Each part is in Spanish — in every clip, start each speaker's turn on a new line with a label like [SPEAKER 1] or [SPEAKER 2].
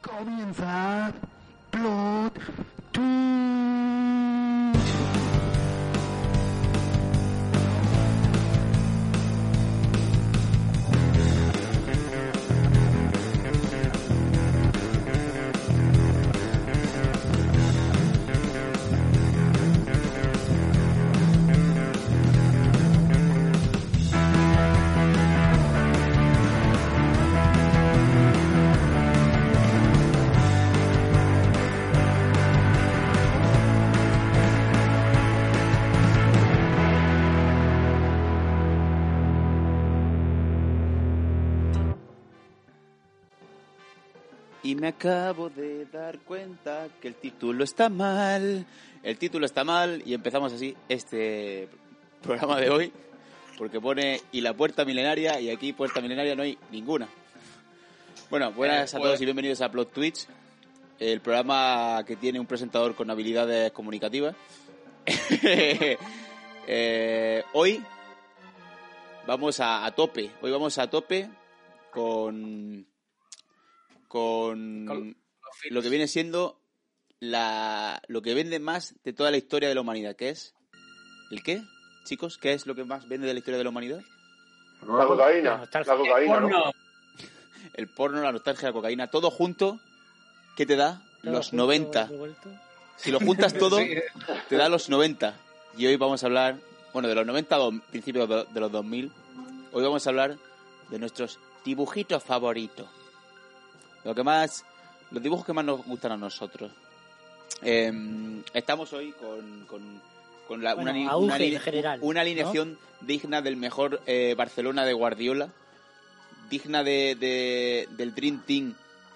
[SPEAKER 1] Comienza Plot Twist.
[SPEAKER 2] Y me acabo de dar cuenta que el título está mal. El título está mal y empezamos así este programa de hoy. Porque pone y la puerta milenaria y aquí puerta milenaria no hay ninguna. Bueno, buenas a todos y bienvenidos a Plot Twitch, el programa que tiene un presentador con habilidades comunicativas. Eh, hoy vamos a, a tope, hoy vamos a tope con con,
[SPEAKER 3] Con
[SPEAKER 2] lo que viene siendo la, lo que vende más de toda la historia de la humanidad, que es ¿el qué? Chicos, ¿qué es lo que más vende de la historia de la humanidad?
[SPEAKER 4] La cocaína,
[SPEAKER 3] Nostalgia.
[SPEAKER 4] la cocaína, ¿no?
[SPEAKER 3] Porno.
[SPEAKER 2] El porno, la nostalgia, la cocaína, todo junto, ¿qué te da?
[SPEAKER 5] Todo
[SPEAKER 2] Los
[SPEAKER 5] junto,
[SPEAKER 2] 90.
[SPEAKER 5] revuelto.
[SPEAKER 2] Si lo juntas todo,
[SPEAKER 3] Sí.
[SPEAKER 2] te da los 90. Y hoy vamos a hablar, bueno, de los 90 a do- principios de de los 2000, hoy vamos a hablar de nuestros dibujitos favoritos. Lo que más, los dibujos que más nos gustan a nosotros. Eh, estamos hoy con, con- con la-
[SPEAKER 5] Bueno,
[SPEAKER 2] una, li-
[SPEAKER 5] auge
[SPEAKER 2] una li-
[SPEAKER 5] en general,
[SPEAKER 2] una
[SPEAKER 5] ¿no?
[SPEAKER 2] alineación digna del mejor eh, Barcelona de Guardiola, digna de, de- del Dream Team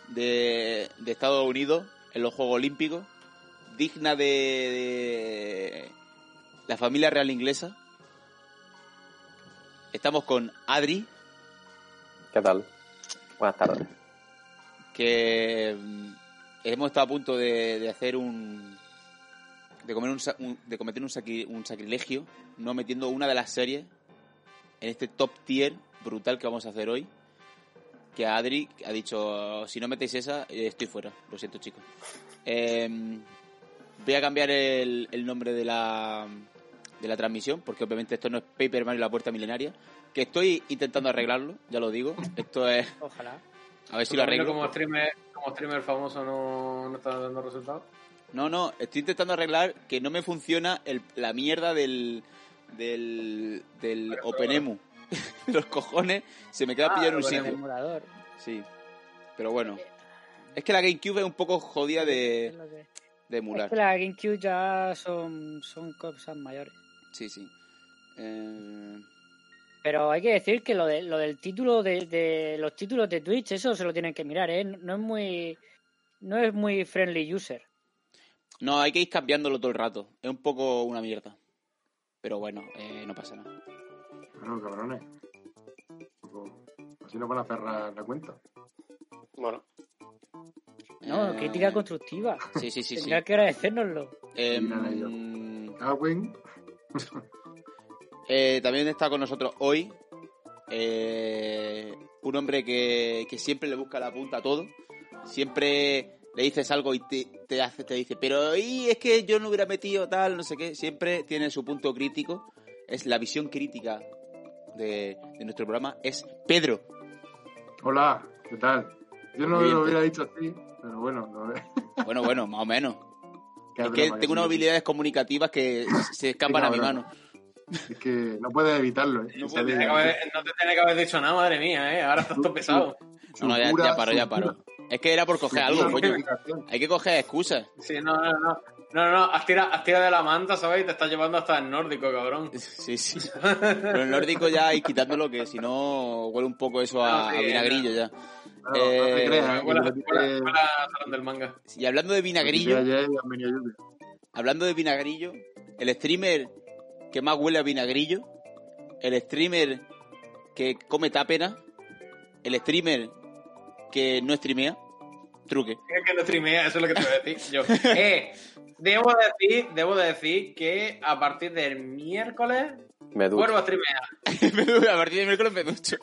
[SPEAKER 2] de, de Estados Unidos en los Juegos Olímpicos, digna de, de la familia real inglesa. Estamos con Adri,
[SPEAKER 6] ¿Qué tal? Buenas tardes.
[SPEAKER 2] que mm, hemos estado a punto de, de hacer un de comer un, sa- un- de cometer un, sacri- un sacrilegio no metiendo una de las series en este top tier brutal que vamos a hacer hoy que a Adri ha dicho si no metéis esa eh, estoy fuera lo siento chicos Em, voy a cambiar el, el nombre de la de la transmisión porque obviamente esto no es Paper Mario la puerta milenaria que estoy intentando arreglarlo ya lo digo esto es
[SPEAKER 5] Ojalá.
[SPEAKER 2] a ver si lo arreglo
[SPEAKER 3] Como streamer, como streamer famoso no, no está dando resultados.
[SPEAKER 2] No, no, estoy intentando arreglar que no me funciona el- la mierda del. del. del
[SPEAKER 3] Pero, pero,
[SPEAKER 2] OpenEMU. Los cojones se me queda
[SPEAKER 3] Ah,
[SPEAKER 2] pillado en un
[SPEAKER 3] bueno,
[SPEAKER 5] El
[SPEAKER 2] sitio.
[SPEAKER 5] emulador.
[SPEAKER 2] Sí. Pero bueno. Es que la GameCube es un poco jodida
[SPEAKER 5] Es
[SPEAKER 2] de,
[SPEAKER 5] lo que-
[SPEAKER 2] de
[SPEAKER 5] Es
[SPEAKER 2] emular.
[SPEAKER 5] que la GameCube ya son, son cosas mayores.
[SPEAKER 2] Sí, sí. Eh,
[SPEAKER 5] Pero hay que decir que lo, de, lo del título de, de los títulos de Twitch, eso se lo tienen que mirar, ¿eh? No es muy no es muy friendly user.
[SPEAKER 2] No, hay que ir cambiándolo todo el rato. Es un poco una mierda. Pero bueno, eh, no pasa nada.
[SPEAKER 7] Bueno, cabrones. Tampoco- Así no van a cerrar la cuenta.
[SPEAKER 4] Bueno,
[SPEAKER 5] No,
[SPEAKER 2] Eh,
[SPEAKER 5] crítica constructiva.
[SPEAKER 2] Sí, sí, sí. sí.
[SPEAKER 5] Tendrá que agradecérnoslo.
[SPEAKER 2] Em,
[SPEAKER 7] Darwin,
[SPEAKER 2] Eh, también está con nosotros hoy eh, un hombre que, que siempre le busca la punta a todo. Siempre le dices algo y te, te hace, te dice, pero y es que yo no hubiera metido tal, no sé qué. Siempre tiene su punto crítico. Es la visión crítica de, de nuestro programa. Es Pedro.
[SPEAKER 7] hola, ¿qué tal? Yo no
[SPEAKER 2] Muy bien,
[SPEAKER 7] lo
[SPEAKER 2] ¿tú?
[SPEAKER 7] hubiera dicho así, pero bueno, lo
[SPEAKER 2] Bueno, bueno, más o menos.
[SPEAKER 7] qué
[SPEAKER 2] Es
[SPEAKER 7] broma,
[SPEAKER 2] que
[SPEAKER 7] que
[SPEAKER 2] tengo unas
[SPEAKER 7] sí.
[SPEAKER 2] habilidades comunicativas que se escapan a mi
[SPEAKER 7] cabrón.
[SPEAKER 2] mano.
[SPEAKER 7] Es que no puedes evitarlo, ¿eh?
[SPEAKER 2] No
[SPEAKER 7] Te
[SPEAKER 2] puedes
[SPEAKER 7] sale-
[SPEAKER 3] Te acabo de- No te tiene que haber dicho nada, madre mía, ¿eh? Ahora estás todo pesado.
[SPEAKER 2] No, no, ya,
[SPEAKER 7] Supura,
[SPEAKER 2] ya paro, ya
[SPEAKER 7] supura,
[SPEAKER 2] paro. Es que era por coger algo,
[SPEAKER 7] supura
[SPEAKER 2] coño.
[SPEAKER 7] comunicación.
[SPEAKER 2] Hay que coger excusas.
[SPEAKER 3] Sí, no, no, no. No, no, no, has tirado, has tirado de la manta, ¿sabes? Y te estás llevando hasta el nórdico, cabrón.
[SPEAKER 2] Sí, sí. Pero el nórdico ya y quitándolo que si no huele un poco eso a,
[SPEAKER 3] No, sí,
[SPEAKER 2] a vinagrillo ya.
[SPEAKER 7] Ah, Claro, no
[SPEAKER 2] Eh,
[SPEAKER 7] te creas, ¿eh?
[SPEAKER 3] Huele a-
[SPEAKER 7] Lo que
[SPEAKER 3] huele a-
[SPEAKER 7] te-
[SPEAKER 3] huele a salón del manga.
[SPEAKER 2] Y hablando de
[SPEAKER 7] lo que te
[SPEAKER 2] vinagrillo,
[SPEAKER 7] ayer y han venido lluvias.
[SPEAKER 2] hablando de vinagrillo, el streamer que más huele a vinagrillo, el streamer que come tápena, el streamer que no streamea, truque.
[SPEAKER 3] Es que no streamea, eso es lo que te voy a decir yo. Eh, debo decir, debo decir que a partir del miércoles
[SPEAKER 6] Me ducho.
[SPEAKER 3] vuelvo a streamear.
[SPEAKER 2] a partir de miércoles me ducho.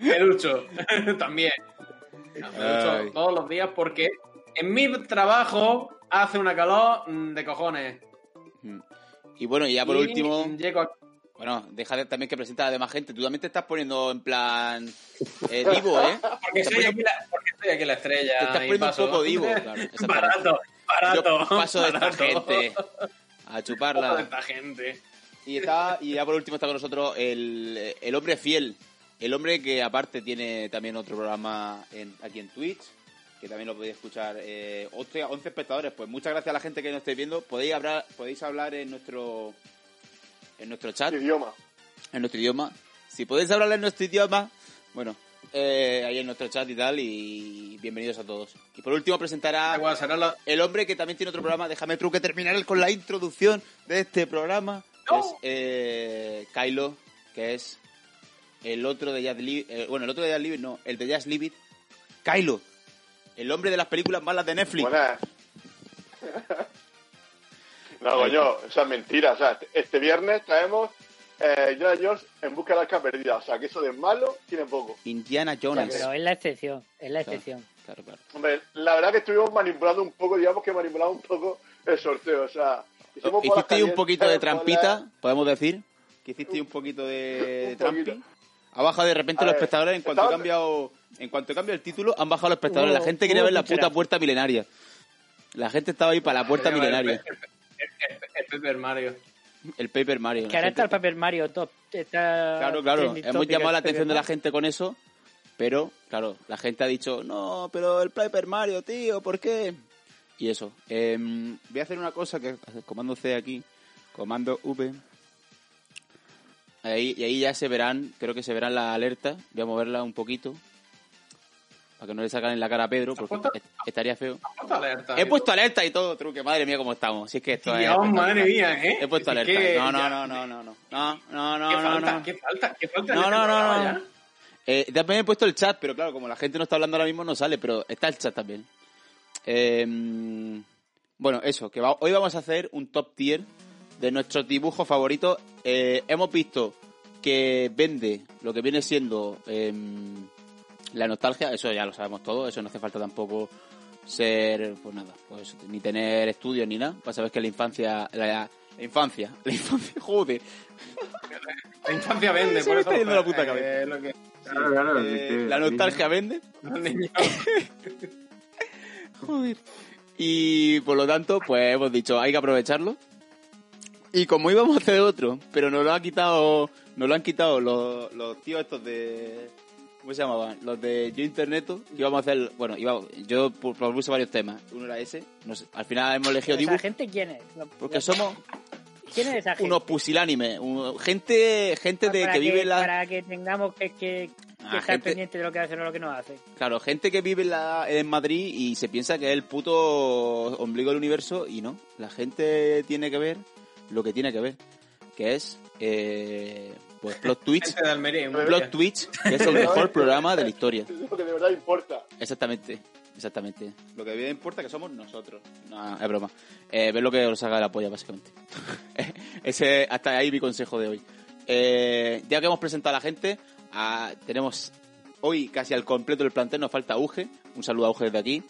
[SPEAKER 3] Me ducho. También. No, me ducho
[SPEAKER 2] Ay.
[SPEAKER 3] todos los días porque en mi trabajo hace una calor mm, de cojones.
[SPEAKER 2] Mm. Y bueno, y ya por
[SPEAKER 3] Y
[SPEAKER 2] último,
[SPEAKER 3] Llego aquí.
[SPEAKER 2] bueno, deja de- también que presentar a la demás gente. Tú también te estás poniendo en plan eh, divo, ¿eh?
[SPEAKER 3] Porque
[SPEAKER 2] Te
[SPEAKER 3] soy, aquí la, porque soy aquí la estrella.
[SPEAKER 2] Te estás
[SPEAKER 3] y
[SPEAKER 2] poniendo un
[SPEAKER 3] paso-
[SPEAKER 2] poco divo, claro, exactamente.
[SPEAKER 3] barato, barato.
[SPEAKER 2] Yo paso de esta
[SPEAKER 3] barato.
[SPEAKER 2] gente a
[SPEAKER 3] Paso de
[SPEAKER 2] chuparla.
[SPEAKER 3] esta gente.
[SPEAKER 2] Y, está, y ya por último está con nosotros el, el hombre fiel. El hombre que aparte tiene también otro programa en- aquí en Twitch, que también lo podéis escuchar. Eh, hostia, 11 espectadores, pues muchas gracias a la gente que nos esté viendo. Podéis hablar, podéis hablar en nuestro en nuestro chat,
[SPEAKER 4] Idioma.
[SPEAKER 2] en nuestro idioma. Si podéis hablar en nuestro idioma, bueno, eh, ahí en nuestro chat y tal, y bienvenidos a todos. Y por último presentará
[SPEAKER 3] Da igual, Ah, será lo-
[SPEAKER 2] el hombre que también tiene otro programa, déjame truque terminar con la introducción de este programa, que
[SPEAKER 3] No.
[SPEAKER 2] es eh, Kylo, que es el otro de Jazz Livid, bueno, el otro de Jazz Livid, no, el de Jazz Livid, Kylo, el hombre de las películas malas de Netflix.
[SPEAKER 4] Buenas. ¿eh? no, coño, eso es mentira. O sea, este- este viernes traemos eh, Indiana Jones en busca de la arca perdida. O sea, que eso de malo tiene poco.
[SPEAKER 2] Indiana Jones.
[SPEAKER 5] Pero es la excepción, es la
[SPEAKER 2] Claro.
[SPEAKER 5] excepción.
[SPEAKER 2] Claro, claro.
[SPEAKER 4] Hombre, la verdad que estuvimos manipulando un poco, digamos que manipulamos un poco el sorteo. O sea, hicimos bolas
[SPEAKER 2] Hiciste ahí un
[SPEAKER 4] calientes,
[SPEAKER 2] poquito de
[SPEAKER 4] bolas-
[SPEAKER 2] trampita, podemos decir, que hiciste ahí un poquito de
[SPEAKER 4] Un poquito.
[SPEAKER 2] trampi. Ha bajado de repente
[SPEAKER 4] A
[SPEAKER 2] los
[SPEAKER 4] ver,
[SPEAKER 2] espectadores, en cuanto ha
[SPEAKER 4] estaba-
[SPEAKER 2] cambiado, en cuanto cambia el título, han bajado los espectadores. La
[SPEAKER 5] Hubo-
[SPEAKER 2] gente quería
[SPEAKER 5] hubo
[SPEAKER 2] ver la
[SPEAKER 5] cuchara.
[SPEAKER 2] puta puerta milenaria. La gente estaba ahí para la puerta
[SPEAKER 3] Lleva el-
[SPEAKER 2] milenaria.
[SPEAKER 3] el- el- el Paper Mario.
[SPEAKER 2] El Paper Mario.
[SPEAKER 5] Que
[SPEAKER 2] la
[SPEAKER 5] ahora
[SPEAKER 2] gente-
[SPEAKER 5] está el Paper Mario top. Está
[SPEAKER 2] Claro, claro.
[SPEAKER 5] trending
[SPEAKER 2] Hemos
[SPEAKER 5] topic
[SPEAKER 2] llamado
[SPEAKER 5] el
[SPEAKER 2] la
[SPEAKER 5] Paper
[SPEAKER 2] atención de la
[SPEAKER 5] Mario.
[SPEAKER 2] gente con eso, pero, claro, la gente ha dicho, no, pero el Paper Mario, tío, ¿por qué? Y eso. Em, voy a hacer una cosa que comando C aquí, comando V. Ahí, y ahí ya se verán, creo que se verán las alertas. Voy a moverla un poquito. Para que no le sacan en la cara a Pedro, porque
[SPEAKER 3] puesto- Ah,
[SPEAKER 2] est- estaría feo.
[SPEAKER 3] Puesto alerta.
[SPEAKER 2] He puesto alerta y todo, truque. Madre mía, cómo estamos. Si es que esto es
[SPEAKER 3] Dios, madre
[SPEAKER 2] espectacular.
[SPEAKER 3] mía, ¿eh?
[SPEAKER 2] He puesto
[SPEAKER 3] Es
[SPEAKER 2] alerta.
[SPEAKER 3] que
[SPEAKER 2] No, no,
[SPEAKER 3] ya-
[SPEAKER 2] no, no, no, no. No, no, no,
[SPEAKER 3] ¿Qué
[SPEAKER 2] no,
[SPEAKER 3] falta?
[SPEAKER 2] no.
[SPEAKER 3] ¿Qué falta? ¿Qué falta? en
[SPEAKER 2] No,
[SPEAKER 3] este
[SPEAKER 2] no, no,
[SPEAKER 3] programa
[SPEAKER 2] no.
[SPEAKER 3] ya?
[SPEAKER 2] Eh, también he puesto el chat, pero claro, como la gente no está hablando ahora mismo, no sale, pero está el chat también. Eh, bueno, eso, que va- hoy vamos a hacer un top tier de nuestros dibujos favoritos. Eh, hemos visto que vende lo que viene siendo eh, la nostalgia, eso ya lo sabemos todo, eso no hace falta tampoco ser, pues nada, pues ni tener estudios ni nada, para saber que la infancia, la, la infancia, la infancia, joder,
[SPEAKER 3] La infancia vende,
[SPEAKER 2] Se
[SPEAKER 3] por
[SPEAKER 2] me
[SPEAKER 3] eso.
[SPEAKER 2] está yendo la puta
[SPEAKER 3] eh,
[SPEAKER 2] cabeza.
[SPEAKER 3] lo que-
[SPEAKER 7] Claro, claro,
[SPEAKER 2] eh,
[SPEAKER 7] es que
[SPEAKER 2] la nostalgia
[SPEAKER 7] niña-
[SPEAKER 2] vende.
[SPEAKER 3] los niños-
[SPEAKER 2] Joder. Y por lo tanto, pues hemos dicho, hay que aprovecharlo. Y como íbamos a hacer otro, pero nos lo ha quitado, nos lo han quitado los, los tíos estos de. ¿Cómo se llamaban? Los de Yo Interneto, que íbamos a hacer. Bueno, íbamos- yo pu- propuse varios temas. Uno era ese. no sé, al final hemos elegido
[SPEAKER 5] ¿Esa
[SPEAKER 2] dibujo.
[SPEAKER 5] gente quién es?
[SPEAKER 2] Porque somos
[SPEAKER 5] ¿Quién es esa gente?
[SPEAKER 2] unos pusilánimes. un- gente gente de,
[SPEAKER 5] Para
[SPEAKER 2] que vive la.
[SPEAKER 5] Para que tengamos que, que, que
[SPEAKER 2] Ah,
[SPEAKER 5] estar
[SPEAKER 2] gente-
[SPEAKER 5] pendiente de lo que hacen o lo que no hacen.
[SPEAKER 2] Claro, gente que vive en, la- en Madrid y se piensa que es el puto ombligo del universo y no. La gente tiene que ver lo que tiene que ver, que es eh, pues plot twitch,
[SPEAKER 3] Gente de Almería. en Murcia.
[SPEAKER 2] plot twitch, que es el mejor programa de la historia.
[SPEAKER 4] Es lo que de verdad importa.
[SPEAKER 2] Exactamente, exactamente. Lo que bien importa que somos nosotros. No, es broma. Eh, ver lo que os haga la polla básicamente. Ese hasta ahí mi consejo de hoy. Eh, ya que hemos presentado a la gente, a- tenemos hoy casi al completo el plantel, nos falta Uge. Un saludo a Uge desde aquí.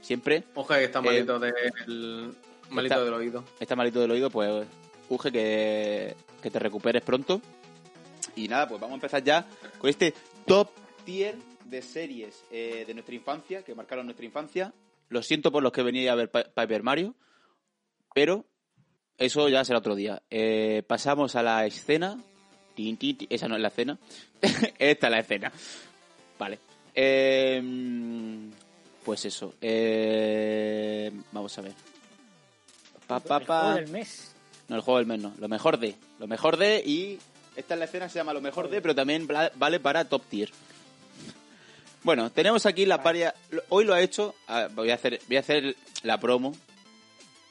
[SPEAKER 2] Siempre.
[SPEAKER 3] Ojo, que está
[SPEAKER 2] Eh,
[SPEAKER 3] malito del. Malito
[SPEAKER 2] está-
[SPEAKER 3] del oído.
[SPEAKER 2] Está malito del oído, pues Uge que, que te recuperes pronto. Y nada, pues vamos a empezar ya con este top tier de series eh, de nuestra infancia, que marcaron nuestra infancia. Lo siento por los que venía a ver Pa- Paper Mario, pero eso ya será otro día. Eh, pasamos a la escena. Tin, tin, tin. Esa no es la escena. Esta es la escena. Vale. Eh, pues eso. Eh, vamos a ver. Pa, pa,
[SPEAKER 5] El
[SPEAKER 2] pa.
[SPEAKER 5] juego del mes.
[SPEAKER 2] No, el juego del mes no. Lo mejor de. Lo mejor de y... Esta es la escena, se llama Lo mejor de, pero también bla- vale para top tier. Bueno, tenemos aquí la paria... lo- Hoy lo ha hecho... ah, Voy a hacer, voy a hacer la promo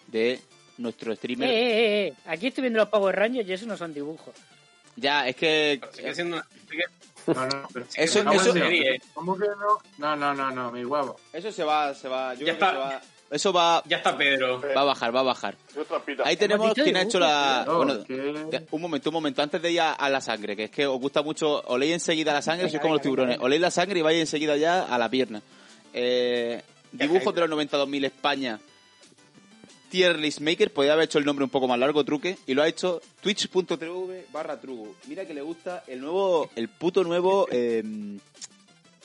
[SPEAKER 2] de nuestro
[SPEAKER 5] Eh,
[SPEAKER 2] streamer.
[SPEAKER 5] eh, eh, eh. Aquí estoy viendo los Power Rangers y eso no son dibujos.
[SPEAKER 2] Ya, es que...
[SPEAKER 3] Pero sigue siendo una. sigue-
[SPEAKER 7] No, no, pero-
[SPEAKER 2] Eso-
[SPEAKER 7] Vamos
[SPEAKER 2] eso-
[SPEAKER 7] en serio.
[SPEAKER 3] serie, eh.
[SPEAKER 7] ¿Cómo que no? No, no, no, no, mi guavo.
[SPEAKER 2] Eso se va... Se va yo creo
[SPEAKER 3] Ya
[SPEAKER 2] que
[SPEAKER 3] está.
[SPEAKER 2] se va... Eso va,
[SPEAKER 3] Ya está Pedro.
[SPEAKER 2] va a bajar, va a bajar.
[SPEAKER 4] Yo trampita.
[SPEAKER 2] Ahí tenemos
[SPEAKER 5] Hemos dicho
[SPEAKER 2] quien ha
[SPEAKER 5] dibujo,
[SPEAKER 2] hecho la...
[SPEAKER 7] No,
[SPEAKER 2] bueno,
[SPEAKER 7] es que-
[SPEAKER 2] un momento, un momento, antes de ir a, a la sangre, que es que os gusta mucho, oléis enseguida la sangre,
[SPEAKER 5] Venga,
[SPEAKER 2] sois como
[SPEAKER 5] venga,
[SPEAKER 2] los tiburones,
[SPEAKER 5] venga.
[SPEAKER 2] oléis la sangre y vais enseguida ya a la pierna. Eh, dibujos de los 92.000 España, Tier List Maker, podía haber hecho el nombre un poco más largo, truque, y lo ha hecho twitch.tv barra truco. Mira que le gusta el nuevo, el puto nuevo eh,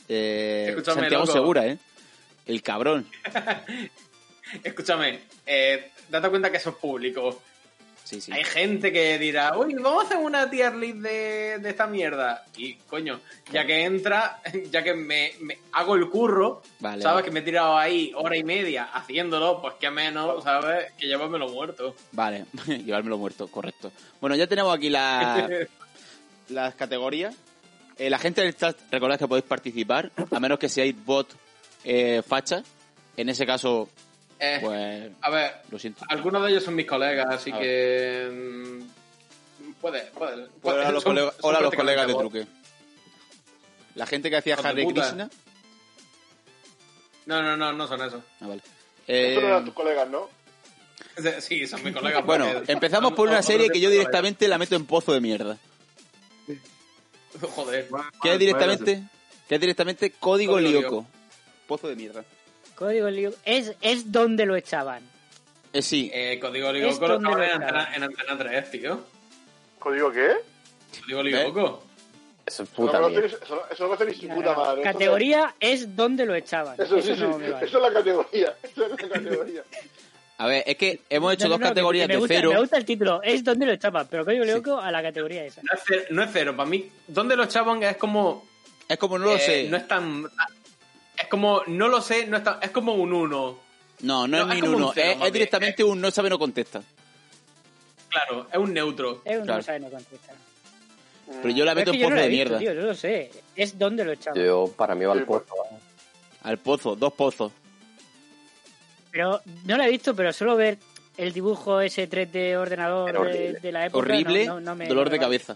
[SPEAKER 2] eh,
[SPEAKER 3] Escúchame,
[SPEAKER 2] Santiago
[SPEAKER 3] loco.
[SPEAKER 2] Segura, ¿eh? El cabrón.
[SPEAKER 3] Escúchame, eh, date cuenta que eso es público.
[SPEAKER 2] Sí, sí.
[SPEAKER 3] Hay gente que dirá, uy, vamos a hacer una tier list de, de esta mierda. Y coño, ya que entra, ya que me, me hago el curro,
[SPEAKER 2] Vale,
[SPEAKER 3] ¿sabes?
[SPEAKER 2] vale.
[SPEAKER 3] Que me he tirado ahí hora y media haciéndolo, pues que menos, ¿sabes? Que llevármelo muerto.
[SPEAKER 2] Vale, llevármelo muerto, correcto. Bueno, ya tenemos aquí la... las categorías. Eh, la gente del chat, recordad que podéis participar, a menos que seáis bot eh, facha. En ese caso,
[SPEAKER 3] Eh,
[SPEAKER 2] pues,
[SPEAKER 3] A ver,
[SPEAKER 2] lo siento.
[SPEAKER 3] algunos de ellos son mis colegas, así
[SPEAKER 2] A
[SPEAKER 3] que. mm, Puede, puede. puede-
[SPEAKER 2] Hola a los,
[SPEAKER 3] son-
[SPEAKER 2] colega-
[SPEAKER 3] son
[SPEAKER 2] hola a los
[SPEAKER 3] prácticamente
[SPEAKER 2] colegas de
[SPEAKER 3] bots.
[SPEAKER 2] truque. La gente que hacía
[SPEAKER 3] Hijos de
[SPEAKER 2] Hare
[SPEAKER 3] puta.
[SPEAKER 2] Krishna.
[SPEAKER 3] No, no, no, no son esos.
[SPEAKER 2] Ah, vale.
[SPEAKER 4] Eso no
[SPEAKER 2] Eh,
[SPEAKER 4] eran tus colegas, ¿no?
[SPEAKER 3] Sí, son mis colegas.
[SPEAKER 2] bueno,
[SPEAKER 3] porque-
[SPEAKER 2] empezamos por
[SPEAKER 3] son
[SPEAKER 2] una
[SPEAKER 3] otro
[SPEAKER 2] serie
[SPEAKER 3] tipo
[SPEAKER 2] que
[SPEAKER 3] de
[SPEAKER 2] yo
[SPEAKER 3] colegas.
[SPEAKER 2] directamente la meto en pozo de mierda.
[SPEAKER 3] Ah, Joder.
[SPEAKER 7] Va-
[SPEAKER 2] Que
[SPEAKER 7] va-
[SPEAKER 2] es directamente, que es directamente Código
[SPEAKER 3] Código
[SPEAKER 2] Lyoko. Pozo de mierda.
[SPEAKER 5] Código Lyoko. Es, es donde lo echaban.
[SPEAKER 2] Eh, sí,
[SPEAKER 3] Eh, Código
[SPEAKER 5] Es
[SPEAKER 3] Lyoko
[SPEAKER 5] donde
[SPEAKER 3] ahora en
[SPEAKER 5] lo estaba.
[SPEAKER 3] antena, en antena 3, tío.
[SPEAKER 4] ¿Código qué?
[SPEAKER 3] Código
[SPEAKER 2] ¿Eh?
[SPEAKER 3] Lyoko.
[SPEAKER 6] Eso es
[SPEAKER 4] Eso no
[SPEAKER 6] puta
[SPEAKER 4] conoce ni-
[SPEAKER 6] mierda.
[SPEAKER 4] Eso no- eso no conoce ni su puta madre. Eso-
[SPEAKER 5] Categoría es donde lo echaban.
[SPEAKER 4] Eso, sí,
[SPEAKER 5] Eso
[SPEAKER 4] sí.
[SPEAKER 5] no me vale.
[SPEAKER 4] Eso es la categoría. Eso es la categoría.
[SPEAKER 2] a ver, es que hemos hecho
[SPEAKER 5] No, no,
[SPEAKER 2] dos
[SPEAKER 5] no, que-
[SPEAKER 2] categorías
[SPEAKER 5] que me
[SPEAKER 2] de
[SPEAKER 5] gusta-
[SPEAKER 2] cero.
[SPEAKER 5] Me gusta el título, es donde lo echaban, pero Código Lyoko a la categoría esa.
[SPEAKER 3] No es cero, no es cero. Para mí, ¿dónde lo echaban? Es como.
[SPEAKER 2] Es como no lo
[SPEAKER 3] eh,
[SPEAKER 2] sé.
[SPEAKER 3] No es tan. Es como. No lo sé, no es, tan- es como un 1.
[SPEAKER 2] No, no,
[SPEAKER 3] No,
[SPEAKER 2] es
[SPEAKER 3] es
[SPEAKER 2] ni
[SPEAKER 3] como un
[SPEAKER 2] uno.
[SPEAKER 3] cero,
[SPEAKER 2] es,
[SPEAKER 3] más
[SPEAKER 2] es
[SPEAKER 3] bien. eh.
[SPEAKER 2] directamente un no sabe, no contesta.
[SPEAKER 3] Claro, es un neutro.
[SPEAKER 5] Es un
[SPEAKER 2] Claro.
[SPEAKER 5] no sabe no contesta.
[SPEAKER 2] Pero yo la meto
[SPEAKER 5] Pero es que
[SPEAKER 2] en
[SPEAKER 5] yo
[SPEAKER 2] pozo
[SPEAKER 5] no lo
[SPEAKER 2] de
[SPEAKER 5] he visto,
[SPEAKER 2] mierda.
[SPEAKER 5] tío, yo lo sé. Es donde lo echaban.
[SPEAKER 6] Yo, para mí va
[SPEAKER 4] Sí,
[SPEAKER 6] el
[SPEAKER 4] pues.
[SPEAKER 6] puesto. ¿eh?
[SPEAKER 2] Al pozo, dos pozos.
[SPEAKER 5] Pero no la he visto, pero solo ver el dibujo ese 3 de
[SPEAKER 6] Era
[SPEAKER 5] ordenador de,
[SPEAKER 6] horrible.
[SPEAKER 5] de la época.
[SPEAKER 2] Horrible,
[SPEAKER 5] no- no- no me-
[SPEAKER 2] dolor
[SPEAKER 5] no
[SPEAKER 2] de
[SPEAKER 5] me vale.
[SPEAKER 2] cabeza.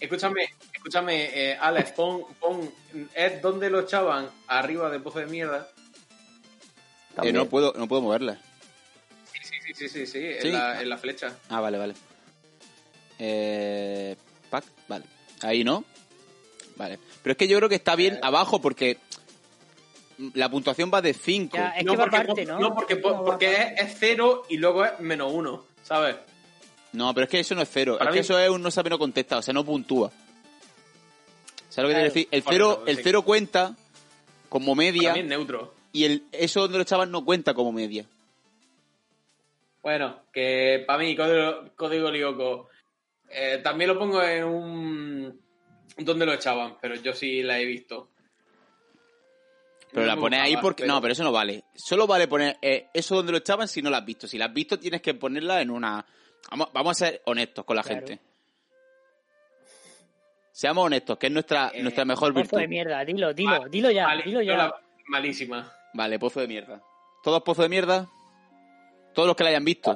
[SPEAKER 2] Eh,
[SPEAKER 3] Escúchame, escúchame, eh, Alex, pon, pon. Es donde lo echaban arriba de pozo de mierda.
[SPEAKER 2] Eh,
[SPEAKER 6] También.
[SPEAKER 2] no puedo, no puedo moverla.
[SPEAKER 3] Sí, sí, sí, sí, sí,
[SPEAKER 2] Sí.
[SPEAKER 3] En, la, en la flecha.
[SPEAKER 2] Ah, vale, vale. Eh, pack, vale. Ahí no. Vale. Pero es que yo creo que está bien abajo porque la puntuación va de 5.
[SPEAKER 5] Ya, es
[SPEAKER 3] no,
[SPEAKER 5] que va
[SPEAKER 3] porque,
[SPEAKER 5] aparte, ¿no?
[SPEAKER 3] no, porque,
[SPEAKER 5] Es como va
[SPEAKER 3] porque
[SPEAKER 5] aparte.
[SPEAKER 3] es, es cero y luego es menos uno, ¿sabes?
[SPEAKER 2] No, pero es que eso no es cero. Es
[SPEAKER 3] Para
[SPEAKER 2] que
[SPEAKER 3] mí-
[SPEAKER 2] eso es un no sabe, no contesta. O sea, no puntúa. ¿Sabes lo que te quiero
[SPEAKER 5] Claro.
[SPEAKER 2] decir? El
[SPEAKER 3] Por
[SPEAKER 2] cero,
[SPEAKER 3] eso,
[SPEAKER 2] el
[SPEAKER 3] sí.
[SPEAKER 2] cero cuenta como media
[SPEAKER 3] Para mí es neutro.
[SPEAKER 2] y el eso donde lo echaban no cuenta como media.
[SPEAKER 3] Bueno, que para mí, código, código Lyoko, eh, también lo pongo en un. ¿Dónde lo echaban? Pero yo sí la he visto.
[SPEAKER 2] Pero
[SPEAKER 3] No
[SPEAKER 2] la
[SPEAKER 3] me
[SPEAKER 2] pones ahí
[SPEAKER 3] gustaba,
[SPEAKER 2] porque... No, pero eso no vale. Solo vale poner eh, eso donde lo echaban si no la has visto. Si la has visto tienes que ponerla en una... Vamos, vamos a ser honestos con la
[SPEAKER 5] Claro.
[SPEAKER 2] gente. Seamos honestos, que es nuestra,
[SPEAKER 3] Eh,
[SPEAKER 2] nuestra mejor
[SPEAKER 5] Pozo
[SPEAKER 2] virtud.
[SPEAKER 5] de mierda, dilo, dilo,
[SPEAKER 3] Vale,
[SPEAKER 5] dilo ya,
[SPEAKER 3] Vale,
[SPEAKER 5] dilo
[SPEAKER 3] yo
[SPEAKER 5] ya.
[SPEAKER 3] la- malísima.
[SPEAKER 2] Vale, pozo de mierda. ¿Todos pozo de mierda? Todos los que la hayan visto.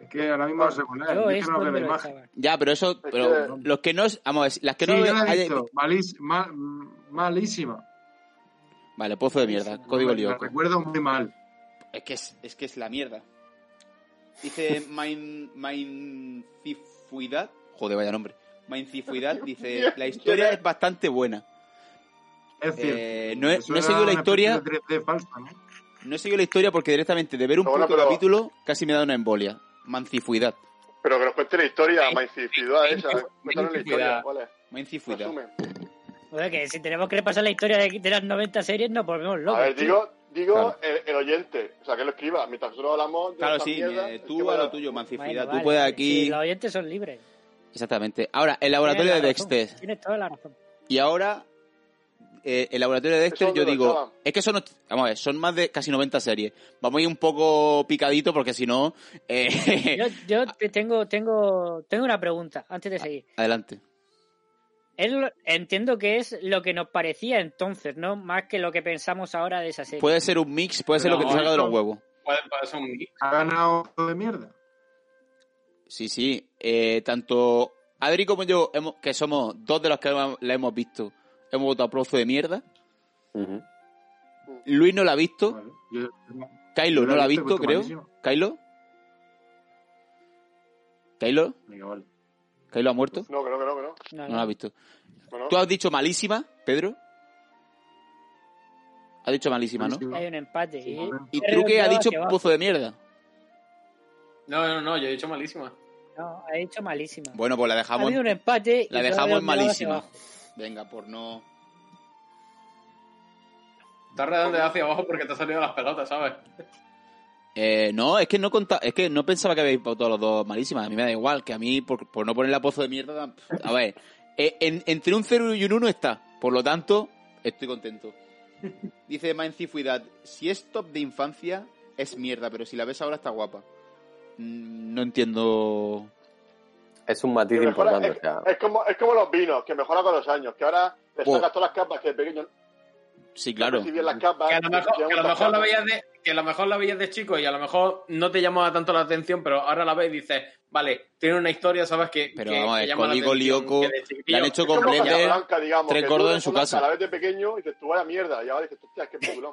[SPEAKER 7] Es que ahora mismo no sé poner.
[SPEAKER 5] Yo
[SPEAKER 7] Yo es
[SPEAKER 5] es
[SPEAKER 7] que no veo la
[SPEAKER 5] donde lo
[SPEAKER 7] imagen.
[SPEAKER 5] echaban.
[SPEAKER 2] Ya, pero eso... Pero
[SPEAKER 4] que-
[SPEAKER 2] los que no... Vamos a ver, las que
[SPEAKER 7] Sí,
[SPEAKER 2] no...
[SPEAKER 7] yo la he
[SPEAKER 2] hayan
[SPEAKER 7] visto.
[SPEAKER 2] visto-
[SPEAKER 7] Malís- ma- malísima.
[SPEAKER 2] Vale, pozo de mierda.
[SPEAKER 7] No,
[SPEAKER 2] Código
[SPEAKER 7] me- La
[SPEAKER 2] lío.
[SPEAKER 7] recuerdo muy mal.
[SPEAKER 2] Es que es, es que es la mierda. Dice Main, Maincifuidad. Joder, vaya nombre. Maincifuidad dice, la historia es bastante buena.
[SPEAKER 7] Es cierto.
[SPEAKER 2] Eh, no he,
[SPEAKER 7] Eso
[SPEAKER 2] no he
[SPEAKER 7] era
[SPEAKER 2] seguido
[SPEAKER 7] una
[SPEAKER 2] la historia,
[SPEAKER 7] especie de 3D falsa, ¿no?
[SPEAKER 2] no he seguido la historia porque directamente de ver un
[SPEAKER 4] Pero bueno,
[SPEAKER 2] puto
[SPEAKER 4] pero-
[SPEAKER 2] capítulo casi me da una embolia. Mancifuidad.
[SPEAKER 4] Pero que nos cuente la historia,
[SPEAKER 3] Sí,
[SPEAKER 4] Maincicidad
[SPEAKER 3] sí,
[SPEAKER 4] esa. ¿eh?
[SPEAKER 3] sí,
[SPEAKER 4] Cuéntanos la
[SPEAKER 3] sí,
[SPEAKER 4] historia,
[SPEAKER 3] cuidado.
[SPEAKER 4] ¿cuál es?
[SPEAKER 2] Mancifuidad.
[SPEAKER 4] Resumen.
[SPEAKER 5] Joder, que si tenemos que repasar la historia de, de las 90 series, nos volvemos locos.
[SPEAKER 4] A ver,
[SPEAKER 5] tío.
[SPEAKER 4] digo, digo
[SPEAKER 2] Claro.
[SPEAKER 4] el, el oyente, o sea, que lo escriba. Mientras nosotros hablamos de
[SPEAKER 2] Claro,
[SPEAKER 4] esta
[SPEAKER 2] sí,
[SPEAKER 4] mierda,
[SPEAKER 2] eh,
[SPEAKER 4] el que
[SPEAKER 2] tú a
[SPEAKER 4] vaya-
[SPEAKER 2] lo tuyo,
[SPEAKER 5] Bueno,
[SPEAKER 2] mancifuidad.
[SPEAKER 5] vale,
[SPEAKER 2] tú puedes
[SPEAKER 5] vale,
[SPEAKER 2] aquí...
[SPEAKER 5] sí, los oyentes son libres.
[SPEAKER 2] Exactamente. Ahora, el laboratorio de
[SPEAKER 5] Tienes la razón,
[SPEAKER 2] Dexter.
[SPEAKER 5] Tienes toda la razón.
[SPEAKER 2] Y ahora, eh, el laboratorio de Dexter,
[SPEAKER 4] Eso
[SPEAKER 2] yo
[SPEAKER 4] me lo
[SPEAKER 2] digo,
[SPEAKER 4] echaban.
[SPEAKER 2] es que son, vamos a ver, son más de casi 90 series. Vamos a ir un poco picadito porque si no, eh,
[SPEAKER 5] Yo, yo te tengo, tengo, tengo una pregunta antes
[SPEAKER 2] Ah.
[SPEAKER 5] de seguir.
[SPEAKER 2] adelante.
[SPEAKER 5] Es lo- entiendo que es lo que nos parecía entonces, ¿no? Más que lo que pensamos ahora de esa serie.
[SPEAKER 2] Puede ser un mix, puede ser lo que te
[SPEAKER 3] No,
[SPEAKER 2] salga de los
[SPEAKER 7] eso-
[SPEAKER 2] huevos.
[SPEAKER 3] Puede pasar un mix.
[SPEAKER 7] Ha ganado de mierda.
[SPEAKER 2] Sí, sí. Eh, tanto Adri como yo, hemos, que somos dos de los que hemos- la hemos visto, hemos votado a Prozo de mierda.
[SPEAKER 6] Ujú.
[SPEAKER 2] Luis no la ha visto.
[SPEAKER 7] Vale. Yo,
[SPEAKER 2] Kylo
[SPEAKER 7] Yo
[SPEAKER 2] no la ha
[SPEAKER 7] he
[SPEAKER 2] visto,
[SPEAKER 7] pues,
[SPEAKER 2] creo.
[SPEAKER 7] malísimo.
[SPEAKER 2] ¿Kylo? ¿Kylo?
[SPEAKER 7] Venga, vale.
[SPEAKER 2] ¿Kylo ha muerto?
[SPEAKER 4] No, que no, que no, que no.
[SPEAKER 5] No,
[SPEAKER 2] No la ha visto.
[SPEAKER 4] No, no.
[SPEAKER 2] ¿Tú has dicho malísima, Pedro? Ha dicho malísima, ¿no?
[SPEAKER 7] Malísimo.
[SPEAKER 5] Hay un empate.
[SPEAKER 7] Sí,
[SPEAKER 5] y-
[SPEAKER 7] vale.
[SPEAKER 2] Y
[SPEAKER 5] Pedro
[SPEAKER 2] Truque ha
[SPEAKER 5] lleva
[SPEAKER 2] dicho
[SPEAKER 5] hacia abajo.
[SPEAKER 2] pozo de mierda.
[SPEAKER 3] No, no, no, yo he dicho malísima.
[SPEAKER 5] No, ha dicho malísima.
[SPEAKER 2] Bueno, pues la
[SPEAKER 5] ha
[SPEAKER 2] dejamos,
[SPEAKER 5] habido un empate. y
[SPEAKER 2] la
[SPEAKER 5] Pedro
[SPEAKER 2] dejamos
[SPEAKER 5] lleva hacia
[SPEAKER 2] malísima.
[SPEAKER 5] abajo.
[SPEAKER 2] Venga, por no...
[SPEAKER 3] Estás redondeado hacia abajo porque te han salido las pelotas, ¿sabes?
[SPEAKER 2] Eh, no, es que no conta, es que no pensaba que habéis votado los dos malísimas. A mí me da igual, que a mí, por, por no poner la pozo de mierda. tam- A ver, eh, en- entre un 0 y un 1 está. Por lo tanto, estoy contento. Dice Maincifuidad, si es top de infancia, es mierda, pero si la ves ahora está guapa. Mm, No entiendo.
[SPEAKER 6] Es un
[SPEAKER 4] Que
[SPEAKER 6] matiz
[SPEAKER 4] mejora-
[SPEAKER 6] importante.
[SPEAKER 4] es,
[SPEAKER 6] o sea,
[SPEAKER 4] es como, es como los vinos, que mejora con los años, que ahora le
[SPEAKER 2] Buah.
[SPEAKER 4] sacas todas las capas que de pequeño
[SPEAKER 2] Sí,
[SPEAKER 4] no
[SPEAKER 2] claro.
[SPEAKER 4] percibías las capas.
[SPEAKER 3] Que a lo mejor,
[SPEAKER 4] percibías
[SPEAKER 3] que a lo
[SPEAKER 4] muchas
[SPEAKER 3] mejor la
[SPEAKER 4] capas.
[SPEAKER 3] veías de, que a lo mejor la veías de chico y a lo mejor no te llamaba tanto la atención, pero ahora la ves y dices, vale, tiene una historia, sabes que,
[SPEAKER 2] Pero
[SPEAKER 3] que-
[SPEAKER 2] vamos a
[SPEAKER 3] que
[SPEAKER 2] ver,
[SPEAKER 3] llama la
[SPEAKER 2] Código
[SPEAKER 3] atención,
[SPEAKER 2] Lyoko,
[SPEAKER 3] que de chiquillo-
[SPEAKER 2] la han hecho
[SPEAKER 4] Es como
[SPEAKER 2] completa.
[SPEAKER 4] Casablanca, digamos,
[SPEAKER 2] tres
[SPEAKER 4] que tú
[SPEAKER 2] gordos
[SPEAKER 4] ves
[SPEAKER 2] en su
[SPEAKER 4] Casablanca,
[SPEAKER 2] casa.
[SPEAKER 4] La ves de pequeño y te tú vaya mierda. Y ahora dices, hostia, qué película.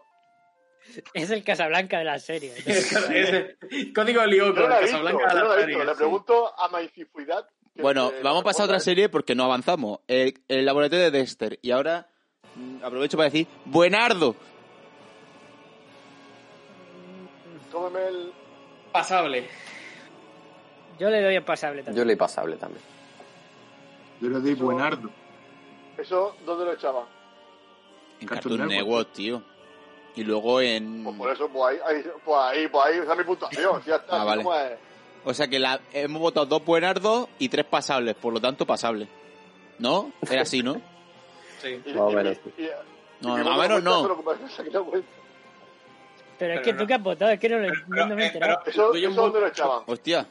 [SPEAKER 5] Es el Casablanca de la serie.
[SPEAKER 3] Es- Código Lyoko,
[SPEAKER 4] Yo no la he visto,
[SPEAKER 3] Casablanca
[SPEAKER 4] yo
[SPEAKER 3] de
[SPEAKER 4] no
[SPEAKER 3] la
[SPEAKER 4] la he visto.
[SPEAKER 3] feria.
[SPEAKER 4] Le pregunto a Maicifuidad. que
[SPEAKER 2] Bueno,
[SPEAKER 4] me
[SPEAKER 2] vamos a pasar a otra
[SPEAKER 4] responda.
[SPEAKER 2] serie porque no avanzamos. El, el laboratorio de Dexter. Y ahora mm, aprovecho para decir, buenardo.
[SPEAKER 4] Cómeme el...
[SPEAKER 3] Pasable.
[SPEAKER 5] Yo le doy el pasable también.
[SPEAKER 6] Yo le pasable también.
[SPEAKER 7] Yo le doy buenardo.
[SPEAKER 4] ¿Eso dónde lo echaba?
[SPEAKER 2] En Cartoon
[SPEAKER 7] Cartoon Network.
[SPEAKER 2] Network, tío. Y luego en...
[SPEAKER 4] Pues por eso, pues ahí, ahí, pues ahí, pues ahí, esa es mi puntuación. Ya está,
[SPEAKER 2] Ah, vale.
[SPEAKER 4] ¿cómo es?
[SPEAKER 2] O sea que la- hemos votado dos buenardos y tres pasables, por lo tanto pasables. ¿No? Era así, ¿no?
[SPEAKER 3] Sí.
[SPEAKER 4] Y-
[SPEAKER 6] Más o
[SPEAKER 4] y-
[SPEAKER 6] menos.
[SPEAKER 4] y- y-
[SPEAKER 2] No,
[SPEAKER 4] y
[SPEAKER 2] más
[SPEAKER 4] me
[SPEAKER 2] o
[SPEAKER 4] doy
[SPEAKER 2] menos
[SPEAKER 4] cuenta,
[SPEAKER 2] no.
[SPEAKER 4] pero como que se ha quedado bueno.
[SPEAKER 5] Pero es
[SPEAKER 3] Pero
[SPEAKER 5] que
[SPEAKER 3] no.
[SPEAKER 5] tú que has votado, es que no, lo-
[SPEAKER 3] Pero,
[SPEAKER 5] no me he
[SPEAKER 3] eh,
[SPEAKER 5] enterado.
[SPEAKER 3] pero-
[SPEAKER 4] ¿Eso,
[SPEAKER 3] Yo
[SPEAKER 4] eso
[SPEAKER 3] voto-
[SPEAKER 4] dónde lo echaban?
[SPEAKER 2] Hostia,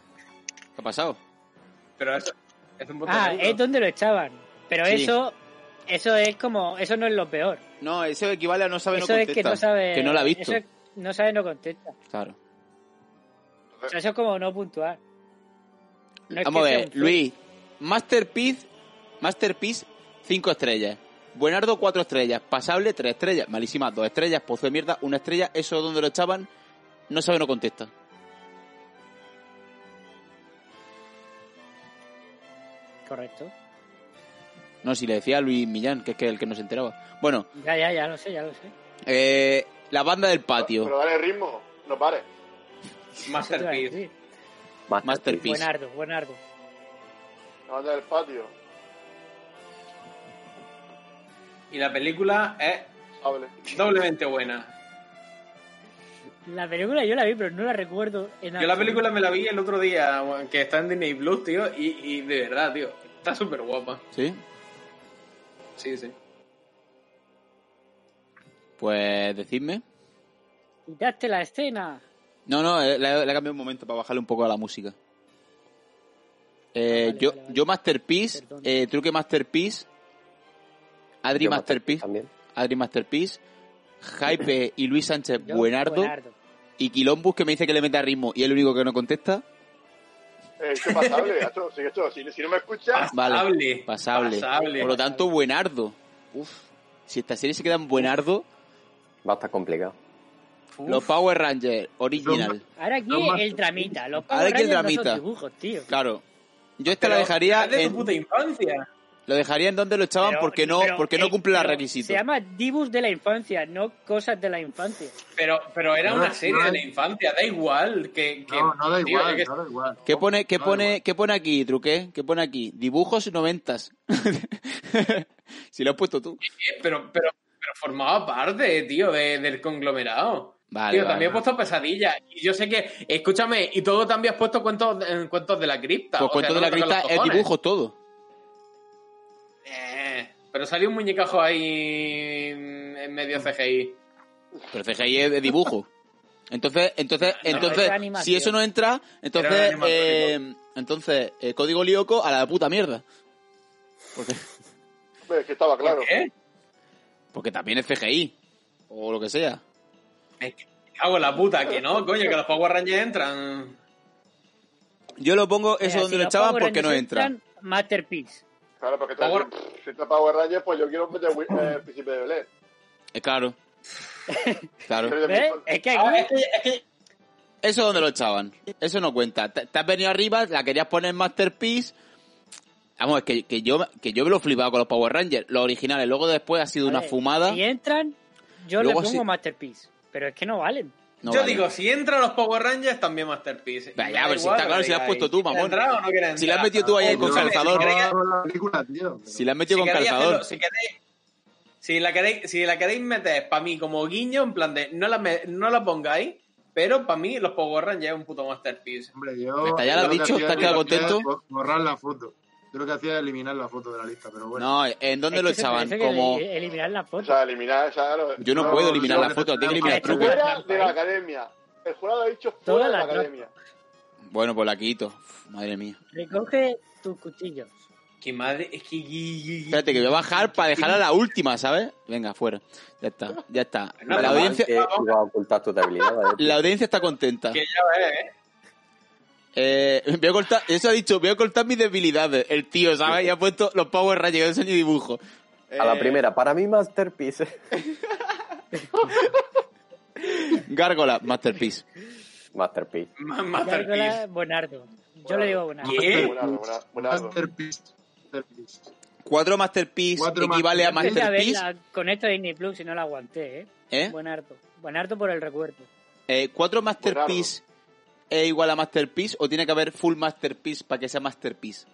[SPEAKER 2] ¿qué ha pasado?
[SPEAKER 3] Pero eso es un punto
[SPEAKER 5] Ah,
[SPEAKER 3] seguro.
[SPEAKER 5] es donde lo echaban. Pero
[SPEAKER 2] Sí.
[SPEAKER 5] eso, eso es como, eso no es lo peor.
[SPEAKER 2] No, eso equivale a no sabe, no
[SPEAKER 5] eso es
[SPEAKER 2] contesta.
[SPEAKER 5] que no sabe.
[SPEAKER 2] que no la ha visto.
[SPEAKER 5] eso es- no sabe, no contesta.
[SPEAKER 2] Claro.
[SPEAKER 5] O sea, eso es como no puntuar. No es
[SPEAKER 2] Vamos a
[SPEAKER 5] que sea
[SPEAKER 2] ver,
[SPEAKER 5] un film.
[SPEAKER 2] Luis. Masterpiece, Masterpiece, 5 estrellas. Buenardo, 4 estrellas. Pasable, 3 estrellas. Malísima, 2 estrellas. Pozo de mierda, 1 estrella. Eso donde lo echaban, no sabe, no contesta.
[SPEAKER 5] Correcto.
[SPEAKER 2] No, si le decía a Luis Millán, que es que el que no se enteraba. Bueno,
[SPEAKER 5] Ya, ya, ya lo sé, ya lo sé.
[SPEAKER 2] eh, la banda del patio.
[SPEAKER 4] Pero dale ritmo, no pares.
[SPEAKER 5] Eso te iba a
[SPEAKER 3] Masterpiece.
[SPEAKER 5] decir.
[SPEAKER 2] Masterpiece. Peace.
[SPEAKER 5] Buenardo, buenardo.
[SPEAKER 4] La banda del patio,
[SPEAKER 3] Y la película es
[SPEAKER 4] hable.
[SPEAKER 3] doblemente buena.
[SPEAKER 5] La película yo la vi, pero no la recuerdo en
[SPEAKER 3] Yo la
[SPEAKER 5] absoluto.
[SPEAKER 3] película me la vi el otro día, que está en Disney Plus, tío, y, y de verdad, tío, está súper guapa.
[SPEAKER 2] ¿Sí?
[SPEAKER 3] Sí, sí.
[SPEAKER 2] Pues decidme.
[SPEAKER 5] Quitaste la escena.
[SPEAKER 2] No, no, eh, la, la he cambiado un momento para bajarle un poco a la música. Eh,
[SPEAKER 5] Ah, vale,
[SPEAKER 2] yo,
[SPEAKER 5] vale, vale.
[SPEAKER 2] yo Masterpiece,
[SPEAKER 5] Perdón.
[SPEAKER 2] eh, Truque Masterpiece, Adri
[SPEAKER 6] Yo
[SPEAKER 2] Masterpiece,
[SPEAKER 6] También.
[SPEAKER 2] Adri Masterpiece, Hype y Luis Sánchez
[SPEAKER 5] Yo,
[SPEAKER 2] Buenardo,
[SPEAKER 5] buenardo.
[SPEAKER 2] y Quilombus que me dice que le meta ritmo y es el único que no contesta.
[SPEAKER 4] Eh, esto es pasable, gacho, si, esto, si, si no me escuchas,
[SPEAKER 2] Vale,
[SPEAKER 3] Pasable.
[SPEAKER 2] Pasable.
[SPEAKER 3] Pasable.
[SPEAKER 2] Por lo tanto, Buenardo. Uf, si esta serie se queda en Buenardo,
[SPEAKER 6] Va a estar complicado.
[SPEAKER 3] Uf.
[SPEAKER 2] los Power Rangers, original.
[SPEAKER 5] Ahora aquí
[SPEAKER 7] No, más-
[SPEAKER 5] el dramita. Los
[SPEAKER 2] Ahora aquí el
[SPEAKER 5] Power Rangers no son
[SPEAKER 2] dramita.
[SPEAKER 5] dibujos, tío.
[SPEAKER 2] Claro. Yo esta
[SPEAKER 3] Pero
[SPEAKER 2] la dejaría
[SPEAKER 3] es de
[SPEAKER 2] en,
[SPEAKER 3] tu puta infancia.
[SPEAKER 2] lo dejaría en donde lo echaban
[SPEAKER 5] Pero-
[SPEAKER 2] porque no,
[SPEAKER 5] pero,
[SPEAKER 2] porque no
[SPEAKER 5] eh,
[SPEAKER 2] cumple los
[SPEAKER 5] pero Se
[SPEAKER 2] requisitos.
[SPEAKER 5] llama Dibus de la infancia, no cosas de la infancia.
[SPEAKER 3] Pero, pero era
[SPEAKER 7] No,
[SPEAKER 3] una
[SPEAKER 7] no
[SPEAKER 3] serie de
[SPEAKER 7] hay-
[SPEAKER 3] la infancia, da igual que... que-
[SPEAKER 7] No, no da
[SPEAKER 3] tío,
[SPEAKER 7] igual,
[SPEAKER 3] es que-
[SPEAKER 7] no da igual.
[SPEAKER 2] ¿Qué pone, qué
[SPEAKER 7] No da
[SPEAKER 2] pone, qué pone aquí, Truque? ¿Qué pone aquí? Dibujos noventas. si lo has puesto tú.
[SPEAKER 3] pero, pero, pero formaba parte, tío, de- del conglomerado.
[SPEAKER 2] Vale, vale.
[SPEAKER 3] tío,
[SPEAKER 2] Pues
[SPEAKER 3] también he puesto pesadillas. Y yo sé que, escúchame, y todo también has puesto cuentos, eh, cuentos de la cripta.
[SPEAKER 2] Pues
[SPEAKER 3] o
[SPEAKER 2] cuento
[SPEAKER 3] sea,
[SPEAKER 2] de la
[SPEAKER 3] no me toques
[SPEAKER 2] crista
[SPEAKER 3] los
[SPEAKER 2] es
[SPEAKER 3] cojones.
[SPEAKER 2] dibujo todo.
[SPEAKER 3] Eh, pero salió un muñecajo ahí mm, en medio CGI.
[SPEAKER 2] Pero CGI es de dibujo. Entonces, entonces,
[SPEAKER 3] No,
[SPEAKER 5] es
[SPEAKER 2] entonces,
[SPEAKER 5] de animación.
[SPEAKER 2] si eso no entra,
[SPEAKER 3] Era
[SPEAKER 2] entonces,
[SPEAKER 3] un
[SPEAKER 2] eh,
[SPEAKER 3] animatrónico.
[SPEAKER 2] entonces, eh, código lioco a la puta mierda. Porque,
[SPEAKER 4] hombre, es pues, que estaba claro.
[SPEAKER 3] ¿Qué?
[SPEAKER 2] porque también es CGI. O lo que sea.
[SPEAKER 3] Hago la puta, que no, coño, que los Power Rangers entran.
[SPEAKER 2] Yo lo pongo eso
[SPEAKER 5] Mira,
[SPEAKER 2] donde
[SPEAKER 5] si
[SPEAKER 2] lo
[SPEAKER 5] los
[SPEAKER 2] echaban
[SPEAKER 5] Power
[SPEAKER 2] porque no
[SPEAKER 5] Rangers
[SPEAKER 2] entra.
[SPEAKER 5] entran, Masterpiece.
[SPEAKER 4] Claro, porque te
[SPEAKER 3] Power-
[SPEAKER 4] si te Power Rangers, pues yo quiero meter Wi- eh, Príncipe de Belén.
[SPEAKER 2] Eh, claro. Claro.
[SPEAKER 4] Tres de
[SPEAKER 5] ¿Ves?
[SPEAKER 4] mil-
[SPEAKER 5] Es que hay
[SPEAKER 1] Ah,
[SPEAKER 5] una-
[SPEAKER 3] eh,
[SPEAKER 1] es que, es que
[SPEAKER 2] ¿Eso dónde lo echaban? Eso no cuenta. Te, te has venido arriba, la querías poner en Masterpiece. Vamos, es que, que yo, que yo me lo he flipado con los Power Rangers, los originales. Luego después ha sido una
[SPEAKER 5] Vale,
[SPEAKER 2] fumada.
[SPEAKER 5] Si entran, yo le
[SPEAKER 2] Luego
[SPEAKER 5] pongo
[SPEAKER 2] si-
[SPEAKER 5] Masterpiece. Pero es que no valen.
[SPEAKER 2] No
[SPEAKER 3] Yo
[SPEAKER 2] vale.
[SPEAKER 3] digo, si entran los Power Rangers, también Masterpiece. Y
[SPEAKER 2] Vaya,
[SPEAKER 3] me da
[SPEAKER 2] pero si
[SPEAKER 3] igual
[SPEAKER 2] está
[SPEAKER 3] lo
[SPEAKER 2] claro,
[SPEAKER 3] que
[SPEAKER 2] si la has
[SPEAKER 3] digáis.
[SPEAKER 2] puesto tú, mamón.
[SPEAKER 3] ¿Entrar o no quieren
[SPEAKER 2] Si la has
[SPEAKER 3] entrar?
[SPEAKER 2] metido tú ahí
[SPEAKER 3] Ah,
[SPEAKER 2] con
[SPEAKER 3] no,
[SPEAKER 2] calzador.
[SPEAKER 3] si queréis-
[SPEAKER 7] la película, tío.
[SPEAKER 2] Si la has metido con
[SPEAKER 3] queréis
[SPEAKER 2] calzador.
[SPEAKER 3] hacerlo- si, queréis- si la queréis, si la queréis meter para mí como guiño, en plan de no la, me- no la pongáis, pero para mí los Power Rangers es un puto masterpiece.
[SPEAKER 7] Hombre, yo.
[SPEAKER 2] Está, Pues ya lo
[SPEAKER 7] yo
[SPEAKER 2] has
[SPEAKER 7] que
[SPEAKER 2] dicho,
[SPEAKER 7] hacía-
[SPEAKER 2] ¿te has quedado
[SPEAKER 7] yo lo que hacía
[SPEAKER 2] contento?
[SPEAKER 7] era bo- Borrar la foto. Yo lo que hacía era eliminar la foto de la lista, pero bueno.
[SPEAKER 2] No, ¿en dónde
[SPEAKER 5] Es
[SPEAKER 2] lo
[SPEAKER 5] que se
[SPEAKER 2] echaban?
[SPEAKER 5] parece que
[SPEAKER 2] Como
[SPEAKER 5] el- eliminar la
[SPEAKER 4] O
[SPEAKER 5] foto.
[SPEAKER 4] sea, eliminar esa. lo-
[SPEAKER 2] yo no
[SPEAKER 7] No,
[SPEAKER 2] puedo
[SPEAKER 7] no,
[SPEAKER 2] eliminar
[SPEAKER 7] no,
[SPEAKER 2] la
[SPEAKER 7] no,
[SPEAKER 2] foto, tiene que
[SPEAKER 7] no,
[SPEAKER 2] eliminar
[SPEAKER 5] no,
[SPEAKER 2] truco.
[SPEAKER 5] no, no.
[SPEAKER 4] Fuera de la academia. El jurado ha dicho fuera
[SPEAKER 5] Todas
[SPEAKER 4] de la
[SPEAKER 5] las
[SPEAKER 4] academia.
[SPEAKER 2] Bueno, pues la quito. Uf, Madre mía.
[SPEAKER 5] Recoge tus cuchillos.
[SPEAKER 3] Que madre, es que. gui- gui- gui-
[SPEAKER 2] Espérate, que voy a bajar para dejar a la última, ¿sabes? Venga, fuera. Ya está, ya está.
[SPEAKER 3] Nada
[SPEAKER 2] La
[SPEAKER 6] Menos mal
[SPEAKER 2] audiencia,
[SPEAKER 6] que iba a ocultar tus debilidades. tío.
[SPEAKER 2] la audiencia está contenta.
[SPEAKER 3] Que ya ves, ¿eh?
[SPEAKER 2] Eh, voy a cortar, eso ha dicho, voy a cortar mis debilidades. El tío, ¿sabes? Y ha puesto los Power Rangers, yo enseño dibujo.
[SPEAKER 6] A la
[SPEAKER 2] Eh,
[SPEAKER 6] primera, para mí Masterpiece.
[SPEAKER 2] Gárgola, Masterpiece.
[SPEAKER 6] Masterpiece.
[SPEAKER 3] Ma-
[SPEAKER 5] Gárgola
[SPEAKER 3] Masterpiece.
[SPEAKER 5] Bonardo. Yo le digo Bonardo.
[SPEAKER 3] ¿Qué? ¿Eh?
[SPEAKER 4] Buenardo, buena- buenardo.
[SPEAKER 7] Masterpiece. Masterpiece.
[SPEAKER 2] Cuatro Masterpiece
[SPEAKER 7] Cuatro
[SPEAKER 2] equivale a
[SPEAKER 5] Empecé a
[SPEAKER 2] Masterpiece.
[SPEAKER 5] verla con esto de Disney Plus y no la aguanté, ¿eh?
[SPEAKER 2] ¿eh?
[SPEAKER 5] Bonardo. Bonardo por el recuerdo.
[SPEAKER 2] Eh, ¿Cuatro Masterpiece es igual a Masterpiece o tiene que haber full Masterpiece para que sea Masterpiece?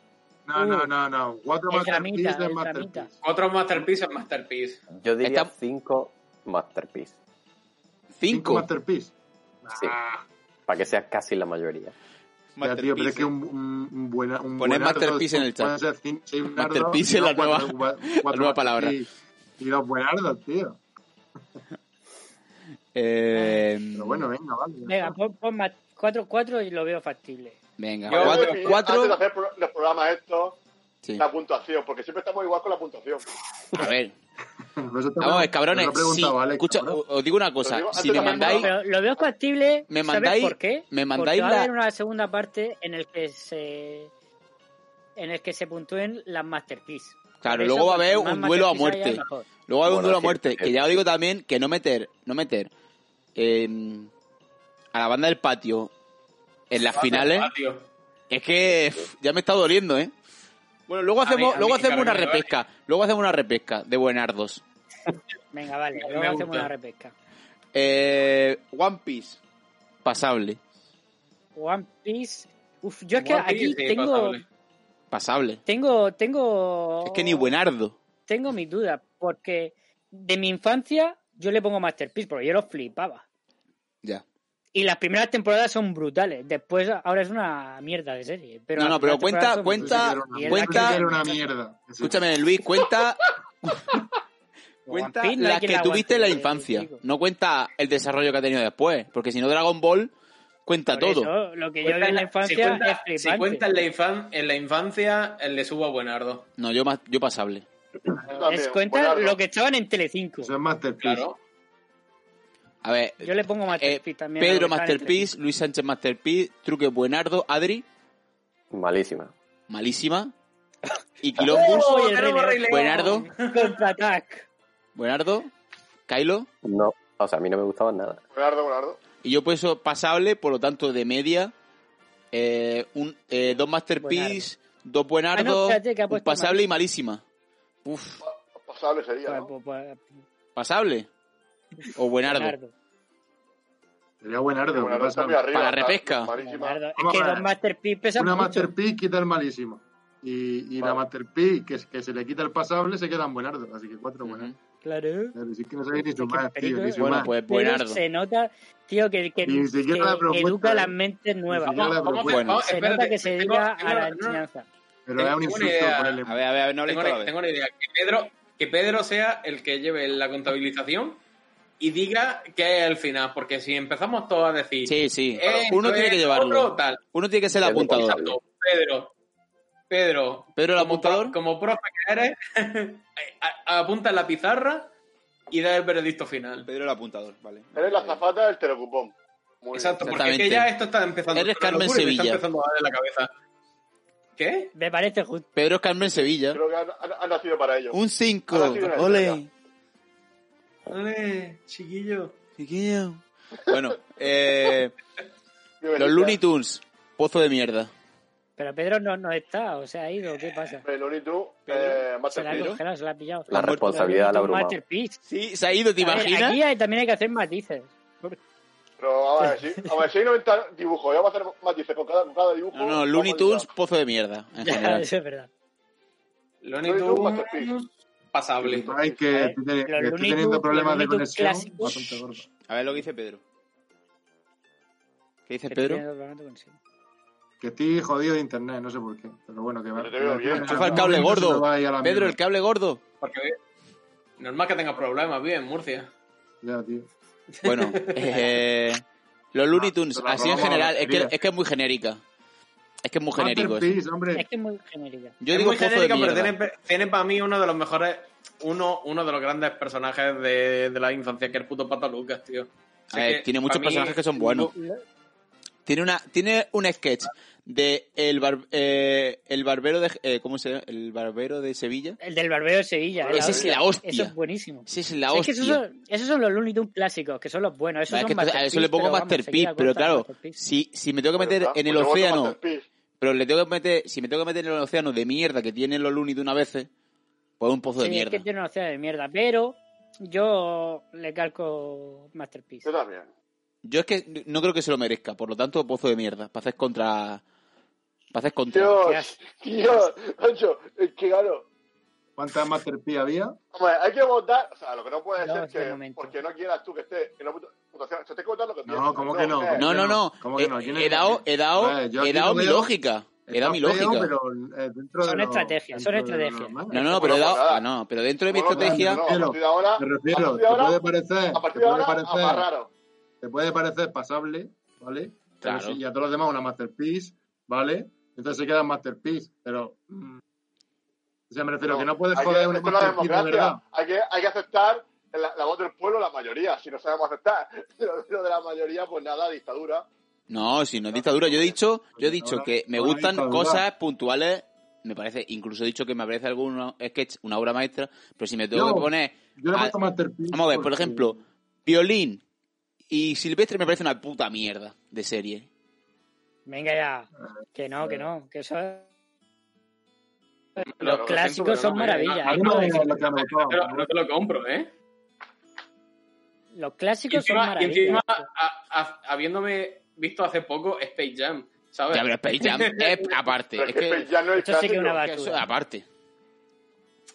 [SPEAKER 7] No, no, no, no. Cuatro
[SPEAKER 5] Uh, El dramita,
[SPEAKER 7] Masterpiece es
[SPEAKER 5] el
[SPEAKER 7] Masterpiece.
[SPEAKER 5] dramita.
[SPEAKER 3] Otro masterpiece es masterpiece.
[SPEAKER 6] Yo diría
[SPEAKER 2] Está-
[SPEAKER 6] cinco Masterpiece.
[SPEAKER 7] Cinco
[SPEAKER 2] Cinco.
[SPEAKER 7] Masterpiece.
[SPEAKER 6] Sí.
[SPEAKER 7] Ah.
[SPEAKER 6] Para que sea casi la mayoría.
[SPEAKER 7] Ya, tío, pero es
[SPEAKER 2] Masterpiece.
[SPEAKER 7] que un, un, un buen, un
[SPEAKER 2] Poned
[SPEAKER 7] buen
[SPEAKER 2] Masterpiece en el chat.
[SPEAKER 7] puede ser cin- seis buenardos
[SPEAKER 2] Masterpiece
[SPEAKER 7] y
[SPEAKER 2] es la
[SPEAKER 7] dos cuatro-
[SPEAKER 2] nueva-
[SPEAKER 7] cua- cuatro
[SPEAKER 2] la nueva palabra.
[SPEAKER 7] Y, y los buenardos, tío.
[SPEAKER 2] Eh,
[SPEAKER 7] Pero bueno, venga, vale. ya
[SPEAKER 5] Venga,
[SPEAKER 7] está.
[SPEAKER 5] pon, pon más 4-4 y lo veo factible.
[SPEAKER 2] Venga,
[SPEAKER 3] Yo-
[SPEAKER 2] cuatro.
[SPEAKER 4] Antes de
[SPEAKER 2] cuatro
[SPEAKER 4] hacer pro- los programas estos,
[SPEAKER 2] sí.
[SPEAKER 4] la puntuación, porque siempre estamos igual con la puntuación.
[SPEAKER 2] A ver,
[SPEAKER 7] Pues eso
[SPEAKER 2] vamos a ver,
[SPEAKER 7] también-
[SPEAKER 2] cabrones.
[SPEAKER 7] lo he preguntado,
[SPEAKER 2] si-
[SPEAKER 7] Alex,
[SPEAKER 2] escucha,
[SPEAKER 7] cabrón.
[SPEAKER 2] os digo una cosa.
[SPEAKER 4] Lo digo
[SPEAKER 2] Si
[SPEAKER 4] antes
[SPEAKER 2] me
[SPEAKER 4] también,
[SPEAKER 2] mandáis,
[SPEAKER 4] ¿no?
[SPEAKER 5] Pero lo veo factible.
[SPEAKER 2] Me
[SPEAKER 5] ¿sabes
[SPEAKER 2] mandáis-
[SPEAKER 5] por qué?
[SPEAKER 2] me mandáis
[SPEAKER 5] Porque va a
[SPEAKER 2] la-
[SPEAKER 5] haber una segunda parte en el que se en el que se puntúen las masterpiece.
[SPEAKER 2] Claro,
[SPEAKER 5] Por
[SPEAKER 2] luego
[SPEAKER 5] eso,
[SPEAKER 2] va a haber
[SPEAKER 5] cuanto
[SPEAKER 2] un
[SPEAKER 5] más
[SPEAKER 2] duelo a
[SPEAKER 5] masterpiece
[SPEAKER 2] muerte.
[SPEAKER 5] haya, mejor.
[SPEAKER 2] luego hay un
[SPEAKER 6] Bueno,
[SPEAKER 2] duelo a
[SPEAKER 6] sí,
[SPEAKER 2] muerte.
[SPEAKER 6] sí.
[SPEAKER 2] Que ya os digo también que no meter, no meter eh, a la banda del patio en las finales.
[SPEAKER 3] Ah, tío.
[SPEAKER 2] Es que pf, ya me está doliendo, ¿eh? Bueno, luego
[SPEAKER 3] mí-
[SPEAKER 2] hacemos,
[SPEAKER 3] a mí
[SPEAKER 2] luego hacemos
[SPEAKER 3] claro
[SPEAKER 2] una
[SPEAKER 3] que me duele.
[SPEAKER 2] repesca. Luego hacemos una repesca de buenardos.
[SPEAKER 5] Venga, vale,
[SPEAKER 3] Me
[SPEAKER 5] luego hacemos
[SPEAKER 3] gusta.
[SPEAKER 5] una repesca.
[SPEAKER 2] Eh, One Piece. Pasable.
[SPEAKER 5] One Piece. Uf, yo es que
[SPEAKER 3] One Piece,
[SPEAKER 5] aquí
[SPEAKER 3] sí,
[SPEAKER 5] tengo,
[SPEAKER 3] pasable.
[SPEAKER 2] Pasable.
[SPEAKER 5] tengo, tengo,
[SPEAKER 2] Es que ni buenardo.
[SPEAKER 5] tengo mis dudas, porque de mi infancia yo le pongo Masterpiece, porque yo lo flipaba.
[SPEAKER 2] Ya.
[SPEAKER 5] Y las primeras temporadas son brutales. Después, ahora es una mierda de serie. Pero
[SPEAKER 2] No, no,
[SPEAKER 5] las
[SPEAKER 2] pero
[SPEAKER 5] primeras
[SPEAKER 2] cuenta-
[SPEAKER 5] temporadas
[SPEAKER 2] cuenta-
[SPEAKER 5] son brutales.
[SPEAKER 7] Eso sí que era una-
[SPEAKER 2] cuenta-
[SPEAKER 7] eso sí que era una mierda. Eso-
[SPEAKER 2] Escúchame, Luis, cuenta, cuenta
[SPEAKER 5] One Piece no hay
[SPEAKER 2] las
[SPEAKER 5] quien
[SPEAKER 2] que
[SPEAKER 5] la
[SPEAKER 2] tuviste en la
[SPEAKER 5] aguante,
[SPEAKER 2] infancia.
[SPEAKER 5] chico.
[SPEAKER 2] No cuenta el desarrollo que ha tenido después. Porque si no, Dragon Ball cuenta
[SPEAKER 5] Por
[SPEAKER 2] todo.
[SPEAKER 5] eso, lo que yo
[SPEAKER 3] Cuenta
[SPEAKER 5] vi en la infancia
[SPEAKER 3] si cuenta,
[SPEAKER 5] es flipante.
[SPEAKER 3] si cuenta en, la infan- en la infancia, el le subo a Buenardo.
[SPEAKER 2] No, yo, más- yo pasable.
[SPEAKER 4] Yo
[SPEAKER 5] es
[SPEAKER 4] también,
[SPEAKER 5] cuenta
[SPEAKER 4] Buenardo.
[SPEAKER 5] lo que echaban en Telecinco.
[SPEAKER 7] Eso es Masterpiece.
[SPEAKER 3] Claro.
[SPEAKER 2] A ver,
[SPEAKER 5] Yo le pongo Masterpiece
[SPEAKER 2] eh,
[SPEAKER 5] también. a lo
[SPEAKER 2] Pedro
[SPEAKER 5] que echaban en
[SPEAKER 2] Masterpiece, Luis Sánchez Masterpiece, Truque Buenardo, Adri,
[SPEAKER 6] Malísima.
[SPEAKER 2] malísima. Y Quilombus,
[SPEAKER 5] Soy
[SPEAKER 3] ¡Oh,
[SPEAKER 5] el
[SPEAKER 3] tenemos
[SPEAKER 5] Rey
[SPEAKER 3] Rey León!
[SPEAKER 2] Buenardo,
[SPEAKER 5] Telecinco. Contraatac.
[SPEAKER 2] Buenardo, Kylo.
[SPEAKER 6] No, o sea, a mí no me gustaban nada.
[SPEAKER 4] Buenardo, Buenardo.
[SPEAKER 2] Y yo puesto pasable, por lo tanto, de media, eh, un, eh, dos Masterpiece, dos
[SPEAKER 5] Ah, no,
[SPEAKER 2] Buenardo,
[SPEAKER 5] espérate, que ha
[SPEAKER 2] un
[SPEAKER 5] puesto
[SPEAKER 2] pasable y malísima. Uf,
[SPEAKER 4] Pasable sería,
[SPEAKER 5] Pues,
[SPEAKER 4] ¿no?
[SPEAKER 5] pues, pues,
[SPEAKER 2] pasable. O Buenardo.
[SPEAKER 5] Leonardo,
[SPEAKER 7] Sería buenardo.
[SPEAKER 4] Sí,
[SPEAKER 7] ¿qué
[SPEAKER 4] Buenardo
[SPEAKER 7] pasa?
[SPEAKER 4] está muy arriba.
[SPEAKER 2] Para la repesca.
[SPEAKER 4] malísima.
[SPEAKER 5] Leonardo. Es
[SPEAKER 7] Vamos
[SPEAKER 5] que
[SPEAKER 7] a ver.
[SPEAKER 5] dos Masterpiece pesan
[SPEAKER 7] Una
[SPEAKER 5] mucho.
[SPEAKER 7] Masterpiece quita el malísimo. Y, y la Masterpiece que, que se le quita el pasable se quedan buenardos. Así que cuatro buenardos.
[SPEAKER 5] Claro.
[SPEAKER 7] Pero si es que no sabéis ni
[SPEAKER 5] Qué
[SPEAKER 7] sumar, tío.
[SPEAKER 5] película.
[SPEAKER 7] Ni
[SPEAKER 2] Bueno,
[SPEAKER 7] sumar.
[SPEAKER 2] pues
[SPEAKER 5] Pero
[SPEAKER 2] Buenardo.
[SPEAKER 5] se nota, tío, que, que,
[SPEAKER 7] Ni siquiera
[SPEAKER 5] que
[SPEAKER 7] la propuesta,
[SPEAKER 5] educa
[SPEAKER 7] eh.
[SPEAKER 5] las mentes nuevas.
[SPEAKER 7] siquiera la-
[SPEAKER 3] Vamos,
[SPEAKER 2] Bueno.
[SPEAKER 3] vamos,
[SPEAKER 5] Se
[SPEAKER 3] espérate,
[SPEAKER 5] nota que se
[SPEAKER 3] tengo-
[SPEAKER 5] llega a
[SPEAKER 3] tengo-
[SPEAKER 5] la
[SPEAKER 3] no, no,
[SPEAKER 5] enseñanza.
[SPEAKER 7] Pero es un
[SPEAKER 3] Tengo una
[SPEAKER 7] insulto
[SPEAKER 3] idea.
[SPEAKER 7] ponerle
[SPEAKER 2] A ver, a ver, a ver, no habléis toda
[SPEAKER 3] tengo,
[SPEAKER 2] la
[SPEAKER 3] una,
[SPEAKER 2] vez.
[SPEAKER 3] tengo una idea. Que Pedro, que Pedro sea el que lleve la contabilización y diga que es el final. Porque si empezamos todos a decir.
[SPEAKER 2] Sí, sí.
[SPEAKER 3] "Eh,
[SPEAKER 2] Uno
[SPEAKER 3] esto
[SPEAKER 2] tiene
[SPEAKER 3] es
[SPEAKER 2] que llevarlo.
[SPEAKER 3] otro tal.
[SPEAKER 2] Uno tiene que ser el
[SPEAKER 6] Pedro,
[SPEAKER 2] apuntador.
[SPEAKER 6] Vale.
[SPEAKER 3] Exacto, Pedro. Pedro.
[SPEAKER 2] Pedro, el
[SPEAKER 3] como
[SPEAKER 2] apuntador.
[SPEAKER 3] pro- Como profe que eres, a- a- apunta en la pizarra y da el veredicto final.
[SPEAKER 2] Pedro el apuntador, vale.
[SPEAKER 4] Eres la zafata del telecupón. Muy bien.
[SPEAKER 3] Exacto, porque es que
[SPEAKER 2] Exactamente.
[SPEAKER 3] ya esto está empezando
[SPEAKER 2] Eres
[SPEAKER 3] es una
[SPEAKER 2] Carmen
[SPEAKER 3] locura y me está
[SPEAKER 2] Sevilla.
[SPEAKER 3] empezando a dar en la cabeza. ¿Qué?
[SPEAKER 5] Me parece justo.
[SPEAKER 2] Pedro es Carmen Sevilla.
[SPEAKER 4] Creo que han, han- han nacido para ello.
[SPEAKER 2] Un
[SPEAKER 4] Ahora
[SPEAKER 2] 5.
[SPEAKER 4] sí, una
[SPEAKER 2] Ole.
[SPEAKER 4] estrella.
[SPEAKER 3] Ole, chiquillo.
[SPEAKER 2] Chiquillo. Bueno, eh,
[SPEAKER 4] Qué
[SPEAKER 2] los
[SPEAKER 4] bonita.
[SPEAKER 2] Looney Tunes, pozo de mierda.
[SPEAKER 5] Pero Pedro no, no está, o sea, ha ido, ¿qué pasa?
[SPEAKER 4] Eh, Looney Tunes,
[SPEAKER 2] Pedro,
[SPEAKER 4] eh, Master
[SPEAKER 5] Se la ha
[SPEAKER 4] Pedro.
[SPEAKER 5] congelado, se la ha pillado.
[SPEAKER 6] La
[SPEAKER 2] Ha muerto
[SPEAKER 6] responsabilidad la
[SPEAKER 5] Un
[SPEAKER 6] abruma.
[SPEAKER 5] masterpiece.
[SPEAKER 2] Sí, se ha ido, ¿te
[SPEAKER 5] A ver,
[SPEAKER 2] imaginas?
[SPEAKER 5] Aquí hay- también hay que hacer matices.
[SPEAKER 4] Pero vamos a ver, sí, vamos a ver, si hay 90 dibujos, y vamos a hacer matices con cada, con cada dibujo.
[SPEAKER 2] No, no, Looney
[SPEAKER 4] vamos a
[SPEAKER 2] Tunes, pozo de mierda, en general.
[SPEAKER 5] Eso es verdad.
[SPEAKER 3] Looney
[SPEAKER 4] Looney Tunes,
[SPEAKER 3] Tunes,
[SPEAKER 4] Masterpiece.
[SPEAKER 3] pasable.
[SPEAKER 7] Ay,
[SPEAKER 2] eh,
[SPEAKER 5] A
[SPEAKER 7] que
[SPEAKER 5] ver,
[SPEAKER 7] estoy teni-
[SPEAKER 5] los
[SPEAKER 7] que
[SPEAKER 5] Looney
[SPEAKER 7] estoy teniendo
[SPEAKER 5] Tunes-
[SPEAKER 7] problemas
[SPEAKER 5] los
[SPEAKER 7] de
[SPEAKER 5] Looney Tunes
[SPEAKER 7] conexión
[SPEAKER 5] clásicos.
[SPEAKER 7] bastante gordo.
[SPEAKER 2] A ver lo que dice Pedro. ¿Qué dice
[SPEAKER 5] Que
[SPEAKER 2] Pedro?
[SPEAKER 5] tiene doblemente consigo.
[SPEAKER 7] Que estoy jodido de internet, no sé por qué. Pero bueno, que va.
[SPEAKER 4] Pero te veo bien.
[SPEAKER 2] Enchufa el cable gordo. Pedro, el cable gordo.
[SPEAKER 3] Porque normal que tenga problemas, vive en Murcia.
[SPEAKER 7] Ya, tío.
[SPEAKER 2] Bueno, eh, los Looney
[SPEAKER 7] Ah,
[SPEAKER 2] Tunes,
[SPEAKER 7] te la
[SPEAKER 2] así en
[SPEAKER 7] robamos
[SPEAKER 2] general,
[SPEAKER 7] la
[SPEAKER 2] es que,
[SPEAKER 7] batería.
[SPEAKER 2] es que es muy genérica. Es que es muy
[SPEAKER 5] Ah,
[SPEAKER 2] genérico. eso.
[SPEAKER 7] Masterpiece, hombre.
[SPEAKER 5] Es que es muy genérica.
[SPEAKER 2] Yo
[SPEAKER 3] es
[SPEAKER 2] digo
[SPEAKER 3] muy
[SPEAKER 2] pozo de
[SPEAKER 3] genérica, pero tiene,
[SPEAKER 2] mierda.
[SPEAKER 3] pe- tiene para mí uno de los mejores, uno, uno de los grandes personajes de, de la infancia, que es el puto Pato Lucas, tío. O
[SPEAKER 2] A
[SPEAKER 3] sea,
[SPEAKER 2] ver,
[SPEAKER 3] que
[SPEAKER 2] Eh, tiene
[SPEAKER 3] pa'
[SPEAKER 2] muchos
[SPEAKER 3] mí-
[SPEAKER 2] personajes que son buenos. Tiene una, tiene un sketch de el bar- eh, el barbero de eh, ¿cómo se llama? El barbero de Sevilla.
[SPEAKER 5] El del barbero de Sevilla.
[SPEAKER 4] Ese
[SPEAKER 5] la
[SPEAKER 4] es
[SPEAKER 5] hostia.
[SPEAKER 2] la hostia.
[SPEAKER 5] Eso es buenísimo.
[SPEAKER 2] Esa es la
[SPEAKER 5] O sea, es
[SPEAKER 2] hostia.
[SPEAKER 5] que esos, son, esos son los Looney Tunes clásicos, que son los buenos.
[SPEAKER 2] Vale,
[SPEAKER 5] Esos
[SPEAKER 2] es
[SPEAKER 5] son
[SPEAKER 2] que entonces a
[SPEAKER 5] masterpiece,
[SPEAKER 2] eso le pongo
[SPEAKER 5] pero vamos, se
[SPEAKER 2] Masterpiece,
[SPEAKER 5] queda
[SPEAKER 2] pero
[SPEAKER 5] corta la
[SPEAKER 2] claro,
[SPEAKER 5] masterpiece.
[SPEAKER 2] si, si me tengo que meter
[SPEAKER 4] Pues
[SPEAKER 2] en
[SPEAKER 4] está,
[SPEAKER 2] el
[SPEAKER 4] pues yo voto
[SPEAKER 2] océano,
[SPEAKER 4] Masterpiece.
[SPEAKER 2] pero le tengo que meter, si me tengo que meter en el océano de mierda que tienen los Looney de una vez, pues un pozo de
[SPEAKER 5] Sí,
[SPEAKER 2] mierda.
[SPEAKER 5] Eh, es que tiene una opción de mierda, pero yo le calco Masterpiece.
[SPEAKER 4] Yo también.
[SPEAKER 2] Yo es que no creo que se lo merezca, por lo tanto, pozo de mierda. Para hacer contra. Para hacer contra.
[SPEAKER 4] Dios, Dios, Nacho, es que claro,
[SPEAKER 7] ¿Cuántas Masterpiece había?
[SPEAKER 4] Hombre, hay que votar, o sea, lo que no puede
[SPEAKER 5] No,
[SPEAKER 4] ser
[SPEAKER 5] es de
[SPEAKER 4] que,
[SPEAKER 5] momento.
[SPEAKER 4] porque no quieras tú que esté en la puta- votación, o sea, te que votar lo que
[SPEAKER 7] No,
[SPEAKER 4] piensas,
[SPEAKER 7] ¿cómo que no?
[SPEAKER 4] eh,
[SPEAKER 2] No, no, no.
[SPEAKER 7] ¿Cómo
[SPEAKER 2] He,
[SPEAKER 7] que no? ¿Quién es
[SPEAKER 2] he dado,
[SPEAKER 7] Masterpiece?
[SPEAKER 2] he dado,
[SPEAKER 7] Vale, yo
[SPEAKER 2] he
[SPEAKER 7] aquí
[SPEAKER 2] dado
[SPEAKER 7] no
[SPEAKER 2] mi
[SPEAKER 7] veo-
[SPEAKER 2] lógica. He
[SPEAKER 7] Está
[SPEAKER 2] dado mi
[SPEAKER 7] feo,
[SPEAKER 2] lógica.
[SPEAKER 7] Pero, eh, dentro
[SPEAKER 5] Son
[SPEAKER 7] de lo-
[SPEAKER 5] estrategias, son
[SPEAKER 7] dentro de lo
[SPEAKER 5] estrategias.
[SPEAKER 7] normal.
[SPEAKER 2] No, no, no, pero he
[SPEAKER 4] Bueno,
[SPEAKER 2] dado.
[SPEAKER 4] pues nada.
[SPEAKER 2] ah, no, pero dentro de mi
[SPEAKER 4] Bueno, pues
[SPEAKER 2] estrategia.
[SPEAKER 4] no, a partir de ahora,
[SPEAKER 7] Me
[SPEAKER 4] a
[SPEAKER 7] refiero,
[SPEAKER 4] partir de
[SPEAKER 7] te
[SPEAKER 4] ahora-
[SPEAKER 7] puede parecer,
[SPEAKER 4] a
[SPEAKER 7] te
[SPEAKER 4] partir de
[SPEAKER 7] puede
[SPEAKER 4] ahora, a más
[SPEAKER 7] parecer,
[SPEAKER 4] raro.
[SPEAKER 7] te puede parecer pasable, ¿vale? Pero
[SPEAKER 2] Claro.
[SPEAKER 7] si a todos los demás una masterpiece, ¿vale? Entonces se queda en masterpiece, pero mm, o sea, me refiero que no puedes
[SPEAKER 4] hay que-
[SPEAKER 7] joder una
[SPEAKER 4] esto es la
[SPEAKER 7] masterpiece de verdad.
[SPEAKER 4] democracia. Hay que, hay que aceptar la, la voz del pueblo, la mayoría. Si no sabemos aceptar lo, lo de la mayoría, pues nada, dictadura.
[SPEAKER 2] No, si no es dictadura. Yo he dicho, yo he dicho que me
[SPEAKER 7] Ahora
[SPEAKER 2] gustan
[SPEAKER 7] dictadura.
[SPEAKER 2] cosas puntuales. Me parece, incluso he dicho que me parece algún sketch, una obra maestra. Pero si me tengo
[SPEAKER 7] No.
[SPEAKER 2] que poner
[SPEAKER 7] Yo le
[SPEAKER 2] Ah,
[SPEAKER 7] pongo masterpiece.
[SPEAKER 2] Vamos a ver, por
[SPEAKER 7] porque-
[SPEAKER 2] ejemplo, Violín y Silvestre me parece una puta mierda de serie.
[SPEAKER 5] Venga ya, que no, que no, que eso es-
[SPEAKER 3] Lo
[SPEAKER 5] Los
[SPEAKER 3] siento,
[SPEAKER 5] clásicos
[SPEAKER 3] pero
[SPEAKER 5] son
[SPEAKER 3] no,
[SPEAKER 5] maravillas.
[SPEAKER 3] no,
[SPEAKER 7] A
[SPEAKER 5] hay
[SPEAKER 7] mí
[SPEAKER 5] que
[SPEAKER 7] no me
[SPEAKER 5] decir-
[SPEAKER 7] lo que me
[SPEAKER 3] No te, lo,
[SPEAKER 7] gustaba.
[SPEAKER 3] no te lo compro, ¿eh?
[SPEAKER 5] Los
[SPEAKER 3] Y
[SPEAKER 5] clásicos son
[SPEAKER 3] encima, y
[SPEAKER 5] maravillas.
[SPEAKER 3] encima, a- a- habiéndome visto hace poco Space Jam, ¿sabes?
[SPEAKER 2] Ya, pero Space Jam es aparte.
[SPEAKER 4] Pero
[SPEAKER 2] Este, Es que,
[SPEAKER 4] Space Jam no es
[SPEAKER 5] Esto sí que es
[SPEAKER 4] clásico.
[SPEAKER 5] una
[SPEAKER 2] que eso es
[SPEAKER 5] basura.
[SPEAKER 2] aparte.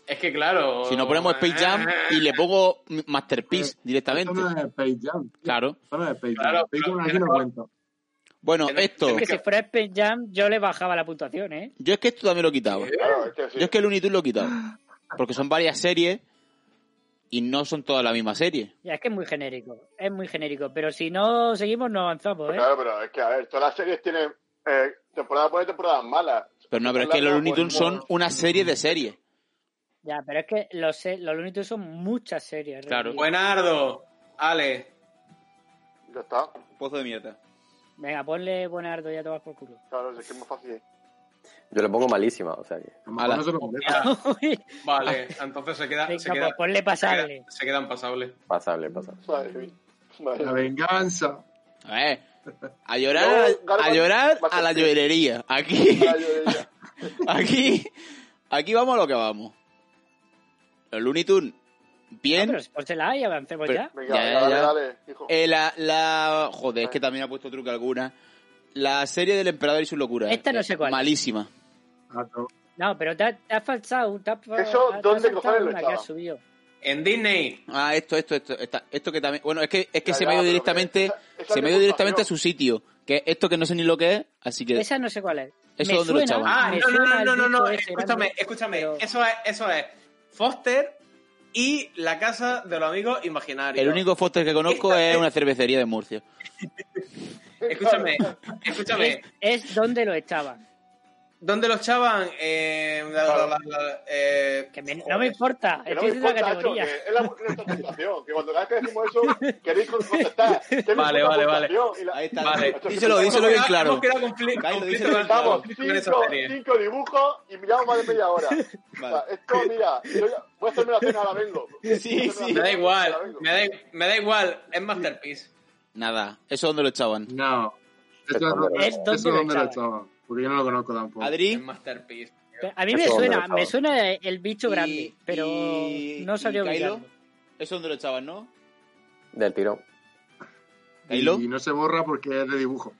[SPEAKER 3] Es que claro. eh,
[SPEAKER 2] Si no ponemos Space Jam y le pongo Masterpiece
[SPEAKER 7] Esto
[SPEAKER 2] directamente.
[SPEAKER 7] Eh, no es Space Jam. tío.
[SPEAKER 2] Claro.
[SPEAKER 7] Esto no es Space Jam.
[SPEAKER 3] Claro,
[SPEAKER 7] Space Jam
[SPEAKER 3] pero-
[SPEAKER 7] aquí no cuenta.
[SPEAKER 2] Bueno,
[SPEAKER 3] Que no-
[SPEAKER 2] esto.
[SPEAKER 5] Es que si fuera Space Jam, yo le bajaba la puntuación, ¿eh?
[SPEAKER 2] Yo es que esto también lo quitaba.
[SPEAKER 4] Claro, es que sí.
[SPEAKER 2] Yo es que el Unitud lo he quitado. Porque son varias series y no son todas la misma serie.
[SPEAKER 5] Ya, es que es muy genérico, es muy genérico. Pero si no seguimos, no avanzamos, ¿eh?
[SPEAKER 4] Claro, pero es que, a ver, todas las series tienen eh, temporada buena y temporadas malas.
[SPEAKER 2] Pero no, pero es que los Looney Tunes son una serie de series.
[SPEAKER 5] Ya, pero es que los, se- los Looney Tunes son muchas series. ¿eh?
[SPEAKER 2] Claro.
[SPEAKER 5] realmente.
[SPEAKER 3] Buenardo, Ale.
[SPEAKER 4] Ya está.
[SPEAKER 2] Pozo de mierda.
[SPEAKER 5] Venga, ponle Buenardo ya tomas por culo.
[SPEAKER 4] Claro, es que es muy fácil.
[SPEAKER 6] Yo le pongo malísima, o sea que.
[SPEAKER 7] A lo mejor
[SPEAKER 2] Ala.
[SPEAKER 7] no se lo merece.
[SPEAKER 2] Ah,
[SPEAKER 3] Ya,
[SPEAKER 5] Venga,
[SPEAKER 3] vale, entonces se queda. Se,
[SPEAKER 5] Ah. pues
[SPEAKER 3] queda,
[SPEAKER 5] ponle
[SPEAKER 3] se, queda-
[SPEAKER 5] pasable.
[SPEAKER 3] se quedan pasables.
[SPEAKER 6] Pasable, pasable.
[SPEAKER 4] Madre mía. Madre
[SPEAKER 7] La
[SPEAKER 4] mía.
[SPEAKER 7] venganza.
[SPEAKER 2] A ver, a llorar,
[SPEAKER 4] No, Garba-
[SPEAKER 2] a, llorar
[SPEAKER 4] Garba-
[SPEAKER 2] a la llorería. Aquí,
[SPEAKER 4] Ay, ay, ay.
[SPEAKER 2] aquí, aquí vamos a lo que vamos. Los Looney Tunes,
[SPEAKER 5] No,
[SPEAKER 2] bien.
[SPEAKER 5] Ah, pero pónsela y avancemos
[SPEAKER 2] Pero-
[SPEAKER 5] ya.
[SPEAKER 4] Venga,
[SPEAKER 2] Ya,
[SPEAKER 4] venga,
[SPEAKER 2] ya,
[SPEAKER 4] dale,
[SPEAKER 2] ya.
[SPEAKER 4] dale, hijo.
[SPEAKER 2] Eh, la, la- joder, es que también ha puesto truco alguna. La serie del emperador y sus locuras.
[SPEAKER 5] Esta no
[SPEAKER 2] Eh,
[SPEAKER 5] sé cuál.
[SPEAKER 2] Malísima.
[SPEAKER 7] A to-
[SPEAKER 5] No, pero te ha, te ha falsado. Te ha,
[SPEAKER 4] Eso,
[SPEAKER 5] te ha
[SPEAKER 4] ¿dónde
[SPEAKER 5] saltado
[SPEAKER 4] cojones lo
[SPEAKER 5] una que has
[SPEAKER 4] estaba?
[SPEAKER 5] subido.
[SPEAKER 3] En Disney.
[SPEAKER 2] Ah, esto, esto, esto, esta- esto que también. Bueno, es que, es que
[SPEAKER 4] Ya,
[SPEAKER 2] se
[SPEAKER 4] ya,
[SPEAKER 2] me ha ido
[SPEAKER 4] pero
[SPEAKER 2] directamente,
[SPEAKER 4] que esa- esa
[SPEAKER 2] se me ha ido directamente a
[SPEAKER 4] reputación.
[SPEAKER 2] su sitio. Que es esto que no sé ni lo que es, así que.
[SPEAKER 5] Esa no sé cuál es.
[SPEAKER 2] ¿Eso
[SPEAKER 5] Me
[SPEAKER 2] dónde lo
[SPEAKER 5] suena-
[SPEAKER 2] echaban?
[SPEAKER 3] Ah,
[SPEAKER 5] Pues, me
[SPEAKER 3] no, no,
[SPEAKER 5] suena
[SPEAKER 3] no,
[SPEAKER 5] el
[SPEAKER 3] no, no, no,
[SPEAKER 5] disco ese
[SPEAKER 3] escúchame,
[SPEAKER 5] grande,
[SPEAKER 3] escúchame.
[SPEAKER 5] pero-
[SPEAKER 3] Eso es, eso es. Foster y la casa de los amigos imaginarios.
[SPEAKER 2] El único Foster que conozco
[SPEAKER 3] Esta-
[SPEAKER 2] es una cervecería de Murcia.
[SPEAKER 3] Escúchame, escúchame.
[SPEAKER 5] Es, es donde lo echaba.
[SPEAKER 3] ¿Dónde los chavan? Eh, la- la- la- la- eh,
[SPEAKER 5] Que me- no
[SPEAKER 4] Joder.
[SPEAKER 5] me importa,
[SPEAKER 4] Que no
[SPEAKER 5] estoy
[SPEAKER 4] me
[SPEAKER 5] diciendo la
[SPEAKER 4] importa, Nacho,
[SPEAKER 5] categoría.
[SPEAKER 4] que es la, nuestra puntuación. Que cuando cada vez que decimos eso, queréis contestar. Tenéis
[SPEAKER 3] Vale,
[SPEAKER 4] una
[SPEAKER 3] vale, vale.
[SPEAKER 4] puntuación y la-
[SPEAKER 2] Ahí está.
[SPEAKER 3] Vale.
[SPEAKER 4] Nacho,
[SPEAKER 2] Díselo,
[SPEAKER 4] que-
[SPEAKER 2] díselo bien claro.
[SPEAKER 3] Hemos quedado
[SPEAKER 2] Cailo,
[SPEAKER 3] confli-
[SPEAKER 2] díselo
[SPEAKER 3] conflicto con-
[SPEAKER 2] bien claro.
[SPEAKER 4] Estamos
[SPEAKER 3] conflicto con esa
[SPEAKER 4] cinco,
[SPEAKER 3] serie.
[SPEAKER 4] cinco dibujos y miramos más de media hora. O sea, esto, mira, yo ya- voy a hacerme la cena, ahora vengo.
[SPEAKER 2] Sí, sí.
[SPEAKER 3] Me da igual,
[SPEAKER 4] Ahora vengo.
[SPEAKER 3] me da, me da igual, es Masterpiece.
[SPEAKER 2] Nada, eso donde lo echaban.
[SPEAKER 7] No. Eso
[SPEAKER 6] Es donde lo-
[SPEAKER 5] es
[SPEAKER 7] eso
[SPEAKER 5] donde
[SPEAKER 7] es
[SPEAKER 5] lo
[SPEAKER 7] donde lo
[SPEAKER 5] echaban.
[SPEAKER 7] echaban. Porque yo no lo conozco tampoco.
[SPEAKER 3] Es
[SPEAKER 2] Adri
[SPEAKER 3] Masterpiece.
[SPEAKER 5] Pero A mí
[SPEAKER 6] Eso
[SPEAKER 5] me
[SPEAKER 6] es donde
[SPEAKER 5] suena,
[SPEAKER 6] estaba.
[SPEAKER 5] me suena el bicho
[SPEAKER 2] Y-
[SPEAKER 5] grande, pero
[SPEAKER 2] y-
[SPEAKER 5] no sabría
[SPEAKER 2] y Kylo.
[SPEAKER 5] ubicarlo.
[SPEAKER 2] eso donde lo echaban, ¿no?
[SPEAKER 6] Del tirón.
[SPEAKER 2] Kylo,
[SPEAKER 7] Y no se borra porque es de dibujo.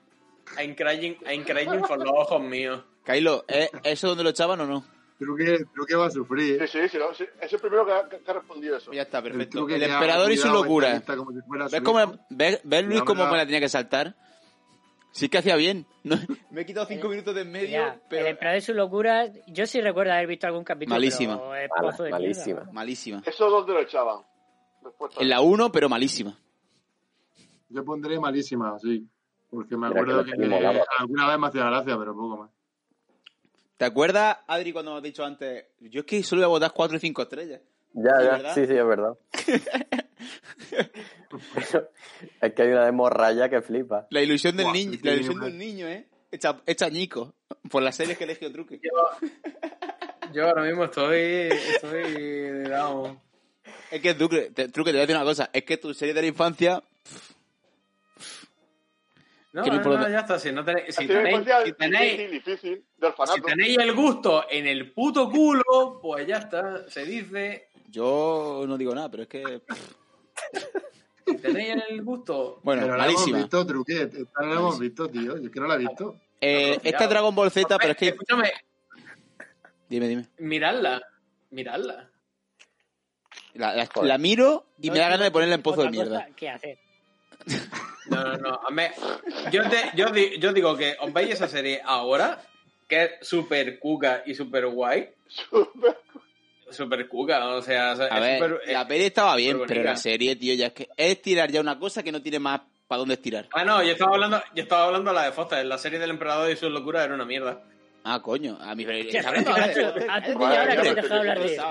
[SPEAKER 3] I'm crying, I'm crying por los ojos míos.
[SPEAKER 2] Kylo, ¿eh, ¿eso donde lo echaban o no?
[SPEAKER 7] Creo que, creo que va a sufrir.
[SPEAKER 4] Sí,
[SPEAKER 7] ¿eh?
[SPEAKER 4] sí, sí, no, sí, es el primero que ha, que ha respondido eso.
[SPEAKER 2] Pues Ya está,
[SPEAKER 7] El,
[SPEAKER 2] perfecto.
[SPEAKER 7] truque
[SPEAKER 2] El
[SPEAKER 7] que ha
[SPEAKER 2] emperador y su
[SPEAKER 7] cuidado esta
[SPEAKER 2] locura.
[SPEAKER 7] lista como si fuera
[SPEAKER 2] ¿Ves,
[SPEAKER 7] su
[SPEAKER 2] cómo,
[SPEAKER 7] hijo.
[SPEAKER 2] ves, ves, Luis
[SPEAKER 7] Ya,
[SPEAKER 2] cómo
[SPEAKER 7] verdad.
[SPEAKER 2] me la tenía que saltar? Sí que hacía bien. No- me he quitado cinco minutos de en medio,
[SPEAKER 5] Eh, Ya,
[SPEAKER 2] pero...
[SPEAKER 5] El emperador de sus locuras, yo sí recuerdo haber visto algún capítulo.
[SPEAKER 2] Malísima.
[SPEAKER 5] pero es
[SPEAKER 6] Mala,
[SPEAKER 5] pozo de mierda.
[SPEAKER 6] malísima.
[SPEAKER 2] Malísima.
[SPEAKER 4] Eso dónde lo echaban. Respuesta.
[SPEAKER 2] En la 1, pero malísima.
[SPEAKER 7] Yo pondré malísima, sí. Porque me
[SPEAKER 6] Mira
[SPEAKER 7] acuerdo
[SPEAKER 6] que
[SPEAKER 7] que,
[SPEAKER 6] lo tenemos, vamos.
[SPEAKER 7] alguna vez me hacía gracia, pero poco más.
[SPEAKER 2] ¿Te acuerdas, Adri, cuando hemos dicho antes? Yo es que solo voy a votar 4 y 5 estrellas.
[SPEAKER 6] Ya,
[SPEAKER 2] ¿Es
[SPEAKER 6] ya,
[SPEAKER 2] verdad?
[SPEAKER 6] sí, sí, es verdad. Pero es que hay una demorraya que flipa.
[SPEAKER 2] La ilusión del
[SPEAKER 7] Buah,
[SPEAKER 2] niño,
[SPEAKER 7] qué
[SPEAKER 2] la ilusión de
[SPEAKER 7] nivel.
[SPEAKER 2] un niño, ¿eh? Hecha, hecha ñico por las series que eligió Truque.
[SPEAKER 3] Yo ahora mismo estoy, estoy, vamos.
[SPEAKER 2] Es que Truque, te, Truque, te voy a decir una cosa. Es que tu serie de la infancia...
[SPEAKER 3] No,
[SPEAKER 2] Que no
[SPEAKER 3] no,
[SPEAKER 2] importa.
[SPEAKER 3] no, ya está. Si, no tenéis, si,
[SPEAKER 4] Así de
[SPEAKER 3] tenéis,
[SPEAKER 4] infancia
[SPEAKER 3] si, tenéis,
[SPEAKER 4] difícil, difícil, de orfanato.
[SPEAKER 3] si tenéis el gusto en el puto culo, pues ya está. Se dice,
[SPEAKER 2] Yo no digo nada, pero es que...
[SPEAKER 3] si tenéis en el gusto.
[SPEAKER 2] Bueno,
[SPEAKER 7] pero la hemos
[SPEAKER 2] malísima.
[SPEAKER 7] visto, truque. Esta no la hemos visto, tío. Yo es que no la he visto.
[SPEAKER 2] Eh, esta es Dragon Ball Z, pero es que...
[SPEAKER 3] Escúchame,
[SPEAKER 2] Dime, dime.
[SPEAKER 3] miradla, miradla.
[SPEAKER 2] La, la-
[SPEAKER 6] Joder.
[SPEAKER 2] la miro y
[SPEAKER 5] No
[SPEAKER 2] me da
[SPEAKER 5] tengo
[SPEAKER 2] ganas de ponerla en pozo de
[SPEAKER 5] otra cosa
[SPEAKER 2] mierda.
[SPEAKER 5] que hacer.
[SPEAKER 3] No, no, no. a mí- yo, te- yo, di- yo digo que os veis esa serie ahora, que es súper cuca y súper guay. Súper cuca, o sea, o sea,
[SPEAKER 2] A
[SPEAKER 3] es
[SPEAKER 2] ver,
[SPEAKER 3] súper- eh,
[SPEAKER 2] la peli estaba bien,
[SPEAKER 3] súper
[SPEAKER 2] pero
[SPEAKER 3] bonita.
[SPEAKER 2] la serie, tío, ya es que es tirar ya una cosa que no tiene más para dónde estirar.
[SPEAKER 3] Ah, no, yo estaba hablando, yo estaba hablando de la de Foster, la serie del emperador y sus locuras era una mierda.
[SPEAKER 2] Ah, coño, a mí me
[SPEAKER 5] Ya, pero, macho, hazte de
[SPEAKER 4] ahora que
[SPEAKER 2] Ahora
[SPEAKER 4] te he
[SPEAKER 5] dejado hablar de eso.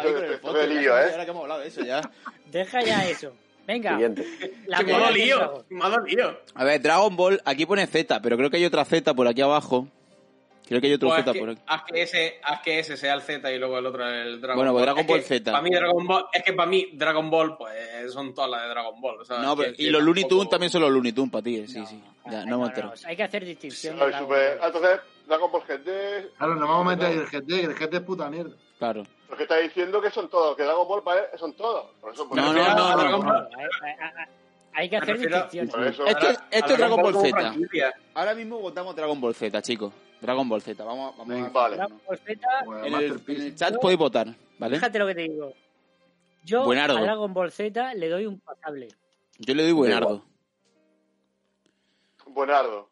[SPEAKER 4] Qué lío, ¿eh?
[SPEAKER 2] que hemos hablado de eso ya.
[SPEAKER 5] Deja ya eso. Venga,
[SPEAKER 6] Siguiente.
[SPEAKER 5] la
[SPEAKER 3] que me ha
[SPEAKER 5] bola del
[SPEAKER 3] dolido,
[SPEAKER 5] dragón.
[SPEAKER 3] me ha dolido.
[SPEAKER 2] A ver, Dragon Ball, aquí pone Z, pero creo que hay otra Z por aquí abajo. Creo que hay otro
[SPEAKER 3] Pues haz
[SPEAKER 2] Z
[SPEAKER 3] que-
[SPEAKER 2] por aquí.
[SPEAKER 3] haz que ese, haz que ese sea el Z y luego el otro el Dragon
[SPEAKER 2] Bueno, pues
[SPEAKER 3] Ball.
[SPEAKER 2] Dragon
[SPEAKER 3] Es que
[SPEAKER 2] Ball Z.
[SPEAKER 3] Para mí Dragon Ball, es que para mí Dragon Ball, pues son todas las de Dragon Ball. o sea,
[SPEAKER 2] No,
[SPEAKER 3] que-
[SPEAKER 2] pero-
[SPEAKER 3] que
[SPEAKER 2] y los Looney
[SPEAKER 3] tampoco-
[SPEAKER 2] Tunes también son los Looney Tunes para ti, eh, sí,
[SPEAKER 5] No,
[SPEAKER 2] sí.
[SPEAKER 5] ay,
[SPEAKER 2] Ya,
[SPEAKER 5] no,
[SPEAKER 2] no me
[SPEAKER 5] no,
[SPEAKER 2] entero.
[SPEAKER 5] hay que hacer distinción.
[SPEAKER 4] Ay,
[SPEAKER 5] de
[SPEAKER 4] super-
[SPEAKER 5] Dragon Ball.
[SPEAKER 4] Entonces, Dragon Ball GT.
[SPEAKER 7] Claro, nos vamos a meter ahí el GT, que el GT es puta mierda.
[SPEAKER 2] Claro.
[SPEAKER 4] Lo que está diciendo que son todos, que Dragon Ball para él son todos. Por eso, por
[SPEAKER 2] No,
[SPEAKER 4] eso-
[SPEAKER 2] no, no,
[SPEAKER 3] a
[SPEAKER 2] no,
[SPEAKER 3] Dragon
[SPEAKER 2] no.
[SPEAKER 3] Ball.
[SPEAKER 5] Hay, hay- hay- eh, hay que hacer
[SPEAKER 3] Me refiero-
[SPEAKER 5] distinción.
[SPEAKER 4] por eso-
[SPEAKER 2] Esto,
[SPEAKER 3] A-
[SPEAKER 2] es-
[SPEAKER 3] a
[SPEAKER 2] esto es Dragon Ball
[SPEAKER 3] como
[SPEAKER 2] Z.
[SPEAKER 3] franquicia.
[SPEAKER 2] Ahora mismo votamos Dragon Ball Z, chicos. Dragon Ball Z, vamos, vamos a...
[SPEAKER 4] Vale.
[SPEAKER 5] Dragon Ball Z,
[SPEAKER 7] Bueno,
[SPEAKER 2] En el,
[SPEAKER 7] Masterpiece.
[SPEAKER 2] en el chat podéis votar, ¿vale?
[SPEAKER 5] fíjate lo que te digo. Yo
[SPEAKER 2] Buenardo.
[SPEAKER 5] a Dragon Ball Z le doy un pasable.
[SPEAKER 2] Yo le doy buenardo.
[SPEAKER 4] Buenardo.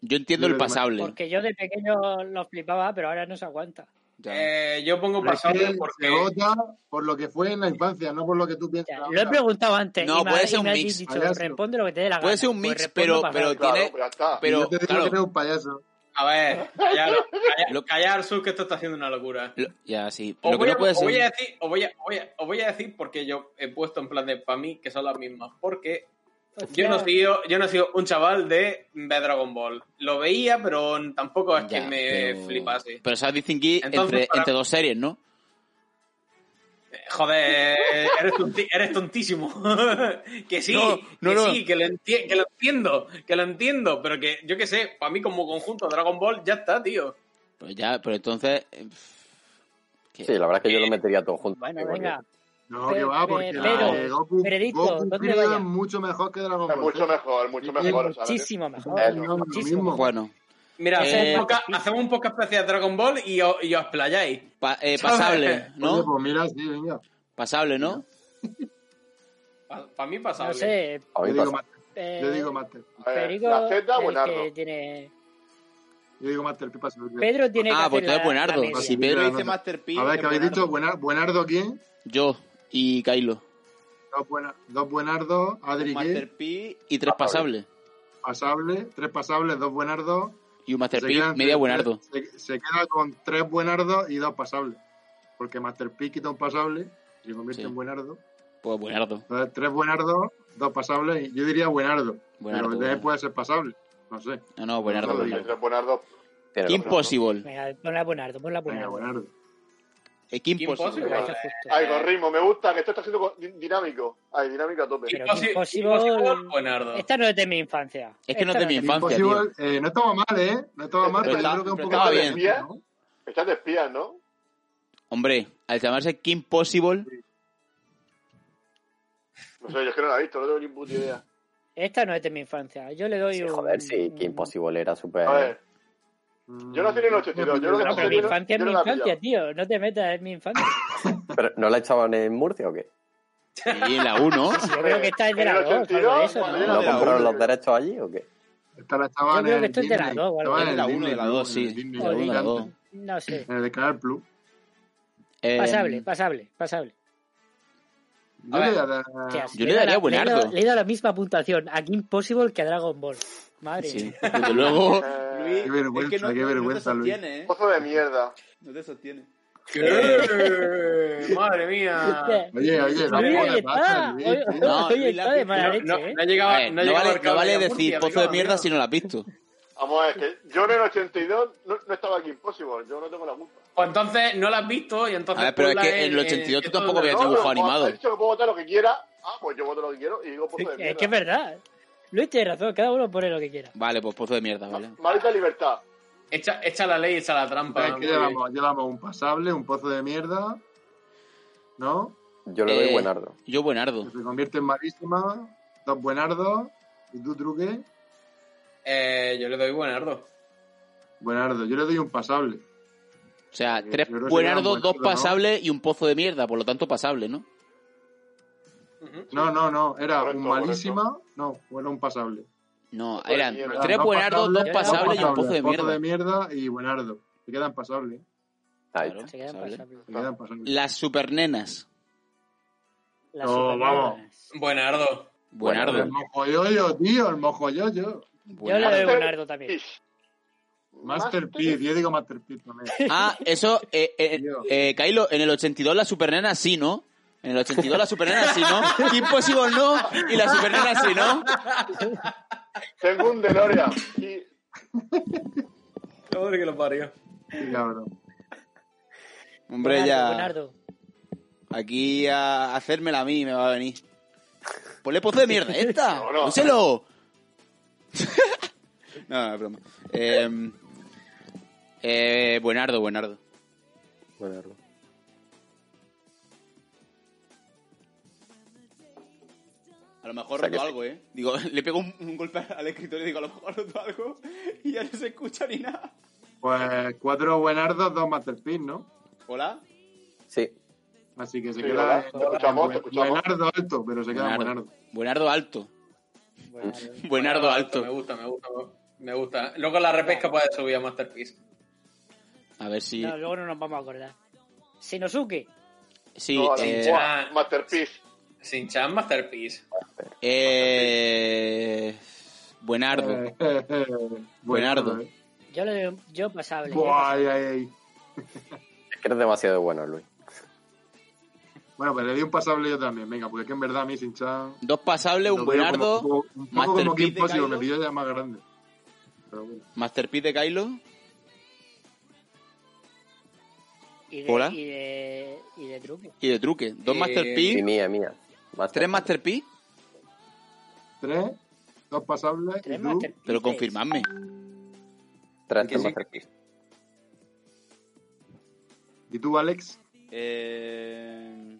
[SPEAKER 2] Yo entiendo el
[SPEAKER 7] Yo le doy
[SPEAKER 2] pasable.
[SPEAKER 5] Porque yo de pequeño lo flipaba, pero ahora no se aguanta.
[SPEAKER 2] Ya.
[SPEAKER 3] Eh, yo pongo
[SPEAKER 7] Pero es
[SPEAKER 3] pasable
[SPEAKER 7] que
[SPEAKER 3] porque.
[SPEAKER 7] Se vota por lo que fue en la infancia, no por lo que tú
[SPEAKER 5] O sea,
[SPEAKER 7] piensas.
[SPEAKER 5] lo he
[SPEAKER 7] ahora.
[SPEAKER 5] preguntado antes.
[SPEAKER 2] No,
[SPEAKER 5] y me
[SPEAKER 2] puede
[SPEAKER 5] ha-
[SPEAKER 2] ser
[SPEAKER 5] y me
[SPEAKER 2] un
[SPEAKER 5] habéis
[SPEAKER 2] mix.
[SPEAKER 5] dicho,
[SPEAKER 7] Payaso.
[SPEAKER 5] responde lo que te dé la gana.
[SPEAKER 2] Puede ser un
[SPEAKER 5] Pues
[SPEAKER 2] mix,
[SPEAKER 5] respondo
[SPEAKER 2] pero,
[SPEAKER 5] pasable.
[SPEAKER 2] pero
[SPEAKER 4] Claro,
[SPEAKER 2] tiene.
[SPEAKER 4] pues ya está.
[SPEAKER 7] Y
[SPEAKER 2] Pero,
[SPEAKER 7] yo te digo
[SPEAKER 2] claro,
[SPEAKER 7] que eres un payaso.
[SPEAKER 3] A ver, callar,
[SPEAKER 2] Lo-
[SPEAKER 3] callar, callar, Sus, que esto está haciendo una locura.
[SPEAKER 2] lo- ya, sí.
[SPEAKER 3] Os
[SPEAKER 2] Lo que
[SPEAKER 3] voy,
[SPEAKER 2] no
[SPEAKER 3] a,
[SPEAKER 2] puede
[SPEAKER 3] os voy a
[SPEAKER 2] ser.
[SPEAKER 3] decir, os voy a, os voy a- os voy a decir porque yo he puesto en plan de para mí que son las mismas. Porque yo no he sido, yo no he sisido un chaval de ver Dragon Ball. Lo veía, pero tampoco es
[SPEAKER 2] Ya,
[SPEAKER 3] que me
[SPEAKER 2] pero-
[SPEAKER 3] flipase.
[SPEAKER 2] Pero sabes distinguir
[SPEAKER 3] Entonces,
[SPEAKER 2] entre,
[SPEAKER 3] para-
[SPEAKER 2] entre dos series, ¿no?
[SPEAKER 3] Joder, eres, tonti- eres tontísimo. que sí,
[SPEAKER 2] No, no,
[SPEAKER 3] que
[SPEAKER 2] no.
[SPEAKER 3] sí, que lo, enti- que lo entiendo, que lo entiendo, pero que yo qué sé, para mí como conjunto Dragon Ball ya está, tío.
[SPEAKER 2] Pues ya, pero entonces. eh, que-
[SPEAKER 6] Sí, la verdad es que yo lo metería todo junto.
[SPEAKER 5] Bueno,
[SPEAKER 6] porque
[SPEAKER 5] venga.
[SPEAKER 7] No,
[SPEAKER 5] Pe-
[SPEAKER 7] que va, porque
[SPEAKER 5] pe-
[SPEAKER 2] pero-
[SPEAKER 7] eh, Goku,
[SPEAKER 5] veredicto,
[SPEAKER 7] Goku
[SPEAKER 5] ¿dónde
[SPEAKER 7] Crío
[SPEAKER 5] vaya?
[SPEAKER 7] es mucho mejor que Dragon
[SPEAKER 4] Es
[SPEAKER 7] Ball.
[SPEAKER 4] mucho
[SPEAKER 7] Z.
[SPEAKER 4] mejor, mucho
[SPEAKER 7] Es
[SPEAKER 4] mejor. o sea,
[SPEAKER 5] Muchísimo
[SPEAKER 7] No,
[SPEAKER 5] mejor.
[SPEAKER 4] Eh,
[SPEAKER 7] no, lo
[SPEAKER 5] muchísimo
[SPEAKER 7] mismo.
[SPEAKER 2] Bueno,
[SPEAKER 3] Mira,
[SPEAKER 2] Eh,
[SPEAKER 3] hacemos, un poca- hacemos un podcast especial de Dragon Ball y, o- y os playáis.
[SPEAKER 2] pa- eh,
[SPEAKER 3] ¿Sabes?
[SPEAKER 2] pasable,
[SPEAKER 7] Oye,
[SPEAKER 2] ¿no?
[SPEAKER 7] pues mira, sí, venga.
[SPEAKER 2] Pasable, ¿no?
[SPEAKER 3] Para mí pasable.
[SPEAKER 5] No sé.
[SPEAKER 6] A mí
[SPEAKER 7] Yo digo,
[SPEAKER 6] pasa.
[SPEAKER 7] Master-
[SPEAKER 5] eh,
[SPEAKER 7] yo digo Master.
[SPEAKER 4] A ver,
[SPEAKER 5] Perico
[SPEAKER 4] la Z,
[SPEAKER 5] es el
[SPEAKER 4] buenardo.
[SPEAKER 5] que tiene-
[SPEAKER 7] Yo digo Masterpiece para subir.
[SPEAKER 5] Pedro tiene que
[SPEAKER 2] Ah,
[SPEAKER 5] hacer
[SPEAKER 2] pues
[SPEAKER 5] la,
[SPEAKER 2] entonces
[SPEAKER 5] la
[SPEAKER 2] buenardo.
[SPEAKER 5] media.
[SPEAKER 2] Si
[SPEAKER 7] Sí,
[SPEAKER 2] Pedro
[SPEAKER 7] mira,
[SPEAKER 2] dice
[SPEAKER 7] no-
[SPEAKER 2] Masterpiece.
[SPEAKER 7] A ver,
[SPEAKER 2] es
[SPEAKER 7] ¿qué habéis
[SPEAKER 2] buenardo.
[SPEAKER 7] dicho? Buenar- ¿Buenardo quién?
[SPEAKER 2] Yo y Kylo.
[SPEAKER 7] Dos, buena- dos buenardos, Adri G, Ah,
[SPEAKER 2] Masterpiece y tres pasables.
[SPEAKER 7] pasable, tres pasables, dos buenardos,
[SPEAKER 2] Y un Master
[SPEAKER 7] Se
[SPEAKER 2] P,
[SPEAKER 7] queda-
[SPEAKER 2] media
[SPEAKER 7] se-
[SPEAKER 2] buenardo.
[SPEAKER 7] Se, se queda con tres buenardos y dos pasables. Porque Master P quita un pasable y se convierte
[SPEAKER 2] Sí.
[SPEAKER 7] en buenardo.
[SPEAKER 2] Pues buenardo.
[SPEAKER 7] Entonces, tres buenardos, dos pasables. y Yo diría buenardo.
[SPEAKER 2] Buenardo,
[SPEAKER 7] pero
[SPEAKER 2] buenardo.
[SPEAKER 7] también puede ser pasable. No sé.
[SPEAKER 2] No, no, buenardo.
[SPEAKER 7] No,
[SPEAKER 2] buenardo.
[SPEAKER 7] digo.
[SPEAKER 4] Entre Bonardo.
[SPEAKER 6] Tiene
[SPEAKER 2] Kim
[SPEAKER 6] razón.
[SPEAKER 2] Possible.
[SPEAKER 5] Venga, ponla Buenardo, ponla
[SPEAKER 7] Venga,
[SPEAKER 5] Buenardo.
[SPEAKER 7] buenardo.
[SPEAKER 2] Eh, Kim
[SPEAKER 3] Kim
[SPEAKER 2] Possible.
[SPEAKER 3] Possible.
[SPEAKER 5] Venga, eso es justo.
[SPEAKER 4] Algoritmo, me gusta que esto está siendo co- di- dinámico. Ay, dinámico a tope.
[SPEAKER 5] Pero
[SPEAKER 3] Imposi-
[SPEAKER 5] Impossible-
[SPEAKER 3] Impossible, Buenardo.
[SPEAKER 5] Esta no es de mi infancia.
[SPEAKER 2] Es que no es de mi
[SPEAKER 5] Esta
[SPEAKER 2] infancia, tío.
[SPEAKER 7] Impossible, eh, no estaba mal, ¿eh? No estaba mal,
[SPEAKER 4] Pero
[SPEAKER 7] pero,
[SPEAKER 2] está-
[SPEAKER 7] yo creo que un
[SPEAKER 2] pero
[SPEAKER 7] poco
[SPEAKER 2] estaba
[SPEAKER 7] inteligente,
[SPEAKER 4] bien.
[SPEAKER 7] ¿no?
[SPEAKER 4] Estás de espías, ¿no?
[SPEAKER 2] Hombre, al llamarse Kim Possible,
[SPEAKER 4] No sé, yo es que no la he visto, no tengo ni puta idea.
[SPEAKER 5] Esta no es de mi infancia. Yo le doy
[SPEAKER 6] Sí,
[SPEAKER 5] un.
[SPEAKER 6] joder, sí,
[SPEAKER 5] un-
[SPEAKER 6] que imposible era súper.
[SPEAKER 4] A ver,
[SPEAKER 7] Mm,
[SPEAKER 4] Yo nací en el 82, yo creo que
[SPEAKER 5] Pero
[SPEAKER 4] no
[SPEAKER 5] que
[SPEAKER 4] sé
[SPEAKER 5] mi
[SPEAKER 4] bien.
[SPEAKER 5] infancia es
[SPEAKER 4] yo no
[SPEAKER 5] mi
[SPEAKER 4] la he
[SPEAKER 5] infancia,
[SPEAKER 4] pillado.
[SPEAKER 5] tío. No te metas en mi infancia.
[SPEAKER 6] ¿Pero no la echaban en Murcia o qué?
[SPEAKER 2] y en la 1.
[SPEAKER 5] Yo creo que esta es de
[SPEAKER 4] En
[SPEAKER 5] la
[SPEAKER 4] el
[SPEAKER 5] 2, algo de
[SPEAKER 4] 82,
[SPEAKER 5] eso,
[SPEAKER 4] cuando
[SPEAKER 5] ¿no?
[SPEAKER 4] yo
[SPEAKER 6] ¿No
[SPEAKER 4] de la
[SPEAKER 6] compraron
[SPEAKER 4] uno.
[SPEAKER 6] los derechos allí o qué?
[SPEAKER 7] Esta la estaban
[SPEAKER 5] Yo creo
[SPEAKER 7] en
[SPEAKER 5] que
[SPEAKER 7] el
[SPEAKER 5] esto es de la
[SPEAKER 7] Disney,
[SPEAKER 5] dos o algo
[SPEAKER 7] estaba
[SPEAKER 5] así.
[SPEAKER 7] en
[SPEAKER 2] De la
[SPEAKER 7] el
[SPEAKER 2] uno, de la
[SPEAKER 7] Disney
[SPEAKER 2] dos,
[SPEAKER 7] Plus, en
[SPEAKER 2] sí.
[SPEAKER 7] el Disney
[SPEAKER 2] De la uno, de la
[SPEAKER 7] Plus,
[SPEAKER 2] dos.
[SPEAKER 5] No sé.
[SPEAKER 7] En el de Canal Plus.
[SPEAKER 2] Eh,
[SPEAKER 5] Pasable, pasable, pasable.
[SPEAKER 7] Yo
[SPEAKER 3] A ver.
[SPEAKER 7] le daría-
[SPEAKER 5] Qué asco.
[SPEAKER 2] Ah, yo le daría
[SPEAKER 5] he dado la-
[SPEAKER 2] Buenardo.
[SPEAKER 5] he dado- Le he dado la misma puntuación a Kim Possible que a Dragon Ball. Madre
[SPEAKER 2] Sí,
[SPEAKER 5] mía.
[SPEAKER 2] desde luego.
[SPEAKER 4] Eh,
[SPEAKER 7] Qué vergüenza, qué vergüenza, Luis.
[SPEAKER 4] Pozo de mierda.
[SPEAKER 2] No te sostiene.
[SPEAKER 3] ¿Qué? Madre mía.
[SPEAKER 7] Oye, oye,
[SPEAKER 5] Oye,
[SPEAKER 7] tampoco
[SPEAKER 5] oye,
[SPEAKER 7] le pasa,
[SPEAKER 5] está.
[SPEAKER 7] Luis,
[SPEAKER 5] Oye,
[SPEAKER 7] tío.
[SPEAKER 2] No,
[SPEAKER 5] oye,
[SPEAKER 2] Luis, la
[SPEAKER 5] está de
[SPEAKER 2] has
[SPEAKER 5] mala leche,
[SPEAKER 3] No,
[SPEAKER 5] ¿eh?
[SPEAKER 3] no ha llegado,
[SPEAKER 2] A ver,
[SPEAKER 3] no ha
[SPEAKER 2] no
[SPEAKER 3] llegado
[SPEAKER 2] vale,
[SPEAKER 3] al
[SPEAKER 2] no
[SPEAKER 3] cabo
[SPEAKER 2] vale
[SPEAKER 3] de
[SPEAKER 2] decir
[SPEAKER 3] Murcia,
[SPEAKER 2] pozo de
[SPEAKER 3] amigo,
[SPEAKER 2] mierda
[SPEAKER 3] amigo.
[SPEAKER 2] si no lo has visto.
[SPEAKER 4] Vamos a ver, que yo en el 82 no, no estaba aquí Impossible, yo no tengo la culpa.
[SPEAKER 3] Pues entonces no la has visto y entonces.
[SPEAKER 2] A ver, pero es
[SPEAKER 3] ponla eh,
[SPEAKER 2] que en el 82 tú
[SPEAKER 3] esto
[SPEAKER 2] tampoco
[SPEAKER 3] de-
[SPEAKER 2] habías
[SPEAKER 4] No,
[SPEAKER 2] dibujado
[SPEAKER 4] pero como
[SPEAKER 2] animado.
[SPEAKER 4] ha dicho que puedo votar lo que quiera, ah, pues yo voto lo que quiero y digo pozo de
[SPEAKER 5] Es que es
[SPEAKER 4] mierda.
[SPEAKER 5] verdad. Luis tiene razón, cada uno pone lo que quiera.
[SPEAKER 2] Vale, pues pozo de mierda, vale.
[SPEAKER 4] Maldita libertad.
[SPEAKER 3] Echa, echa la ley, echa la trampa.
[SPEAKER 7] Es que llevamos, llevamos un pasable, un pozo de mierda, ¿no?
[SPEAKER 6] Yo le doy
[SPEAKER 2] Eh,
[SPEAKER 6] buenardo.
[SPEAKER 2] Yo
[SPEAKER 7] Que
[SPEAKER 2] buenardo.
[SPEAKER 7] se convierte en malísima, dos buenardos, y tú truque,
[SPEAKER 3] Eh, yo le doy buenardo.
[SPEAKER 7] buenardo. Yo le doy un pasable.
[SPEAKER 2] O sea,
[SPEAKER 7] Yo
[SPEAKER 2] tres
[SPEAKER 7] creo que
[SPEAKER 2] buenardos,
[SPEAKER 7] sería
[SPEAKER 2] dos
[SPEAKER 7] buenardo, ¿no?
[SPEAKER 2] pasables y un pozo de mierda, por lo tanto pasable, ¿no?
[SPEAKER 3] Ujú.
[SPEAKER 7] No, no, no, era
[SPEAKER 4] Correcto,
[SPEAKER 7] un malísima, no, era un pasable.
[SPEAKER 2] No,
[SPEAKER 4] Pozo de
[SPEAKER 2] eran
[SPEAKER 4] mierda.
[SPEAKER 2] tres
[SPEAKER 7] Dos
[SPEAKER 2] buenardos, dos
[SPEAKER 5] pasables,
[SPEAKER 2] pasables y un
[SPEAKER 7] pasables,
[SPEAKER 2] pozo de
[SPEAKER 7] Pozo de
[SPEAKER 2] mierda.
[SPEAKER 7] mierda y buenardo. Se quedan pasables,
[SPEAKER 6] Ahí
[SPEAKER 2] claro.
[SPEAKER 5] Se quedan
[SPEAKER 2] Pasable.
[SPEAKER 5] pasables.
[SPEAKER 7] se quedan pasables.
[SPEAKER 2] Las supernenas.
[SPEAKER 5] Las
[SPEAKER 7] No,
[SPEAKER 5] supernovelas.
[SPEAKER 7] vamos.
[SPEAKER 3] Buenardo.
[SPEAKER 2] Buenardo.
[SPEAKER 7] El mojoyoyo, tío, el mojoyoyo.
[SPEAKER 5] Yo le doy
[SPEAKER 2] Buenardo.
[SPEAKER 4] Master-
[SPEAKER 5] Buenardo también.
[SPEAKER 7] Masterpiece, yo digo Masterpiece también.
[SPEAKER 2] Ah, eso, eh, eh,
[SPEAKER 7] Tío.
[SPEAKER 2] eh, Kailo, en el 82 la supernena sí, ¿no? En el 82 la supernena sí, ¿no? Kim Possible no y la supernena sí, ¿no?
[SPEAKER 4] Tengo un DeLorean. Y
[SPEAKER 3] Joder, que lo parió.
[SPEAKER 7] Qué cabrón.
[SPEAKER 2] Hombre,
[SPEAKER 5] Buenardo,
[SPEAKER 2] ya...
[SPEAKER 5] Buenardo.
[SPEAKER 2] Aquí a hacérmela a mí me va a venir. Ponle pozo de mierda, ¿eh? esta.
[SPEAKER 4] No, no.
[SPEAKER 2] ¡Úselo! no, no, es broma. Eh, eh, buenardo, buenardo.
[SPEAKER 6] Buenardo.
[SPEAKER 2] A lo mejor
[SPEAKER 6] O sea que
[SPEAKER 2] roto
[SPEAKER 6] sí.
[SPEAKER 2] algo, ¿eh? Digo, le pego un, un golpe al escritor y digo, a lo mejor roto algo y ya no se escucha ni nada.
[SPEAKER 7] Pues cuatro buenardos, dos Masterpiece, ¿no?
[SPEAKER 2] ¿Hola?
[SPEAKER 6] Sí,
[SPEAKER 7] Así que se
[SPEAKER 4] Sí,
[SPEAKER 7] queda.
[SPEAKER 4] hola, te escuchamos, te escuchamos.
[SPEAKER 7] Buenardo alto, pero se queda
[SPEAKER 2] Buenardo.
[SPEAKER 7] buenardo.
[SPEAKER 2] Buenardo alto.
[SPEAKER 5] Buenardo.
[SPEAKER 2] Buenardo
[SPEAKER 3] Me
[SPEAKER 2] alto.
[SPEAKER 3] gusta, me gusta. Me gusta. Luego la repesca puede subir a Masterpiece.
[SPEAKER 2] A ver si...
[SPEAKER 5] No, luego no nos vamos a acordar. Shinosuke.
[SPEAKER 2] Sí,
[SPEAKER 4] no, la-
[SPEAKER 2] eh,
[SPEAKER 4] Buah, Masterpiece.
[SPEAKER 3] Sin chan, Masterpiece.
[SPEAKER 2] eh, Buenardo.
[SPEAKER 7] Eh, eh, eh,
[SPEAKER 2] Buenardo.
[SPEAKER 7] eh.
[SPEAKER 5] Yo le doy yo pasable. ¿eh?
[SPEAKER 7] Buah, ay, ay, ay.
[SPEAKER 6] es que eres demasiado bueno, Luis.
[SPEAKER 7] Bueno, pues le di un pasable yo también, venga, porque es que en verdad a mí sin chan.
[SPEAKER 2] Dos pasables,
[SPEAKER 7] lo
[SPEAKER 2] un
[SPEAKER 7] veo
[SPEAKER 2] buenardo...
[SPEAKER 7] como- como- Un poco como
[SPEAKER 2] Masterpiece
[SPEAKER 7] que
[SPEAKER 2] de
[SPEAKER 7] imposible, me
[SPEAKER 2] Kylo.
[SPEAKER 7] pilló ya más grande. Pero bueno.
[SPEAKER 2] Masterpiece de Kylo.
[SPEAKER 5] Y de,
[SPEAKER 2] Hola.
[SPEAKER 5] Y de, y de truque.
[SPEAKER 2] Y de truque. Dos
[SPEAKER 3] Eh,
[SPEAKER 2] Masterpiece.
[SPEAKER 6] Y mía, mía. Master-
[SPEAKER 2] Tres Masterpiece.
[SPEAKER 7] Tres, dos pasables
[SPEAKER 5] Tres
[SPEAKER 7] y tú.
[SPEAKER 5] masterpieces.
[SPEAKER 2] Pero confirmadme.
[SPEAKER 6] Tres
[SPEAKER 3] Que sí.
[SPEAKER 6] Masterpiece.
[SPEAKER 7] Y tú, Alex.
[SPEAKER 2] Eh...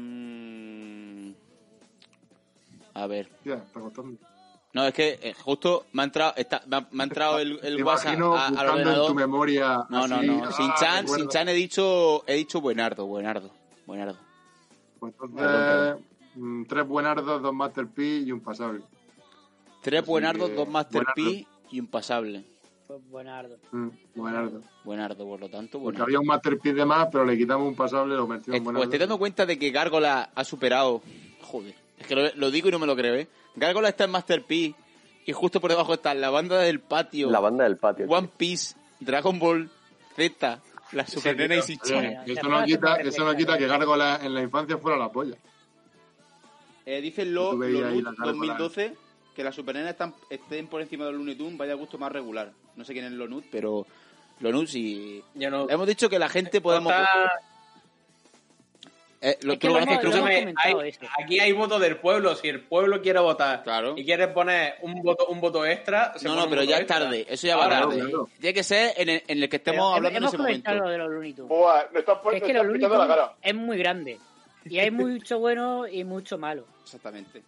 [SPEAKER 2] em, A ver.
[SPEAKER 7] Ya, está costando.
[SPEAKER 2] No, es que eh, justo me ha entrado, está- me ha, me ha entrado el, el
[SPEAKER 7] Te
[SPEAKER 2] WhatsApp
[SPEAKER 7] imagino
[SPEAKER 2] a- al
[SPEAKER 7] buscando en tu
[SPEAKER 2] ordenador.
[SPEAKER 7] memoria.
[SPEAKER 2] No, no,
[SPEAKER 7] así,
[SPEAKER 2] no.
[SPEAKER 7] ah,
[SPEAKER 2] sin chan,
[SPEAKER 7] recuerdo.
[SPEAKER 2] sin chan he dicho, he dicho buenardo, buenardo, buenardo.
[SPEAKER 7] Pues
[SPEAKER 6] Perdón,
[SPEAKER 7] entonces, mm, tres buenardos, dos masterpiece y un pasable.
[SPEAKER 2] Tres
[SPEAKER 7] Así que,
[SPEAKER 2] buenardos, dos Masterpiece
[SPEAKER 7] buenardo.
[SPEAKER 2] y un pasable.
[SPEAKER 5] Fue Buenardo.
[SPEAKER 7] Mm, buenardo.
[SPEAKER 2] Buenardo, por lo tanto,
[SPEAKER 7] Porque
[SPEAKER 2] buenardo.
[SPEAKER 7] había un masterpiece de más, pero le quitamos un pasable, lo
[SPEAKER 2] Eh,
[SPEAKER 7] metimos en
[SPEAKER 2] Pues
[SPEAKER 7] buenardo.
[SPEAKER 2] estoy dando cuenta de que Gárgola ha superado. Joder, es que lo, lo digo y no me lo creo, ¿eh? Gárgola está en Master P y Y justo por debajo están la banda del patio,
[SPEAKER 6] La banda del patio. tío.
[SPEAKER 2] One Piece, Dragon Ball, Z, la Supernena y
[SPEAKER 3] tío.
[SPEAKER 2] Shinchan.
[SPEAKER 5] Bueno, la
[SPEAKER 7] Eso no
[SPEAKER 5] prueba
[SPEAKER 7] quita,
[SPEAKER 5] siempre
[SPEAKER 7] eso no
[SPEAKER 5] perfecta,
[SPEAKER 7] quita que
[SPEAKER 5] ¿no?
[SPEAKER 7] Gárgola en la infancia fuera la polla.
[SPEAKER 2] Eh, dicen lo,
[SPEAKER 7] Tú veías ahí la
[SPEAKER 2] Looney
[SPEAKER 7] cara
[SPEAKER 2] 2012 que las supernenas están, estén por encima del Looney Tunes, vaya gusto más regular. No sé quién es Lonut, pero Lonut sí.
[SPEAKER 3] Yo no.
[SPEAKER 2] Hemos dicho que la gente podemos.
[SPEAKER 3] Está-
[SPEAKER 2] Eh, lo,
[SPEAKER 5] Es
[SPEAKER 2] tú
[SPEAKER 5] que
[SPEAKER 2] lo
[SPEAKER 5] lo
[SPEAKER 2] conoces, creo que-
[SPEAKER 5] hemos- lo hemos-
[SPEAKER 3] Escúchame, hay-
[SPEAKER 5] comentado eso.
[SPEAKER 3] aquí hay voto del pueblo. Si el pueblo quiere votar
[SPEAKER 2] Claro.
[SPEAKER 3] y quiere poner un voto, un voto extra, se
[SPEAKER 2] No,
[SPEAKER 3] pone
[SPEAKER 2] no,
[SPEAKER 3] un
[SPEAKER 2] pero
[SPEAKER 3] voto
[SPEAKER 2] ya es
[SPEAKER 3] extra.
[SPEAKER 2] tarde. Eso ya va
[SPEAKER 3] Ahora,
[SPEAKER 2] tarde.
[SPEAKER 7] claro.
[SPEAKER 2] Tiene que ser en el, en el que estemos
[SPEAKER 5] ¿eh? Ah, Pero
[SPEAKER 2] hablando en
[SPEAKER 5] hemos
[SPEAKER 2] ese momento.
[SPEAKER 5] comentado lo de los Looney Tunes.
[SPEAKER 4] Buah, me estás
[SPEAKER 5] Es que
[SPEAKER 4] poniendo me
[SPEAKER 5] los Looney
[SPEAKER 4] estás pitando la
[SPEAKER 5] Tunes
[SPEAKER 4] cara.
[SPEAKER 5] es muy grande. Y hay mucho bueno y mucho malo.
[SPEAKER 2] Exactamente.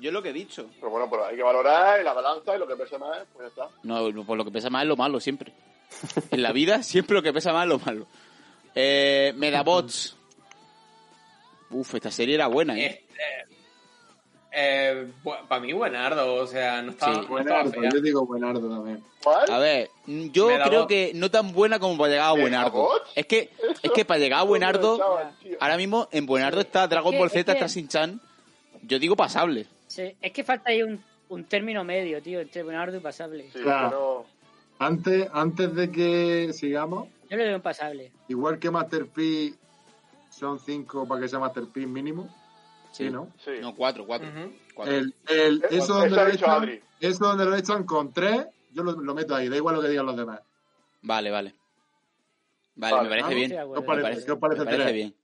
[SPEAKER 2] Yo es lo que he dicho.
[SPEAKER 4] Pero bueno, pero hay que valorar y la balanza y lo que pesa más, pues ya está.
[SPEAKER 2] No, pues lo que pesa más es lo malo, siempre. en la vida, siempre lo que pesa más es lo malo. Eh, Medabots. Uf, esta serie era buena, ¿eh?
[SPEAKER 3] Este, eh, para mí, buenardo. O sea, no estaba,
[SPEAKER 2] Sí.
[SPEAKER 3] no estaba fea.
[SPEAKER 7] pues yo digo buenardo también.
[SPEAKER 4] ¿Cuál?
[SPEAKER 2] A ver, mm, yo
[SPEAKER 3] Medabot.
[SPEAKER 2] creo que no tan buena como para llegar a Buenardo.
[SPEAKER 4] ¿Medabot?
[SPEAKER 2] Es que, es que para llegar a
[SPEAKER 4] ¿Cómo
[SPEAKER 2] Buenardo,
[SPEAKER 4] pensabas, tío?
[SPEAKER 2] ahora mismo en Buenardo está Dragon
[SPEAKER 5] Es que-
[SPEAKER 2] Ball
[SPEAKER 5] es
[SPEAKER 2] Z,
[SPEAKER 5] que-
[SPEAKER 2] está Shin-Chan. Yo digo pasable.
[SPEAKER 5] Sí, es que falta ahí un, un término medio, tío, entre Buenardo y pasable.
[SPEAKER 4] Sí,
[SPEAKER 7] Claro. Antes, antes de que sigamos,
[SPEAKER 5] Yo le doy un pasable.
[SPEAKER 7] igual que Master P son cinco para que sea Master P mínimo. Sí, ¿no?
[SPEAKER 4] pero sí.
[SPEAKER 2] No, cuatro, cuatro.
[SPEAKER 3] Ujú.
[SPEAKER 2] cuatro.
[SPEAKER 7] El, el-
[SPEAKER 4] Eh,
[SPEAKER 7] eso,
[SPEAKER 4] eso
[SPEAKER 7] donde
[SPEAKER 4] ha
[SPEAKER 7] lo
[SPEAKER 4] dicho
[SPEAKER 7] echan,
[SPEAKER 4] Adri.
[SPEAKER 7] eso donde lo echan con tres, yo lo, lo meto ahí, da igual lo que digan los demás.
[SPEAKER 2] Vale, vale. Vale,
[SPEAKER 4] Vale,
[SPEAKER 2] me parece
[SPEAKER 7] ¿no?
[SPEAKER 2] bien.
[SPEAKER 5] Sí,
[SPEAKER 2] Me
[SPEAKER 5] abuelo.
[SPEAKER 7] ¿Qué os
[SPEAKER 5] Bueno,
[SPEAKER 7] parece,
[SPEAKER 2] parece,
[SPEAKER 7] ¿Qué os
[SPEAKER 2] me
[SPEAKER 7] parece
[SPEAKER 2] parece
[SPEAKER 7] tres?
[SPEAKER 2] bien.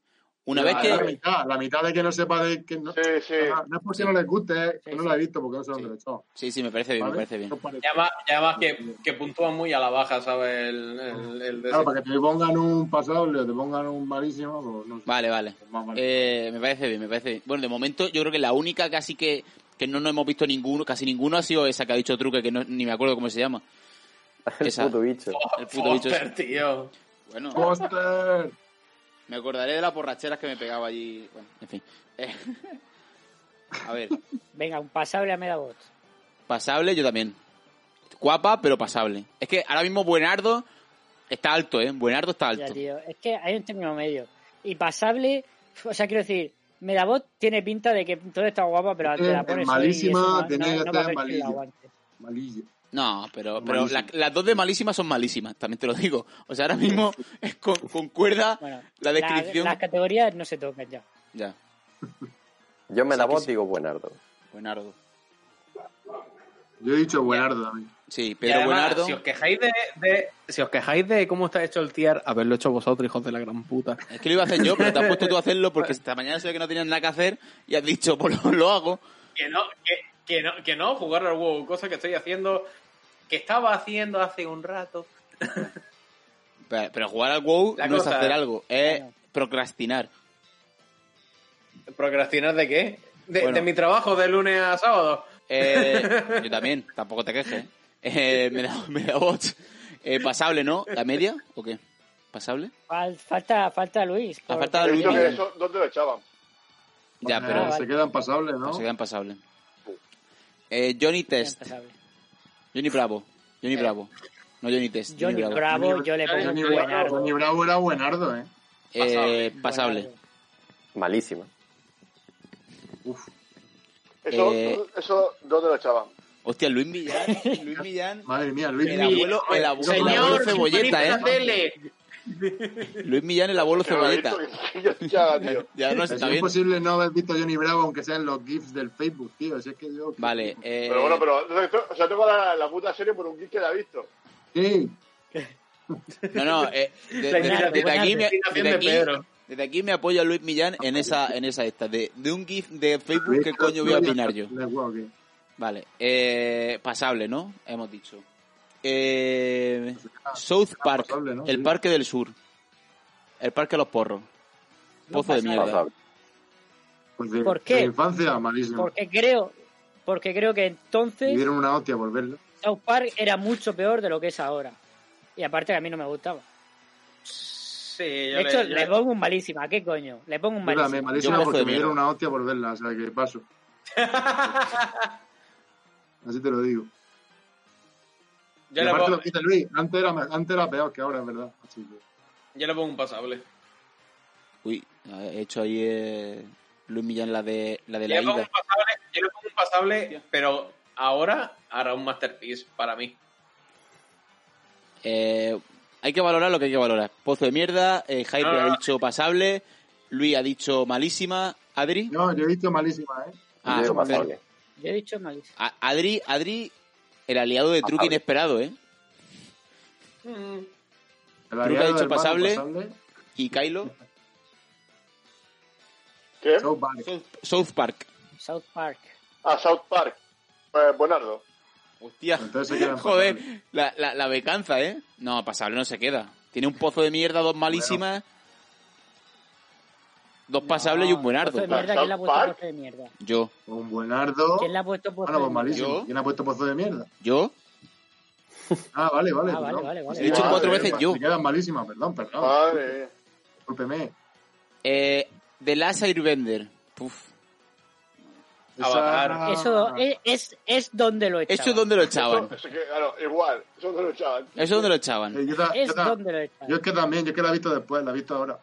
[SPEAKER 2] Una vez
[SPEAKER 5] Vale,
[SPEAKER 7] La
[SPEAKER 2] que...
[SPEAKER 5] vale.
[SPEAKER 7] mitad, la mitad de que no sepa de que no,
[SPEAKER 4] Sí, sí.
[SPEAKER 7] Ajá, no es porque no les guste, es que
[SPEAKER 5] Sí,
[SPEAKER 7] no
[SPEAKER 5] sí.
[SPEAKER 7] la he visto porque no sé dónde
[SPEAKER 2] Sí.
[SPEAKER 7] lo he echado.
[SPEAKER 2] Sí, sí, me parece bien, me
[SPEAKER 7] ¿vale?
[SPEAKER 2] parece bien.
[SPEAKER 7] ¿Qué os parece?
[SPEAKER 3] Y además, y además que, que puntúa muy a la baja, ¿sabes? El, el, el de
[SPEAKER 7] Claro,
[SPEAKER 3] ese.
[SPEAKER 7] para que te pongan un pasable o te pongan un malísimo, pues no sé.
[SPEAKER 2] Vale, vale.
[SPEAKER 7] Más vale.
[SPEAKER 2] Eh, me parece bien, me parece bien. Bueno, de momento yo creo que la única casi que, que no nos hemos visto ninguno, casi ninguno ha sido esa que ha dicho truque, que no- ni me acuerdo cómo se llama.
[SPEAKER 6] El
[SPEAKER 2] esa.
[SPEAKER 6] puto bicho.
[SPEAKER 2] El puto bicho ese.
[SPEAKER 3] Foster, tío.
[SPEAKER 2] Bueno,
[SPEAKER 7] ¡Foster!
[SPEAKER 2] me acordaré de las borracheras que me pegaba allí. Bueno, en fin. Eh, a ver,
[SPEAKER 5] Venga, un pasable a Medabot.
[SPEAKER 2] pasable yo también. Guapa, pero pasable. Es que ahora mismo Buenardo está alto, ¿eh? Buenardo está
[SPEAKER 5] Ya,
[SPEAKER 2] alto.
[SPEAKER 5] tío. Es que hay un término medio. Y pasable, o sea, quiero decir, Medabot tiene pinta de que todo está guapo, pero
[SPEAKER 7] Es
[SPEAKER 5] te la pones hoy y eso
[SPEAKER 7] malísima,
[SPEAKER 5] no- no-
[SPEAKER 7] tenía que
[SPEAKER 5] no va a
[SPEAKER 7] estar
[SPEAKER 5] haber quien la
[SPEAKER 7] malilla.
[SPEAKER 5] aguante.
[SPEAKER 7] Malillo.
[SPEAKER 2] No, pero, pero
[SPEAKER 7] Malísimo.
[SPEAKER 2] la- las dos de malísimas son malísimas, también te lo digo. O sea, ahora mismo es con, concuerda
[SPEAKER 5] Bueno,
[SPEAKER 2] la
[SPEAKER 5] la-
[SPEAKER 2] descripción.
[SPEAKER 5] las categorías no se tocan ya.
[SPEAKER 2] Ya,
[SPEAKER 6] Yo me
[SPEAKER 2] Sí,
[SPEAKER 6] la
[SPEAKER 2] que
[SPEAKER 6] voz,
[SPEAKER 2] sí.
[SPEAKER 6] digo buenardo.
[SPEAKER 2] Buenardo.
[SPEAKER 7] Yo he dicho buenardo también.
[SPEAKER 2] Sí,
[SPEAKER 3] Y
[SPEAKER 2] Pedro
[SPEAKER 3] además,
[SPEAKER 2] Buenardo.
[SPEAKER 3] Si os, quejáis de, de- si os quejáis de cómo está hecho el tier, haberlo hecho vosotros, hijos de la gran puta.
[SPEAKER 2] Es que lo iba a hacer yo, pero te has puesto tú a hacerlo porque esta mañana se ve que no tenías nada que hacer y has dicho, pues lo, lo hago.
[SPEAKER 3] Que no, que, que no, que no, jugar al WoW, cosa que estoy haciendo, que estaba haciendo hace un rato.
[SPEAKER 2] Pero, pero jugar al WoW
[SPEAKER 3] La
[SPEAKER 2] no es
[SPEAKER 3] cosa,
[SPEAKER 2] hacer
[SPEAKER 3] ¿eh?
[SPEAKER 2] algo, es
[SPEAKER 5] Claro.
[SPEAKER 2] procrastinar.
[SPEAKER 3] ¿Procrastinar de qué? De,
[SPEAKER 2] Bueno.
[SPEAKER 3] de mi trabajo de lunes a sábado.
[SPEAKER 2] Eh, yo también, tampoco te quejes. Eh, me da, me da bots. Eh, pasable, ¿no? ¿La media o qué? ¿Pasable?
[SPEAKER 5] Fal- falta, falta Luis. por-
[SPEAKER 2] falta
[SPEAKER 4] He
[SPEAKER 2] Luis.
[SPEAKER 4] dicho que
[SPEAKER 2] Miguel.
[SPEAKER 4] eso, ¿dónde lo echaban?
[SPEAKER 2] Ya,
[SPEAKER 7] Ah,
[SPEAKER 2] pero
[SPEAKER 5] vale.
[SPEAKER 7] Se quedan pasables, ¿no?
[SPEAKER 2] no se quedan pasables. Eh, Johnny Test.
[SPEAKER 5] Pasable.
[SPEAKER 2] Johnny Bravo. Johnny Bravo. No Johnny Test. Johnny,
[SPEAKER 5] Eh,
[SPEAKER 2] Bravo.
[SPEAKER 5] Johnny Bravo,
[SPEAKER 7] Johnny-
[SPEAKER 5] yo le
[SPEAKER 3] Johnny
[SPEAKER 5] pongo
[SPEAKER 7] Johnny
[SPEAKER 5] un
[SPEAKER 7] Bravo-
[SPEAKER 5] buenardo.
[SPEAKER 7] Johnny Bravo era buenardo, ¿eh?
[SPEAKER 2] Eh, pasable.
[SPEAKER 5] Buenardo.
[SPEAKER 6] Malísima.
[SPEAKER 7] Uf.
[SPEAKER 4] Eso,
[SPEAKER 2] Eh.
[SPEAKER 4] eso, ¿dónde lo echaban?
[SPEAKER 2] Hostia, Luis Millán. Luis Millán.
[SPEAKER 7] Madre mía, Luis.
[SPEAKER 2] El abuelo, el abuelo, el abuelo cebolleta, ¿eh? Luis Millán, el abuelo
[SPEAKER 4] Que no lo he
[SPEAKER 2] cebolleta.
[SPEAKER 4] visto, que yo echaba, tío.
[SPEAKER 2] Ya no
[SPEAKER 7] Es
[SPEAKER 2] está bien.
[SPEAKER 7] imposible no haber visto a Johnny Bravo, aunque sean los GIFs del Facebook, tío. Si es que yo...
[SPEAKER 2] Vale, eh,
[SPEAKER 4] Pero bueno, pero. O sea, tengo la, la puta serie por un geek que la ha visto.
[SPEAKER 7] Sí,
[SPEAKER 2] no, no, eh, de- de-
[SPEAKER 5] Bernardo,
[SPEAKER 2] desde, aquí me,
[SPEAKER 3] Bernardo,
[SPEAKER 2] desde, aquí,
[SPEAKER 3] Pedro.
[SPEAKER 2] desde aquí me apoya Luis Millán en esa, en esa esta, de, de un GIF de Facebook, ¿qué coño voy a opinar yo?
[SPEAKER 7] Da igual, que-
[SPEAKER 2] Vale, eh, pasable, ¿no? Hemos dicho. Eh, South Park,
[SPEAKER 7] pasable, ¿no?
[SPEAKER 2] el
[SPEAKER 7] Sí.
[SPEAKER 2] parque del sur, el parque de los porros, pozo de mierda.
[SPEAKER 6] Pasable.
[SPEAKER 7] Pues de,
[SPEAKER 5] ¿Por
[SPEAKER 7] de
[SPEAKER 5] qué?
[SPEAKER 7] la infancia, malísimo.
[SPEAKER 5] Porque creo, porque creo que
[SPEAKER 7] Me
[SPEAKER 5] entonces
[SPEAKER 7] dieron una hostia por verlo.
[SPEAKER 5] South Park era mucho peor de lo que es ahora. Y aparte que a mí no me gustaba.
[SPEAKER 3] Sí, yo
[SPEAKER 5] De hecho,
[SPEAKER 3] yo-
[SPEAKER 5] le pongo un malísima, ¿qué coño? Le pongo un
[SPEAKER 7] Yo también,
[SPEAKER 5] malísima.
[SPEAKER 7] malísima
[SPEAKER 2] Yo me
[SPEAKER 7] porque
[SPEAKER 2] jodí,
[SPEAKER 7] me dieron
[SPEAKER 2] mira.
[SPEAKER 7] una hostia por verla, o sea que paso. Así te lo digo.
[SPEAKER 3] yo
[SPEAKER 7] y
[SPEAKER 3] le
[SPEAKER 7] aparte
[SPEAKER 3] pongo-
[SPEAKER 7] lo que dice Luis, antes era, me- antes era peor que ahora, es verdad. Así que-
[SPEAKER 3] yo le pongo un pasable.
[SPEAKER 2] Uy, he hecho ahí eh, Luis Millán la de la, de
[SPEAKER 3] Yo
[SPEAKER 2] la
[SPEAKER 3] le pongo un
[SPEAKER 2] ida.
[SPEAKER 3] pasable, yo le pongo un pasable, pero ahora hará un masterpiece para mí.
[SPEAKER 2] Eh, hay que valorar lo que hay que valorar. Pozo de mierda, eh, Jaime
[SPEAKER 3] No, no,
[SPEAKER 2] ha
[SPEAKER 3] no.
[SPEAKER 2] dicho pasable, Luis ha dicho malísima, Adri.
[SPEAKER 7] No, yo he visto malísima, ¿eh?
[SPEAKER 2] Ah,
[SPEAKER 6] Yo digo
[SPEAKER 2] pero-
[SPEAKER 6] pasable.
[SPEAKER 5] Yo he dicho malísimo.
[SPEAKER 2] A- Adri, Adri, el aliado de Truque
[SPEAKER 6] Pasable.
[SPEAKER 2] inesperado, ¿eh?
[SPEAKER 7] El
[SPEAKER 2] ha
[SPEAKER 7] aliado
[SPEAKER 2] dicho
[SPEAKER 7] del malo,
[SPEAKER 2] pasable. Y Kylo,
[SPEAKER 4] ¿Qué?
[SPEAKER 7] South Park.
[SPEAKER 2] South, South Park.
[SPEAKER 5] South Park.
[SPEAKER 4] A South Park. Pues Bonardo.
[SPEAKER 2] Hostia,
[SPEAKER 7] Entonces se queda en pasable.
[SPEAKER 2] joder, la, la, la becanza, ¿eh? No, pasable no se queda. Tiene un pozo de mierda, dos malísimas, dos pasables y un
[SPEAKER 5] Pozo
[SPEAKER 2] buenardo.
[SPEAKER 5] de mierda, ¿quién le ha puesto
[SPEAKER 4] South
[SPEAKER 5] pozo de mierda?
[SPEAKER 2] Yo,
[SPEAKER 7] Un buenardo.
[SPEAKER 5] ¿Quién le ha puesto pozo
[SPEAKER 7] Bueno, pues
[SPEAKER 5] de mierda?
[SPEAKER 7] malísimo.
[SPEAKER 2] Yo.
[SPEAKER 7] ¿Quién ha puesto pozo de mierda?
[SPEAKER 2] yo,
[SPEAKER 7] Ah, vale, vale.
[SPEAKER 5] Ah, vale,
[SPEAKER 7] perdón.
[SPEAKER 5] vale, vale.
[SPEAKER 2] He dicho
[SPEAKER 7] Madre,
[SPEAKER 2] cuatro veces
[SPEAKER 7] pa-
[SPEAKER 2] yo. Ah.
[SPEAKER 7] Se quedan malísimas, perdón, perdón.
[SPEAKER 4] Madre mía.
[SPEAKER 7] Discúlpeme.
[SPEAKER 2] eh, The Last Airbender. Puf.
[SPEAKER 3] Avatar.
[SPEAKER 5] Eso es, es, es donde lo echaba.
[SPEAKER 2] Eso es donde lo echaban.
[SPEAKER 4] Eso- eso que, claro, igual. Eso no lo echaban.
[SPEAKER 2] Eso es donde lo echaban.
[SPEAKER 7] Eh, yo, ta- yo
[SPEAKER 5] Es
[SPEAKER 7] ta-
[SPEAKER 5] donde lo echaba.
[SPEAKER 7] yo es que también, yo es que la he visto después, la he visto ahora.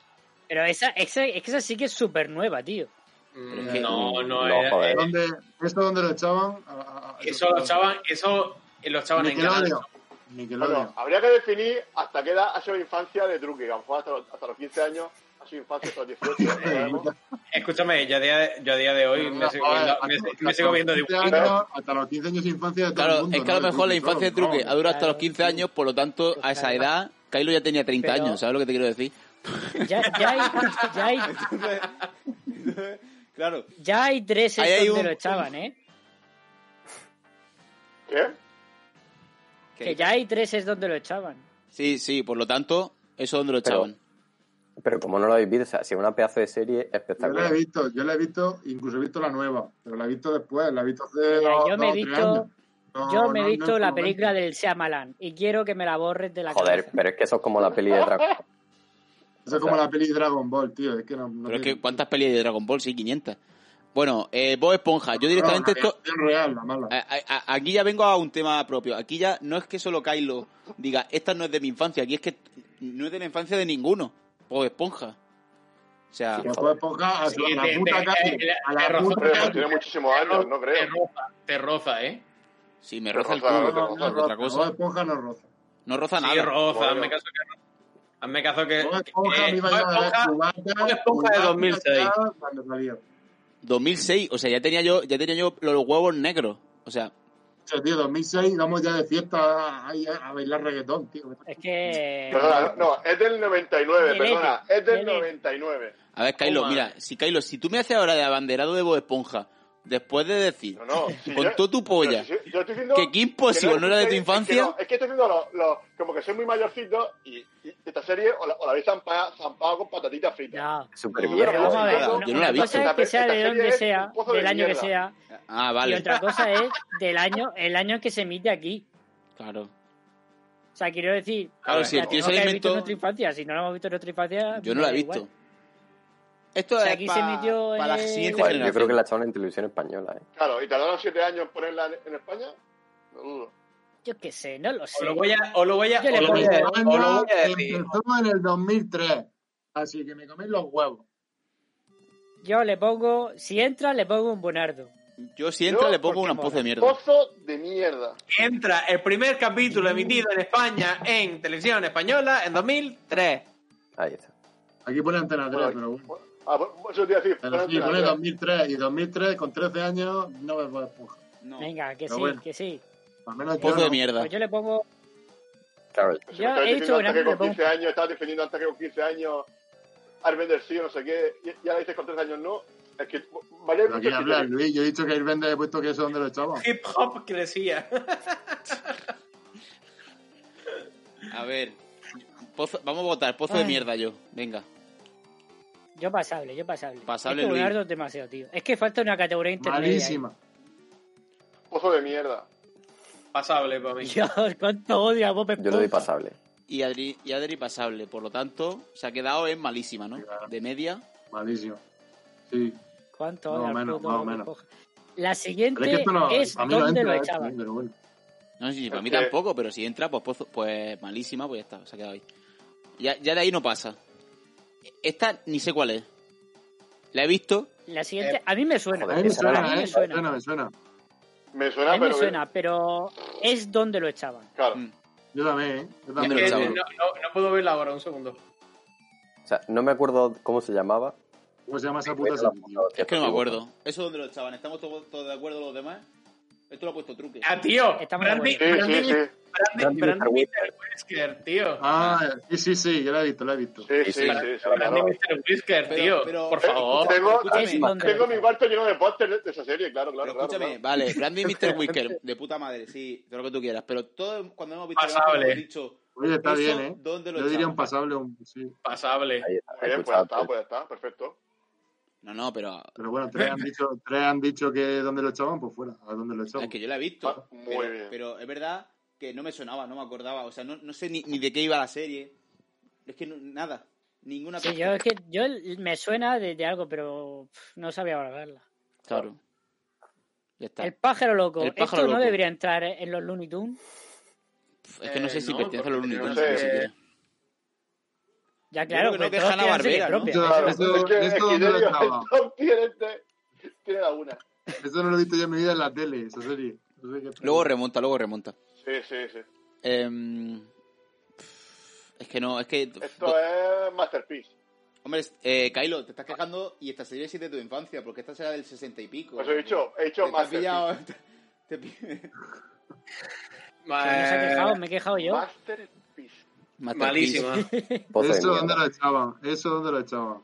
[SPEAKER 5] Pero esa, esa, es que esa sí que es súper nueva, tío.
[SPEAKER 3] Mm,
[SPEAKER 2] es que-
[SPEAKER 3] no,
[SPEAKER 6] No,
[SPEAKER 3] no, eh,
[SPEAKER 6] joder.
[SPEAKER 3] eh,
[SPEAKER 7] ¿Dónde, ¿Esto dónde lo echaban? A- a- a-
[SPEAKER 3] Eso lo echaban, eso eh, lo echaban en canal.
[SPEAKER 7] Nickelodeon.
[SPEAKER 4] Bueno,
[SPEAKER 7] Nickelodeon.
[SPEAKER 4] habría que definir hasta qué edad ha sido infancia de Truque. que A lo mejor hasta los, hasta los 15 años ha sido infancia hasta los 18. no sabemos.
[SPEAKER 3] Escúchame, yo a día, yo a día de hoy me sigo
[SPEAKER 7] Joder,
[SPEAKER 3] viendo,
[SPEAKER 7] hasta-
[SPEAKER 3] me-
[SPEAKER 7] hasta
[SPEAKER 3] me sigo
[SPEAKER 7] los
[SPEAKER 3] viendo
[SPEAKER 7] 15
[SPEAKER 3] dibujitos.
[SPEAKER 7] años- Hasta los 15 años de infancia de todo el
[SPEAKER 2] Claro,
[SPEAKER 7] mundo,
[SPEAKER 2] es que a lo
[SPEAKER 7] ¿no? De
[SPEAKER 2] mejor la
[SPEAKER 7] Truque, claro,
[SPEAKER 2] infancia de Truque ha
[SPEAKER 7] vamos.
[SPEAKER 2] durado hasta los
[SPEAKER 5] Claro,
[SPEAKER 2] 15
[SPEAKER 5] sí.
[SPEAKER 2] años, por lo tanto, a esa edad, Kylo ya tenía 30
[SPEAKER 5] Pero-
[SPEAKER 2] años, ¿sabes lo que te quiero decir?
[SPEAKER 5] Ya, ya, hay, ya, hay,
[SPEAKER 2] Claro.
[SPEAKER 5] ya hay tres es
[SPEAKER 2] Ahí hay
[SPEAKER 5] donde
[SPEAKER 2] un-
[SPEAKER 5] lo echaban, ¿eh?
[SPEAKER 4] ¿Qué?
[SPEAKER 5] Que ya hay tres es donde lo echaban.
[SPEAKER 2] Sí, sí, por lo tanto, eso es donde lo
[SPEAKER 6] Pero-
[SPEAKER 2] echaban.
[SPEAKER 6] Pero como no lo habéis visto, o sea, si es una pedazo de serie
[SPEAKER 7] Yo la he
[SPEAKER 6] espectacular.
[SPEAKER 7] visto, yo la he visto, incluso he visto la nueva, pero la he visto después, la he visto hace
[SPEAKER 5] Mira,
[SPEAKER 7] dos,
[SPEAKER 5] yo me he
[SPEAKER 7] dos o tres
[SPEAKER 5] visto-
[SPEAKER 7] años. No,
[SPEAKER 5] Yo me he
[SPEAKER 7] no, no
[SPEAKER 5] visto
[SPEAKER 7] en su
[SPEAKER 5] la
[SPEAKER 7] momento.
[SPEAKER 5] película del Shyamalan y quiero que me la borres de la
[SPEAKER 6] Joder,
[SPEAKER 5] cabeza.
[SPEAKER 6] pero es que eso es como la peli de Dragon Ball.
[SPEAKER 7] Eso es como la peli de Dragon Ball, tío. Es que no, no
[SPEAKER 2] Pero es
[SPEAKER 7] tiene-
[SPEAKER 2] que, ¿cuántas pelis de Dragon Ball? Sí, 500. Bueno, eh, Bob Esponja, yo directamente
[SPEAKER 7] No, la
[SPEAKER 2] esto... Eh,
[SPEAKER 7] reacción real, la mala.
[SPEAKER 2] a- a- a- Aquí ya vengo a un tema propio. Aquí ya no es que solo Kylo diga, esta no es de mi infancia, aquí es que no es de la infancia de ninguno. Bob Esponja. O sea,
[SPEAKER 7] Que fue poca a,
[SPEAKER 3] Sí,
[SPEAKER 7] a
[SPEAKER 3] te-
[SPEAKER 7] la puta
[SPEAKER 3] te-
[SPEAKER 7] calle.
[SPEAKER 3] eh,
[SPEAKER 7] A
[SPEAKER 3] te
[SPEAKER 7] la
[SPEAKER 3] rozó.
[SPEAKER 7] puta
[SPEAKER 4] Hombre, pues
[SPEAKER 7] calle.
[SPEAKER 4] tiene muchísimos años, no
[SPEAKER 3] Te
[SPEAKER 4] creo.
[SPEAKER 3] roza, te roza, ¿eh?
[SPEAKER 2] si me roza el
[SPEAKER 4] Roza,
[SPEAKER 2] culo.
[SPEAKER 4] roza.
[SPEAKER 7] No, no
[SPEAKER 2] Ah, otra
[SPEAKER 7] roza.
[SPEAKER 2] cosa.
[SPEAKER 7] Bob Esponja no roza.
[SPEAKER 2] No roza
[SPEAKER 3] Sí,
[SPEAKER 2] nada.
[SPEAKER 3] roza,
[SPEAKER 4] Bueno.
[SPEAKER 3] hazme caso que no. Hazme caso
[SPEAKER 5] Eh,
[SPEAKER 3] que. eh,
[SPEAKER 7] Bob Esponja a
[SPEAKER 3] que-
[SPEAKER 7] mí me
[SPEAKER 3] Bob
[SPEAKER 7] iba a dar
[SPEAKER 3] Esponja-
[SPEAKER 7] cubata.
[SPEAKER 3] Bob Esponja de
[SPEAKER 7] cubata
[SPEAKER 3] 2006.
[SPEAKER 7] ya Cuando salía.
[SPEAKER 2] 2006, o sea, ya tenía yo, ya tenía yo los huevos negros. O sea,
[SPEAKER 7] O sea, tío, 2006 íbamos ya de fiesta ahí a, a bailar reggaetón, tío.
[SPEAKER 5] Es que...
[SPEAKER 4] Perdona, no, es del 99,
[SPEAKER 5] Del
[SPEAKER 4] perdona. Es del
[SPEAKER 5] del
[SPEAKER 4] 99.
[SPEAKER 2] a ver, Kylo,
[SPEAKER 3] Toma.
[SPEAKER 2] mira, si Kylo, si tú me haces ahora de abanderado de Bob Esponja, después de decir,
[SPEAKER 4] No, no. si
[SPEAKER 2] con
[SPEAKER 4] yo-
[SPEAKER 2] todo tu
[SPEAKER 4] Pero
[SPEAKER 2] polla,
[SPEAKER 4] si- si- yo estoy diciendo
[SPEAKER 2] que Kim Possible
[SPEAKER 4] que
[SPEAKER 2] no era de tu
[SPEAKER 4] es que
[SPEAKER 2] infancia.
[SPEAKER 4] no, es que estoy diciendo lo- lo- como que soy muy mayorcito y, y esta serie o la, o la habéis zampa- zampado con patatitas fritas.
[SPEAKER 5] No,
[SPEAKER 6] Súper
[SPEAKER 2] No,
[SPEAKER 6] bien.
[SPEAKER 5] pero vamos a ver,
[SPEAKER 2] Yo no
[SPEAKER 5] no,
[SPEAKER 2] la he
[SPEAKER 5] una
[SPEAKER 2] visto.
[SPEAKER 5] cosa es
[SPEAKER 4] Esta
[SPEAKER 5] que
[SPEAKER 4] pe-
[SPEAKER 5] sea de
[SPEAKER 4] esta
[SPEAKER 5] donde
[SPEAKER 4] serie es
[SPEAKER 5] sea,
[SPEAKER 4] un pozo de
[SPEAKER 5] del año que
[SPEAKER 4] mierda.
[SPEAKER 5] sea,
[SPEAKER 2] ah,
[SPEAKER 5] y
[SPEAKER 2] vale,
[SPEAKER 5] otra cosa es del año, el año que se emite aquí.
[SPEAKER 2] claro.
[SPEAKER 5] O sea, quiero decir,
[SPEAKER 2] Claro,
[SPEAKER 3] ver,
[SPEAKER 2] si el tío
[SPEAKER 5] la tenemos
[SPEAKER 2] se
[SPEAKER 5] que
[SPEAKER 2] la
[SPEAKER 5] haber visto en
[SPEAKER 2] inventó,
[SPEAKER 5] nuestra infancia, si no la hemos visto en nuestra infancia...
[SPEAKER 2] yo no
[SPEAKER 5] me
[SPEAKER 2] la
[SPEAKER 5] da
[SPEAKER 2] he
[SPEAKER 5] igual.
[SPEAKER 2] visto. Esto
[SPEAKER 5] O sea,
[SPEAKER 2] es
[SPEAKER 5] aquí se
[SPEAKER 2] para
[SPEAKER 5] metió
[SPEAKER 2] la
[SPEAKER 5] en-
[SPEAKER 2] siguiente
[SPEAKER 6] Joder, yo
[SPEAKER 2] generación.
[SPEAKER 6] creo que la echaron en televisión española, ¿eh?
[SPEAKER 4] Claro, y tardaron siete años en ponerla en, en España. No dudo.
[SPEAKER 5] Yo qué sé, no lo
[SPEAKER 3] O
[SPEAKER 7] Pues
[SPEAKER 5] sé.
[SPEAKER 3] lo voy a. O lo voy a.
[SPEAKER 5] Yo le
[SPEAKER 3] O lo voy
[SPEAKER 5] pongo-
[SPEAKER 3] a. O lo
[SPEAKER 7] España
[SPEAKER 3] voy a decir.
[SPEAKER 7] empezó en el 2003. Así que me coméis los huevos.
[SPEAKER 5] Yo le pongo, si entra, le pongo un buenardo.
[SPEAKER 2] Yo si entra
[SPEAKER 4] Yo,
[SPEAKER 2] le pongo
[SPEAKER 5] porque
[SPEAKER 2] una pozo de
[SPEAKER 5] mola.
[SPEAKER 2] mierda.
[SPEAKER 4] Pozo de mierda.
[SPEAKER 3] Entra el primer capítulo emitido en España en televisión española en 2003.
[SPEAKER 6] Ahí está.
[SPEAKER 7] Aquí pone antena 3,
[SPEAKER 4] Bueno,
[SPEAKER 7] pero bueno.
[SPEAKER 4] Ah, pues, eso te iba a decir.
[SPEAKER 7] Pero sí,
[SPEAKER 4] Antena
[SPEAKER 7] pone
[SPEAKER 4] tres.
[SPEAKER 7] 2003. Y 2003, con 13 años, no me voy a empujar.
[SPEAKER 2] No.
[SPEAKER 5] Venga, que
[SPEAKER 7] Pero
[SPEAKER 5] sí,
[SPEAKER 7] bueno.
[SPEAKER 5] que sí.
[SPEAKER 7] Al menos yo
[SPEAKER 2] Pozo de
[SPEAKER 7] no.
[SPEAKER 2] mierda.
[SPEAKER 5] Pues yo le pongo,
[SPEAKER 6] Claro,
[SPEAKER 4] Pues,
[SPEAKER 5] yo
[SPEAKER 4] estabas
[SPEAKER 5] he dicho
[SPEAKER 4] diciendo antes
[SPEAKER 5] buenardo,
[SPEAKER 4] que
[SPEAKER 5] le
[SPEAKER 4] con
[SPEAKER 5] pongo
[SPEAKER 4] 15 años, estabas defendiendo antes que con 15 años Airbender sí o no sé qué, y, y ahora dices con 3 años no. Es que vaya
[SPEAKER 7] Pero aquí habla Luis. Yo he dicho que Airbender he puesto que eso es donde lo echaban.
[SPEAKER 3] Hip hop crecía.
[SPEAKER 2] A ver, pozo- vamos a votar, pozo de
[SPEAKER 5] Ay.
[SPEAKER 2] mierda yo. Venga.
[SPEAKER 5] Yo pasable, yo pasable.
[SPEAKER 2] Pasable,
[SPEAKER 5] es que
[SPEAKER 2] Luis.
[SPEAKER 5] Leonardo es demasiado, tío. Es que falta una categoría intermedia. ahí.
[SPEAKER 7] Malísima.
[SPEAKER 4] pozo de mierda.
[SPEAKER 3] Pasable para mí.
[SPEAKER 5] Dios, cuánto odio a Bob
[SPEAKER 6] yo lo doy
[SPEAKER 5] Esponja.
[SPEAKER 6] pasable.
[SPEAKER 2] Y Adri, y Adri pasable, por lo tanto, se ha quedado en malísima, ¿no?
[SPEAKER 7] Claro.
[SPEAKER 2] De media.
[SPEAKER 7] Malísima. Sí.
[SPEAKER 5] Cuánto
[SPEAKER 7] Más o
[SPEAKER 5] odio al
[SPEAKER 7] menos,
[SPEAKER 5] puto
[SPEAKER 7] más o
[SPEAKER 5] Bob
[SPEAKER 7] menos.
[SPEAKER 5] Esponja. La
[SPEAKER 7] Pero es
[SPEAKER 5] siguiente
[SPEAKER 7] que
[SPEAKER 5] es,
[SPEAKER 7] esto no. a mí no
[SPEAKER 5] donde
[SPEAKER 7] entra.
[SPEAKER 5] lo
[SPEAKER 7] esto,
[SPEAKER 5] echaban.
[SPEAKER 7] pero bueno.
[SPEAKER 2] No sé si para mí
[SPEAKER 4] Es que-
[SPEAKER 2] tampoco, pero si entra, pues, pozo- pues malísima, pues ya está, se ha quedado ahí. Ya, ya de ahí no pasa. Esta ni sé cuál es. La he visto.
[SPEAKER 5] La siguiente, a mí me suena.
[SPEAKER 7] A mí me
[SPEAKER 6] Esa era
[SPEAKER 7] suena,
[SPEAKER 5] la-
[SPEAKER 7] ¿eh? Me
[SPEAKER 5] suena.
[SPEAKER 7] suena, me suena.
[SPEAKER 4] Me
[SPEAKER 5] A
[SPEAKER 4] suena,
[SPEAKER 5] mí me
[SPEAKER 4] pero. que-
[SPEAKER 5] suena, pero es donde lo echaban.
[SPEAKER 4] Claro.
[SPEAKER 2] Mm.
[SPEAKER 7] Yo también, ¿eh? Yo
[SPEAKER 3] Es
[SPEAKER 7] también.
[SPEAKER 2] Hombre,
[SPEAKER 3] que
[SPEAKER 2] lo
[SPEAKER 3] no,
[SPEAKER 2] sabe.
[SPEAKER 3] no- no puedo verla ahora, un segundo.
[SPEAKER 6] O sea, no me acuerdo cómo se llamaba.
[SPEAKER 7] ¿Cómo se llama esa puta serie, tío?
[SPEAKER 2] Es que no me acuerdo. Eso donde lo echaban. ¿Estamos todos, todos de acuerdo los demás? Esto lo ha puesto truque.
[SPEAKER 3] ¡Ah, tío!
[SPEAKER 5] Estamos
[SPEAKER 3] Brandy,
[SPEAKER 4] Sí, sí,
[SPEAKER 3] Brandy,
[SPEAKER 4] sí.
[SPEAKER 3] Brandy,
[SPEAKER 6] Brandy
[SPEAKER 3] Brandy
[SPEAKER 6] Whisker.
[SPEAKER 3] Mr. Whisker, tío.
[SPEAKER 7] Ah, sí, sí, sí, yo la he visto, la he visto.
[SPEAKER 4] Sí, sí,
[SPEAKER 6] Sí,
[SPEAKER 4] sí. sí,
[SPEAKER 6] sí.
[SPEAKER 3] Brandy
[SPEAKER 4] claro. Eh,
[SPEAKER 3] Mr. Whisker,
[SPEAKER 2] Pero-
[SPEAKER 3] tío.
[SPEAKER 2] pero-
[SPEAKER 3] Por
[SPEAKER 2] pero-
[SPEAKER 3] favor.
[SPEAKER 4] Tengo,
[SPEAKER 2] Escúchame,
[SPEAKER 5] Es donde lo
[SPEAKER 4] tengo mi
[SPEAKER 5] echaban.
[SPEAKER 4] cuarto lleno de pósteres de esa serie, claro, claro.
[SPEAKER 2] Pero
[SPEAKER 4] claro,
[SPEAKER 2] escúchame,
[SPEAKER 4] claro.
[SPEAKER 2] vale, Brandy y Mr. Whisker, de puta madre, sí, todo lo que tú quieras. Pero todo, cuando hemos visto
[SPEAKER 3] Pasable.
[SPEAKER 2] hemos dicho,
[SPEAKER 7] Oye, está
[SPEAKER 2] eso,
[SPEAKER 7] bien, ¿eh?
[SPEAKER 2] ¿dónde lo
[SPEAKER 7] Yo diría
[SPEAKER 2] echaban?
[SPEAKER 7] un pasable, un... sí.
[SPEAKER 3] Pasable.
[SPEAKER 6] Ahí está,
[SPEAKER 4] Muy bien, pues ya
[SPEAKER 6] escuchaba,
[SPEAKER 4] está, pues ya está, perfecto.
[SPEAKER 2] No, no, pero
[SPEAKER 7] Pero bueno, tres han dicho, tres han dicho que donde lo echaban, pues fuera, a donde lo
[SPEAKER 2] es
[SPEAKER 7] echaban.
[SPEAKER 2] que yo la he visto.
[SPEAKER 4] Ah, muy
[SPEAKER 2] pero,
[SPEAKER 4] bien.
[SPEAKER 2] pero es verdad que no me sonaba, no me acordaba. O sea, no, no sé ni, ni de qué iba la serie. Es que no- nada, ninguna
[SPEAKER 5] Sí,
[SPEAKER 2] pista.
[SPEAKER 5] yo es que yo me suena de, de algo, pero pff, no sabía valorarla.
[SPEAKER 2] Claro. Ya está.
[SPEAKER 5] El pájaro loco.
[SPEAKER 2] El pájaro
[SPEAKER 5] Esto
[SPEAKER 2] loco.
[SPEAKER 5] no debería entrar en los Looney Tunes,
[SPEAKER 2] Pff, es que no sé
[SPEAKER 3] Eh,
[SPEAKER 2] si
[SPEAKER 3] no,
[SPEAKER 2] pertenece a los
[SPEAKER 3] porque
[SPEAKER 2] únicos.
[SPEAKER 4] no sé.
[SPEAKER 5] Ya
[SPEAKER 2] creo
[SPEAKER 5] claro,
[SPEAKER 2] que
[SPEAKER 5] pero
[SPEAKER 2] no, que
[SPEAKER 5] todos
[SPEAKER 2] Hanna
[SPEAKER 5] tienen serie
[SPEAKER 2] Barbera, ¿no?
[SPEAKER 5] propia.
[SPEAKER 7] Yo-
[SPEAKER 4] Claro,
[SPEAKER 7] eso-
[SPEAKER 4] es que,
[SPEAKER 7] eso
[SPEAKER 4] es que
[SPEAKER 7] donde
[SPEAKER 4] yo
[SPEAKER 7] lo
[SPEAKER 4] digo,
[SPEAKER 7] echaban.
[SPEAKER 4] el top tiene, este- tiene alguna.
[SPEAKER 7] Eso no lo he visto yo en mi vida en la tele, esa serie. No sé qué tal.
[SPEAKER 2] Luego remonta, luego remonta.
[SPEAKER 4] Sí, sí, sí.
[SPEAKER 2] Em, pff, es que no, es que...
[SPEAKER 4] Esto es Masterpiece.
[SPEAKER 2] Hombre, eh, Kylo, te estás quejando y esta serie es de tu infancia, porque esta será del 60 y pico.
[SPEAKER 4] Pues he dicho, he
[SPEAKER 2] Te-
[SPEAKER 4] dicho
[SPEAKER 2] te has
[SPEAKER 4] Masterpiece.
[SPEAKER 2] pillado- te- te-
[SPEAKER 5] Pero no se ha
[SPEAKER 3] Eh,
[SPEAKER 5] quejado, me he quejado yo.
[SPEAKER 4] Masterpiece.
[SPEAKER 3] Malísima.
[SPEAKER 6] Pozo de
[SPEAKER 7] Eso
[SPEAKER 6] mierda.
[SPEAKER 7] donde lo echaban, eso donde lo echaban.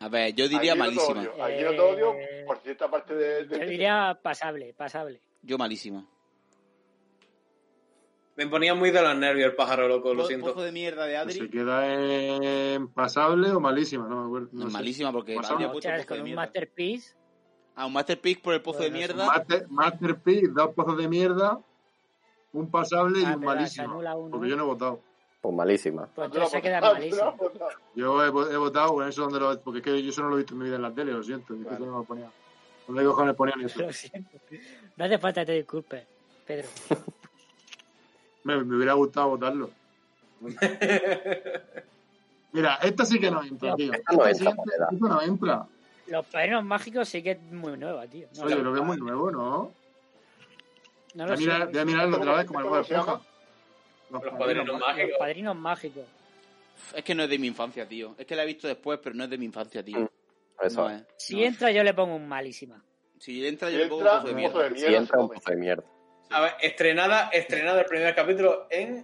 [SPEAKER 2] A ver, yo diría
[SPEAKER 4] Aquí no te
[SPEAKER 2] malísima.
[SPEAKER 4] odio, Aquí no te odio por cierta parte de... de-
[SPEAKER 5] Yo diría pasable, pasable.
[SPEAKER 2] Yo malísima.
[SPEAKER 3] Me ponía muy de los nervios el pájaro loco, lo
[SPEAKER 2] Po-
[SPEAKER 3] siento.
[SPEAKER 2] Pozo de mierda de
[SPEAKER 7] Pues se
[SPEAKER 2] Adri.
[SPEAKER 7] queda en pasable o malísima, no me acuerdo.
[SPEAKER 2] No,
[SPEAKER 7] No
[SPEAKER 2] es
[SPEAKER 7] sé.
[SPEAKER 2] malísima porque
[SPEAKER 7] Pues
[SPEAKER 2] Adri
[SPEAKER 7] Yo
[SPEAKER 5] Vamos,
[SPEAKER 2] ha puesto
[SPEAKER 5] ostras,
[SPEAKER 2] pozo
[SPEAKER 5] con
[SPEAKER 2] de
[SPEAKER 5] un
[SPEAKER 2] mierda.
[SPEAKER 5] masterpiece.
[SPEAKER 2] Ah, un masterpiece por el pozo de
[SPEAKER 5] Bueno, es un
[SPEAKER 2] mierda.
[SPEAKER 7] Master, Masterpiece, dos pozos de mierda, un pasable
[SPEAKER 5] Ah,
[SPEAKER 7] y un
[SPEAKER 5] pero se
[SPEAKER 7] malísimo.
[SPEAKER 5] anula uno.
[SPEAKER 7] Porque yo no he votado.
[SPEAKER 6] Pues malísima.
[SPEAKER 5] Pues
[SPEAKER 4] Tú la
[SPEAKER 5] entonces se queda
[SPEAKER 4] votas,
[SPEAKER 5] malísimo.
[SPEAKER 4] tú la votas.
[SPEAKER 7] Yo he, vo- he votado con eso donde lo. Porque es que yo eso no lo he visto en mi vida en la tele, lo siento. es que
[SPEAKER 4] Vale.
[SPEAKER 7] eso no lo ponía. ¿Dónde cojones ponían eso?
[SPEAKER 5] Lo siento. No hace falta que te disculpes, Pedro.
[SPEAKER 7] Me, me hubiera gustado votarlo. Mira, esta sí que no entra, tío.
[SPEAKER 6] Esta no
[SPEAKER 7] Esta
[SPEAKER 6] entra,
[SPEAKER 7] sí-
[SPEAKER 6] moneda.
[SPEAKER 7] esta no entra.
[SPEAKER 5] Los padrinos mágicos sí que es muy nueva, tío. No,
[SPEAKER 7] Oye,
[SPEAKER 5] lo-
[SPEAKER 7] lo que es muy nuevo, ¿no?
[SPEAKER 5] no
[SPEAKER 7] Voy
[SPEAKER 5] lo
[SPEAKER 7] a,
[SPEAKER 5] sé.
[SPEAKER 7] mirar, voy a mirarlo otra vez como el
[SPEAKER 4] ¿Cómo
[SPEAKER 7] Bob
[SPEAKER 4] se llama?
[SPEAKER 7] Esponja. Los
[SPEAKER 3] Los
[SPEAKER 7] padrinos.
[SPEAKER 3] padrinos
[SPEAKER 5] Los
[SPEAKER 3] mágicos.
[SPEAKER 5] padrinos mágicos.
[SPEAKER 2] Es que no es de mi infancia, tío. Es que la he visto después, pero no es de mi infancia, tío.
[SPEAKER 6] Mm, Por eso.
[SPEAKER 2] No es.
[SPEAKER 5] Si
[SPEAKER 2] no es.
[SPEAKER 5] entra, yo le pongo un malísima.
[SPEAKER 2] Si entra, yo le pongo
[SPEAKER 4] Entra
[SPEAKER 2] pozo de
[SPEAKER 4] un pozo
[SPEAKER 2] mierda.
[SPEAKER 4] de
[SPEAKER 6] Si
[SPEAKER 4] mierda, se
[SPEAKER 6] entra un
[SPEAKER 4] come.
[SPEAKER 6] pozo de mierda.
[SPEAKER 3] A ver, estrenada, estrenada el primer capítulo en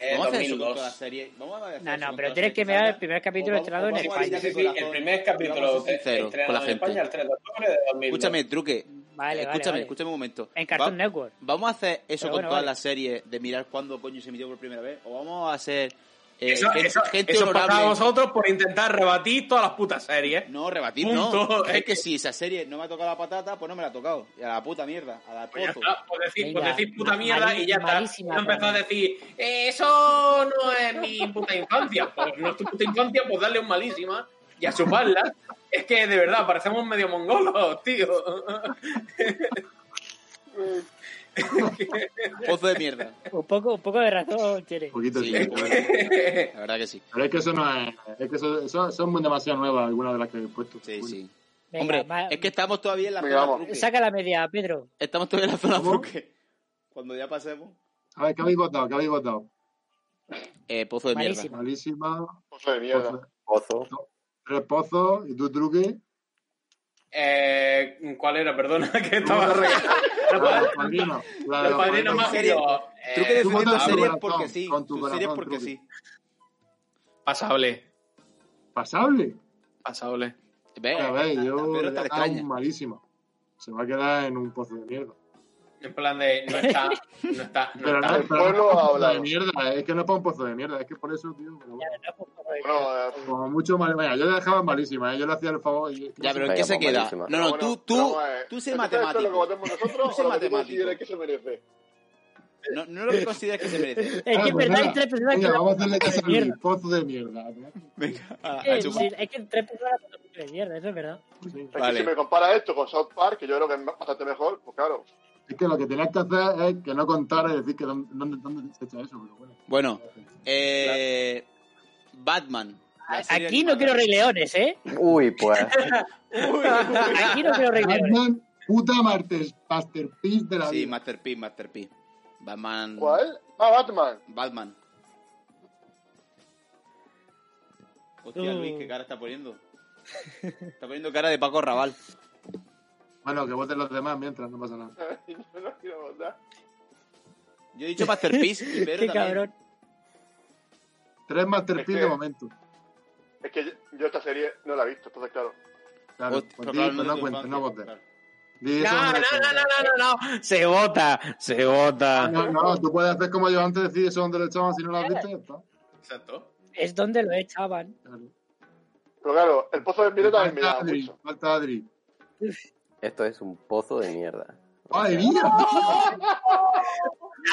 [SPEAKER 3] eh,
[SPEAKER 2] Vamos a hacer eso con toda la
[SPEAKER 3] 2002.
[SPEAKER 2] serie. Vamos a hacer eso
[SPEAKER 5] No, no,
[SPEAKER 2] con
[SPEAKER 5] pero
[SPEAKER 2] toda
[SPEAKER 5] tienes
[SPEAKER 2] la serie.
[SPEAKER 5] que mirar el
[SPEAKER 2] Anda.
[SPEAKER 5] primer capítulo
[SPEAKER 2] vamos-
[SPEAKER 5] estrenado en
[SPEAKER 2] vamos a
[SPEAKER 3] Sí,
[SPEAKER 5] España.
[SPEAKER 2] mirar-
[SPEAKER 3] sí, sí, el primer capítulo
[SPEAKER 2] Vamos a ser sinceros con la
[SPEAKER 3] estrenado en
[SPEAKER 2] gente.
[SPEAKER 3] España el 3 de octubre de 2002.
[SPEAKER 2] Escúchame, truque.
[SPEAKER 5] Vale,
[SPEAKER 2] escúchame,
[SPEAKER 5] vale, vale.
[SPEAKER 2] escúchame un momento.
[SPEAKER 5] En Cartoon
[SPEAKER 2] Va-
[SPEAKER 5] Network.
[SPEAKER 2] ¿Vamos a hacer eso
[SPEAKER 5] Pero
[SPEAKER 2] con
[SPEAKER 5] bueno,
[SPEAKER 2] todas
[SPEAKER 5] vale.
[SPEAKER 2] las series de mirar cuándo coño se emitió por primera vez? ¿O vamos a hacer eh,
[SPEAKER 3] Eso,
[SPEAKER 2] gente,
[SPEAKER 3] eso,
[SPEAKER 2] gente
[SPEAKER 3] eso os
[SPEAKER 2] honorable?
[SPEAKER 3] pasaba a vosotros por intentar rebatir todas las putas series.
[SPEAKER 2] No, rebatir,
[SPEAKER 3] Punto.
[SPEAKER 2] no. Es que si esa serie no me ha tocado la patata, pues no me la ha tocado. Y a la puta mierda, a la
[SPEAKER 3] Pues ya
[SPEAKER 2] pozo.
[SPEAKER 3] está, pues decir,
[SPEAKER 5] Venga,
[SPEAKER 3] pues decir puta
[SPEAKER 5] mal-
[SPEAKER 3] mierda y ya está.
[SPEAKER 5] malísima
[SPEAKER 3] No empezás a
[SPEAKER 5] para
[SPEAKER 3] decir, "Eh, eso no es mi puta infancia. Pues no es tu puta infancia, pues darle un malísima y a chuparla. Es que de verdad, parecemos medio mongolos, tío.
[SPEAKER 2] Pozo de mierda.
[SPEAKER 5] Un poco, un poco de razón tiene.
[SPEAKER 7] Un poquito,
[SPEAKER 2] Sí,
[SPEAKER 7] sí.
[SPEAKER 2] un poquito. La verdad que sí.
[SPEAKER 7] Pero es que eso no es. Es que eso, eso- son muy demasiado nuevas algunas de las que he puesto.
[SPEAKER 2] Sí,
[SPEAKER 7] Bueno.
[SPEAKER 2] sí.
[SPEAKER 5] Venga,
[SPEAKER 2] Hombre,
[SPEAKER 5] va-
[SPEAKER 2] es que estamos todavía en la
[SPEAKER 4] Venga,
[SPEAKER 2] zona
[SPEAKER 4] vamos.
[SPEAKER 2] truque.
[SPEAKER 5] Saca la media, Pedro.
[SPEAKER 2] Estamos todavía en la zona
[SPEAKER 7] ¿Cómo?
[SPEAKER 2] truque. Cuando ya pasemos.
[SPEAKER 7] A ver, ¿qué habéis votado? ¿Qué habéis votado?
[SPEAKER 2] Eh, pozo de mierda.
[SPEAKER 5] Malísimo.
[SPEAKER 7] Malísima.
[SPEAKER 4] Pozo de mierda.
[SPEAKER 7] pozo-
[SPEAKER 6] Pozo.
[SPEAKER 7] tres pozos y tú truque.
[SPEAKER 3] Eh, ¿Cuál era? Perdona, que estaba
[SPEAKER 7] Vamos a
[SPEAKER 3] re.
[SPEAKER 7] La de los padrinos. La de
[SPEAKER 3] El
[SPEAKER 7] los
[SPEAKER 3] padrino
[SPEAKER 7] padrinos.
[SPEAKER 2] más-
[SPEAKER 3] mágico.
[SPEAKER 2] Truque
[SPEAKER 3] eh,
[SPEAKER 2] defendiendo
[SPEAKER 7] votas con tu
[SPEAKER 2] series
[SPEAKER 7] corazón,
[SPEAKER 2] porque sí.
[SPEAKER 7] con tu
[SPEAKER 2] Tus series
[SPEAKER 7] corazón,
[SPEAKER 2] porque
[SPEAKER 7] truque.
[SPEAKER 2] sí.
[SPEAKER 3] Pasable.
[SPEAKER 7] Pasable.
[SPEAKER 3] Pasable.
[SPEAKER 2] ¿Ves?
[SPEAKER 7] A ver, yo.
[SPEAKER 2] Pero
[SPEAKER 7] le
[SPEAKER 2] te
[SPEAKER 7] he dado
[SPEAKER 2] extraña.
[SPEAKER 7] un malísimo. Se va a quedar en un pozo de mierda.
[SPEAKER 3] En plan de no está, no está, no
[SPEAKER 4] El
[SPEAKER 3] está.
[SPEAKER 7] Pero no, pero no es
[SPEAKER 4] pueblo
[SPEAKER 7] un
[SPEAKER 4] ha
[SPEAKER 7] pozo
[SPEAKER 4] hablado.
[SPEAKER 7] de mierda. Es que no es para un pozo de mierda. Es que por eso, tío. pero bueno.
[SPEAKER 4] Bueno, eh,
[SPEAKER 7] Como mucho mal. Mira, yo la dejaba malísima, ¿eh? yo le hacía el favor. y-
[SPEAKER 2] Ya, pero ¿en
[SPEAKER 6] Venga,
[SPEAKER 2] qué se
[SPEAKER 6] pues,
[SPEAKER 2] queda?
[SPEAKER 6] malísima.
[SPEAKER 2] No, no,
[SPEAKER 4] bueno,
[SPEAKER 2] tú,
[SPEAKER 4] pero
[SPEAKER 2] tú,
[SPEAKER 4] vamos a ver.
[SPEAKER 2] tú sé
[SPEAKER 4] ¿Esto es lo que
[SPEAKER 2] matemático.
[SPEAKER 4] votemos nosotros
[SPEAKER 2] Tú sé
[SPEAKER 4] o lo que tú
[SPEAKER 2] matemático.
[SPEAKER 4] consideres que se merece?
[SPEAKER 2] No, no lo que consideras que se merece.
[SPEAKER 5] Es
[SPEAKER 7] Ah,
[SPEAKER 5] que en
[SPEAKER 7] pues
[SPEAKER 5] verdad hay
[SPEAKER 7] nada.
[SPEAKER 5] tres personas
[SPEAKER 7] Venga,
[SPEAKER 5] que
[SPEAKER 7] vamos a hacerle caso a
[SPEAKER 5] de mierda.
[SPEAKER 7] Luis, pozo de mierda. ¿no? Pues
[SPEAKER 2] Venga, a, a
[SPEAKER 5] Eh,
[SPEAKER 2] chupar.
[SPEAKER 5] sí, es que en tres personas de mierda, eso es verdad.
[SPEAKER 7] Sí.
[SPEAKER 4] Es
[SPEAKER 2] Vale.
[SPEAKER 4] que si me compara esto con South Park, que yo creo que es bastante mejor, pues claro.
[SPEAKER 7] Es que lo que tenías que hacer es que no contara y decir que dónde, dónde, dónde se echa eso, pero bueno.
[SPEAKER 2] Bueno, eh, Batman. la serie
[SPEAKER 5] Aquí
[SPEAKER 2] animada.
[SPEAKER 5] no ¿eh? quiero rey leones, ¿eh?
[SPEAKER 6] Uy, pues.
[SPEAKER 5] Aquí no quiero rey leones.
[SPEAKER 7] Batman, puta martes, masterpiece de la
[SPEAKER 2] Sí,
[SPEAKER 7] vida.
[SPEAKER 2] Master P, Master P. Batman.
[SPEAKER 4] ¿Cuál? Ah, Batman.
[SPEAKER 2] Batman. Hostia,
[SPEAKER 5] Uh.
[SPEAKER 2] Luis, qué cara está poniendo. Está poniendo cara de Paco Raval.
[SPEAKER 7] Bueno, que voten los demás mientras, no pasa nada.
[SPEAKER 4] Yo no quiero votar.
[SPEAKER 2] Yo he dicho Masterpiece y Pedro
[SPEAKER 5] Qué
[SPEAKER 2] también.
[SPEAKER 5] cabrón.
[SPEAKER 7] Tres masterpiece
[SPEAKER 4] Es que-
[SPEAKER 7] de momento.
[SPEAKER 4] Es que yo, yo esta serie no la he visto, entonces claro.
[SPEAKER 7] Claro,
[SPEAKER 2] Hostia,
[SPEAKER 7] pues
[SPEAKER 2] pero
[SPEAKER 7] di,
[SPEAKER 2] claro,
[SPEAKER 7] pues
[SPEAKER 2] es
[SPEAKER 7] no
[SPEAKER 2] tu
[SPEAKER 7] cuenta,
[SPEAKER 2] infancia,
[SPEAKER 7] no votes.
[SPEAKER 2] claro.
[SPEAKER 7] Di
[SPEAKER 3] No,
[SPEAKER 7] eso,
[SPEAKER 3] no,
[SPEAKER 7] hombre,
[SPEAKER 3] no,
[SPEAKER 7] que-
[SPEAKER 3] no, no, no. Se vota, se vota.
[SPEAKER 7] No, no, tú puedes hacer como yo antes, decir eso donde lo echaban, si no lo has visto, ya está.
[SPEAKER 3] Exacto.
[SPEAKER 5] Es donde lo echaban.
[SPEAKER 7] Claro.
[SPEAKER 4] Pero claro, el pozo del miedo también me
[SPEAKER 7] Falta
[SPEAKER 4] da
[SPEAKER 7] Adri,
[SPEAKER 4] mucho.
[SPEAKER 7] falta Adri.
[SPEAKER 6] Esto es un pozo de mierda.
[SPEAKER 7] ¡Madre mía!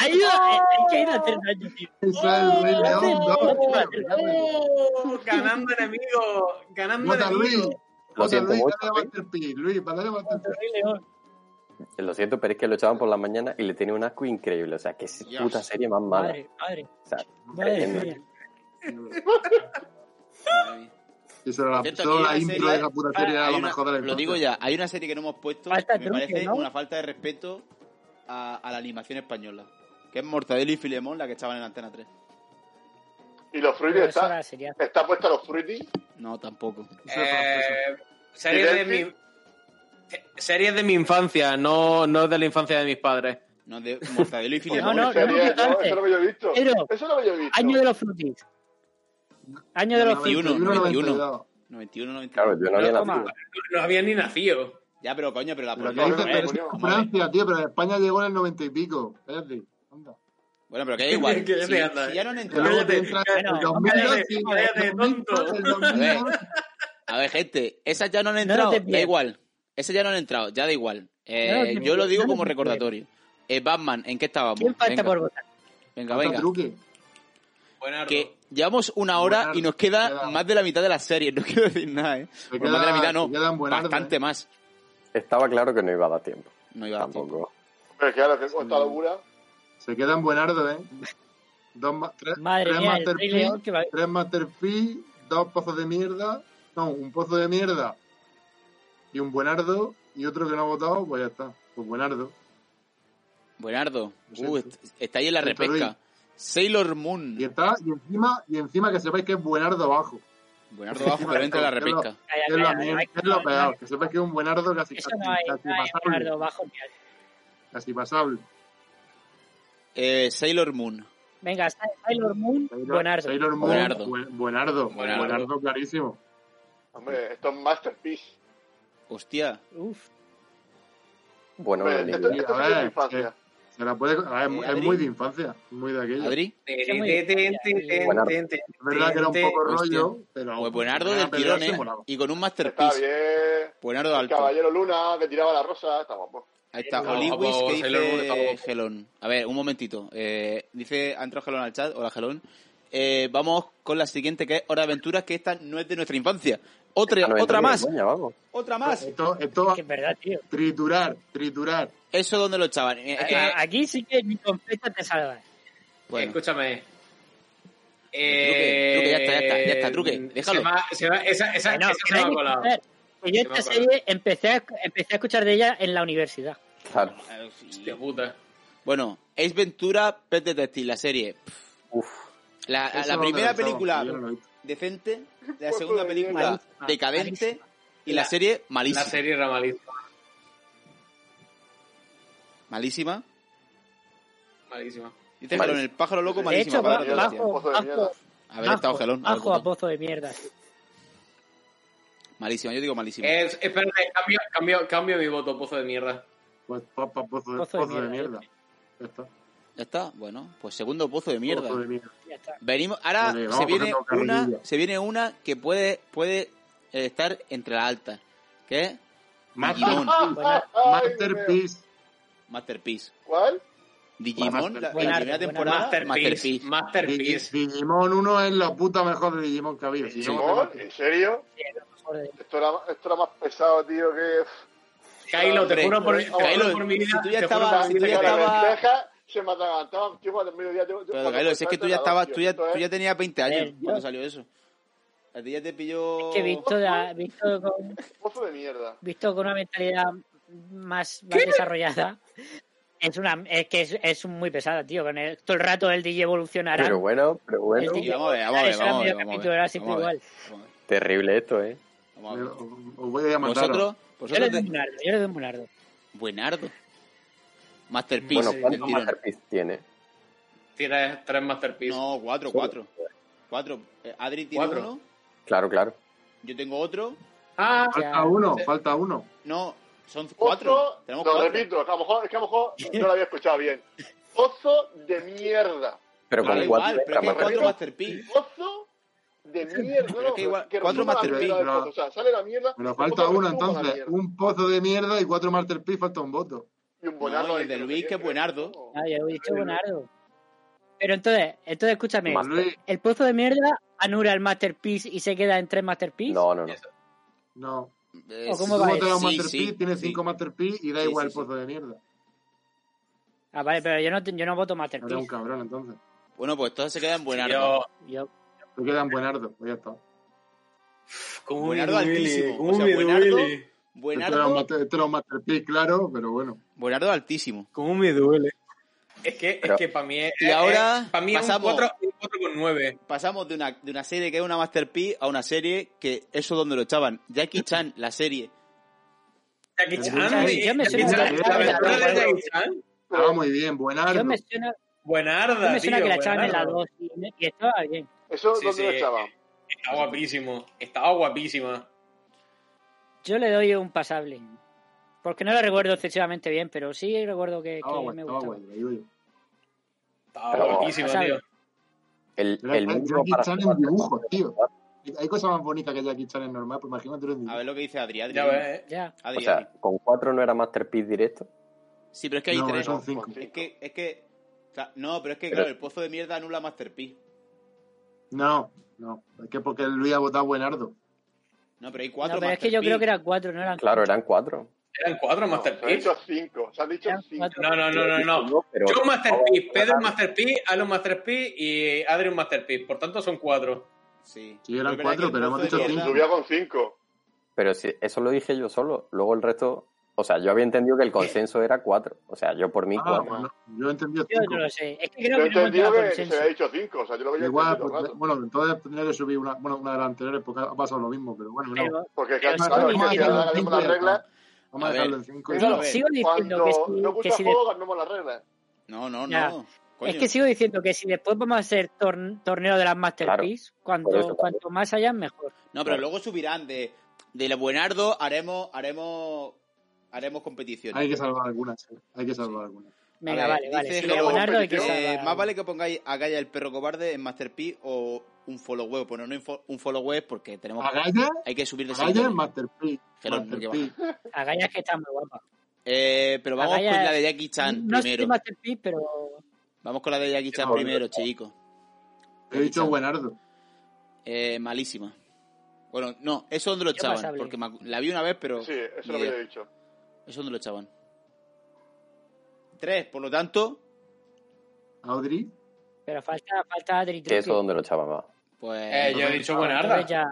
[SPEAKER 5] Hay, Ah, eh, hay que ir a hacer daño, tío.
[SPEAKER 7] Eso es el Rey León
[SPEAKER 5] no,
[SPEAKER 7] 2,
[SPEAKER 5] no, no,
[SPEAKER 7] tío, me cago en-
[SPEAKER 3] ¡Oh! Ganando enemigo, ganando
[SPEAKER 7] Vota Luis.
[SPEAKER 3] enemigo.
[SPEAKER 6] Lo
[SPEAKER 7] Vota
[SPEAKER 6] siento
[SPEAKER 7] Luis,
[SPEAKER 6] mucho.
[SPEAKER 7] dale a Masterpiece. Luis, dale a Masterpiece.
[SPEAKER 5] Rey León.
[SPEAKER 6] Lo siento, pero es que lo echaban por la mañana y le tenía un asco increíble. O sea, qué
[SPEAKER 2] Dios.
[SPEAKER 6] puta serie más mala.
[SPEAKER 5] Madre, madre.
[SPEAKER 6] O sea,
[SPEAKER 5] Madre
[SPEAKER 6] tremendo.
[SPEAKER 5] mía.
[SPEAKER 2] Madre mía.
[SPEAKER 7] Eso era
[SPEAKER 2] Por
[SPEAKER 7] la,
[SPEAKER 2] cierto,
[SPEAKER 7] solo
[SPEAKER 2] aquí
[SPEAKER 7] la
[SPEAKER 2] hay
[SPEAKER 7] intro
[SPEAKER 2] serie-
[SPEAKER 7] de esa puta serie era
[SPEAKER 2] Hay
[SPEAKER 7] lo
[SPEAKER 2] una-
[SPEAKER 7] mejor de la
[SPEAKER 2] lo digo
[SPEAKER 7] infancia.
[SPEAKER 2] ya, hay una serie que no hemos puesto
[SPEAKER 5] Ah,
[SPEAKER 2] que
[SPEAKER 5] Falta
[SPEAKER 2] me
[SPEAKER 5] de truque,
[SPEAKER 2] parece
[SPEAKER 5] ¿no?
[SPEAKER 2] una falta de respeto a, a la animación española, que es Mortadelo y Filemón, la que estaban en Antena 3.
[SPEAKER 4] Y los Fruity
[SPEAKER 5] Pero eso
[SPEAKER 4] está,
[SPEAKER 5] ahora sería.
[SPEAKER 4] está puesta los Fruity.
[SPEAKER 2] No, tampoco.
[SPEAKER 7] Eso es francesa.
[SPEAKER 3] Eh, series de mi. se- Series de mi infancia, no, no de la infancia de mis padres.
[SPEAKER 2] No, de Mortadelo y
[SPEAKER 5] No,
[SPEAKER 2] Filemón.
[SPEAKER 5] no,
[SPEAKER 4] Serie,
[SPEAKER 5] no,
[SPEAKER 4] no,
[SPEAKER 5] antes.
[SPEAKER 4] eso no me lo he visto.
[SPEAKER 5] Pero-
[SPEAKER 4] Eso no me lo he visto.
[SPEAKER 5] Año de los frutis. Año de los frutis.
[SPEAKER 2] 91,
[SPEAKER 7] 91.
[SPEAKER 2] 91, 92.
[SPEAKER 6] Claro, yo no había
[SPEAKER 5] Toma.
[SPEAKER 6] nacido.
[SPEAKER 3] No había ni nacido.
[SPEAKER 2] Ya, pero coño, pero la
[SPEAKER 7] Pero
[SPEAKER 2] propia
[SPEAKER 7] que dices,
[SPEAKER 4] Vamos a
[SPEAKER 7] pero
[SPEAKER 4] ver,
[SPEAKER 7] eso es
[SPEAKER 4] vamos
[SPEAKER 2] a ver.
[SPEAKER 7] Francia, tío, pero en España llegó en el 90 y pico. Espérate, anda.
[SPEAKER 2] Bueno, pero que da igual.
[SPEAKER 3] Que
[SPEAKER 2] si,
[SPEAKER 3] se anda,
[SPEAKER 2] si ya no han
[SPEAKER 7] Que
[SPEAKER 2] entrado.
[SPEAKER 7] luego
[SPEAKER 3] Cállate,
[SPEAKER 7] te entra el
[SPEAKER 5] cállate,
[SPEAKER 7] 2012,
[SPEAKER 3] cállate,
[SPEAKER 7] el 2012, el
[SPEAKER 3] tonto.
[SPEAKER 7] 2012.
[SPEAKER 2] A ver, gente, esas ya no han
[SPEAKER 5] No
[SPEAKER 2] entrado.
[SPEAKER 5] nos
[SPEAKER 2] da
[SPEAKER 5] desvíes.
[SPEAKER 2] igual. Esas ya no han entrado, ya da igual. Eh,
[SPEAKER 5] No nos desvíes,
[SPEAKER 2] yo lo digo
[SPEAKER 5] no nos
[SPEAKER 2] como
[SPEAKER 5] desvíes.
[SPEAKER 2] recordatorio. Eh, Batman, ¿en qué estábamos?
[SPEAKER 5] ¿Quién falta
[SPEAKER 2] venga,
[SPEAKER 5] por votar?
[SPEAKER 2] venga,
[SPEAKER 7] Falta
[SPEAKER 2] venga.
[SPEAKER 7] truque.
[SPEAKER 3] Buenardo.
[SPEAKER 2] Que llevamos una hora
[SPEAKER 7] Buenardo,
[SPEAKER 2] y nos queda
[SPEAKER 7] queda.
[SPEAKER 2] más de la mitad de la serie. No quiero decir nada, ¿eh?
[SPEAKER 7] Me
[SPEAKER 2] Bueno, más de la mitad
[SPEAKER 7] me quedan
[SPEAKER 2] no.
[SPEAKER 7] buenardas,
[SPEAKER 2] Bastante
[SPEAKER 7] eh.
[SPEAKER 2] más.
[SPEAKER 6] Estaba claro que no iba a dar tiempo.
[SPEAKER 2] No iba a dar tiempo.
[SPEAKER 6] Tampoco.
[SPEAKER 4] Pero claro, que con esta locura.
[SPEAKER 7] Se quedan buenardo, ¿eh? Dos, ma- tres,
[SPEAKER 5] Madre
[SPEAKER 7] tres
[SPEAKER 5] mía, el Rey León
[SPEAKER 7] masterpiece,
[SPEAKER 5] que va.
[SPEAKER 7] tres masterpiece, dos pozos de mierda. No, un pozo de mierda y un buenardo y otro que no ha votado, pues ya está. Pues buenardo.
[SPEAKER 2] Buenardo.
[SPEAKER 7] Lo
[SPEAKER 2] Uh,
[SPEAKER 7] siento.
[SPEAKER 2] est- está ahí en la
[SPEAKER 7] Lo siento,
[SPEAKER 2] repesca. Sailor Moon.
[SPEAKER 7] Y está, y encima, y encima que sepáis que es buenardo abajo.
[SPEAKER 2] Buenardo abajo, pero entra en la repesca.
[SPEAKER 5] Calla,
[SPEAKER 7] Que es lo,
[SPEAKER 5] calla,
[SPEAKER 7] mier-
[SPEAKER 5] hay-
[SPEAKER 7] que es lo
[SPEAKER 5] no,
[SPEAKER 7] peor.
[SPEAKER 5] no,
[SPEAKER 7] Que sepáis que es un buenardo casi,
[SPEAKER 5] Eso
[SPEAKER 7] casi,
[SPEAKER 5] no hay,
[SPEAKER 7] casi
[SPEAKER 5] no hay
[SPEAKER 7] pasable.
[SPEAKER 5] Bernardo, bajo ni alto.
[SPEAKER 7] Casi pasable.
[SPEAKER 2] Eh, Sailor Moon.
[SPEAKER 5] Venga, Sa- Sailor Moon,
[SPEAKER 7] Sailor-
[SPEAKER 5] Buenardo.
[SPEAKER 7] Sailor Moon,
[SPEAKER 2] Buenardo.
[SPEAKER 7] buen- buenardo.
[SPEAKER 2] Buenardo.
[SPEAKER 7] Buenardo clarísimo.
[SPEAKER 4] Hombre, esto es masterpiece.
[SPEAKER 2] Hostia.
[SPEAKER 5] Uf,
[SPEAKER 6] Bueno,
[SPEAKER 4] Hombre,
[SPEAKER 6] ni
[SPEAKER 4] esto,
[SPEAKER 6] idea.
[SPEAKER 4] esto
[SPEAKER 7] A
[SPEAKER 4] sí que es
[SPEAKER 7] ver,
[SPEAKER 4] mi infancia.
[SPEAKER 7] Se la puede, a ver,
[SPEAKER 2] Eh,
[SPEAKER 7] es
[SPEAKER 2] Adri.
[SPEAKER 7] muy de infancia, muy de aquello.
[SPEAKER 2] ¿Adri?
[SPEAKER 5] que muy
[SPEAKER 3] Ten, ten, ten, ten,
[SPEAKER 6] Buenardo.
[SPEAKER 3] ten, ten,
[SPEAKER 7] Es verdad que era un poco
[SPEAKER 2] Hostia.
[SPEAKER 7] rollo, pero.
[SPEAKER 2] Pues Buenardo
[SPEAKER 7] pero
[SPEAKER 2] del
[SPEAKER 7] era
[SPEAKER 2] tirón,
[SPEAKER 7] pelearse
[SPEAKER 2] ¿eh?
[SPEAKER 7] molaba.
[SPEAKER 2] Y con un
[SPEAKER 4] Está
[SPEAKER 2] masterpiece.
[SPEAKER 4] bien.
[SPEAKER 2] Buenardo
[SPEAKER 4] El
[SPEAKER 2] alto.
[SPEAKER 4] caballero Luna que tiraba la rosa. Está guapo.
[SPEAKER 2] Ahí está.
[SPEAKER 3] No,
[SPEAKER 2] Oliwis
[SPEAKER 3] guapo,
[SPEAKER 2] que
[SPEAKER 3] Sailor Moon está
[SPEAKER 2] dice
[SPEAKER 3] guapo.
[SPEAKER 2] Gelón. A ver, un momentito. Eh, dice, ha entrado Gelón al chat. Hola, Gelón. Eh, vamos con la siguiente que es Hora de Aventuras, que esta no es de nuestra infancia. Otra,
[SPEAKER 6] Ah, no,
[SPEAKER 2] otra
[SPEAKER 6] entonces,
[SPEAKER 2] más.
[SPEAKER 6] coña, vamos.
[SPEAKER 2] Otra más.
[SPEAKER 7] Esto, esto
[SPEAKER 5] que es verdad, tío.
[SPEAKER 7] triturar, triturar.
[SPEAKER 2] Eso donde lo echaban. Eh,
[SPEAKER 7] Ah,
[SPEAKER 2] eh,
[SPEAKER 5] A- Aquí sí que mi completa te salva.
[SPEAKER 2] bueno.
[SPEAKER 3] Escúchame.
[SPEAKER 2] Truque, truque, ya está, ya está, ya está, truque,
[SPEAKER 3] Eh,
[SPEAKER 2] déjalo.
[SPEAKER 3] se va- se va- esa esa,
[SPEAKER 5] Que no,
[SPEAKER 3] esa
[SPEAKER 5] que
[SPEAKER 3] se
[SPEAKER 5] no
[SPEAKER 3] va
[SPEAKER 5] hay
[SPEAKER 3] a
[SPEAKER 5] ni
[SPEAKER 3] colar.
[SPEAKER 5] que hacer. Que yo
[SPEAKER 3] Se me
[SPEAKER 5] esta
[SPEAKER 3] ha colado.
[SPEAKER 5] serie empecé a, empecé a escuchar de ella en la universidad.
[SPEAKER 6] Claro.
[SPEAKER 3] Hostia puta.
[SPEAKER 2] Bueno, Ace Ventura, Pet Detective, la serie.
[SPEAKER 6] Uf.
[SPEAKER 2] La, la
[SPEAKER 7] Eso no
[SPEAKER 2] primera
[SPEAKER 7] lo pensaba,
[SPEAKER 2] película
[SPEAKER 7] yo no lo he visto.
[SPEAKER 2] decente, la
[SPEAKER 4] Pues,
[SPEAKER 2] segunda
[SPEAKER 4] pues,
[SPEAKER 2] película
[SPEAKER 5] malísima,
[SPEAKER 2] decadente
[SPEAKER 5] malísima.
[SPEAKER 2] y la
[SPEAKER 3] La-
[SPEAKER 2] serie
[SPEAKER 3] La
[SPEAKER 2] malísima.
[SPEAKER 3] serie era malísima.
[SPEAKER 2] Malísima.
[SPEAKER 3] malísima.
[SPEAKER 2] Dice Gelón, el pájaro loco
[SPEAKER 4] De
[SPEAKER 2] malísima.
[SPEAKER 5] de hecho,
[SPEAKER 2] para
[SPEAKER 5] ba-
[SPEAKER 2] la
[SPEAKER 4] mierda,
[SPEAKER 5] bajo,
[SPEAKER 4] pozo de
[SPEAKER 5] bajo,
[SPEAKER 4] mierda.
[SPEAKER 2] Haber estado Gelón. a ver,
[SPEAKER 5] bajo a
[SPEAKER 2] coño.
[SPEAKER 5] pozo de mierda.
[SPEAKER 2] Malísima, yo digo malísima.
[SPEAKER 5] Eh.
[SPEAKER 3] Es, espérate, cambio, cambio, cambio mi voto, pozo de mierda.
[SPEAKER 7] Pues pa- pa- pozo, de,
[SPEAKER 5] Pozo
[SPEAKER 7] pozo,
[SPEAKER 5] de
[SPEAKER 7] de
[SPEAKER 5] mierda.
[SPEAKER 7] mierda. Ya está.
[SPEAKER 2] Ya está, bueno, pues segundo pozo de mierda.
[SPEAKER 7] Pozo de mierda.
[SPEAKER 5] Ya está.
[SPEAKER 2] Venimos, ahora
[SPEAKER 7] Vale, vamos
[SPEAKER 2] se viene
[SPEAKER 7] cogiendo
[SPEAKER 2] una,
[SPEAKER 7] carrerilla.
[SPEAKER 2] se viene una que puede, puede eh, estar entre las altas, que es Digimon,
[SPEAKER 5] Buena-
[SPEAKER 4] Ay, Dios mío.
[SPEAKER 7] Masterpiece.
[SPEAKER 2] Masterpiece.
[SPEAKER 4] ¿Cuál?
[SPEAKER 2] Digimon, la, la
[SPEAKER 5] Buenardo,
[SPEAKER 2] primera temporada,
[SPEAKER 3] Masterpiece. Masterpiece.
[SPEAKER 2] Masterpiece.
[SPEAKER 7] Digi-
[SPEAKER 3] Masterpiece.
[SPEAKER 7] Digimon 1 es la puta mejor de Digimon que había. Si no,
[SPEAKER 4] ¿Digimon? ¿En serio?
[SPEAKER 5] sí, es lo mejor de-
[SPEAKER 4] Esto era, esto era más pesado, tío, que...
[SPEAKER 3] Kylo, te
[SPEAKER 2] Hombre,
[SPEAKER 3] juro por, te juro
[SPEAKER 2] Kylo,
[SPEAKER 3] por mi vida.
[SPEAKER 2] si tú ya
[SPEAKER 3] te juro
[SPEAKER 2] estabas- Ah,
[SPEAKER 3] por mi
[SPEAKER 2] si tú
[SPEAKER 3] vida
[SPEAKER 2] ya
[SPEAKER 3] que-
[SPEAKER 2] estabas- estaba-
[SPEAKER 4] lentejas se mataban, estaban tío, cuando el mediodía... yo- yo
[SPEAKER 2] Pero,
[SPEAKER 4] cuando
[SPEAKER 2] Gailo, si es
[SPEAKER 4] empezó
[SPEAKER 2] que
[SPEAKER 4] el
[SPEAKER 2] tú ya
[SPEAKER 4] entrenador,
[SPEAKER 2] estabas,
[SPEAKER 4] tío,
[SPEAKER 2] tú ya,
[SPEAKER 4] esto es-
[SPEAKER 2] tú ya tenías 20 años
[SPEAKER 5] Eh,
[SPEAKER 2] cuando
[SPEAKER 5] yo-
[SPEAKER 2] salió eso. A ti ya te pilló...
[SPEAKER 5] Que visto, de- visto, con,
[SPEAKER 4] Pozo de mierda.
[SPEAKER 5] visto con una mentalidad más, más desarrollada. Es una es que es, es muy pesada, tío. Con el- todo el rato el DJ evolucionará.
[SPEAKER 6] Pero bueno, pero bueno.
[SPEAKER 5] El
[SPEAKER 2] Y vamos a ver, vamos a ver,
[SPEAKER 5] Eso era
[SPEAKER 2] vamos a ver. Vamos
[SPEAKER 5] medio
[SPEAKER 2] a
[SPEAKER 5] capítulo,
[SPEAKER 2] ver,
[SPEAKER 5] era siempre
[SPEAKER 2] vamos a ver,
[SPEAKER 5] igual.
[SPEAKER 2] vamos
[SPEAKER 6] Terrible esto,
[SPEAKER 2] a
[SPEAKER 6] ¿eh?
[SPEAKER 2] ver,
[SPEAKER 7] Os
[SPEAKER 2] vamos a ver.
[SPEAKER 7] os voy a mandar.
[SPEAKER 2] Vosotros,
[SPEAKER 5] yo le
[SPEAKER 2] vosotros
[SPEAKER 5] doy un
[SPEAKER 2] de...
[SPEAKER 5] Munardo, yo le doy un Munardo.
[SPEAKER 2] Buenardo. Masterpiece
[SPEAKER 6] Bueno,
[SPEAKER 3] Sí,
[SPEAKER 2] del
[SPEAKER 6] ¿cuántos
[SPEAKER 2] tirón.
[SPEAKER 6] masterpiece tiene?
[SPEAKER 3] Tienes tres Masterpiece.
[SPEAKER 2] No, cuatro, cuatro. Cuatro. Eh, Adri tiene
[SPEAKER 3] Cuatro.
[SPEAKER 2] uno,
[SPEAKER 6] Claro, claro.
[SPEAKER 2] yo tengo otro.
[SPEAKER 3] Ah,
[SPEAKER 7] Falta uno, falta uno.
[SPEAKER 2] No, son cuatro.
[SPEAKER 4] Oso,
[SPEAKER 2] Tenemos
[SPEAKER 4] lo
[SPEAKER 2] cuatro.
[SPEAKER 4] repito, es que a lo mejor, es que a lo mejor no lo había escuchado bien. Oso de mierda.
[SPEAKER 6] Pero
[SPEAKER 2] Pero
[SPEAKER 6] con
[SPEAKER 2] da
[SPEAKER 6] cuatro
[SPEAKER 2] igual, pero es que hay
[SPEAKER 6] extra
[SPEAKER 2] cuatro
[SPEAKER 6] masterpiece.
[SPEAKER 2] Masterpiece.
[SPEAKER 4] Oso de mierda.
[SPEAKER 2] Pero es que igual- cuatro
[SPEAKER 4] redunda la
[SPEAKER 2] Masterpiece,
[SPEAKER 4] mierda del
[SPEAKER 7] no.
[SPEAKER 4] voto. O sea, sale la mierda.
[SPEAKER 7] Pero
[SPEAKER 4] el
[SPEAKER 7] falta
[SPEAKER 4] voto
[SPEAKER 7] uno
[SPEAKER 4] redunda la
[SPEAKER 7] entonces.
[SPEAKER 4] mierda.
[SPEAKER 7] Un pozo de mierda y cuatro masterpiece, falta un voto.
[SPEAKER 4] Y un
[SPEAKER 2] No,
[SPEAKER 4] buenardo.
[SPEAKER 2] y el
[SPEAKER 4] ahí,
[SPEAKER 2] de
[SPEAKER 4] lo
[SPEAKER 2] Luis, que es
[SPEAKER 4] quería,
[SPEAKER 2] buenardo.
[SPEAKER 4] ¿no?
[SPEAKER 5] Ah, ya he dicho Bonardo. Pero entonces, entonces escúchame,
[SPEAKER 6] Más-
[SPEAKER 7] Luis,
[SPEAKER 5] el pozo de mierda anula el Masterpiece y se queda en tres Masterpiece.
[SPEAKER 6] No, no, no.
[SPEAKER 7] no.
[SPEAKER 2] Eh,
[SPEAKER 5] ¿O
[SPEAKER 2] sí,
[SPEAKER 5] cómo
[SPEAKER 7] Tú
[SPEAKER 5] va
[SPEAKER 7] votas a un
[SPEAKER 2] sí,
[SPEAKER 7] masterpiece,
[SPEAKER 2] sí,
[SPEAKER 7] tienes
[SPEAKER 2] sí.
[SPEAKER 7] cinco masterpiece y da
[SPEAKER 2] Sí,
[SPEAKER 7] igual
[SPEAKER 2] sí, sí.
[SPEAKER 7] el pozo de mierda.
[SPEAKER 5] Ah, vale, pero yo no, yo no voto
[SPEAKER 7] Eres un
[SPEAKER 5] Masterpiece.
[SPEAKER 7] cabrón entonces.
[SPEAKER 2] Bueno, pues todos se quedan buenardo.
[SPEAKER 3] Yo,
[SPEAKER 5] Yo,
[SPEAKER 7] Te quedan buenardo, pues ya está.
[SPEAKER 3] ¿Cómo
[SPEAKER 2] Buenardo
[SPEAKER 3] me duele?
[SPEAKER 2] altísimo,
[SPEAKER 3] ¿Cómo
[SPEAKER 2] o sea,
[SPEAKER 3] me
[SPEAKER 2] Buenardo-
[SPEAKER 3] duele?
[SPEAKER 7] Esto era, un
[SPEAKER 2] Buenardo,
[SPEAKER 7] master- esto era un este masterpiece, claro, pero bueno.
[SPEAKER 2] buenardo altísimo.
[SPEAKER 3] ¿Cómo me duele? Es que,
[SPEAKER 6] Pero-
[SPEAKER 3] es que para mí es,
[SPEAKER 2] Y ahora
[SPEAKER 3] para mí es un
[SPEAKER 2] pasamos.
[SPEAKER 3] 4 con 9.
[SPEAKER 2] Pasamos de una, de una serie que es una Masterpiece a una serie que eso donde lo echaban. Jackie Chan, la serie.
[SPEAKER 3] Jackie Chan.
[SPEAKER 5] Yo-
[SPEAKER 3] eh,
[SPEAKER 5] yo me
[SPEAKER 3] Jackie
[SPEAKER 5] suena
[SPEAKER 3] Chan,
[SPEAKER 7] la-
[SPEAKER 3] ¿sabes?
[SPEAKER 7] la- la-
[SPEAKER 3] ¿Sabes
[SPEAKER 5] la-
[SPEAKER 3] Jackie Chan?
[SPEAKER 7] Estaba Ah, muy bien, buenardo.
[SPEAKER 5] yo me suena, yo
[SPEAKER 3] Buenarda,
[SPEAKER 5] me suena
[SPEAKER 3] tío,
[SPEAKER 5] que la echaban en la
[SPEAKER 3] buenarda.
[SPEAKER 5] 2 y, y estaba bien.
[SPEAKER 4] Eso,
[SPEAKER 3] Sí,
[SPEAKER 4] ¿dónde
[SPEAKER 3] sí.
[SPEAKER 4] lo echaba?
[SPEAKER 3] Estaba guapísimo. Estaba guapísima.
[SPEAKER 5] Yo le doy un pasable. Porque no lo recuerdo excesivamente bien, pero sí recuerdo que, que
[SPEAKER 7] Estaba guay,
[SPEAKER 5] me
[SPEAKER 7] estaba
[SPEAKER 5] gustaba.
[SPEAKER 7] guay, lo digo yo.
[SPEAKER 3] Estaba
[SPEAKER 6] Pero-
[SPEAKER 3] guapísima,
[SPEAKER 5] ¿sabes?
[SPEAKER 3] tío.
[SPEAKER 6] El,
[SPEAKER 7] Era
[SPEAKER 6] el
[SPEAKER 7] Jack-
[SPEAKER 6] mínimo
[SPEAKER 7] Jackie
[SPEAKER 6] para
[SPEAKER 7] Chan
[SPEAKER 6] jugar-
[SPEAKER 7] en dibujos, tío. Hay cosas más bonitas que Jackie Chan en normal, pues imagínate en
[SPEAKER 2] A
[SPEAKER 7] dibujos.
[SPEAKER 2] ver lo que dice Adri. Adri,
[SPEAKER 3] Ya
[SPEAKER 2] venga.
[SPEAKER 3] ves. eh.
[SPEAKER 5] Ya.
[SPEAKER 2] Adri,
[SPEAKER 6] O sea,
[SPEAKER 2] Adri.
[SPEAKER 6] con cuatro no era masterpiece directo.
[SPEAKER 2] Sí, pero es que hay
[SPEAKER 7] No,
[SPEAKER 2] tres.
[SPEAKER 7] son cinco.
[SPEAKER 2] Es que, es que. o sea, no, pero es que,
[SPEAKER 6] Pero-
[SPEAKER 2] claro, el pozo de mierda anula Masterpiece.
[SPEAKER 7] No, no. Es que porque Luis ha votado buenardo.
[SPEAKER 2] No, pero hay
[SPEAKER 5] No,
[SPEAKER 2] cuatro
[SPEAKER 5] pero es que yo creo que
[SPEAKER 2] Masterpiece.
[SPEAKER 5] eran cuatro, no eran
[SPEAKER 6] Claro, eran cuatro.
[SPEAKER 3] Eran
[SPEAKER 4] No,
[SPEAKER 3] cuatro
[SPEAKER 4] se han
[SPEAKER 3] Masterpiece.
[SPEAKER 4] dicho cinco. Se han dicho
[SPEAKER 5] Ya,
[SPEAKER 4] cinco.
[SPEAKER 5] cuatro.
[SPEAKER 3] No, no, no, no, no.
[SPEAKER 6] Yo, pero-
[SPEAKER 3] Yo un Masterpiece, Pedro un Masterpiece, Alo un Masterpiece y Adri un Masterpiece. Por tanto, son cuatro.
[SPEAKER 2] Sí.
[SPEAKER 7] Sí,
[SPEAKER 2] Pero
[SPEAKER 7] eran
[SPEAKER 2] es verdad
[SPEAKER 7] cuatro,
[SPEAKER 2] que el
[SPEAKER 7] pero hemos
[SPEAKER 2] pozo de
[SPEAKER 7] dicho
[SPEAKER 2] mierda-
[SPEAKER 7] cinco.
[SPEAKER 4] Subía con cinco.
[SPEAKER 6] Pero si eso lo dije yo solo. Luego el resto. O sea, yo había entendido que el consenso era cuatro. O sea, yo por mí
[SPEAKER 7] Ah,
[SPEAKER 6] cuatro.
[SPEAKER 4] mamá.
[SPEAKER 7] no, yo he entendido
[SPEAKER 5] Yo
[SPEAKER 7] cinco.
[SPEAKER 5] no lo sé. Es que
[SPEAKER 4] Yo
[SPEAKER 5] creo que no hemos
[SPEAKER 4] entendí
[SPEAKER 5] llegado a
[SPEAKER 4] que se
[SPEAKER 5] consenso.
[SPEAKER 4] había dicho cinco. O sea, yo lo veía
[SPEAKER 7] Igual,
[SPEAKER 4] todo el
[SPEAKER 7] pues,
[SPEAKER 4] rato.
[SPEAKER 7] bueno, entonces tendría que subir una, bueno, una de las anteriores porque ha pasado lo mismo, pero bueno, no.
[SPEAKER 5] Pero
[SPEAKER 4] Porque
[SPEAKER 5] Pero
[SPEAKER 4] claro,
[SPEAKER 5] sí,
[SPEAKER 4] claro,
[SPEAKER 5] sí,
[SPEAKER 4] es que
[SPEAKER 5] sí,
[SPEAKER 4] si
[SPEAKER 5] sí.
[SPEAKER 4] ahora cambiamos las
[SPEAKER 7] Cinco ya está.
[SPEAKER 4] reglas,
[SPEAKER 7] Vamos a,
[SPEAKER 2] A ver,
[SPEAKER 7] dejarlo en cinco. y
[SPEAKER 4] Eso
[SPEAKER 7] ya
[SPEAKER 4] a ver.
[SPEAKER 5] sigo diciendo
[SPEAKER 4] Cuando
[SPEAKER 5] que
[SPEAKER 4] no
[SPEAKER 5] sí, que
[SPEAKER 4] gusta
[SPEAKER 5] sí
[SPEAKER 4] el
[SPEAKER 5] de-
[SPEAKER 4] juego, ganamos las reglas.
[SPEAKER 2] No, no,
[SPEAKER 5] Ya.
[SPEAKER 2] no.
[SPEAKER 5] Es
[SPEAKER 2] Coño.
[SPEAKER 5] que sigo diciendo que si después vamos a hacer tor- torneo de las Masterpiece,
[SPEAKER 6] por
[SPEAKER 5] cuanto,
[SPEAKER 6] eso también.
[SPEAKER 5] cuanto más allá, mejor.
[SPEAKER 2] No, pero
[SPEAKER 6] Claro.
[SPEAKER 2] luego subirán de, de la Buenardo, haremos, haremos, haremos competiciones.
[SPEAKER 7] Hay que salvar algunas, sí. hay que salvar algunas.
[SPEAKER 5] Venga,
[SPEAKER 2] A ver,
[SPEAKER 5] vale, vale.
[SPEAKER 2] dice
[SPEAKER 5] Si lo de
[SPEAKER 2] Hello
[SPEAKER 5] Bonardo hay que
[SPEAKER 4] Competición.
[SPEAKER 2] Eh,
[SPEAKER 5] salvar
[SPEAKER 2] más
[SPEAKER 5] algo.
[SPEAKER 2] vale que pongáis a Gaia el perro cobarde en Masterpiece o un follow web. Poner un, fo- un follow web porque tenemos
[SPEAKER 7] Agalla,
[SPEAKER 2] hay que subir de
[SPEAKER 7] Agalla,
[SPEAKER 2] seguidores.
[SPEAKER 7] Masterpiece.
[SPEAKER 2] Gerón, porque va.
[SPEAKER 7] Masterpiece.
[SPEAKER 5] Agallas que está muy guapa.
[SPEAKER 2] Eh, pero vamos
[SPEAKER 5] Agaya-
[SPEAKER 2] con la de Jackie Chan
[SPEAKER 5] no sé si
[SPEAKER 2] primero.
[SPEAKER 5] Masterpiece, pero
[SPEAKER 2] Vamos con la de Jackie Chan
[SPEAKER 7] No,
[SPEAKER 2] primero, chicos.
[SPEAKER 7] He dicho buenardo.
[SPEAKER 2] Eh, malísima. Bueno, no, eso donde lo
[SPEAKER 5] Yo
[SPEAKER 2] echaban.
[SPEAKER 5] pasable.
[SPEAKER 2] Porque me acu- la vi una vez, pero
[SPEAKER 4] Sí, eso
[SPEAKER 2] ni
[SPEAKER 4] lo había
[SPEAKER 2] idea.
[SPEAKER 4] dicho.
[SPEAKER 2] eso donde lo echaban. Tres, por lo tanto,
[SPEAKER 7] Audrey.
[SPEAKER 5] pero falta, falta Adri
[SPEAKER 6] Que
[SPEAKER 5] Truque.
[SPEAKER 6] eso donde lo echaban más.
[SPEAKER 2] pues...
[SPEAKER 3] Eh, yo he
[SPEAKER 7] no,
[SPEAKER 3] dicho
[SPEAKER 7] no,
[SPEAKER 5] Entonces
[SPEAKER 3] Buenarda.
[SPEAKER 5] ya,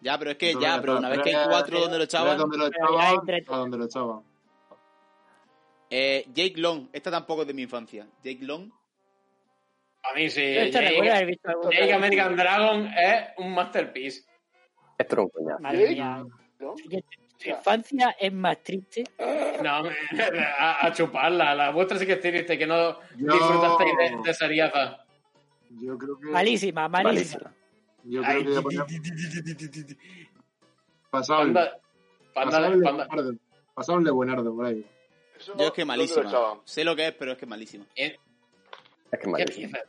[SPEAKER 2] Ya, pero es que
[SPEAKER 7] Entonces,
[SPEAKER 2] ya, pero una vez que hay
[SPEAKER 7] tres-
[SPEAKER 2] cuatro donde lo
[SPEAKER 7] Era
[SPEAKER 2] echaban...
[SPEAKER 7] donde lo
[SPEAKER 5] Pero ya
[SPEAKER 7] echaban,
[SPEAKER 5] entre-
[SPEAKER 7] era donde lo echaban.
[SPEAKER 2] Eh, Jake Long, esta tampoco es de mi infancia. Jake Long,
[SPEAKER 3] A mí sí.
[SPEAKER 5] yo esto recuerdo
[SPEAKER 3] Jake
[SPEAKER 5] haber visto algún
[SPEAKER 4] Jake
[SPEAKER 3] American Dragon es un Masterpiece.
[SPEAKER 6] Esto era un coñazo.
[SPEAKER 5] Madre
[SPEAKER 4] Jake-
[SPEAKER 5] mía.
[SPEAKER 4] ¿No?
[SPEAKER 5] Tu infancia es más triste.
[SPEAKER 3] No, me- a, a chuparla. La vuestra sí que es triste, que no
[SPEAKER 7] Yo-
[SPEAKER 3] disfrutasteis de, de Seriaza.
[SPEAKER 7] Yo creo
[SPEAKER 2] Mm.
[SPEAKER 7] que.
[SPEAKER 5] Malísima, malísima.
[SPEAKER 6] Malísimo.
[SPEAKER 7] Yo creo
[SPEAKER 3] Ay,
[SPEAKER 7] que voy a poner pasable.
[SPEAKER 3] Panda, panda,
[SPEAKER 7] Pasable
[SPEAKER 3] panda.
[SPEAKER 7] buenardo. Pasable buenardo, por ahí.
[SPEAKER 4] Eso,
[SPEAKER 2] yo es que
[SPEAKER 4] ¿dónde lo
[SPEAKER 2] malísima.
[SPEAKER 4] echaban?
[SPEAKER 2] Sé lo que es, pero es que es malísima.
[SPEAKER 6] Es que
[SPEAKER 3] ¿Qué
[SPEAKER 6] malísimo.
[SPEAKER 3] dices?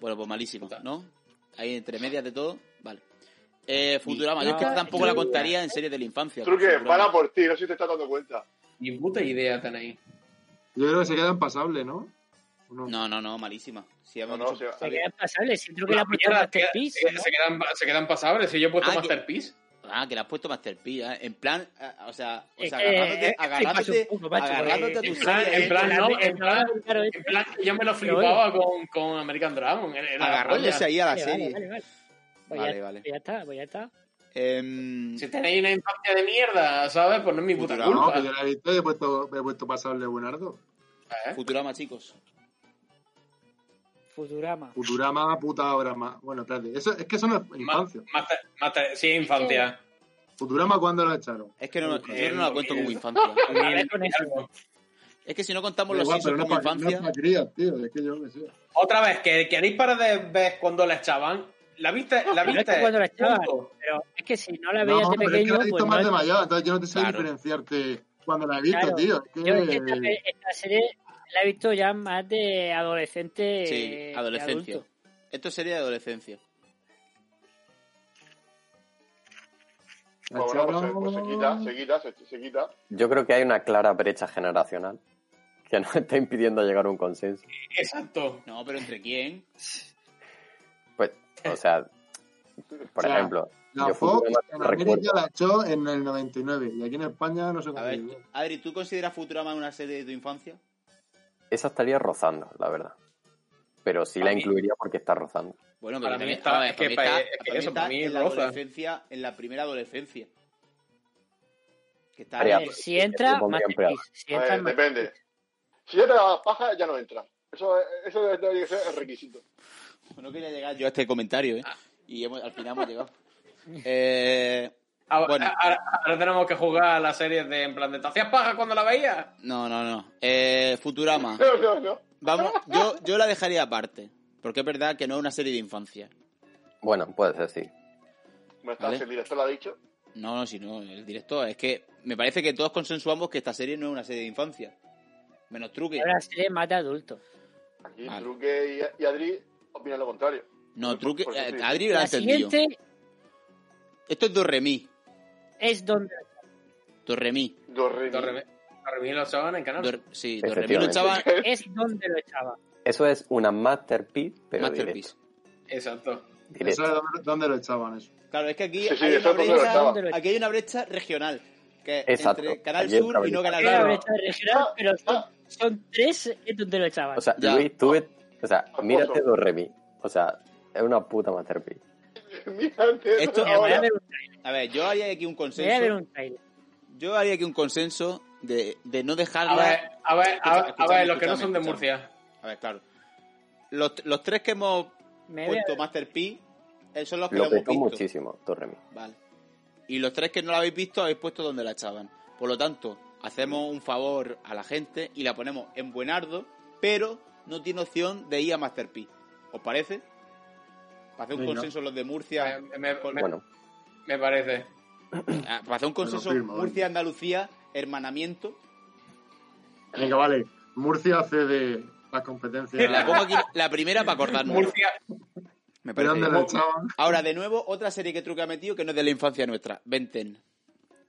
[SPEAKER 2] Bueno, pues malísima,
[SPEAKER 3] Puta.
[SPEAKER 2] ¿no? Ahí entre medias de todo, vale. Eh, Futurama,
[SPEAKER 5] Y-
[SPEAKER 2] yo es que
[SPEAKER 5] no,
[SPEAKER 2] tampoco la
[SPEAKER 5] Truque.
[SPEAKER 2] contaría en series de la infancia.
[SPEAKER 4] Truque,
[SPEAKER 2] Futurama.
[SPEAKER 4] para por ti, no sé si te estás dando cuenta.
[SPEAKER 3] Ni puta idea tenéis.
[SPEAKER 7] Yo creo que se queda en pasable, ¿no? ¿O no?
[SPEAKER 2] No, no, no, malísima. Sí, hemos
[SPEAKER 4] No, no,
[SPEAKER 2] dicho-
[SPEAKER 4] sí,
[SPEAKER 5] Se
[SPEAKER 2] había-
[SPEAKER 5] queda impasable. Si Truque le ha puesto
[SPEAKER 3] Mierda, se,
[SPEAKER 5] Masterpiece.
[SPEAKER 3] se-
[SPEAKER 5] ¿no?
[SPEAKER 3] se quedan, se quedan pasables. Si yo he puesto
[SPEAKER 2] Ah, que-
[SPEAKER 3] Masterpiece.
[SPEAKER 2] Ah, que le has puesto Masterpiece, ¿eh? En plan, ah, o sea, o
[SPEAKER 5] Es
[SPEAKER 2] sea
[SPEAKER 5] que-
[SPEAKER 2] agarrándote,
[SPEAKER 5] es que
[SPEAKER 2] agarrándote,
[SPEAKER 5] flipas un poco, macho,
[SPEAKER 2] agarrándote a
[SPEAKER 5] porque-
[SPEAKER 2] tu
[SPEAKER 3] En plan,
[SPEAKER 2] serie,
[SPEAKER 3] en plan,
[SPEAKER 5] en
[SPEAKER 3] no,
[SPEAKER 5] plan-
[SPEAKER 3] en plan,
[SPEAKER 5] claro, es-
[SPEAKER 3] en plan que yo me lo
[SPEAKER 5] Pero
[SPEAKER 3] flipaba con, con American Dragon. Era la
[SPEAKER 2] agarrándose
[SPEAKER 3] polla.
[SPEAKER 2] ahí a la
[SPEAKER 5] Vale, vale,
[SPEAKER 2] serie.
[SPEAKER 5] vale, vale. Pues
[SPEAKER 2] Vale,
[SPEAKER 5] ya,
[SPEAKER 2] vale.
[SPEAKER 5] pues ya está, pues ya está.
[SPEAKER 2] Em,
[SPEAKER 3] Si tenéis una infancia de mierda, ¿sabes? Pues no es mi puta
[SPEAKER 2] Futurama,
[SPEAKER 7] No,
[SPEAKER 3] culpa.
[SPEAKER 7] que yo la he visto y he puesto, he puesto pasable Buenardo.
[SPEAKER 3] ¿eh?
[SPEAKER 2] Futurama, chicos.
[SPEAKER 5] Futurama.
[SPEAKER 7] Futurama, puta obra más. Bueno, espérate. Eso, es que eso no es
[SPEAKER 3] Más-
[SPEAKER 7] infancia.
[SPEAKER 3] más te- más te- sí, infancia.
[SPEAKER 7] Futurama, ¿cuándo la echaron?
[SPEAKER 2] Es que no,
[SPEAKER 3] Eh,
[SPEAKER 2] yo no la cuento como infancia.
[SPEAKER 5] A ver con eso.
[SPEAKER 2] Es que si no contamos los
[SPEAKER 7] Igual,
[SPEAKER 2] Simpsons
[SPEAKER 7] no
[SPEAKER 2] como
[SPEAKER 7] es pa- no
[SPEAKER 2] infancia,
[SPEAKER 7] es pa' crías, tío. Es que yo qué sé.
[SPEAKER 3] Otra vez, que queréis para de ver cuando la echaban. ¿La viste? ¿La
[SPEAKER 5] Pero
[SPEAKER 3] viste?
[SPEAKER 5] es que cuando la echaban,
[SPEAKER 3] Punto.
[SPEAKER 5] pero es que si no la
[SPEAKER 7] No,
[SPEAKER 5] veías de
[SPEAKER 7] pero es que
[SPEAKER 5] pequeño,
[SPEAKER 7] la he visto
[SPEAKER 5] pues
[SPEAKER 7] más
[SPEAKER 5] no
[SPEAKER 7] de mayor, entonces yo no te sé
[SPEAKER 2] Claro.
[SPEAKER 7] diferenciarte cuando la he visto,
[SPEAKER 5] Claro.
[SPEAKER 7] tío. Es que,
[SPEAKER 5] Yo es que esta,
[SPEAKER 7] eh.
[SPEAKER 5] pe- esta serie la he visto ya más de adolescente.
[SPEAKER 2] sí,
[SPEAKER 5] que
[SPEAKER 2] adolescencia.
[SPEAKER 5] Eh, adulto.
[SPEAKER 2] Esto sería de adolescencia.
[SPEAKER 7] la
[SPEAKER 4] Pues bueno, pues, se-
[SPEAKER 7] echaron-
[SPEAKER 4] pues se quita, se quita, se, se quita.
[SPEAKER 6] Yo creo que hay una clara brecha generacional que nos está impidiendo llegar a un consenso.
[SPEAKER 3] Exacto.
[SPEAKER 2] No, pero ¿entre quién?
[SPEAKER 6] Pues, o sea, por
[SPEAKER 7] sea,
[SPEAKER 6] ejemplo,
[SPEAKER 7] La
[SPEAKER 6] yo
[SPEAKER 7] Fox
[SPEAKER 6] Futurama
[SPEAKER 7] en
[SPEAKER 6] no recuerdo.
[SPEAKER 7] América la echó en el 99 y aquí en España no sé
[SPEAKER 2] A
[SPEAKER 7] cómo.
[SPEAKER 2] ver,
[SPEAKER 7] llegó.
[SPEAKER 2] Adri, ¿tú consideras Futurama una serie de tu infancia?
[SPEAKER 6] Esa estaría rozando, la verdad. Pero sí
[SPEAKER 3] Para
[SPEAKER 6] la
[SPEAKER 3] mí-
[SPEAKER 6] incluido porque está rozando.
[SPEAKER 2] Bueno,
[SPEAKER 3] Para
[SPEAKER 2] pero
[SPEAKER 3] mí
[SPEAKER 2] también
[SPEAKER 3] está-
[SPEAKER 2] a ver,
[SPEAKER 3] es
[SPEAKER 2] para
[SPEAKER 3] que
[SPEAKER 2] mí está-
[SPEAKER 3] pa- es que
[SPEAKER 2] para mí
[SPEAKER 3] eso
[SPEAKER 2] está
[SPEAKER 3] para mí
[SPEAKER 2] en la
[SPEAKER 3] roza.
[SPEAKER 2] adolescencia, en la primera adolescencia. Que está
[SPEAKER 5] A
[SPEAKER 6] Estaría-
[SPEAKER 2] ahí.
[SPEAKER 5] ver, si entra,
[SPEAKER 6] Yo pondría
[SPEAKER 5] más
[SPEAKER 6] en preada.
[SPEAKER 5] X. Si
[SPEAKER 4] A
[SPEAKER 5] entra,
[SPEAKER 4] ver,
[SPEAKER 5] más
[SPEAKER 4] Pues, depende. Si entra la paja, ya no entra. Eso, eso es- tiene que ser el requisito.
[SPEAKER 2] No quería llegar yo a este comentario, ¿eh? Y hemos- al final hemos llegado. Eh,
[SPEAKER 3] Ahora,
[SPEAKER 2] Bueno.
[SPEAKER 3] ahora- ahora tenemos que jugar a las series de en plan de ¿te hacías paja cuando la veías?
[SPEAKER 2] no, no, no. Eh, Futurama.
[SPEAKER 4] No, no, no.
[SPEAKER 2] Vamos, yo, yo la dejaría aparte. Porque es verdad que no es una serie de infancia.
[SPEAKER 6] Bueno, puede ser, sí.
[SPEAKER 4] Bueno, está,
[SPEAKER 2] Vale.
[SPEAKER 4] si el director lo ha dicho.
[SPEAKER 2] No, no, si no, el director. Es que me parece que todos consensuamos que esta serie no es una serie de infancia. Menos Truque.
[SPEAKER 5] Es una serie más de adulto.
[SPEAKER 4] Aquí
[SPEAKER 2] Vale.
[SPEAKER 4] Truque y, y Adri opinan lo contrario.
[SPEAKER 2] No, Truque.
[SPEAKER 4] Por eso
[SPEAKER 2] eh,
[SPEAKER 4] sí.
[SPEAKER 2] Adri lo ha
[SPEAKER 5] La
[SPEAKER 2] entendido.
[SPEAKER 5] siguiente
[SPEAKER 2] Esto es Dorremí.
[SPEAKER 5] es donde.
[SPEAKER 2] Dorremí.
[SPEAKER 4] Dos re, mi.
[SPEAKER 3] Torre- Torremí lo echaban en canal.
[SPEAKER 2] Dor- sí, Dorremí lo
[SPEAKER 6] Efectivamente.
[SPEAKER 2] echaba
[SPEAKER 5] Es donde lo echaba.
[SPEAKER 6] Eso es una masterpiece, pero
[SPEAKER 2] Masterpiece.
[SPEAKER 3] Exacto.
[SPEAKER 6] directo, directo.
[SPEAKER 7] Eso es donde, donde lo echaban eso.
[SPEAKER 2] Claro, es que aquí
[SPEAKER 4] Sí, sí,
[SPEAKER 2] hay una
[SPEAKER 4] eso es donde lo
[SPEAKER 5] brecha
[SPEAKER 2] brecha
[SPEAKER 4] estaba.
[SPEAKER 5] donde lo-
[SPEAKER 2] Aquí hay una brecha regional. Que
[SPEAKER 6] Exacto.
[SPEAKER 2] Entre Canal
[SPEAKER 6] Aquí hay
[SPEAKER 2] Sur
[SPEAKER 6] otra
[SPEAKER 2] y no
[SPEAKER 6] brecha.
[SPEAKER 2] Canal
[SPEAKER 5] Era
[SPEAKER 2] Sur.
[SPEAKER 5] una brecha regional,
[SPEAKER 4] Ah,
[SPEAKER 5] pero son,
[SPEAKER 4] ah.
[SPEAKER 5] son tres es donde lo echaban.
[SPEAKER 6] O sea,
[SPEAKER 2] Ya.
[SPEAKER 6] Luis, tú ves- O sea,
[SPEAKER 4] Famoso.
[SPEAKER 6] mírate Do Re Mi. O sea, es una puta masterpiece.
[SPEAKER 4] Mira, antes,
[SPEAKER 2] Esto-
[SPEAKER 5] Mira, voy, a
[SPEAKER 4] ahora.
[SPEAKER 5] ver un,
[SPEAKER 2] A ver, yo haría aquí un
[SPEAKER 5] voy a ver
[SPEAKER 2] consenso.
[SPEAKER 5] un trailer.
[SPEAKER 2] Yo haría aquí un consenso de, de no
[SPEAKER 3] A
[SPEAKER 2] dejarla.
[SPEAKER 3] ver, a ver, a ver, a
[SPEAKER 2] Escúchame,
[SPEAKER 3] ver, los que no
[SPEAKER 2] escúchame,
[SPEAKER 3] son de
[SPEAKER 2] escúchame.
[SPEAKER 3] Murcia.
[SPEAKER 2] A ver, claro. Los, los tres que hemos
[SPEAKER 5] Me voy a-
[SPEAKER 2] puesto Masterpiece eh, son los que
[SPEAKER 6] Lo
[SPEAKER 2] lo hemos
[SPEAKER 6] petó
[SPEAKER 2] visto.
[SPEAKER 6] muchísimo, Do Re Mi.
[SPEAKER 2] Vale. Y los tres que no la habéis visto habéis puesto donde la echaban. Por lo tanto, hacemos un favor a la gente y la ponemos en Buenardo, pero no tiene opción de ir a Masterpiece. ¿Os parece? Para hacer un
[SPEAKER 7] Venga.
[SPEAKER 2] consenso los de
[SPEAKER 3] Me,
[SPEAKER 2] Murcia,
[SPEAKER 3] Eh, me- me-
[SPEAKER 6] Bueno,
[SPEAKER 3] me parece.
[SPEAKER 2] ah, para hacer un consenso
[SPEAKER 7] firmo, venga.
[SPEAKER 2] Murcia-Andalucía, hermanamiento.
[SPEAKER 7] Venga, vale. Murcia hace de las competencias.
[SPEAKER 2] La pongo aquí la primera para acordarnos.
[SPEAKER 3] Murcia,
[SPEAKER 2] Me
[SPEAKER 7] Pero
[SPEAKER 2] parece
[SPEAKER 7] donde
[SPEAKER 2] bien.
[SPEAKER 7] lo echaban.
[SPEAKER 2] Ahora, de nuevo, otra serie que Truque ha metido que no es de la infancia nuestra. Venten.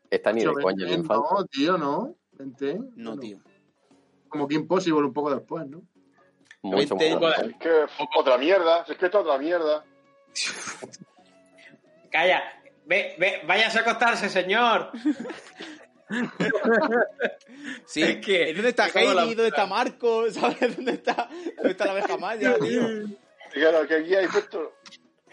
[SPEAKER 6] está ni de
[SPEAKER 7] Yo,
[SPEAKER 6] coña en
[SPEAKER 7] vente,
[SPEAKER 6] infancia.
[SPEAKER 7] No, tío, no. Vente.
[SPEAKER 2] No,
[SPEAKER 7] Bueno,
[SPEAKER 2] tío.
[SPEAKER 7] Como que Impossible un poco después, ¿no?
[SPEAKER 6] Mucho,
[SPEAKER 2] Vente-
[SPEAKER 6] mucho.
[SPEAKER 4] Es que f- otra mierda. Es que esto es otra mierda.
[SPEAKER 3] calla. Ve, ve, váyase a acostarse, señor.
[SPEAKER 2] Sí,
[SPEAKER 3] Es que-
[SPEAKER 2] ¿en ¿dónde está
[SPEAKER 3] me cago en
[SPEAKER 2] Heidi?
[SPEAKER 3] la
[SPEAKER 2] ¿Dónde está Marco? ¿Sabes dónde está, dónde está la abeja maya, tío?
[SPEAKER 4] Y claro, que aquí hay puesto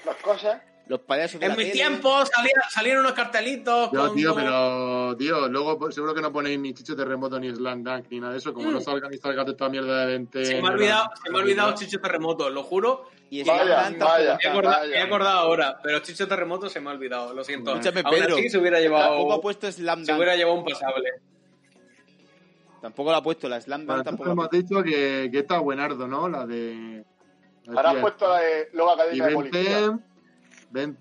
[SPEAKER 4] las cosas.
[SPEAKER 2] Los payasos de
[SPEAKER 3] En
[SPEAKER 2] la
[SPEAKER 3] mis
[SPEAKER 2] tele.
[SPEAKER 3] tiempos salía- salieron unos cartelitos.
[SPEAKER 7] Yo,
[SPEAKER 3] con-
[SPEAKER 7] tío, pero, tío, luego pues, seguro que no ponéis ni Chicho Terremoto, ni Slam Dunk, ni nada de eso. Como no salga ni salga de esta mierda de 20.
[SPEAKER 3] Mm. Se me ha olvidado, se me ha olvidado Chicho Terremoto, lo juro.
[SPEAKER 2] Y
[SPEAKER 3] Vaya,
[SPEAKER 2] Slam Dunk tampoco
[SPEAKER 4] vaya.
[SPEAKER 2] está.
[SPEAKER 3] Me he, acordado,
[SPEAKER 4] vaya.
[SPEAKER 3] me he acordado ahora, pero Chicho Terremoto se me ha olvidado, lo siento.
[SPEAKER 2] Escúchame,
[SPEAKER 3] Aún
[SPEAKER 2] Pedro.
[SPEAKER 3] así se hubiera
[SPEAKER 2] Tampoco ha
[SPEAKER 3] llevado,
[SPEAKER 2] puesto Slam
[SPEAKER 3] se
[SPEAKER 2] Dunk.
[SPEAKER 3] hubiera llevado un pasable.
[SPEAKER 2] Tampoco la ha puesto, la Slam
[SPEAKER 7] Bueno,
[SPEAKER 2] Dunk
[SPEAKER 7] entonces
[SPEAKER 2] tampoco la
[SPEAKER 7] hemos
[SPEAKER 2] ha puesto.
[SPEAKER 7] dicho que, que esta Buenardo, ¿no? La de. la
[SPEAKER 4] Ahora has
[SPEAKER 7] tía
[SPEAKER 4] puesto la de Loba
[SPEAKER 7] Y
[SPEAKER 4] Academia de Policía.
[SPEAKER 7] Venten,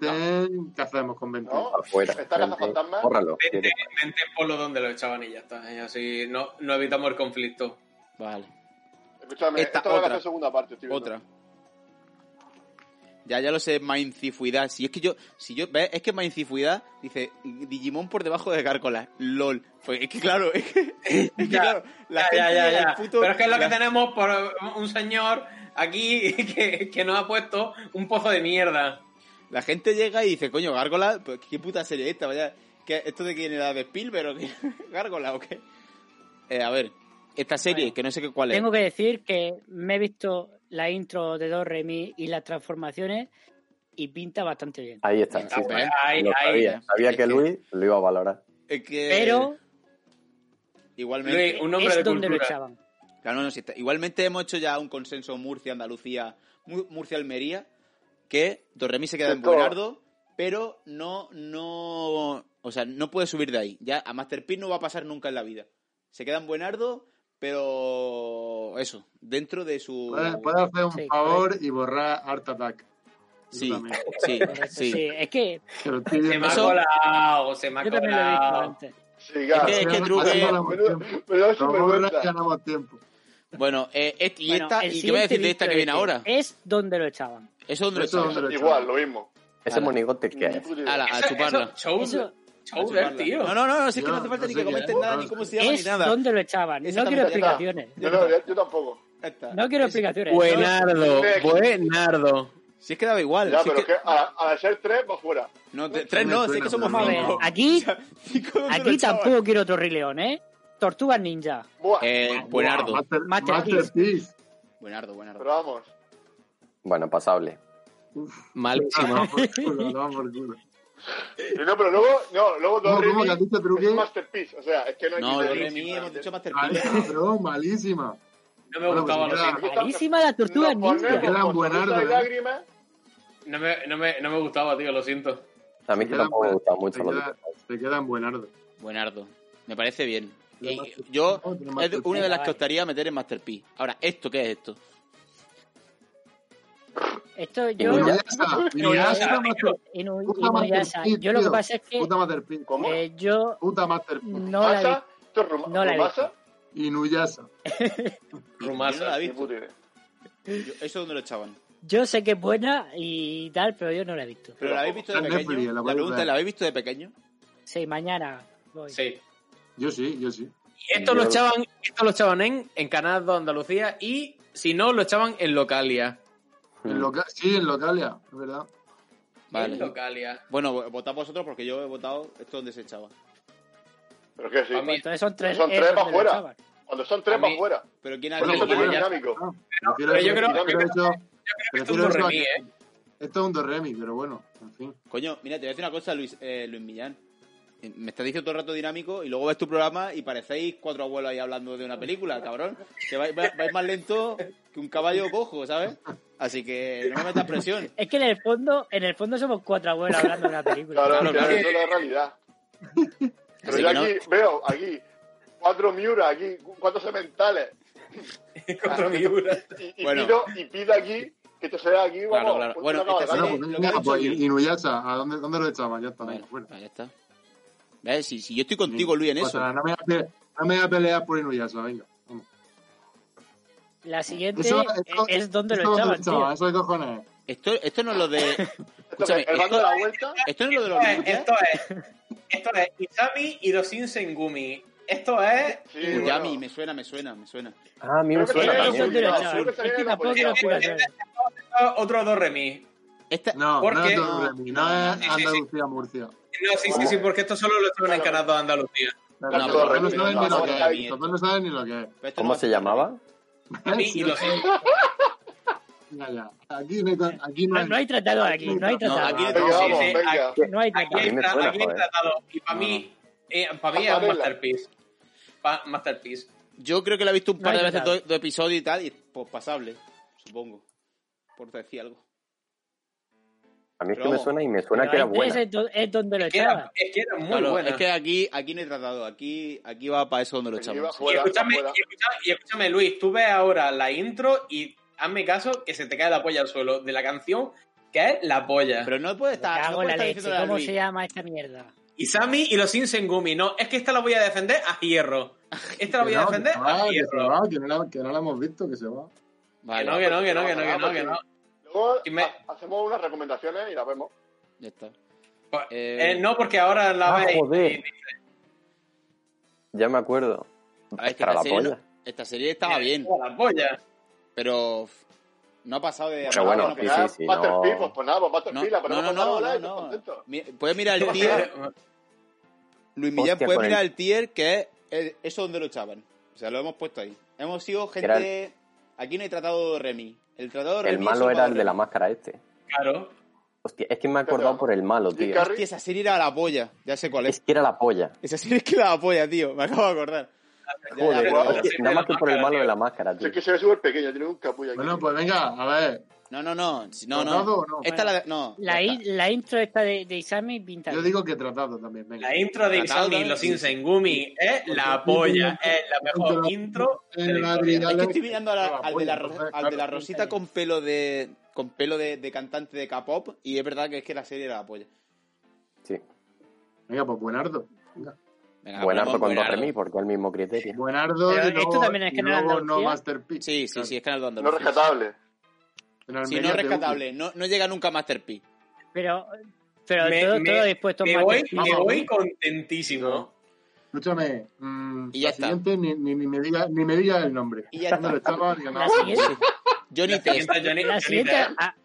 [SPEAKER 7] Venten, ¿qué hacemos con Venten?
[SPEAKER 4] ¿No?
[SPEAKER 6] Afuera.
[SPEAKER 4] Está
[SPEAKER 6] vente,
[SPEAKER 4] Cazafantasmas.
[SPEAKER 6] Bórralo.
[SPEAKER 3] Vente, vente por lo donde lo echaban y ya está. ¿eh? Así no, no evitamos el conflicto.
[SPEAKER 2] Vale,
[SPEAKER 4] Escúchame,
[SPEAKER 2] Esta
[SPEAKER 4] esto lo voy a
[SPEAKER 2] otra.
[SPEAKER 4] hacer segunda parte, tío.
[SPEAKER 2] otra. Ya, ya lo sé, Maincifuidad. Si es que yo, si yo, ¿ves? Es que Maincifuidad dice Digimon por debajo de Gárgolas. LOL. Pues es que claro, es que, es que
[SPEAKER 3] Ya,
[SPEAKER 2] claro, la
[SPEAKER 3] Ya,
[SPEAKER 2] gente
[SPEAKER 3] ya, ya,
[SPEAKER 2] llega al
[SPEAKER 3] ya.
[SPEAKER 2] puto-
[SPEAKER 3] Pero es que es lo
[SPEAKER 2] la-
[SPEAKER 3] que tenemos por un señor aquí que, que nos ha puesto un pozo de mierda.
[SPEAKER 2] La gente llega y dice, coño, Gárgola, pues, ¿qué puta serie es esta? Vaya, ¿qué- ¿Esto de quién era? ¿De Spielberg o qué? ¿Gárgola o qué? Eh, a ver, esta serie,
[SPEAKER 5] Bueno,
[SPEAKER 2] que no sé qué cuál es.
[SPEAKER 5] Tengo que decir que me he visto la intro de Do Re Mi y las transformaciones y pinta bastante bien.
[SPEAKER 6] Ahí está.
[SPEAKER 2] Venga,
[SPEAKER 6] sí,
[SPEAKER 2] pues,
[SPEAKER 6] sabía,
[SPEAKER 3] ahí,
[SPEAKER 6] lo
[SPEAKER 3] ahí.
[SPEAKER 6] sabía. Sabía
[SPEAKER 2] Es
[SPEAKER 6] que
[SPEAKER 2] que-
[SPEAKER 6] Luis lo iba a valorar.
[SPEAKER 2] Es que.
[SPEAKER 5] Pero
[SPEAKER 2] Igualmente.
[SPEAKER 3] Luis, un hombre
[SPEAKER 5] es
[SPEAKER 3] de
[SPEAKER 5] donde lo
[SPEAKER 3] cultura.
[SPEAKER 5] echaban.
[SPEAKER 2] Claro, no, no, si está- Igualmente hemos hecho ya un consenso Murcia-Andalucía, Mu- Murcia-Almería, que Torremí se queda en
[SPEAKER 4] Esto-
[SPEAKER 2] Buenardo, pero no, no, o sea, no puede subir de ahí. Ya a Masterpiece no va a pasar nunca en la vida. Se queda en Buenardo, pero eso, dentro de su...
[SPEAKER 7] Puedes, puedes hacer un
[SPEAKER 5] Sí,
[SPEAKER 7] favor y borrar Art Attack. Eso
[SPEAKER 2] Sí,
[SPEAKER 7] también.
[SPEAKER 2] sí,
[SPEAKER 5] Sí.
[SPEAKER 2] sí.
[SPEAKER 5] es que
[SPEAKER 7] Que lo estoy
[SPEAKER 3] Se me
[SPEAKER 7] viendo.
[SPEAKER 3] ha
[SPEAKER 2] Eso-
[SPEAKER 3] colado, se me ha
[SPEAKER 5] yo también lo he dicho
[SPEAKER 3] colado.
[SPEAKER 5] antes.
[SPEAKER 4] Siga.
[SPEAKER 2] Es que- Drucker-
[SPEAKER 7] Haciendo la
[SPEAKER 4] Menudo,
[SPEAKER 7] emoción.
[SPEAKER 4] menudo
[SPEAKER 7] Lo borras y
[SPEAKER 4] sinvergüenza.
[SPEAKER 7] ganamos tiempo.
[SPEAKER 2] Bueno, eh, et- y,
[SPEAKER 5] Bueno,
[SPEAKER 2] esta,
[SPEAKER 5] el
[SPEAKER 2] ¿y qué voy a decir
[SPEAKER 5] siguiente
[SPEAKER 2] de esta que
[SPEAKER 5] vídeo
[SPEAKER 2] viene
[SPEAKER 5] es
[SPEAKER 2] ahora?
[SPEAKER 5] Es donde lo echaban.
[SPEAKER 2] Eso donde lo
[SPEAKER 7] Eso
[SPEAKER 2] echaba.
[SPEAKER 7] donde-
[SPEAKER 4] Igual, lo mismo.
[SPEAKER 6] Ese
[SPEAKER 2] Ala.
[SPEAKER 6] monigote que
[SPEAKER 4] Ni
[SPEAKER 6] es.
[SPEAKER 4] puta idea.
[SPEAKER 2] Ala, a
[SPEAKER 3] Eso-
[SPEAKER 2] chuparla.
[SPEAKER 3] eso, Chowder,
[SPEAKER 5] Eso
[SPEAKER 2] a
[SPEAKER 3] Chowder,
[SPEAKER 2] chuparla.
[SPEAKER 3] tío.
[SPEAKER 2] No, no, no, no, si es que
[SPEAKER 7] Yo
[SPEAKER 2] no hace falta
[SPEAKER 7] no
[SPEAKER 2] ni
[SPEAKER 7] sé
[SPEAKER 2] que
[SPEAKER 7] qué
[SPEAKER 2] comenten
[SPEAKER 7] es.
[SPEAKER 2] nada, ni cómo se llama, ni
[SPEAKER 5] es
[SPEAKER 2] nada.
[SPEAKER 5] donde lo echaban. No
[SPEAKER 2] Exactamente,
[SPEAKER 5] quiero
[SPEAKER 2] ya está.
[SPEAKER 5] explicaciones.
[SPEAKER 4] Yo, no, yo, yo tampoco.
[SPEAKER 2] Ya está.
[SPEAKER 5] No quiero
[SPEAKER 2] Es-
[SPEAKER 5] explicaciones.
[SPEAKER 1] Buenardo,
[SPEAKER 4] Creo que-
[SPEAKER 1] buenardo.
[SPEAKER 2] Si es que daba igual.
[SPEAKER 4] Ya,
[SPEAKER 2] si es
[SPEAKER 4] pero
[SPEAKER 2] que-
[SPEAKER 4] que a- al ser tres, va fuera.
[SPEAKER 2] No, te- tres
[SPEAKER 7] me
[SPEAKER 2] no,
[SPEAKER 7] suena,
[SPEAKER 2] si es que somos
[SPEAKER 5] Vamos a ver,
[SPEAKER 2] cinco.
[SPEAKER 5] aquí-
[SPEAKER 2] O sea, cinco no te lo
[SPEAKER 5] Aquí
[SPEAKER 2] echaban.
[SPEAKER 5] tampoco quiero otro Rey León, ¿eh? Tortugas Ninja.
[SPEAKER 4] Buah.
[SPEAKER 2] Eh, buenardo.
[SPEAKER 7] Wow, Master-
[SPEAKER 5] Masterpiece.
[SPEAKER 7] Masterpiece.
[SPEAKER 2] Buenardo, buenardo.
[SPEAKER 4] Pero vamos.
[SPEAKER 6] Bueno, pasable.
[SPEAKER 7] Ah,
[SPEAKER 1] Malísimo.
[SPEAKER 7] no, por culo, no, por culo.
[SPEAKER 4] Y no, pero luego, no, luego
[SPEAKER 7] ¿Cómo,
[SPEAKER 4] Dorrimi
[SPEAKER 7] cómo que has dicho
[SPEAKER 4] es
[SPEAKER 7] truque? Ah,
[SPEAKER 4] Masterpiece. O sea, es que no hay
[SPEAKER 2] No,
[SPEAKER 4] quien
[SPEAKER 2] lo
[SPEAKER 4] le
[SPEAKER 2] de
[SPEAKER 4] diga.
[SPEAKER 2] mí hemos dicho Masterpiece.
[SPEAKER 7] Malísima, bro, malísima.
[SPEAKER 3] No me gustaba lo
[SPEAKER 7] Bueno, pues
[SPEAKER 3] siento.
[SPEAKER 4] mira.
[SPEAKER 5] Clarísima la tortuga
[SPEAKER 4] Nos
[SPEAKER 5] ninja.
[SPEAKER 4] ponemos
[SPEAKER 7] Eran
[SPEAKER 4] con
[SPEAKER 7] buenardo,
[SPEAKER 4] sonrisa y
[SPEAKER 7] ¿eh?
[SPEAKER 4] lágrimas.
[SPEAKER 3] No me, no, me, no me gustaba, tío, lo siento.
[SPEAKER 6] A mí
[SPEAKER 7] Te
[SPEAKER 6] que
[SPEAKER 7] quedan
[SPEAKER 6] tampoco me
[SPEAKER 7] buenas-
[SPEAKER 6] gustaba
[SPEAKER 7] te
[SPEAKER 6] mucho lo
[SPEAKER 7] queda- Te quedan buenardo.
[SPEAKER 2] Buenardo. Me parece bien.
[SPEAKER 7] Pero
[SPEAKER 2] Y
[SPEAKER 7] Masterpiece,
[SPEAKER 2] yo,
[SPEAKER 7] no, pero
[SPEAKER 2] es de-
[SPEAKER 7] Masterpiece.
[SPEAKER 2] una de las
[SPEAKER 5] Vale.
[SPEAKER 2] que optaría meter en Masterpiece. Ahora, ¿esto qué es esto?
[SPEAKER 5] Esto yo.
[SPEAKER 6] Inuyasha.
[SPEAKER 7] Inuyasha, Inuyasha, Master-
[SPEAKER 5] Inu-
[SPEAKER 7] Puta
[SPEAKER 5] Inuyasha.
[SPEAKER 7] Masterpiece,
[SPEAKER 5] Yo lo que
[SPEAKER 7] tío.
[SPEAKER 5] pasa es que
[SPEAKER 7] Puta Masterpiece.
[SPEAKER 4] ¿Cómo?
[SPEAKER 5] eh, yo
[SPEAKER 7] Puta Masterpiece.
[SPEAKER 5] no la
[SPEAKER 4] ¿Masa?
[SPEAKER 5] vi.
[SPEAKER 4] ¿Esto es Ruma-
[SPEAKER 5] No la he
[SPEAKER 4] Rumasa?
[SPEAKER 7] Inuyasha.
[SPEAKER 2] Yo no la
[SPEAKER 3] Rumasa.
[SPEAKER 2] he
[SPEAKER 4] Ni
[SPEAKER 2] visto.
[SPEAKER 4] puta idea.
[SPEAKER 2] Yo- eso donde lo echaban.
[SPEAKER 5] Yo sé que es buena y tal, pero yo no la he visto.
[SPEAKER 2] Pero la habéis visto de
[SPEAKER 7] Está en Netflix,
[SPEAKER 2] pequeño.
[SPEAKER 7] la
[SPEAKER 2] La
[SPEAKER 7] podéis
[SPEAKER 2] pregunta
[SPEAKER 7] ver.
[SPEAKER 2] es, ¿la habéis visto de pequeño?
[SPEAKER 5] Sí, mañana voy.
[SPEAKER 3] Sí.
[SPEAKER 7] Yo sí, yo sí.
[SPEAKER 3] Y esto
[SPEAKER 6] Yo-
[SPEAKER 3] lo echaban, esto lo echaban en, en Canal 2 Andalucía y si no, lo echaban en Localia.
[SPEAKER 2] Mm.
[SPEAKER 7] En loca- sí, en Localia, es verdad.
[SPEAKER 2] Vale.
[SPEAKER 3] En Localia.
[SPEAKER 2] Bueno, vo- votad vosotros porque yo he votado esto donde se echaba.
[SPEAKER 4] Pero que sí.
[SPEAKER 3] A mí-
[SPEAKER 5] Entonces son tres.
[SPEAKER 4] Son
[SPEAKER 5] es
[SPEAKER 4] tres
[SPEAKER 5] donde
[SPEAKER 4] pa'
[SPEAKER 5] lo
[SPEAKER 4] fuera.
[SPEAKER 5] echaban.
[SPEAKER 4] Cuando son tres,
[SPEAKER 3] A
[SPEAKER 4] va
[SPEAKER 3] mí-
[SPEAKER 4] fuera.
[SPEAKER 2] Pero ¿quién ha
[SPEAKER 7] Bueno,
[SPEAKER 4] Bueno,
[SPEAKER 2] dicho?
[SPEAKER 4] esto es muy
[SPEAKER 7] ya-
[SPEAKER 4] dinámico.
[SPEAKER 7] Ah,
[SPEAKER 3] Pero-
[SPEAKER 7] prefiero
[SPEAKER 3] pero yo
[SPEAKER 7] eso-
[SPEAKER 3] creo-
[SPEAKER 7] prefiero
[SPEAKER 4] yo
[SPEAKER 7] eso-
[SPEAKER 3] Esto es
[SPEAKER 7] prefiero
[SPEAKER 3] un
[SPEAKER 7] eso a
[SPEAKER 3] remí,
[SPEAKER 7] que-
[SPEAKER 3] ¿eh?
[SPEAKER 7] Esto es un Doremi, pero bueno, en fin.
[SPEAKER 2] Coño, mira, te voy a decir una cosa, Luis, eh, Luis Millán. Eh, Me estás diciendo todo el rato dinámico y luego ves tu programa y parecéis cuatro abuelos ahí hablando de una película, cabrón. Que vais, vais- vais más lento que un caballo cojo, ¿sabes? Así que no me metas presión.
[SPEAKER 5] Es que en el fondo, en el fondo somos cuatro abuelos hablando de una película.
[SPEAKER 4] Claro,
[SPEAKER 2] Claro,
[SPEAKER 4] claro,
[SPEAKER 2] claro.
[SPEAKER 4] eso es la realidad. Pero
[SPEAKER 2] Así
[SPEAKER 4] yo
[SPEAKER 2] que no-
[SPEAKER 4] aquí veo, aquí, cuatro miura, aquí, cuatro sementales.
[SPEAKER 3] Contra mi Ura.
[SPEAKER 4] Y, y
[SPEAKER 2] Bueno.
[SPEAKER 4] pido, y pido aquí que te sea aquí,
[SPEAKER 2] claro.
[SPEAKER 4] vamos. una
[SPEAKER 2] Bueno, este esta
[SPEAKER 4] cabalgata.
[SPEAKER 7] Bueno,
[SPEAKER 2] serie-
[SPEAKER 7] pues
[SPEAKER 2] lo que
[SPEAKER 7] venga,
[SPEAKER 2] ha dicho
[SPEAKER 7] pues
[SPEAKER 2] Luis.
[SPEAKER 7] Inuyasha, ¿a dónde, dónde lo echaban? Ya está,
[SPEAKER 2] Bueno,
[SPEAKER 7] venga, fuera.
[SPEAKER 2] ahí está. ¿Ves? Si, si yo estoy contigo, Luis, en
[SPEAKER 7] O
[SPEAKER 2] eso.
[SPEAKER 7] sea, no me voy a pelear, no me voy a pelear por Inuyasha, venga. vamos.
[SPEAKER 5] La siguiente
[SPEAKER 7] Eso-
[SPEAKER 5] es-
[SPEAKER 7] eso-
[SPEAKER 5] es donde
[SPEAKER 7] Esto
[SPEAKER 5] lo
[SPEAKER 7] es
[SPEAKER 5] echaban, tío.
[SPEAKER 7] Eso de cojones.
[SPEAKER 2] Esto, esto no es lo de...
[SPEAKER 4] Entonces,
[SPEAKER 2] Escúchame,
[SPEAKER 4] el mando
[SPEAKER 2] esto,
[SPEAKER 4] de la vuelta,
[SPEAKER 2] esto no es lo ¿eh? de los
[SPEAKER 3] Esto
[SPEAKER 5] Eh,
[SPEAKER 3] es,
[SPEAKER 2] ninjas.
[SPEAKER 3] esto es, esto es Isami y los Shinsengumi. Esto es
[SPEAKER 4] sí, bueno.
[SPEAKER 2] Yami, me suena, me suena, me suena.
[SPEAKER 6] Ah, a mí
[SPEAKER 4] Creo
[SPEAKER 6] me
[SPEAKER 4] que también era
[SPEAKER 5] Es
[SPEAKER 6] suena también.
[SPEAKER 5] donde lo
[SPEAKER 4] No,
[SPEAKER 5] echaban.
[SPEAKER 4] seguro
[SPEAKER 5] Es
[SPEAKER 4] que
[SPEAKER 5] que
[SPEAKER 4] salía
[SPEAKER 5] tampoco
[SPEAKER 4] en
[SPEAKER 5] quiero
[SPEAKER 4] la
[SPEAKER 3] política.
[SPEAKER 5] explicaciones.
[SPEAKER 3] otro dos remis.
[SPEAKER 2] Esta...
[SPEAKER 7] No,
[SPEAKER 3] ¿Por
[SPEAKER 7] no
[SPEAKER 3] qué?
[SPEAKER 7] es Doremi, no es
[SPEAKER 3] sí, sí.
[SPEAKER 7] Andalucía-Murcia.
[SPEAKER 3] No, sí, sí, sí, porque esto solo lo echaban en Canal 2 Andalucía.
[SPEAKER 7] Pero
[SPEAKER 2] No,
[SPEAKER 7] los
[SPEAKER 2] pero
[SPEAKER 7] papás no
[SPEAKER 4] Doremi,
[SPEAKER 7] saben
[SPEAKER 4] no,
[SPEAKER 7] ni lo
[SPEAKER 4] no,
[SPEAKER 7] que
[SPEAKER 4] ahí
[SPEAKER 7] es. Los papás no saben ni lo que es.
[SPEAKER 2] Pero esto no
[SPEAKER 6] ¿Cómo
[SPEAKER 2] va a
[SPEAKER 6] se
[SPEAKER 2] ser-
[SPEAKER 6] llamaba?
[SPEAKER 3] Yami y los
[SPEAKER 7] Ya, ya. Aquí no hay- aquí no
[SPEAKER 5] No,
[SPEAKER 7] hay.
[SPEAKER 5] no hay tratado aquí, no hay
[SPEAKER 2] No,
[SPEAKER 5] tratado.
[SPEAKER 2] aquí
[SPEAKER 4] Venga,
[SPEAKER 3] Sí,
[SPEAKER 4] vamos,
[SPEAKER 3] sí,
[SPEAKER 4] venga.
[SPEAKER 5] No hay
[SPEAKER 3] Aquí
[SPEAKER 5] tratado.
[SPEAKER 3] hay,
[SPEAKER 6] me
[SPEAKER 3] tra-
[SPEAKER 6] suena,
[SPEAKER 3] aquí hay
[SPEAKER 6] joder.
[SPEAKER 3] tratado. Y para
[SPEAKER 2] No,
[SPEAKER 3] mí, eh, pa' mí es un
[SPEAKER 4] Pasarela.
[SPEAKER 3] masterpiece. Pa- masterpiece.
[SPEAKER 2] Yo creo que la he visto un
[SPEAKER 5] No
[SPEAKER 2] par
[SPEAKER 5] hay
[SPEAKER 2] de veces
[SPEAKER 5] tratado.
[SPEAKER 2] de, de episodio y tal, y pues pasable, supongo. Por decir algo.
[SPEAKER 6] A mí es que
[SPEAKER 2] Pero
[SPEAKER 6] me
[SPEAKER 2] vamos.
[SPEAKER 6] suena y me suena que era
[SPEAKER 5] Pero hay tres
[SPEAKER 6] buena.
[SPEAKER 5] Es, do- es donde lo
[SPEAKER 3] Es que era,
[SPEAKER 5] echaban.
[SPEAKER 3] es que era muy
[SPEAKER 2] Claro,
[SPEAKER 3] buena.
[SPEAKER 2] es que aquí, aquí no he tratado, aquí, aquí va para eso donde lo
[SPEAKER 4] Aquí va
[SPEAKER 2] echamos.
[SPEAKER 3] y,
[SPEAKER 4] fuera,
[SPEAKER 3] escúchame,
[SPEAKER 4] fuera.
[SPEAKER 3] y escúchame- y escúchame, Luis, tú ves ahora la intro y hazme caso que se te cae la polla al suelo de la canción, que es la polla.
[SPEAKER 2] Pero no puede
[SPEAKER 5] Me
[SPEAKER 2] estar, no
[SPEAKER 5] cago en
[SPEAKER 2] puede
[SPEAKER 5] la
[SPEAKER 2] estar
[SPEAKER 5] leche.
[SPEAKER 2] diciéndole a
[SPEAKER 5] ¿Cómo
[SPEAKER 2] Luis.
[SPEAKER 5] se llama esta mierda?
[SPEAKER 3] Isami y los Insengumi. No, es que esta la voy a defender a hierro. Esta la voy
[SPEAKER 7] Que
[SPEAKER 3] a
[SPEAKER 7] no,
[SPEAKER 3] defender
[SPEAKER 7] que se
[SPEAKER 3] a
[SPEAKER 7] va, que se
[SPEAKER 3] hierro.
[SPEAKER 7] va, que no la- que no la hemos visto, que se va.
[SPEAKER 3] Que
[SPEAKER 2] Vale,
[SPEAKER 3] no, que no, que no, que no, que no, que no.
[SPEAKER 4] Luego
[SPEAKER 3] Y me-
[SPEAKER 4] ha- hacemos unas recomendaciones y las vemos.
[SPEAKER 2] ya está.
[SPEAKER 3] Pa-
[SPEAKER 2] Eh,
[SPEAKER 3] Eh, no, porque ahora la
[SPEAKER 6] Ah,
[SPEAKER 3] veis.
[SPEAKER 6] joder. Ya me acuerdo.
[SPEAKER 2] a ver, es que
[SPEAKER 6] Para
[SPEAKER 2] esta,
[SPEAKER 6] la
[SPEAKER 2] serie no-
[SPEAKER 6] polla.
[SPEAKER 2] esta serie estaba bien,
[SPEAKER 3] La polla.
[SPEAKER 2] pero f, no ha pasado de...
[SPEAKER 6] Pero
[SPEAKER 2] no,
[SPEAKER 6] bueno,
[SPEAKER 2] no,
[SPEAKER 6] sí,
[SPEAKER 4] Ya,
[SPEAKER 6] sí, sí,
[SPEAKER 4] Masterpiece,
[SPEAKER 6] no.
[SPEAKER 4] pues, pues nada, pues
[SPEAKER 2] no,
[SPEAKER 4] Masterpiece, la
[SPEAKER 2] no,
[SPEAKER 4] ponemos
[SPEAKER 2] no,
[SPEAKER 4] con la bola y
[SPEAKER 2] no,
[SPEAKER 4] estás
[SPEAKER 2] no,
[SPEAKER 4] contento.
[SPEAKER 2] Mi- Puedes mirar el tier, Luis Millán,
[SPEAKER 6] Hostia,
[SPEAKER 2] puedes
[SPEAKER 6] con el-
[SPEAKER 2] mirar el tier que es el- eso donde lo echaban. O sea, lo hemos puesto ahí. Hemos sido gente...
[SPEAKER 6] Era
[SPEAKER 2] Aquí no hay tratado de Remy. El tratado de
[SPEAKER 6] El
[SPEAKER 2] Remy es
[SPEAKER 6] malo
[SPEAKER 2] un
[SPEAKER 6] era
[SPEAKER 2] tratado
[SPEAKER 6] el de la
[SPEAKER 2] Remy.
[SPEAKER 6] máscara este.
[SPEAKER 3] Claro.
[SPEAKER 6] Hostia, es que me he acordado por el malo,
[SPEAKER 4] Y
[SPEAKER 6] tío.
[SPEAKER 4] Carrie,
[SPEAKER 2] Hostia, esa serie era la polla. Ya sé cuál es.
[SPEAKER 6] Es que era la polla.
[SPEAKER 2] Esa serie es que era la polla, tío. Me acabo de acordar. Ya, ya,
[SPEAKER 6] Joder,
[SPEAKER 2] pero-
[SPEAKER 4] guau.
[SPEAKER 6] es que nada más que por el malo de la máscara, tío.
[SPEAKER 4] es que se ve súper pequeño, tiene un capullo aquí.
[SPEAKER 7] Bueno, pues venga, a ver.
[SPEAKER 2] No, no, no. Si- No,
[SPEAKER 7] ¿Tratado
[SPEAKER 2] no.
[SPEAKER 7] o no?
[SPEAKER 2] Esta la de- No.
[SPEAKER 5] La,
[SPEAKER 2] ya
[SPEAKER 5] in-
[SPEAKER 2] está.
[SPEAKER 5] la intro esta de, de Isami pinta.
[SPEAKER 7] Yo
[SPEAKER 5] bien.
[SPEAKER 7] digo que tratado también, venga.
[SPEAKER 3] La intro de
[SPEAKER 2] Tratado
[SPEAKER 3] Isami
[SPEAKER 2] también.
[SPEAKER 3] y los Insengumi es ¿eh? la polla, es la mejor intro de la historia.
[SPEAKER 2] Es que estoy mirando a la- al, de la, ro-
[SPEAKER 7] Entonces,
[SPEAKER 2] al de la
[SPEAKER 7] claro,
[SPEAKER 2] Rosita con pelo de con pelo de, de cantante de K-pop y es verdad que es que la serie era la polla.
[SPEAKER 6] Sí.
[SPEAKER 7] Venga, pues buenardo.
[SPEAKER 2] Venga,
[SPEAKER 6] Buen
[SPEAKER 2] ponemos
[SPEAKER 6] harto con dos
[SPEAKER 2] Buenardo.
[SPEAKER 6] remis, porque es el mismo criterio.
[SPEAKER 7] Buenardo
[SPEAKER 5] Pero
[SPEAKER 7] y
[SPEAKER 5] esto
[SPEAKER 7] luego,
[SPEAKER 5] también es que
[SPEAKER 7] y
[SPEAKER 5] no era
[SPEAKER 7] luego no
[SPEAKER 5] Andalucía.
[SPEAKER 7] Masterpiece.
[SPEAKER 2] Sí, sí, sí, es Canal 2
[SPEAKER 4] No
[SPEAKER 2] Andalucía.
[SPEAKER 4] rescatable.
[SPEAKER 7] En
[SPEAKER 2] Sí, no
[SPEAKER 7] Almería te
[SPEAKER 2] rescatable. No, no llega nunca a Master P.
[SPEAKER 5] Pero, pero
[SPEAKER 3] Me-
[SPEAKER 5] todo,
[SPEAKER 3] me-
[SPEAKER 5] todo dispuesto
[SPEAKER 3] Me
[SPEAKER 5] más
[SPEAKER 3] voy,
[SPEAKER 5] que-
[SPEAKER 3] me
[SPEAKER 7] Vamos.
[SPEAKER 3] voy contentísimo.
[SPEAKER 7] Escúchame, mm,
[SPEAKER 2] Y ya
[SPEAKER 7] la
[SPEAKER 2] está.
[SPEAKER 7] siguiente ni, ni, ni me diga, ni me diga el nombre.
[SPEAKER 2] Y ya está.
[SPEAKER 7] No lo estaba ni
[SPEAKER 5] La
[SPEAKER 7] nada.
[SPEAKER 5] siguiente,
[SPEAKER 2] Johnny Test.
[SPEAKER 3] Entonces, Johnny-
[SPEAKER 5] la
[SPEAKER 3] Johnny
[SPEAKER 5] siguiente,
[SPEAKER 3] Depp,
[SPEAKER 5] a,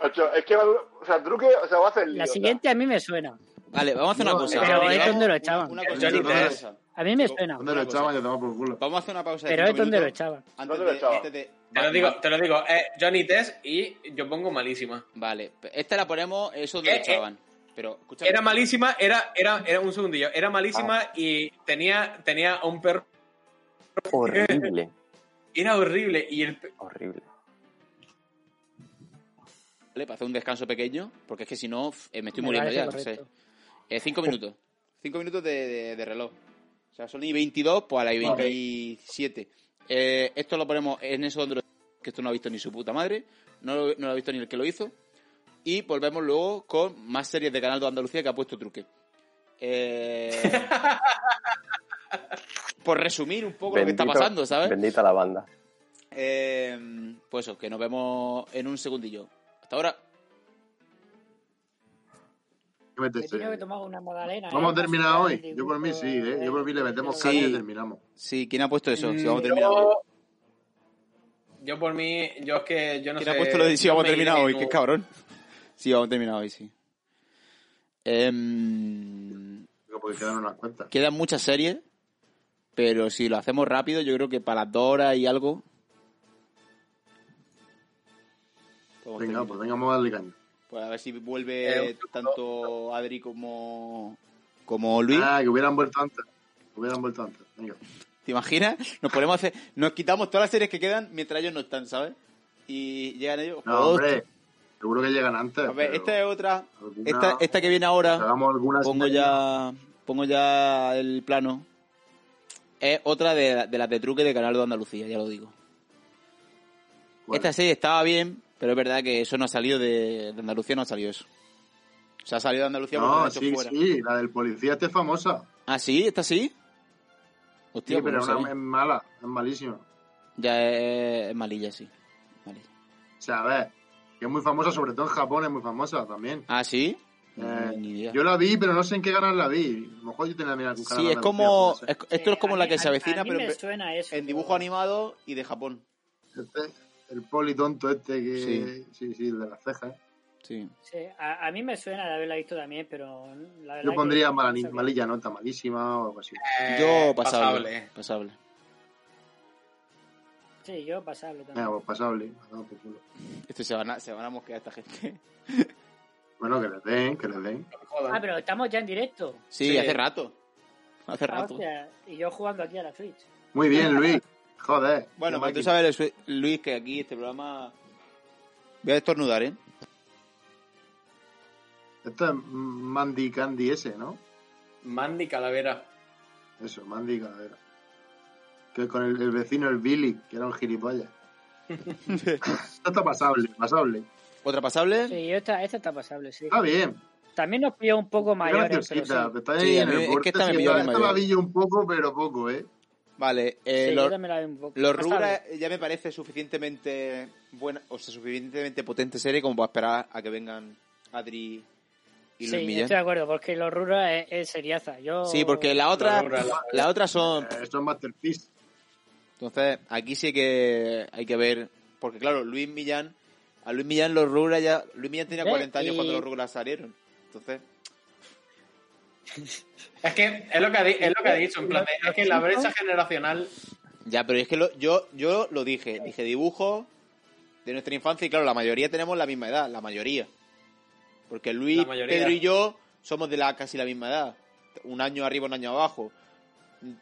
[SPEAKER 4] Ocho, es que va a durar- o sea, Drucker, o sea, va a hacer lío.
[SPEAKER 5] la
[SPEAKER 4] o sea.
[SPEAKER 5] siguiente a mí me suena.
[SPEAKER 2] Vale, vamos a hacer una
[SPEAKER 7] No,
[SPEAKER 2] cosa.
[SPEAKER 3] pero
[SPEAKER 2] Vamos a
[SPEAKER 3] es
[SPEAKER 2] hacer
[SPEAKER 5] donde lo
[SPEAKER 2] una-
[SPEAKER 5] echaban.
[SPEAKER 2] una
[SPEAKER 3] El
[SPEAKER 2] cosa,
[SPEAKER 3] Johnny
[SPEAKER 2] una
[SPEAKER 3] Test.
[SPEAKER 2] cosa.
[SPEAKER 5] A mí me
[SPEAKER 2] Digo,
[SPEAKER 5] suena.
[SPEAKER 7] ¿Dónde lo echaban? Ya estaba por culo.
[SPEAKER 2] Vamos a hacer una pausa de
[SPEAKER 5] Pero es
[SPEAKER 2] cinco
[SPEAKER 5] donde lo
[SPEAKER 2] minutos
[SPEAKER 5] echaban.
[SPEAKER 2] antes
[SPEAKER 4] ¿Dónde lo
[SPEAKER 2] de-
[SPEAKER 4] echaban?
[SPEAKER 2] antes de-
[SPEAKER 3] Te lo digo, te lo digo. eh, Johnny Test y yo pongo malísima.
[SPEAKER 2] Vale, esta la ponemos, eso donde
[SPEAKER 3] Eh,
[SPEAKER 2] lo echaban. Pero, escúchame.
[SPEAKER 3] Era malísima, era, era, era un segundillo. Era malísima
[SPEAKER 2] Ah.
[SPEAKER 3] y tenía, tenía a un perro.
[SPEAKER 6] Horrible,
[SPEAKER 3] Era horrible. Y el, pe-
[SPEAKER 6] horrible.
[SPEAKER 2] Vale, para hacer un descanso pequeño, porque es que si no, f- eh, me estoy
[SPEAKER 5] Me
[SPEAKER 2] muriendo
[SPEAKER 5] parece
[SPEAKER 2] ya.
[SPEAKER 5] correcto.
[SPEAKER 2] entonces. Eh, cinco minutos. Cinco minutos de, de- de reloj. O sea, son y 22, pues a las y 27. Eh, esto lo ponemos en eso donde lo- que esto no lo ha visto ni su puta madre, no lo, no lo ha visto ni el que lo hizo. Y volvemos luego con más series de Canal de Andalucía que ha puesto truque. Eh, por resumir un poco lo que está pasando, ¿sabes?
[SPEAKER 6] Bendita la banda.
[SPEAKER 2] Eh, pues eso, que nos vemos en un segundillo. Hasta ahora.
[SPEAKER 7] ¿Qué metes,
[SPEAKER 5] Me tengo que
[SPEAKER 7] eh?
[SPEAKER 5] tomar una magdalena.
[SPEAKER 7] Vamos
[SPEAKER 5] eh,
[SPEAKER 7] a terminar
[SPEAKER 5] para
[SPEAKER 7] hoy.
[SPEAKER 5] sacar el
[SPEAKER 7] Yo por mí sí,
[SPEAKER 5] dibujo,
[SPEAKER 7] ¿eh? Yo por mí le metemos
[SPEAKER 2] Sí.
[SPEAKER 7] caña y terminamos.
[SPEAKER 2] Sí, ¿quién ha puesto eso? Si vamos a
[SPEAKER 3] yo-
[SPEAKER 2] terminar hoy.
[SPEAKER 3] Yo por mí, yo es que yo no
[SPEAKER 2] ¿Quién
[SPEAKER 3] sé.
[SPEAKER 2] ha puesto pues, lo de si vamos
[SPEAKER 3] no
[SPEAKER 2] a
[SPEAKER 3] me
[SPEAKER 2] terminar
[SPEAKER 3] iré,
[SPEAKER 2] hoy?
[SPEAKER 3] no.
[SPEAKER 2] Qué cabrón. Sí, vamos a terminar hoy, sí. Em,
[SPEAKER 7] Digo, Porque quedan unas cuentas.
[SPEAKER 2] quedan muchas series, pero si lo hacemos rápido, yo creo que para las dos horas y algo. podemos
[SPEAKER 7] Venga,
[SPEAKER 2] terminar.
[SPEAKER 7] pues venga, vamos a darle caña.
[SPEAKER 2] Pues a ver si
[SPEAKER 3] Eh, un
[SPEAKER 2] vuelve
[SPEAKER 3] segundo.
[SPEAKER 2] tanto Adri como, como Luis.
[SPEAKER 7] Ah, que hubieran vuelto antes. Que hubieran vuelto antes. Venga.
[SPEAKER 2] ¿Te imaginas? Nos ponemos a hacer, nos quitamos todas las series que quedan mientras ellos no están, ¿sabes? Y llegan ellos.
[SPEAKER 7] No,
[SPEAKER 2] Hostia.
[SPEAKER 7] hombre. Seguro que llegan antes.
[SPEAKER 2] A ver, este-
[SPEAKER 7] pero
[SPEAKER 2] esta es otra.
[SPEAKER 7] alguna-
[SPEAKER 2] Esta, esta que viene
[SPEAKER 7] que
[SPEAKER 2] ahora,
[SPEAKER 7] Hagamos algunas.
[SPEAKER 2] pongo ya, pongo ya el plano. Es otra de, de las de truque de Canal de Andalucía, ya lo digo. Esta serie estaba bien, pero es verdad que eso no ha salido de, de Andalucía, no ha salido eso. Se ha salido de Andalucía porque lo
[SPEAKER 7] No,
[SPEAKER 2] han hecho
[SPEAKER 7] sí,
[SPEAKER 2] fuera.
[SPEAKER 7] sí. La del policía esta es famosa.
[SPEAKER 2] Ah, sí, esta sí. Hostia,
[SPEAKER 7] Sí,
[SPEAKER 2] pues no
[SPEAKER 7] pero una,
[SPEAKER 2] sabía.
[SPEAKER 7] es mala. Es malísima.
[SPEAKER 2] Ya es, es malilla, sí. Malilla.
[SPEAKER 7] O sea, a ver, que es muy famosa, sobre todo en Japón es muy famosa también.
[SPEAKER 2] Ah, sí.
[SPEAKER 7] Eh,
[SPEAKER 2] Ni idea.
[SPEAKER 7] Yo la vi, pero no sé en qué canal la vi. A lo mejor yo tenía que mirar algún canal
[SPEAKER 2] Sí, es
[SPEAKER 7] de
[SPEAKER 2] como.
[SPEAKER 7] Andalucía,
[SPEAKER 2] es- esto es como
[SPEAKER 5] Eh, A
[SPEAKER 2] la
[SPEAKER 5] mí-
[SPEAKER 2] que se
[SPEAKER 5] a-
[SPEAKER 2] avecina,
[SPEAKER 5] a mí
[SPEAKER 2] pero
[SPEAKER 5] me
[SPEAKER 2] en,
[SPEAKER 5] suena eso,
[SPEAKER 2] en
[SPEAKER 5] pero-
[SPEAKER 2] dibujo animado y de Japón.
[SPEAKER 7] no sé. Este, el poli tonto este que...
[SPEAKER 2] Sí.
[SPEAKER 7] Sí, sí, el de las cejas.
[SPEAKER 2] Sí.
[SPEAKER 5] Sí, a, a mí me suena de haberla visto también, pero la verdad
[SPEAKER 7] Yo
[SPEAKER 5] que
[SPEAKER 7] pondría
[SPEAKER 5] no
[SPEAKER 7] mala-
[SPEAKER 5] sabía.
[SPEAKER 7] malilla nota, malísima o algo así.
[SPEAKER 3] Eh,
[SPEAKER 2] Yo pasable. Pasable.
[SPEAKER 5] Sí, yo pasable
[SPEAKER 7] Venga,
[SPEAKER 5] también.
[SPEAKER 7] pues pasable. a tomar por culo.
[SPEAKER 2] Esto Este se van a, se van a mosquear esta gente.
[SPEAKER 7] Bueno, que les den, que les den.
[SPEAKER 5] Ah, pero estamos ya en directo.
[SPEAKER 2] Sí,
[SPEAKER 3] Sí.
[SPEAKER 2] hace rato. Hace
[SPEAKER 5] Ah,
[SPEAKER 2] rato.
[SPEAKER 5] hostia, y yo jugando aquí a la Switch.
[SPEAKER 7] Muy bien, Luis. Joder.
[SPEAKER 2] Bueno,
[SPEAKER 7] qué
[SPEAKER 2] pero tú
[SPEAKER 7] máquina.
[SPEAKER 2] sabes, Lu- Luis, que aquí este programa. Voy a estornudar, ¿eh?
[SPEAKER 7] Esto es Mandy Candy ese, ¿no?
[SPEAKER 3] Mandy Calavera.
[SPEAKER 7] Eso, Mandy Calavera. Que con el, el vecino, el Billy, que era un gilipollas. Esto está pasable, pasable.
[SPEAKER 2] ¿Otra pasable?
[SPEAKER 5] Sí, yo esta, esta está pasable, sí.
[SPEAKER 7] Está bien.
[SPEAKER 5] También nos pilló un poco
[SPEAKER 7] Qué
[SPEAKER 5] mayores, eh, pero sí.
[SPEAKER 7] graciosita. pero Está ahí
[SPEAKER 2] Sí, a
[SPEAKER 7] en
[SPEAKER 2] mí-
[SPEAKER 7] el
[SPEAKER 2] es que
[SPEAKER 7] borde.
[SPEAKER 2] esta me
[SPEAKER 7] sí,
[SPEAKER 2] pilló a mí
[SPEAKER 7] esta
[SPEAKER 2] mayor.
[SPEAKER 7] la vi yo un poco, pero poco, ¿eh?
[SPEAKER 2] Vale. eh,
[SPEAKER 5] Sí,
[SPEAKER 2] lo-
[SPEAKER 5] yo también la vi un poco.
[SPEAKER 2] Los
[SPEAKER 5] Pasable.
[SPEAKER 2] Rura ya me parece suficientemente buena, o sea, suficientemente potente serie como para esperar a que vengan Adri y Luis
[SPEAKER 5] Sí,
[SPEAKER 2] Millán.
[SPEAKER 5] estoy de acuerdo, porque los Rura es, es seriaza. Yo...
[SPEAKER 2] Sí, porque la otra,
[SPEAKER 3] Los Rura, la-
[SPEAKER 2] la otra son.
[SPEAKER 7] Eh, Esto es Masterpiece.
[SPEAKER 2] Entonces, aquí sí que hay que ver, porque claro, Luis Millán, a Luis Millán los Rura ya, Luis Millán tenía
[SPEAKER 5] ¿Ves?
[SPEAKER 2] 40 años
[SPEAKER 5] Y-
[SPEAKER 2] cuando los Rura salieron. Entonces,
[SPEAKER 3] Es que es lo que ha, di- es lo que ha dicho, en plan, de- es que la brecha generacional.
[SPEAKER 2] ya, pero es que lo- yo, yo lo dije, dije dibujos de nuestra infancia y claro, la mayoría tenemos la misma edad, la mayoría. Porque Luis,
[SPEAKER 3] La mayoría.
[SPEAKER 2] Pedro y yo somos de la casi la misma edad. Un año arriba, un año abajo.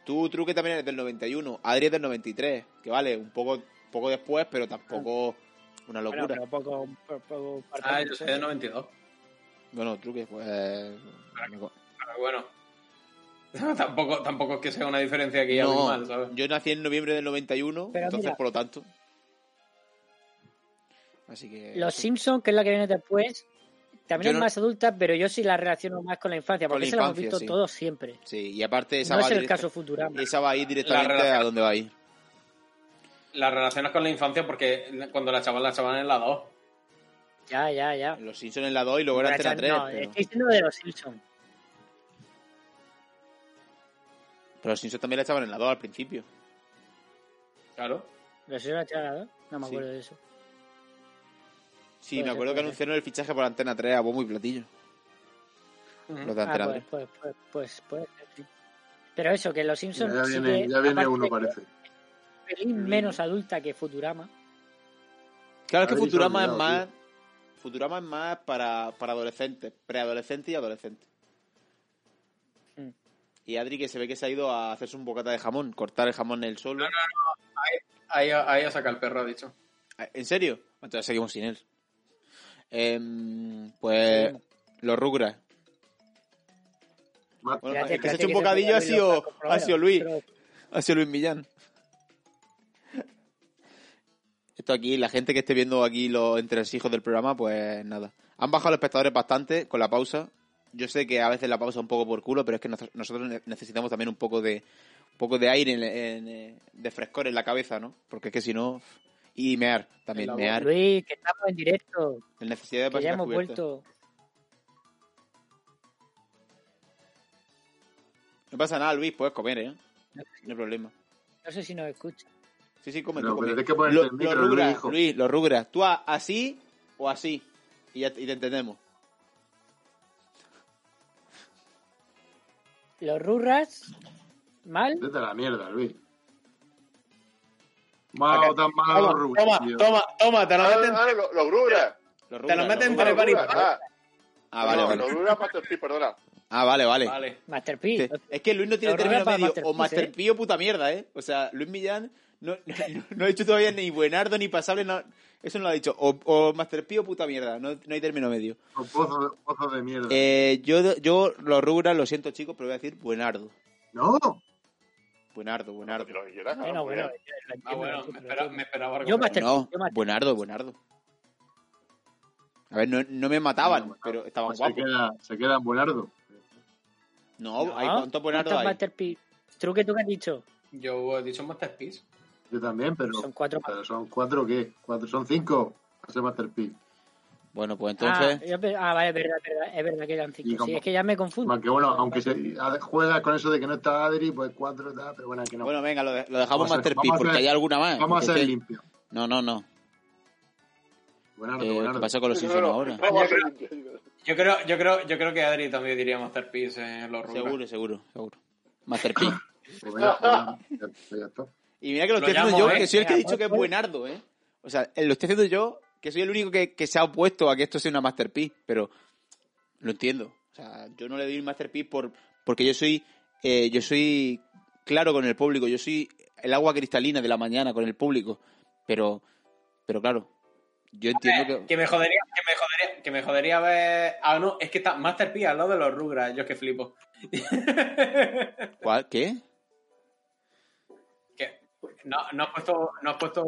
[SPEAKER 2] Tú, Truque, también eres del 91. Adri es del 93. Que vale, un poco, poco después, pero tampoco una
[SPEAKER 5] Bueno,
[SPEAKER 2] locura.
[SPEAKER 5] pero poco, poco-
[SPEAKER 3] Ah, yo soy de 92.
[SPEAKER 2] Bueno, Truque, pues... eh,
[SPEAKER 3] Pero Ah, bueno. tampoco, tampoco es que sea una diferencia aquí
[SPEAKER 2] no,
[SPEAKER 3] abismal, ¿sabes?
[SPEAKER 2] yo nací en noviembre del 91,
[SPEAKER 5] Pero
[SPEAKER 2] entonces,
[SPEAKER 5] mira.
[SPEAKER 2] por lo tanto... Así que...
[SPEAKER 5] Los
[SPEAKER 2] eso.
[SPEAKER 5] Simpsons, que es la que viene después,
[SPEAKER 2] Yo
[SPEAKER 5] también
[SPEAKER 2] no-
[SPEAKER 5] es más adulta, pero yo sí la relaciono más con la infancia,
[SPEAKER 2] Con
[SPEAKER 5] porque
[SPEAKER 2] la
[SPEAKER 5] se la hemos
[SPEAKER 2] infancia,
[SPEAKER 5] visto
[SPEAKER 2] sí.
[SPEAKER 5] todos siempre.
[SPEAKER 2] Sí, y aparte esa
[SPEAKER 5] no
[SPEAKER 2] va
[SPEAKER 5] es el
[SPEAKER 2] directa-
[SPEAKER 5] caso Futurama.
[SPEAKER 2] esa va a ir directamente
[SPEAKER 3] relación-
[SPEAKER 2] a donde va a ir.
[SPEAKER 3] La relacionas con la infancia porque cuando la chaval la chaval en la 2.
[SPEAKER 5] Ya, ya, ya.
[SPEAKER 2] Los Simpsons en la 2 y luego en
[SPEAKER 5] Pero
[SPEAKER 2] Antena
[SPEAKER 5] chan-
[SPEAKER 2] 3.
[SPEAKER 5] no,
[SPEAKER 2] pero...
[SPEAKER 5] estoy diciendo de los Simpsons.
[SPEAKER 2] pero los Simpsons también la echaban en la 2 al principio.
[SPEAKER 3] Claro.
[SPEAKER 5] ¿Los Simpsons era ¿no? No me
[SPEAKER 2] Sí.
[SPEAKER 5] acuerdo de eso.
[SPEAKER 2] Sí,
[SPEAKER 5] Puede
[SPEAKER 2] me acuerdo
[SPEAKER 5] ser,
[SPEAKER 2] que
[SPEAKER 5] puede ser.
[SPEAKER 2] anunciaron el fichaje por Antena 3 a bombo y platillo. Los de
[SPEAKER 5] Ah,
[SPEAKER 2] Antena
[SPEAKER 5] pues,
[SPEAKER 2] 3.
[SPEAKER 5] pues, pues, pues, puede ser, sí. Pero eso, que los Simpsons
[SPEAKER 7] Ya
[SPEAKER 5] sí
[SPEAKER 7] viene,
[SPEAKER 5] que,
[SPEAKER 7] ya viene
[SPEAKER 5] aparte
[SPEAKER 7] uno, Mm.
[SPEAKER 5] de que es
[SPEAKER 7] parece.
[SPEAKER 5] un pelín menos adulta que Futurama.
[SPEAKER 2] Claro, es que
[SPEAKER 7] Habéis
[SPEAKER 2] Futurama es
[SPEAKER 7] olvidado,
[SPEAKER 2] más... Futurama es más para, para adolescentes, preadolescentes y adolescentes.
[SPEAKER 5] Mm.
[SPEAKER 2] Y Adri que se ve que se ha ido a hacerse un bocata de jamón, cortar el jamón él solo.
[SPEAKER 3] Ahí, ahí a sacar el perro, ha dicho.
[SPEAKER 2] Ah, ¿En serio? Entonces seguimos sin él. Em, pues
[SPEAKER 5] Seguimos.
[SPEAKER 2] los Rugras.
[SPEAKER 7] Más-
[SPEAKER 2] Bueno,
[SPEAKER 5] Espérate,
[SPEAKER 2] el que se ha hecho
[SPEAKER 5] espérate,
[SPEAKER 2] un
[SPEAKER 5] que se
[SPEAKER 2] bocadillo ha
[SPEAKER 5] puede abrir los
[SPEAKER 2] sido,
[SPEAKER 5] tacos,
[SPEAKER 2] ha sido Luis.
[SPEAKER 5] pero-
[SPEAKER 2] Ha sido Luis Millán. Esto aquí, la gente que esté viendo aquí los entresijos del programa, pues nada. Han bajado los espectadores bastante con la pausa. Yo sé que a veces la pausa un poco por culo, pero es que nos- nosotros ne- necesitamos también un poco de un poco de aire, en- en, eh, de frescor en la cabeza, ¿no? Porque es que si no... Y mear,
[SPEAKER 3] En
[SPEAKER 2] también,
[SPEAKER 3] la
[SPEAKER 2] mear.
[SPEAKER 5] Luis, que estamos en directo,
[SPEAKER 2] La necesidad de
[SPEAKER 5] que ya
[SPEAKER 2] pasitas
[SPEAKER 5] hemos
[SPEAKER 2] cubiertas.
[SPEAKER 5] vuelto.
[SPEAKER 2] No pasa nada, Luis, puedes comer, ¿eh? No hay problema.
[SPEAKER 5] No sé si nos escucha.
[SPEAKER 2] Sí, sí, come,
[SPEAKER 7] No,
[SPEAKER 2] tú come.
[SPEAKER 7] pero tienes que ponerte
[SPEAKER 2] Lo-
[SPEAKER 7] el micro,
[SPEAKER 2] los rugras,
[SPEAKER 7] Luis, hijo.
[SPEAKER 2] Luis, los rugras. Tú a- así o así. Y, ya, y te entendemos.
[SPEAKER 5] Los Rurras, mal.
[SPEAKER 7] Vete a la mierda, Luis. Malo,
[SPEAKER 3] Ok.
[SPEAKER 7] tan malo,
[SPEAKER 3] Toma,
[SPEAKER 7] Ah, Rubi,
[SPEAKER 3] toma,
[SPEAKER 7] tío.
[SPEAKER 3] toma, toma, te lo
[SPEAKER 4] Ah,
[SPEAKER 3] meten,
[SPEAKER 4] ah, los, los grugras.
[SPEAKER 2] Los
[SPEAKER 3] te lo
[SPEAKER 2] rugras,
[SPEAKER 3] meten
[SPEAKER 2] los
[SPEAKER 4] Ah,
[SPEAKER 3] entre
[SPEAKER 2] rugras.
[SPEAKER 4] los
[SPEAKER 3] par y
[SPEAKER 4] grugras. Ah,
[SPEAKER 3] par.
[SPEAKER 2] Ah, vale,
[SPEAKER 4] no,
[SPEAKER 2] vale.
[SPEAKER 4] Los grugras Master P, perdona.
[SPEAKER 2] Ah, vale, vale.
[SPEAKER 3] Vale.
[SPEAKER 5] Master P.
[SPEAKER 2] Sí. Es que Luis no tiene
[SPEAKER 5] Los
[SPEAKER 2] término
[SPEAKER 5] rugras para
[SPEAKER 2] medio. o
[SPEAKER 5] Master P,
[SPEAKER 2] Master P o puta mierda, ¿eh? O sea, Luis Millán no, no, no ha dicho todavía ni buenardo ni pasable. no- eso no lo ha dicho. O, o Master P o puta mierda. No, no hay término medio.
[SPEAKER 7] Los pozos de- pozos de mierda.
[SPEAKER 2] Eh, yo, yo los rugras, lo siento, chicos, pero voy a decir buenardo.
[SPEAKER 7] No,
[SPEAKER 2] Buenardo, buenardo.
[SPEAKER 4] Y los grugras,
[SPEAKER 5] Bueno,
[SPEAKER 4] claro,
[SPEAKER 5] bueno,
[SPEAKER 4] pues,
[SPEAKER 5] yo lo
[SPEAKER 3] Ah,
[SPEAKER 5] entiendo, lo
[SPEAKER 3] bueno, me
[SPEAKER 5] entiendo, lo
[SPEAKER 3] esperaba, me
[SPEAKER 5] entiendo.
[SPEAKER 3] esperaba algo.
[SPEAKER 5] Yo Master
[SPEAKER 2] No,
[SPEAKER 5] P, yo Master
[SPEAKER 2] buenardo, buenardo. A ver, no, no me mataban,
[SPEAKER 7] No,
[SPEAKER 2] pero estaban
[SPEAKER 7] pues se
[SPEAKER 2] guapos.
[SPEAKER 7] queda, se queda en Buenardo. Oh,
[SPEAKER 2] No,
[SPEAKER 5] No,
[SPEAKER 2] hay cuántos buenardos
[SPEAKER 5] ¿Cuántos
[SPEAKER 2] hay.
[SPEAKER 5] Master P? Truque, tú que has dicho.
[SPEAKER 3] Yo he dicho Master Piece.
[SPEAKER 7] Yo también, pero,
[SPEAKER 5] Son cuatro.
[SPEAKER 7] pero son cuatro, ¿qué? Cuatro, son cinco. Hace Master P.
[SPEAKER 2] Bueno, pues
[SPEAKER 5] Ah,
[SPEAKER 7] eh,
[SPEAKER 2] entonces.
[SPEAKER 5] yo pe- ah, vale, es verdad, es verdad, es verdad que eran
[SPEAKER 7] Y
[SPEAKER 5] cinco. Sí,
[SPEAKER 7] como-
[SPEAKER 5] es que ya me confundo.
[SPEAKER 7] Aunque bueno, aunque se a- juega con eso de que no está Adri, pues cuatro, tal, pero bueno, que no.
[SPEAKER 2] Bueno, venga, lo, de- lo dejamos
[SPEAKER 7] Vamos a-
[SPEAKER 2] Masterpiece,
[SPEAKER 7] vamos a
[SPEAKER 2] porque
[SPEAKER 7] hacer-
[SPEAKER 2] hay alguna más.
[SPEAKER 7] Vamos a
[SPEAKER 2] porque
[SPEAKER 7] ser
[SPEAKER 2] es que-
[SPEAKER 7] limpios.
[SPEAKER 2] No, no, no.
[SPEAKER 7] Buenardo,
[SPEAKER 2] Eh, ¿Qué
[SPEAKER 7] Buenardo.
[SPEAKER 2] pasa con los
[SPEAKER 4] sí,
[SPEAKER 2] Simpsons
[SPEAKER 4] no, no,
[SPEAKER 2] ahora?
[SPEAKER 4] vamos a hacer-
[SPEAKER 3] Yo creo, yo creo, yo creo que Adri también diría Master Piece en los rubros.
[SPEAKER 2] Seguro, seguro, seguro. Masterpiece.
[SPEAKER 7] Pues venga, pues ya- ya está.
[SPEAKER 2] Y mira que lo estoy
[SPEAKER 3] Lo
[SPEAKER 2] haciendo
[SPEAKER 3] llamo,
[SPEAKER 2] yo,
[SPEAKER 3] ¿eh?
[SPEAKER 2] que soy el que he
[SPEAKER 5] Venga,
[SPEAKER 2] dicho que es
[SPEAKER 5] pues,
[SPEAKER 2] buenardo, ¿eh? O sea, eh, lo estoy haciendo yo, que soy el único que, que se ha opuesto a que esto sea una masterpiece, pero lo entiendo. O sea, yo no le doy un masterpiece por, porque yo soy, eh, yo soy claro con el público, yo soy el agua cristalina de la mañana con el público, pero, pero claro, yo entiendo que...
[SPEAKER 3] Que me jodería, que me jodería, que me jodería ver. Ah, no, es que está Master Piece al lado de los Rugras, yo es que flipo.
[SPEAKER 2] ¿Cuál? ¿Qué?
[SPEAKER 3] Que- No, no has puesto. No has puesto.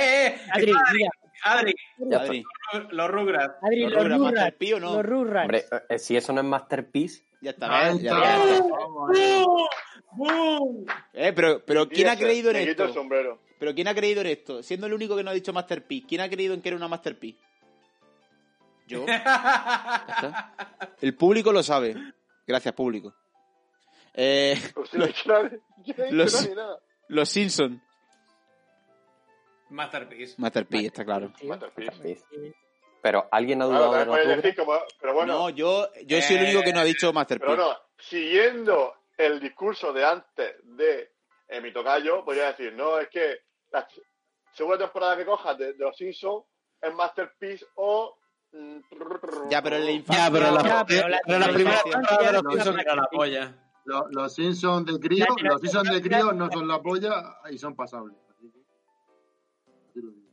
[SPEAKER 3] ¡Eh, eh!
[SPEAKER 5] Adri, mira,
[SPEAKER 3] Adri,
[SPEAKER 6] Ya está.
[SPEAKER 2] Adri,
[SPEAKER 3] los Rugras.
[SPEAKER 5] Adri,
[SPEAKER 2] ¿Los
[SPEAKER 5] los,
[SPEAKER 2] Rurras,
[SPEAKER 5] Rurras,
[SPEAKER 2] Masterpiece o no?
[SPEAKER 5] Los Rurras.
[SPEAKER 6] Hombre, eh, si eso no es Masterpiece,
[SPEAKER 2] ya está,
[SPEAKER 7] Ahí
[SPEAKER 2] ¿ves? Ya
[SPEAKER 7] está.
[SPEAKER 2] está, ya está.
[SPEAKER 7] Vamos, eh.
[SPEAKER 3] ¡Bum! ¡Bum!
[SPEAKER 2] Eh, pero, pero ¿quién ha
[SPEAKER 4] Díaz,
[SPEAKER 2] creído en
[SPEAKER 4] me quito el
[SPEAKER 2] esto?
[SPEAKER 4] sombrero.
[SPEAKER 2] ¿Pero quién ha creído en esto? Siendo el único que no ha dicho masterpiece, ¿quién ha creído en que era una masterpiece? Yo. El público lo sabe. Gracias, público. Eh,
[SPEAKER 4] Pues si no he dicho nada, yo no he dicho
[SPEAKER 2] Los-
[SPEAKER 4] nada ni nada.
[SPEAKER 2] los Simpson.
[SPEAKER 3] Master Piece.
[SPEAKER 2] Masterpiece, está claro.
[SPEAKER 5] Tío,
[SPEAKER 4] Masterpiece.
[SPEAKER 6] Masterpiece. pues Pero alguien ha
[SPEAKER 4] Claro,
[SPEAKER 6] dudado de
[SPEAKER 4] también
[SPEAKER 2] pues
[SPEAKER 6] los
[SPEAKER 4] puedes
[SPEAKER 6] rugras.
[SPEAKER 4] decir como- pero bueno,
[SPEAKER 2] no, yo, yo soy el único que no ha dicho
[SPEAKER 4] pero
[SPEAKER 2] masterpiece.
[SPEAKER 4] no, siguiendo el discurso de antes de eh, mi tocayo, podría decir, no, es que la segunda temporada que cojas de, de los Simpsons es Masterpiece o mm,
[SPEAKER 2] Ya, pero en la infancia.
[SPEAKER 1] Ya, pero la,
[SPEAKER 5] Ya, pero la-
[SPEAKER 1] pero la
[SPEAKER 5] la
[SPEAKER 1] primera
[SPEAKER 5] infancia-
[SPEAKER 1] temporada de los
[SPEAKER 7] Ah, No,
[SPEAKER 1] Simpsons
[SPEAKER 7] no,
[SPEAKER 1] era la polla.
[SPEAKER 7] Lo- Los, Simpsons de crío,
[SPEAKER 5] Ya, pero-
[SPEAKER 7] los Simpsons de crío no son la polla y son pasables. Así que- así lo digo.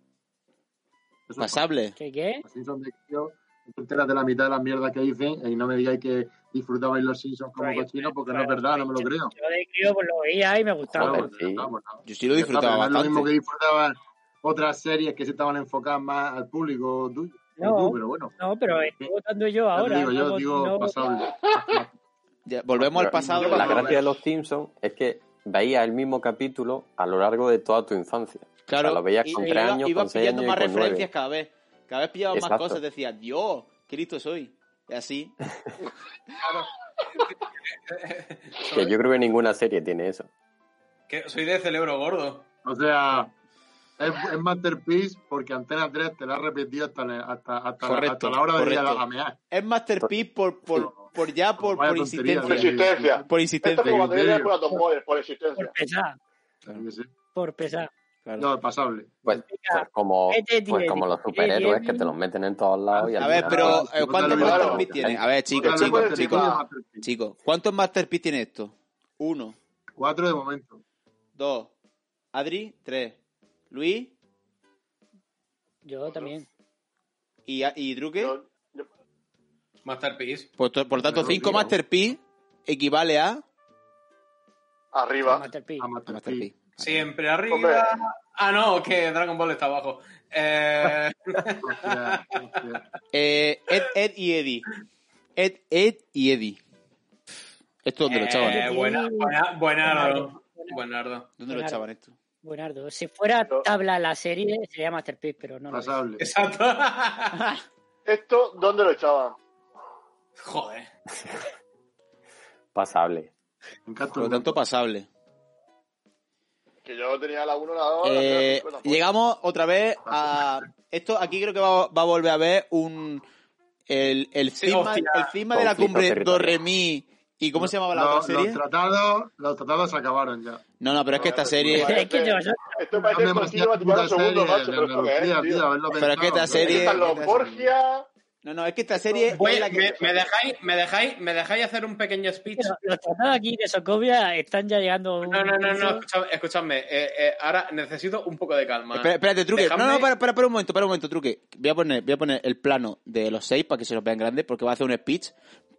[SPEAKER 7] Eso es
[SPEAKER 2] Pasable.
[SPEAKER 5] ¿Qué qué?
[SPEAKER 7] Los Simpsons de crío, no te enteras de la mitad de las mierdas que dicen y no me digáis que disfrutabais los Simpsons como
[SPEAKER 5] Pero ahí-
[SPEAKER 7] cochinos porque no
[SPEAKER 5] pero
[SPEAKER 7] es verdad, no me lo
[SPEAKER 5] yo-
[SPEAKER 7] creo.
[SPEAKER 5] Yo de crío pues lo veía y me gustaba.
[SPEAKER 6] Joder,
[SPEAKER 7] Bueno,
[SPEAKER 6] sí.
[SPEAKER 7] ya está, pues nada.
[SPEAKER 2] Yo sí lo
[SPEAKER 7] Ya está,
[SPEAKER 2] disfrutaba
[SPEAKER 7] pero No es lo mismo que
[SPEAKER 2] bastante.
[SPEAKER 7] disfrutaban otras series que se estaban enfocadas más al público tuyo.
[SPEAKER 5] No.
[SPEAKER 7] tú, pero bueno,
[SPEAKER 5] No, pero estoy votando yo
[SPEAKER 7] ya te
[SPEAKER 5] ahora.
[SPEAKER 7] digo, yo
[SPEAKER 5] no,
[SPEAKER 7] digo
[SPEAKER 5] no-
[SPEAKER 7] pasable.
[SPEAKER 2] Ya, volvemos al
[SPEAKER 6] Pero
[SPEAKER 2] pasado.
[SPEAKER 7] Yo
[SPEAKER 6] La
[SPEAKER 7] Vamos a ver.
[SPEAKER 6] gracia de los Simpsons es que veías el mismo capítulo a lo largo de toda tu infancia.
[SPEAKER 2] Claro,
[SPEAKER 6] O sea, lo veías
[SPEAKER 2] y-
[SPEAKER 6] con
[SPEAKER 2] y
[SPEAKER 6] tres
[SPEAKER 2] iba-
[SPEAKER 6] años,
[SPEAKER 2] iba
[SPEAKER 6] con seis
[SPEAKER 2] pillando
[SPEAKER 6] años y
[SPEAKER 2] más
[SPEAKER 6] con nueve.
[SPEAKER 2] referencias cada vez. Cada vez pillaba más
[SPEAKER 6] Exacto.
[SPEAKER 2] cosas. Decía, Dios, qué listo soy. Y así.
[SPEAKER 6] Que yo creo que ninguna serie tiene eso.
[SPEAKER 3] Que soy de cerebro gordo.
[SPEAKER 7] O sea, es, es Masterpiece porque Antena 3 te la ha repetido hasta, la- hasta, hasta, la-
[SPEAKER 2] Correcto,
[SPEAKER 7] hasta la hora de ir a,
[SPEAKER 2] correcto.
[SPEAKER 7] la- a mear.
[SPEAKER 2] Es Masterpiece por, por, por ya, por,
[SPEAKER 7] Vaya
[SPEAKER 2] por
[SPEAKER 7] tontería,
[SPEAKER 2] insistencia.
[SPEAKER 7] tío.
[SPEAKER 4] Resistencia.
[SPEAKER 2] Por
[SPEAKER 4] Esto es
[SPEAKER 2] insistencia.
[SPEAKER 4] como cuando
[SPEAKER 7] criterio.
[SPEAKER 4] tienes con automóviles, por
[SPEAKER 5] por
[SPEAKER 4] existencia.
[SPEAKER 5] pesar,
[SPEAKER 7] Yo qué sé.
[SPEAKER 5] por pesar.
[SPEAKER 7] No, es pasable.
[SPEAKER 6] Pues, pues como,
[SPEAKER 5] vete, tío,
[SPEAKER 6] pues como los superhéroes
[SPEAKER 5] tío.
[SPEAKER 6] que te los meten en todos lados y al
[SPEAKER 2] A ver,
[SPEAKER 6] final-
[SPEAKER 2] pero
[SPEAKER 7] Ah, sí,
[SPEAKER 2] eh, ¿cuántos
[SPEAKER 7] bótalo,
[SPEAKER 2] Masterpiece
[SPEAKER 4] bótalo.
[SPEAKER 2] tiene? A ver, chicos,
[SPEAKER 7] Bótalo
[SPEAKER 2] chicos,
[SPEAKER 7] por encima de
[SPEAKER 2] chicos,
[SPEAKER 7] Masterpiece.
[SPEAKER 2] chicos. ¿Cuántos Masterpiece tiene esto? Uno,
[SPEAKER 7] Cuatro de momento.
[SPEAKER 2] dos, Adri, tres, Luis
[SPEAKER 5] Yo también.
[SPEAKER 2] y, y Druque.
[SPEAKER 4] Yo- yo-
[SPEAKER 3] Masterpiece.
[SPEAKER 2] Por, to- por tanto,
[SPEAKER 7] Pero,
[SPEAKER 2] 5
[SPEAKER 7] tío.
[SPEAKER 2] Masterpiece equivale a...
[SPEAKER 4] Arriba.
[SPEAKER 5] Masterpiece.
[SPEAKER 7] A
[SPEAKER 2] a
[SPEAKER 7] Masterpiece.
[SPEAKER 2] Masterpiece.
[SPEAKER 3] Siempre arriba.
[SPEAKER 4] Hombre.
[SPEAKER 3] Ah, no, que Dragon Ball está abajo. Eh,
[SPEAKER 7] Hostia, hostia.
[SPEAKER 2] Eh, Ed, Ed y Eddie. Ed, Ed y Eddie. ¿Esto dónde lo echaban?
[SPEAKER 3] eh, buena, buena, buenardo. Buenardo.
[SPEAKER 2] ¿Dónde lo
[SPEAKER 5] claro.
[SPEAKER 2] echaban esto?
[SPEAKER 5] Buenardo. Si fuera
[SPEAKER 4] Pero-
[SPEAKER 5] tabla la serie, sería Masterpiece, pero no lo es.
[SPEAKER 7] Pasable.
[SPEAKER 3] Exacto.
[SPEAKER 4] ¿Esto dónde lo echaban?
[SPEAKER 3] Joder.
[SPEAKER 6] pasable.
[SPEAKER 7] Me encanta
[SPEAKER 2] Por lo
[SPEAKER 7] el
[SPEAKER 2] tanto,
[SPEAKER 7] grupo.
[SPEAKER 2] pasable.
[SPEAKER 4] Que yo tenía la 1, la 2,
[SPEAKER 2] Eh,
[SPEAKER 4] la 3,
[SPEAKER 2] llegamos otra vez a... Esto aquí creo que va, va a volver a haber un... El, el
[SPEAKER 3] Sí,
[SPEAKER 2] cisma,
[SPEAKER 3] hostia.
[SPEAKER 2] el cisma de la
[SPEAKER 6] Conflicto
[SPEAKER 2] cumbre
[SPEAKER 6] territorial.
[SPEAKER 2] Doremi y ¿cómo se llamaba la
[SPEAKER 7] Los-
[SPEAKER 2] otra serie?
[SPEAKER 7] Los tratados, los tratados se acabaron ya.
[SPEAKER 2] No, no, pero es que esta serie,
[SPEAKER 4] Vale,
[SPEAKER 5] Es que
[SPEAKER 4] pero-
[SPEAKER 5] yo-
[SPEAKER 4] Esto parece el continuo Vaticano segundo, macho, pero esto qué es, tío.
[SPEAKER 2] Pero es que esta
[SPEAKER 4] Aquí
[SPEAKER 2] serie-
[SPEAKER 4] están los
[SPEAKER 2] Esta
[SPEAKER 4] Borgia.
[SPEAKER 2] no, no, es que esta serie
[SPEAKER 3] Voy-
[SPEAKER 2] es la que
[SPEAKER 3] me, me dejáis, me, dejáis, ¿Me dejáis hacer un pequeño speech?
[SPEAKER 5] Pero los tratados aquí de Sokovia están ya llegando. a un
[SPEAKER 3] No, no, no, no,
[SPEAKER 5] punto-
[SPEAKER 3] escucha- escuchadme. eh, eh, ahora necesito un poco de calma.
[SPEAKER 2] Espera, espérate, truque.
[SPEAKER 3] Dejadme-
[SPEAKER 2] No, no, para, para, para un momento, para un momento, truque. Voy a poner, voy a poner el plano de los seis para que se los vean grandes, porque va a hacer un speech.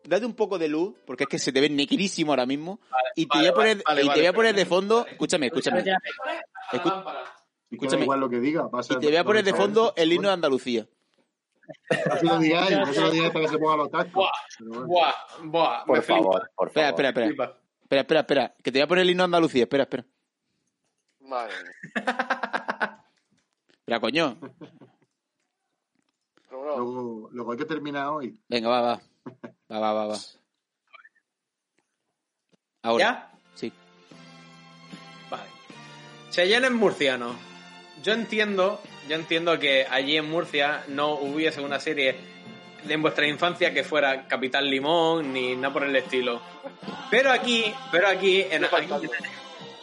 [SPEAKER 2] Date un poco de luz, porque es que se te ve nequísimo ahora mismo. y te
[SPEAKER 3] vale,
[SPEAKER 2] voy a poner,
[SPEAKER 3] vale, vale,
[SPEAKER 2] y te
[SPEAKER 3] vale,
[SPEAKER 2] voy a poner de
[SPEAKER 3] perfecto.
[SPEAKER 2] fondo. Escúchame, escúchame.
[SPEAKER 5] Ya,
[SPEAKER 2] Escu- escúchame.
[SPEAKER 7] Escúchame. igual lo que diga. va a
[SPEAKER 2] Y
[SPEAKER 7] ser-
[SPEAKER 2] te voy a poner de fondo el himno de Andalucía.
[SPEAKER 7] No se lo digáis, no se lo digáis para que se pongan los tacos. Pero bueno.
[SPEAKER 3] Buah, buah,
[SPEAKER 6] Por
[SPEAKER 3] me flipa,
[SPEAKER 6] favor, por
[SPEAKER 2] Espera,
[SPEAKER 6] favor.
[SPEAKER 2] espera, espera.
[SPEAKER 3] flipa.
[SPEAKER 2] Espera, espera, espera. Que te voy a poner el himno de Andalucía. Espera, espera.
[SPEAKER 4] Madre mía.
[SPEAKER 2] Espera, coño.
[SPEAKER 4] Pero bueno,
[SPEAKER 7] Luego, luego hay que terminar hoy.
[SPEAKER 2] Venga, va, va. Va, va, va, va. Ahora.
[SPEAKER 3] ¿Ya?
[SPEAKER 2] Sí.
[SPEAKER 3] Vale. Cheyenne es murciano. Yo entiendo, yo entiendo que allí en Murcia no hubiese una serie de en vuestra infancia que fuera Capital Limón ni nada por el estilo. Pero aquí, pero aquí en
[SPEAKER 4] Estoy faltando.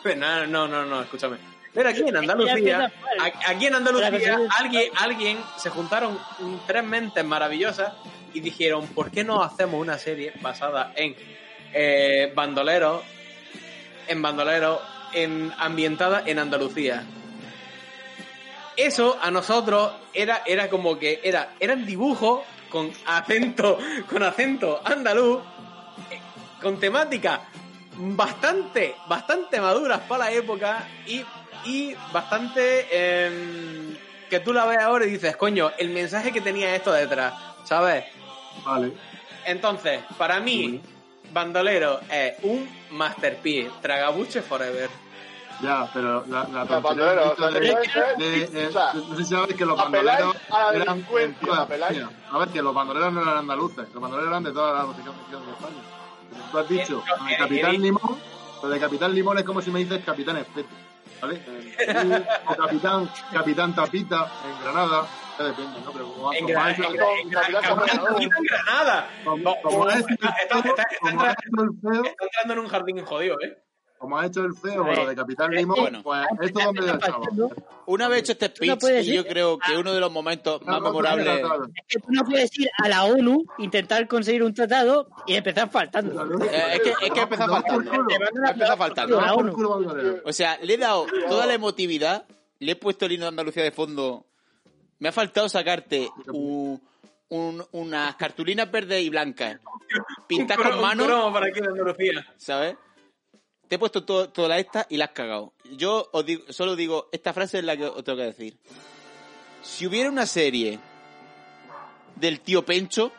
[SPEAKER 3] pero no, no, no, no, escúchame. Pero aquí en
[SPEAKER 5] empieza
[SPEAKER 3] Andalucía,
[SPEAKER 5] mal.
[SPEAKER 3] a- aquí en
[SPEAKER 5] Pero
[SPEAKER 3] Andalucía,
[SPEAKER 5] conseguir-
[SPEAKER 3] alguien, alguien se juntaron mm, tres mentes maravillosas y dijeron, ¿por qué no hacemos una serie basada en eh, bandoleros, en bandoleros, en, ambientada en Andalucía? Eso a nosotros era, era como que era, eran dibujos con acento, con acento andaluz, eh, con temática bastante, bastante maduras para la época y, y bastante em, que tú la ves ahora y dices, coño, el mensaje que tenía esto detrás, ¿sabes?
[SPEAKER 7] Vale.
[SPEAKER 3] Entonces, para mí, Bandolero es un masterpiece, Tragabuche Forever.
[SPEAKER 7] Ya, pero la, la
[SPEAKER 4] los bandoleros, o sea,
[SPEAKER 7] de- de-
[SPEAKER 4] delincuentes,
[SPEAKER 7] eh,
[SPEAKER 4] o sea,
[SPEAKER 7] no sé si sabes que los
[SPEAKER 4] apeláis
[SPEAKER 7] bandoleros
[SPEAKER 4] a la
[SPEAKER 7] eran
[SPEAKER 4] delincuencia,
[SPEAKER 7] en toda
[SPEAKER 4] apeláis.
[SPEAKER 7] España. A ver, que los bandoleros no eran andaluces, los bandoleros eran de toda la región de España. Como Tú has dicho,
[SPEAKER 3] Eh,
[SPEAKER 7] lo
[SPEAKER 3] eh,
[SPEAKER 7] de Capitán
[SPEAKER 3] eh.
[SPEAKER 7] Limón, lo de Capitán Limón es como si me dices Capitán Espete, ¿vale? Eh, o Capitán, Capitán Tapita en Granada, ya depende, ¿no? Pero como,
[SPEAKER 3] En
[SPEAKER 7] como
[SPEAKER 3] Gra-
[SPEAKER 7] ha hecho-
[SPEAKER 3] en
[SPEAKER 4] Gra-
[SPEAKER 3] Gra- en Gra-
[SPEAKER 4] Capitán Camarón.
[SPEAKER 3] Capitán Granada.
[SPEAKER 7] como- como ha hecho el
[SPEAKER 3] Está- está-
[SPEAKER 7] feo,
[SPEAKER 3] está-
[SPEAKER 7] como ha hecho el feo,
[SPEAKER 3] Está entrando en un jardín jodido, ¿eh?
[SPEAKER 7] como ha hecho el feo
[SPEAKER 5] A
[SPEAKER 7] con lo
[SPEAKER 5] ver,
[SPEAKER 7] de Capital
[SPEAKER 5] eh,
[SPEAKER 7] Limón,
[SPEAKER 2] bueno.
[SPEAKER 7] pues esto es donde la echaba.
[SPEAKER 5] faltando.
[SPEAKER 2] Una vez hecho este
[SPEAKER 5] no
[SPEAKER 2] speech,
[SPEAKER 5] puedes
[SPEAKER 2] y
[SPEAKER 5] ir-
[SPEAKER 2] yo creo que uno de los momentos más memorables.
[SPEAKER 5] Es que tú no puedes ir a la ONU, intentar conseguir un tratado y empezar faltando.
[SPEAKER 2] Eh, es que, ¿eh? es que empezó faltando. Ha empezado faltando.
[SPEAKER 5] la ONU.
[SPEAKER 2] O sea, le he dado toda la emotividad, le he puesto el himno de Andalucía de fondo. Me ha faltado sacarte u- un- unas cartulinas verdes y blancas, pintar
[SPEAKER 3] Un
[SPEAKER 2] con
[SPEAKER 3] cromo-
[SPEAKER 2] manos,
[SPEAKER 3] un cromo para aquí de Andalucía.
[SPEAKER 2] ¿sabes? Te he puesto to- toda la esta y la has cagado. Yo os digo- solo digo, esta frase es la que os tengo que decir. Si hubiera una serie del tío Pencho,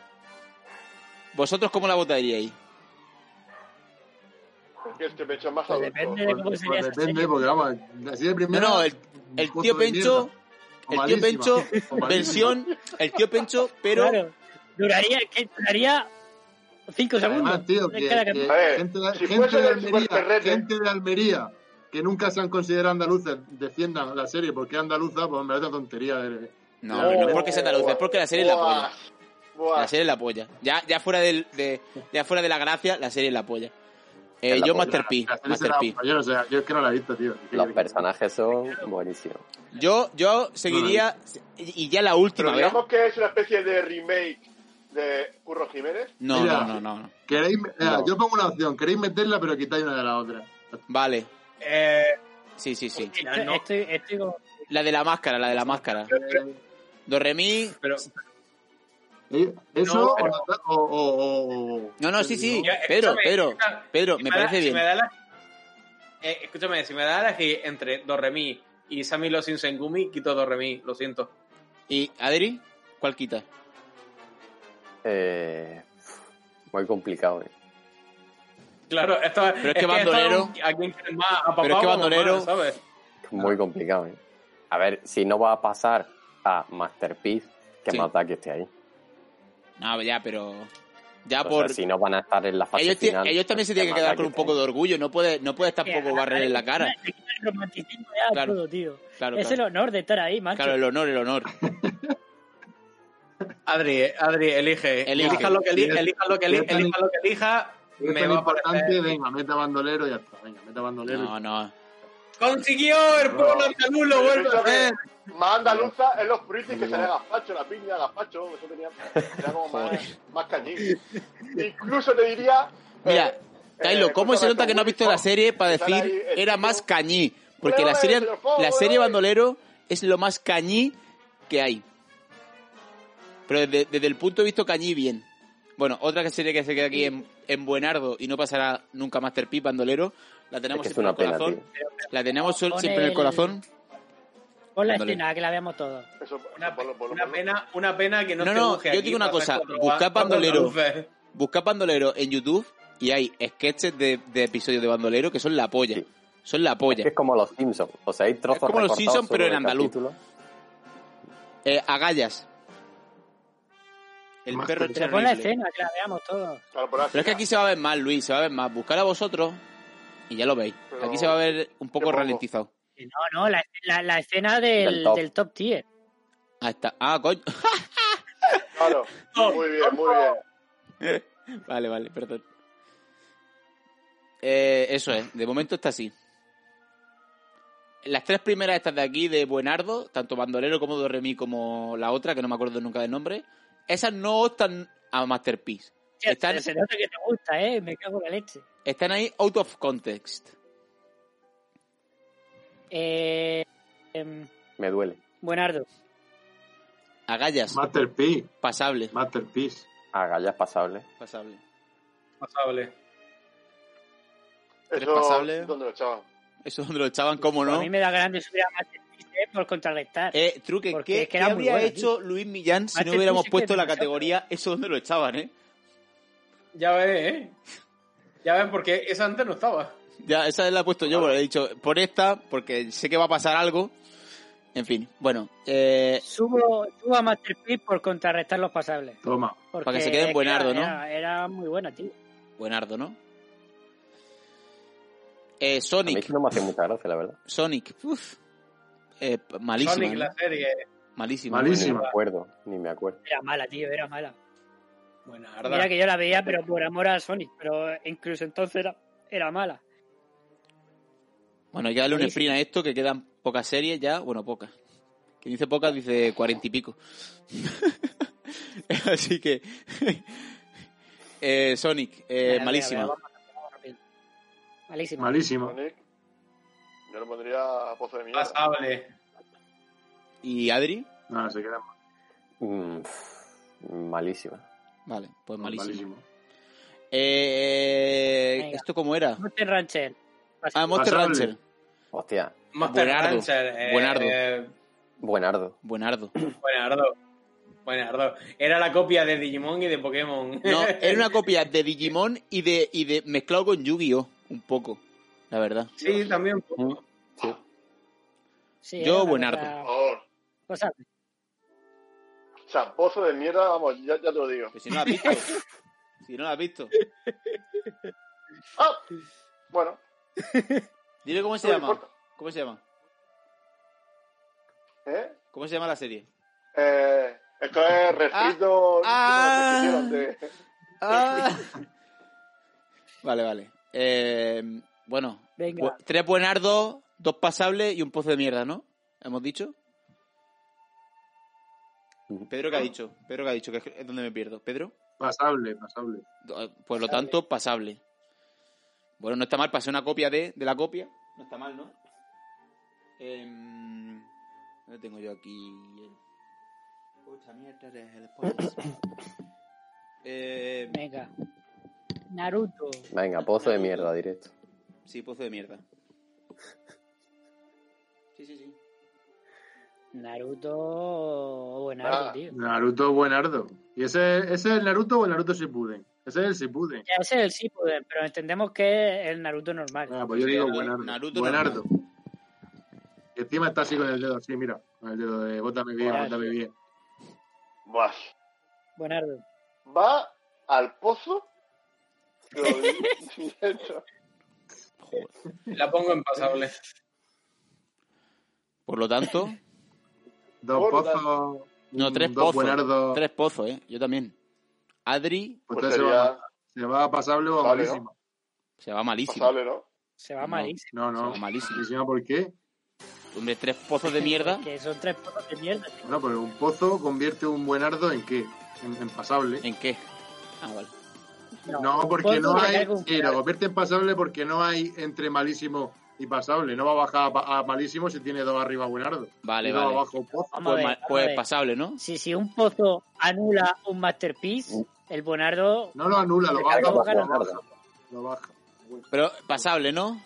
[SPEAKER 2] ¿vosotros cómo la votaríais?
[SPEAKER 4] Porque este pecho es más
[SPEAKER 5] Pues
[SPEAKER 4] adulto.
[SPEAKER 5] depende de cómo sería
[SPEAKER 7] Pues
[SPEAKER 5] esa
[SPEAKER 7] depende,
[SPEAKER 5] serie.
[SPEAKER 7] porque vamos, así de
[SPEAKER 2] No,
[SPEAKER 7] primero.
[SPEAKER 2] no, el, el tío Pencho, el tío Pencho, versión, el tío Pencho, pero
[SPEAKER 5] Claro. Duraría, que duraría cinco segundos.
[SPEAKER 7] Además, tío, que,
[SPEAKER 5] Cada
[SPEAKER 7] que
[SPEAKER 5] capítulo.
[SPEAKER 4] A ver,
[SPEAKER 7] gente, de-
[SPEAKER 4] si
[SPEAKER 7] gente
[SPEAKER 4] fuese
[SPEAKER 7] de
[SPEAKER 4] del
[SPEAKER 7] Almería,
[SPEAKER 4] superferrete-
[SPEAKER 7] gente de Almería que nunca se han considerado andaluces defiendan la serie porque es andaluza, pues me parece una tontería. de-
[SPEAKER 2] No, hombre, no es porque sea andaluza, es porque la serie es la
[SPEAKER 4] Oh, Buah,
[SPEAKER 2] polla.
[SPEAKER 4] buah.
[SPEAKER 2] La serie es la polla. Ya, ya, fuera, del, de, ya fuera de la gracia, la serie es la polla. Eh,
[SPEAKER 6] Es la
[SPEAKER 2] yo
[SPEAKER 6] polla.
[SPEAKER 2] Master P,
[SPEAKER 7] la serie
[SPEAKER 2] Master
[SPEAKER 7] será-
[SPEAKER 2] P.
[SPEAKER 7] pues, yo no sé, yo es que no la he visto, tío. ¿Qué
[SPEAKER 6] Los
[SPEAKER 7] quieres que-
[SPEAKER 6] personajes son buenísimos.
[SPEAKER 2] Yo, yo seguiría, y ya la
[SPEAKER 4] Pero
[SPEAKER 2] última ¿eh? vez.
[SPEAKER 4] digamos que es una especie de remake de Curro Jiménez.
[SPEAKER 2] No,
[SPEAKER 7] Mira.
[SPEAKER 2] no, no, no, no.
[SPEAKER 7] ¿Queréis, eh,
[SPEAKER 6] No.
[SPEAKER 7] Yo pongo una opción, queréis meterla pero quitáis una de la otra.
[SPEAKER 2] Vale,
[SPEAKER 3] Eh,
[SPEAKER 2] sí, sí, sí.
[SPEAKER 5] Estoy, estoy, estoy como-
[SPEAKER 2] La de la máscara, la de la máscara.
[SPEAKER 3] Eh,
[SPEAKER 2] Doremi.
[SPEAKER 3] pero
[SPEAKER 7] Eh, Eso
[SPEAKER 3] No,
[SPEAKER 7] o
[SPEAKER 3] pero-
[SPEAKER 7] la- o, o- o-
[SPEAKER 2] No, no, sí, sí.
[SPEAKER 3] Ya,
[SPEAKER 2] Pero,
[SPEAKER 3] escúchame,
[SPEAKER 2] pero,
[SPEAKER 3] escúchame.
[SPEAKER 2] pero,
[SPEAKER 3] si
[SPEAKER 2] me
[SPEAKER 3] da-
[SPEAKER 2] parece
[SPEAKER 3] si
[SPEAKER 2] bien.
[SPEAKER 3] me da la- eh, escúchame, si me da la que entre Dorremi y Sammy los Insengumi, quito Dorremi, lo siento.
[SPEAKER 2] ¿Y Adri? ¿Cuál quita?
[SPEAKER 6] Eh, muy complicado, eh.
[SPEAKER 3] Claro, esto es.
[SPEAKER 2] Pero es que
[SPEAKER 3] esto
[SPEAKER 2] bandolero.
[SPEAKER 3] un- ¿A quién quieres más? ¿A papá
[SPEAKER 2] Pero es que
[SPEAKER 3] o a mamá,
[SPEAKER 2] bandolero.
[SPEAKER 3] ¿sabes?
[SPEAKER 2] Ah.
[SPEAKER 6] Muy complicado, eh. A ver, si no va a pasar a Masterpiece, que
[SPEAKER 2] Sí.
[SPEAKER 6] más da que esté ahí.
[SPEAKER 2] No, ya, pero. Ya
[SPEAKER 6] O
[SPEAKER 2] Ah, por.
[SPEAKER 6] sea, si no van a estar en la Pues fase
[SPEAKER 2] ellos, ti-
[SPEAKER 6] final.
[SPEAKER 2] ellos también se
[SPEAKER 6] que
[SPEAKER 2] tienen que
[SPEAKER 6] más da
[SPEAKER 2] quedar con un
[SPEAKER 6] esté
[SPEAKER 2] poco
[SPEAKER 6] ahí.
[SPEAKER 2] de orgullo. No puedes no puedes tampoco barrer en la cara.
[SPEAKER 5] Le quita el romanticismo ya a
[SPEAKER 2] Claro.
[SPEAKER 5] todo, tío.
[SPEAKER 2] Claro,
[SPEAKER 5] es
[SPEAKER 2] claro.
[SPEAKER 5] el honor de estar ahí, macho.
[SPEAKER 2] Claro, el honor, el honor.
[SPEAKER 3] Adri, eh, Adri,
[SPEAKER 2] Elige.
[SPEAKER 3] elige. Elija lo que
[SPEAKER 7] Si es-
[SPEAKER 3] elija, elija lo que
[SPEAKER 7] si
[SPEAKER 3] elija,
[SPEAKER 7] es tan-
[SPEAKER 3] elija lo que elija.
[SPEAKER 7] es
[SPEAKER 3] Me
[SPEAKER 7] tan
[SPEAKER 3] va a parecer.
[SPEAKER 7] importante, venga, meta bandolero y ya está. Venga, meta bandolero.
[SPEAKER 2] No, no.
[SPEAKER 3] Consiguió el pueblo andaluz, lo vuelve a
[SPEAKER 4] Pensaba que
[SPEAKER 3] hacer.
[SPEAKER 4] Más andaluza es los fritis que salía gazpacho, la piña, gazpacho, eso tenía, era como más, más cañí. Incluso te diría.
[SPEAKER 2] Mira,
[SPEAKER 4] eh,
[SPEAKER 2] Tailo,
[SPEAKER 4] eh,
[SPEAKER 2] ¿cómo se
[SPEAKER 4] escúchame,
[SPEAKER 2] nota que no has visto la
[SPEAKER 4] Wilford,
[SPEAKER 2] serie para
[SPEAKER 4] que sale
[SPEAKER 2] decir
[SPEAKER 4] ahí eh, el
[SPEAKER 2] era
[SPEAKER 4] tío?
[SPEAKER 2] más cañí? Porque la serie, la
[SPEAKER 4] eh.
[SPEAKER 2] serie Bandolero es lo más cañí que hay. Pero desde, desde el punto de vista cañí, bien. Bueno, otra que serie que se queda aquí en, en Buenardo y no pasará nunca Master P, Bandolero, la
[SPEAKER 6] Es
[SPEAKER 2] tenemos
[SPEAKER 6] que es
[SPEAKER 2] siempre
[SPEAKER 6] una
[SPEAKER 2] en el
[SPEAKER 6] pena,
[SPEAKER 2] corazón.
[SPEAKER 6] tío.
[SPEAKER 2] La tenemos sol-
[SPEAKER 5] Con
[SPEAKER 2] siempre en el
[SPEAKER 5] el-
[SPEAKER 2] corazón.
[SPEAKER 5] Pon la
[SPEAKER 2] Ándale.
[SPEAKER 5] escena, que la veamos todos.
[SPEAKER 4] Eso, eso,
[SPEAKER 3] Una,
[SPEAKER 4] ponlo, ponlo,
[SPEAKER 3] una
[SPEAKER 4] ponlo.
[SPEAKER 3] pena, una pena que no
[SPEAKER 2] No,
[SPEAKER 3] te
[SPEAKER 2] no,
[SPEAKER 3] busque
[SPEAKER 2] yo
[SPEAKER 3] aquí
[SPEAKER 2] digo una
[SPEAKER 3] para
[SPEAKER 2] cosa,
[SPEAKER 3] hacer cuatro-
[SPEAKER 2] buscad
[SPEAKER 3] cuatro
[SPEAKER 2] bandolero.
[SPEAKER 3] andaluces.
[SPEAKER 2] Buscad Bandolero en YouTube y hay sketches de, de episodios de Bandolero que son la polla.
[SPEAKER 6] Sí.
[SPEAKER 2] Son la polla.
[SPEAKER 6] Es que es como los Simpsons. O sea, hay trozos
[SPEAKER 2] Es como los
[SPEAKER 6] recortados
[SPEAKER 2] Simpsons, pero
[SPEAKER 6] solo
[SPEAKER 2] en
[SPEAKER 6] de
[SPEAKER 2] andaluz.
[SPEAKER 6] capítulos.
[SPEAKER 2] Eh, agallas. El
[SPEAKER 7] Más
[SPEAKER 2] perro
[SPEAKER 5] Pero pon la
[SPEAKER 2] terrible.
[SPEAKER 5] escena, que la veamos todos.
[SPEAKER 4] Claro, pero
[SPEAKER 2] Pero es que aquí se va a ver más, Luis, se va a ver más. Buscar a vosotros y ya lo veis.
[SPEAKER 4] Pero-
[SPEAKER 2] Aquí se va a ver un poco
[SPEAKER 4] Qué poco.
[SPEAKER 2] ralentizado.
[SPEAKER 5] Que No, no, la, la, la escena del,
[SPEAKER 6] Del
[SPEAKER 5] del,
[SPEAKER 6] top.
[SPEAKER 5] top. tier.
[SPEAKER 2] Ah, está. Ah, coño.
[SPEAKER 4] Claro, muy bien, muy bien.
[SPEAKER 2] vale, vale, perdón. Eh, eso es, de momento está así. Las tres primeras estas de aquí, de Buenardo, tanto Bandolero como Doremi como la otra, que no me acuerdo nunca del nombre, esas no están a Masterpiece.
[SPEAKER 5] Che,
[SPEAKER 2] Están-
[SPEAKER 5] Se se nota que te gusta, ¿eh? Me cago en la leche.
[SPEAKER 2] Están ahí out of context.
[SPEAKER 5] Eh, em,
[SPEAKER 6] Me duele.
[SPEAKER 5] Buenardo.
[SPEAKER 2] Agallas,
[SPEAKER 7] Masterpiece,
[SPEAKER 2] pasable.
[SPEAKER 7] Masterpiece.
[SPEAKER 6] A gallas pasables.
[SPEAKER 2] Pasable.
[SPEAKER 3] Pasable.
[SPEAKER 2] Tres
[SPEAKER 4] Eso,
[SPEAKER 2] pasables.
[SPEAKER 4] ¿Dónde lo echaban?
[SPEAKER 2] Eso es donde lo echaban, cómo
[SPEAKER 5] A
[SPEAKER 2] no.
[SPEAKER 5] mí me da ganas de subir a Master Chief, ¿eh? por contrarrestar.
[SPEAKER 2] Eh, Truque,
[SPEAKER 5] Porque
[SPEAKER 2] ¿qué,
[SPEAKER 5] es que
[SPEAKER 2] qué
[SPEAKER 5] era muy
[SPEAKER 2] habría
[SPEAKER 5] bueno,
[SPEAKER 2] hecho Luis Millán si
[SPEAKER 5] Master
[SPEAKER 2] no hubiéramos
[SPEAKER 5] Chief es
[SPEAKER 2] puesto la
[SPEAKER 5] demasiado.
[SPEAKER 2] categoría eso donde lo echaban, eh?
[SPEAKER 3] Ya ves, ¿eh? Ya ves, porque esa antes no estaba.
[SPEAKER 2] Ya, esa la he puesto yo, porque he dicho, por esta, porque sé que va a pasar algo. En fin, bueno, eh,
[SPEAKER 5] Subo, subo a Master Chief por contrarrestar los pasables.
[SPEAKER 7] Toma.
[SPEAKER 5] Porque
[SPEAKER 2] Para que se queden
[SPEAKER 5] es
[SPEAKER 2] Buenardo,
[SPEAKER 5] era-
[SPEAKER 2] ¿no?
[SPEAKER 5] Era, era muy buena, tío.
[SPEAKER 2] buenardo, ¿no? Eh,
[SPEAKER 6] A mí
[SPEAKER 2] Sonic,
[SPEAKER 6] eso no me hace mucha gracia, la verdad.
[SPEAKER 2] Sonic, uf. Eh, p- malísima,
[SPEAKER 3] Sonic,
[SPEAKER 2] ¿no?
[SPEAKER 3] la serie.
[SPEAKER 2] malísima.
[SPEAKER 7] Malísima.
[SPEAKER 6] Ni me acuerdo, ni me acuerdo.
[SPEAKER 5] Era mala, tío, era mala.
[SPEAKER 3] Buena,
[SPEAKER 5] Mira
[SPEAKER 3] ¿verdad?
[SPEAKER 5] que yo la veía, pero por amor a Sonic. Pero incluso entonces era, era mala.
[SPEAKER 2] Bueno, ya le un sprint a esto, que quedan pocas series ya, bueno, pocas. Quien dice pocas dice cuarenta y pico. Así que... eh, Sonic, eh,
[SPEAKER 5] Venga,
[SPEAKER 2] malísima.
[SPEAKER 5] venga, venga, vamos, vamos rápido. Malísima.
[SPEAKER 7] Malísimo.
[SPEAKER 4] Sonic. Yo le pondría a pozo de mierda.
[SPEAKER 3] Pasable.
[SPEAKER 2] ¿Y Adri?
[SPEAKER 7] Nada, se queda
[SPEAKER 6] Mm, pff, malísima.
[SPEAKER 2] Vale, pues malísima.
[SPEAKER 7] malísimo.
[SPEAKER 2] Eh,
[SPEAKER 5] Venga.
[SPEAKER 2] ¿Esto cómo era?
[SPEAKER 5] Monster Rancher.
[SPEAKER 2] Ah, Monster
[SPEAKER 7] Pasable.
[SPEAKER 2] Rancher.
[SPEAKER 6] Hostia,
[SPEAKER 3] Monster
[SPEAKER 2] Buenardo,
[SPEAKER 3] Rancher. eh,
[SPEAKER 2] buenardo.
[SPEAKER 3] eh,
[SPEAKER 6] buenardo.
[SPEAKER 2] Buenardo.
[SPEAKER 3] buenardo. Buenardo. Era la copia de Digimon y de Pokémon.
[SPEAKER 2] No, era una copia de Digimon y de, y de mezclado con Yu-Gi-Oh! Un poco, la verdad.
[SPEAKER 3] Sí, también.
[SPEAKER 6] Mm,
[SPEAKER 5] Sí,
[SPEAKER 2] Yo,
[SPEAKER 5] era una
[SPEAKER 2] Buenardo.
[SPEAKER 4] Por
[SPEAKER 5] cosa-
[SPEAKER 4] favor.
[SPEAKER 5] cosa-
[SPEAKER 4] O sea, pozo de mierda, vamos, ya, ya te lo digo.
[SPEAKER 2] Pero si no la has visto. si no la has visto.
[SPEAKER 4] ¡Ah! Bueno,
[SPEAKER 2] Dile cómo se
[SPEAKER 4] no me
[SPEAKER 2] llama.
[SPEAKER 4] importa.
[SPEAKER 2] ¿Cómo se llama?
[SPEAKER 4] ¿Eh?
[SPEAKER 2] ¿Cómo se llama la serie?
[SPEAKER 4] Eh, esto es refrito
[SPEAKER 2] ah.
[SPEAKER 4] como los que hicieron de-
[SPEAKER 2] vale, vale. Eh, bueno,
[SPEAKER 5] Venga.
[SPEAKER 2] bu- tres buenardos, dos pasables y un pozo de mierda, ¿no? ¿Hemos dicho? Pedro, ¿qué ha dicho? Pedro, ¿qué ha dicho? Que es- es donde me pierdo. ¿Pedro?
[SPEAKER 7] Pasable, pasable.
[SPEAKER 2] Do- eh, Por lo tanto, pasable. Bueno, no está mal, pasé una copia de, de la copia. No está mal, ¿no? Em, ¿Dónde tengo yo aquí? el- Puta mierda, eres el podcast. Em,
[SPEAKER 5] Venga. Naruto.
[SPEAKER 6] Venga, pozo de mierda directo.
[SPEAKER 2] sí, pozo de mierda. Sí, sí, sí.
[SPEAKER 5] Naruto. Buenardo,
[SPEAKER 4] Ah.
[SPEAKER 5] tío.
[SPEAKER 7] Naruto buenardo. ¿Y ese, ese es el Naruto o el Naruto Shippuden? Ese es el Shippuden.
[SPEAKER 5] Ya, ese es el sí, pues, pero entendemos que es el Naruto normal.
[SPEAKER 7] Ah, pues yo
[SPEAKER 2] Sí,
[SPEAKER 7] digo
[SPEAKER 2] Naruto-
[SPEAKER 7] buenardo.
[SPEAKER 2] Naruto
[SPEAKER 7] buenardo. Y encima está así con el dedo así, mira. Con el dedo de bótame bien,
[SPEAKER 5] Buenardo.
[SPEAKER 7] bótame bien.
[SPEAKER 4] Buah.
[SPEAKER 5] Buenardo.
[SPEAKER 4] Va al pozo. Lo directo.
[SPEAKER 2] Joder.
[SPEAKER 3] La pongo en pasable.
[SPEAKER 2] Por lo tanto,
[SPEAKER 7] Dos
[SPEAKER 4] Por la-
[SPEAKER 7] pozos.
[SPEAKER 2] no,
[SPEAKER 7] mm,
[SPEAKER 2] tres
[SPEAKER 7] dos
[SPEAKER 2] pozos.
[SPEAKER 7] Buenardo.
[SPEAKER 2] Tres pozos, ¿eh? Yo también. Adri
[SPEAKER 7] Pues
[SPEAKER 4] Pues
[SPEAKER 7] entonces se,
[SPEAKER 4] sería
[SPEAKER 7] va, se va a pasable o a
[SPEAKER 4] Vale, ¿no?
[SPEAKER 7] malísimo.
[SPEAKER 2] se va malísimo.
[SPEAKER 4] pasable, ¿no?
[SPEAKER 5] Se va
[SPEAKER 2] No.
[SPEAKER 5] malísimo.
[SPEAKER 7] No,
[SPEAKER 2] Se
[SPEAKER 7] no.
[SPEAKER 2] va malísimo.
[SPEAKER 7] Malísimo, ¿por qué?
[SPEAKER 2] Hombre, tres pozos de mierda.
[SPEAKER 5] Que son tres pozos de mierda. tío.
[SPEAKER 7] No, pero un pozo convierte un buenardo en qué? En, en pasable.
[SPEAKER 2] ¿En qué? Ah, vale.
[SPEAKER 7] No,
[SPEAKER 5] un
[SPEAKER 7] porque
[SPEAKER 5] pozo
[SPEAKER 7] no
[SPEAKER 5] que
[SPEAKER 7] hay.
[SPEAKER 5] caiga un
[SPEAKER 7] Sí, lo convierte en pasable porque no hay entre malísimo y pasable. No va a bajar a, pa- a malísimo si tiene dos arriba buenardo.
[SPEAKER 2] Vale,
[SPEAKER 7] y dos
[SPEAKER 2] vale.
[SPEAKER 7] abajo pozo.
[SPEAKER 5] Vamos a
[SPEAKER 2] Pues,
[SPEAKER 5] ver,
[SPEAKER 2] ma-
[SPEAKER 5] vamos a
[SPEAKER 2] pues
[SPEAKER 5] ver.
[SPEAKER 2] pasable, ¿no?
[SPEAKER 5] Si, si un pozo anula un Masterpiece, el Buenardo
[SPEAKER 7] No lo anula, lo
[SPEAKER 5] Le
[SPEAKER 7] baja.
[SPEAKER 5] cargamos
[SPEAKER 7] Lo
[SPEAKER 5] ganas.
[SPEAKER 7] baja. Lo baja.
[SPEAKER 2] Pero pasable, ¿no?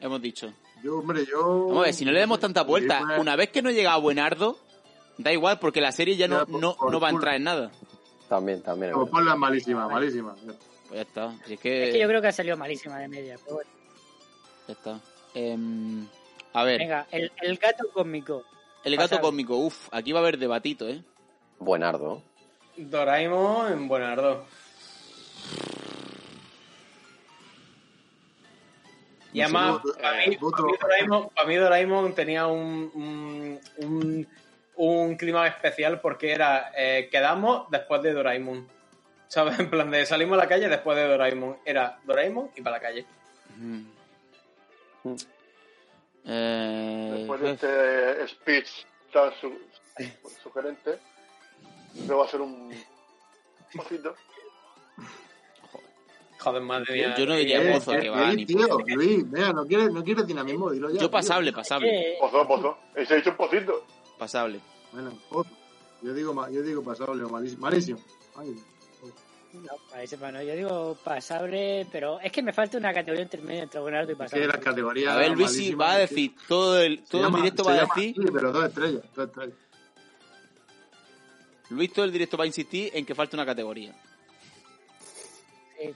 [SPEAKER 2] Hemos dicho.
[SPEAKER 7] Yo, hombre, yo.
[SPEAKER 2] Vamos a ver, si no le demos tanta vuelta,
[SPEAKER 7] Yo, pues,
[SPEAKER 2] una vez que no llega a Buenardo, da igual, porque la serie ya no,
[SPEAKER 7] Ya, por-
[SPEAKER 2] no,
[SPEAKER 7] por
[SPEAKER 2] no va a
[SPEAKER 7] culo.
[SPEAKER 2] entrar en nada.
[SPEAKER 6] También, también. es
[SPEAKER 7] Pues
[SPEAKER 6] verdad.
[SPEAKER 7] ponla en malísima, malísima. Ya está.
[SPEAKER 2] Pues ya está. Si es
[SPEAKER 5] Es que yo
[SPEAKER 2] que.
[SPEAKER 5] creo que ha salido malísima de media. pero bueno.
[SPEAKER 2] Ya está. Em, a ver,
[SPEAKER 5] Venga, el, el gato cósmico.
[SPEAKER 2] el gato
[SPEAKER 5] pasable.
[SPEAKER 2] cósmico. Uf, aquí va a haber debatito, ¿eh?
[SPEAKER 6] Buenardo.
[SPEAKER 3] Doraemon en Buenardo. Y
[SPEAKER 7] No sé,
[SPEAKER 3] además,
[SPEAKER 7] voto-
[SPEAKER 3] para mí,
[SPEAKER 7] voto-
[SPEAKER 3] pa' mí Doraemon, pa' mí Doraemon tenía un, un, un- un clima especial porque era eh, quedamos después de Doraemon. ¿Sabes? En plan de salimos a la calle después de Doraemon. Era Doraemon y para la calle.
[SPEAKER 2] Mm. Eh,
[SPEAKER 4] Después de este speech tan su- sugerente, me va a hacer un pocito.
[SPEAKER 3] Joder, madre mía.
[SPEAKER 2] Yo no diría
[SPEAKER 7] Eh,
[SPEAKER 2] pozo,
[SPEAKER 7] eh,
[SPEAKER 2] que va,
[SPEAKER 7] Luis,
[SPEAKER 2] ni
[SPEAKER 7] tío, Luis, mira, no quieres, no quieres dinamismo, dilo ya.
[SPEAKER 2] yo
[SPEAKER 7] tío.
[SPEAKER 2] pasable, pasable,
[SPEAKER 5] Eh,
[SPEAKER 4] Pozo, pozo. Y se ha dicho un pocito.
[SPEAKER 2] pasable.
[SPEAKER 7] Bueno, pozo. Yo digo, ma- yo digo pasable o malísimo. Malísimo. Ay,
[SPEAKER 5] no, para ese para no, yo digo pasable, pero es que me falta una categoría intermedia entre Buenardo y
[SPEAKER 7] es que
[SPEAKER 5] pasable.
[SPEAKER 7] las categorías.
[SPEAKER 2] A ver, Luisi
[SPEAKER 7] malísimas,
[SPEAKER 2] va a
[SPEAKER 7] tío.
[SPEAKER 2] decir todo el,
[SPEAKER 7] Se
[SPEAKER 2] todo el
[SPEAKER 7] llama-
[SPEAKER 2] directo
[SPEAKER 7] se
[SPEAKER 2] va a
[SPEAKER 7] llama
[SPEAKER 2] decir
[SPEAKER 7] así, pero dos estrellas, dos estrellas.
[SPEAKER 2] Luis todo el directo va a insistir en que falta una categoría.
[SPEAKER 5] Sí,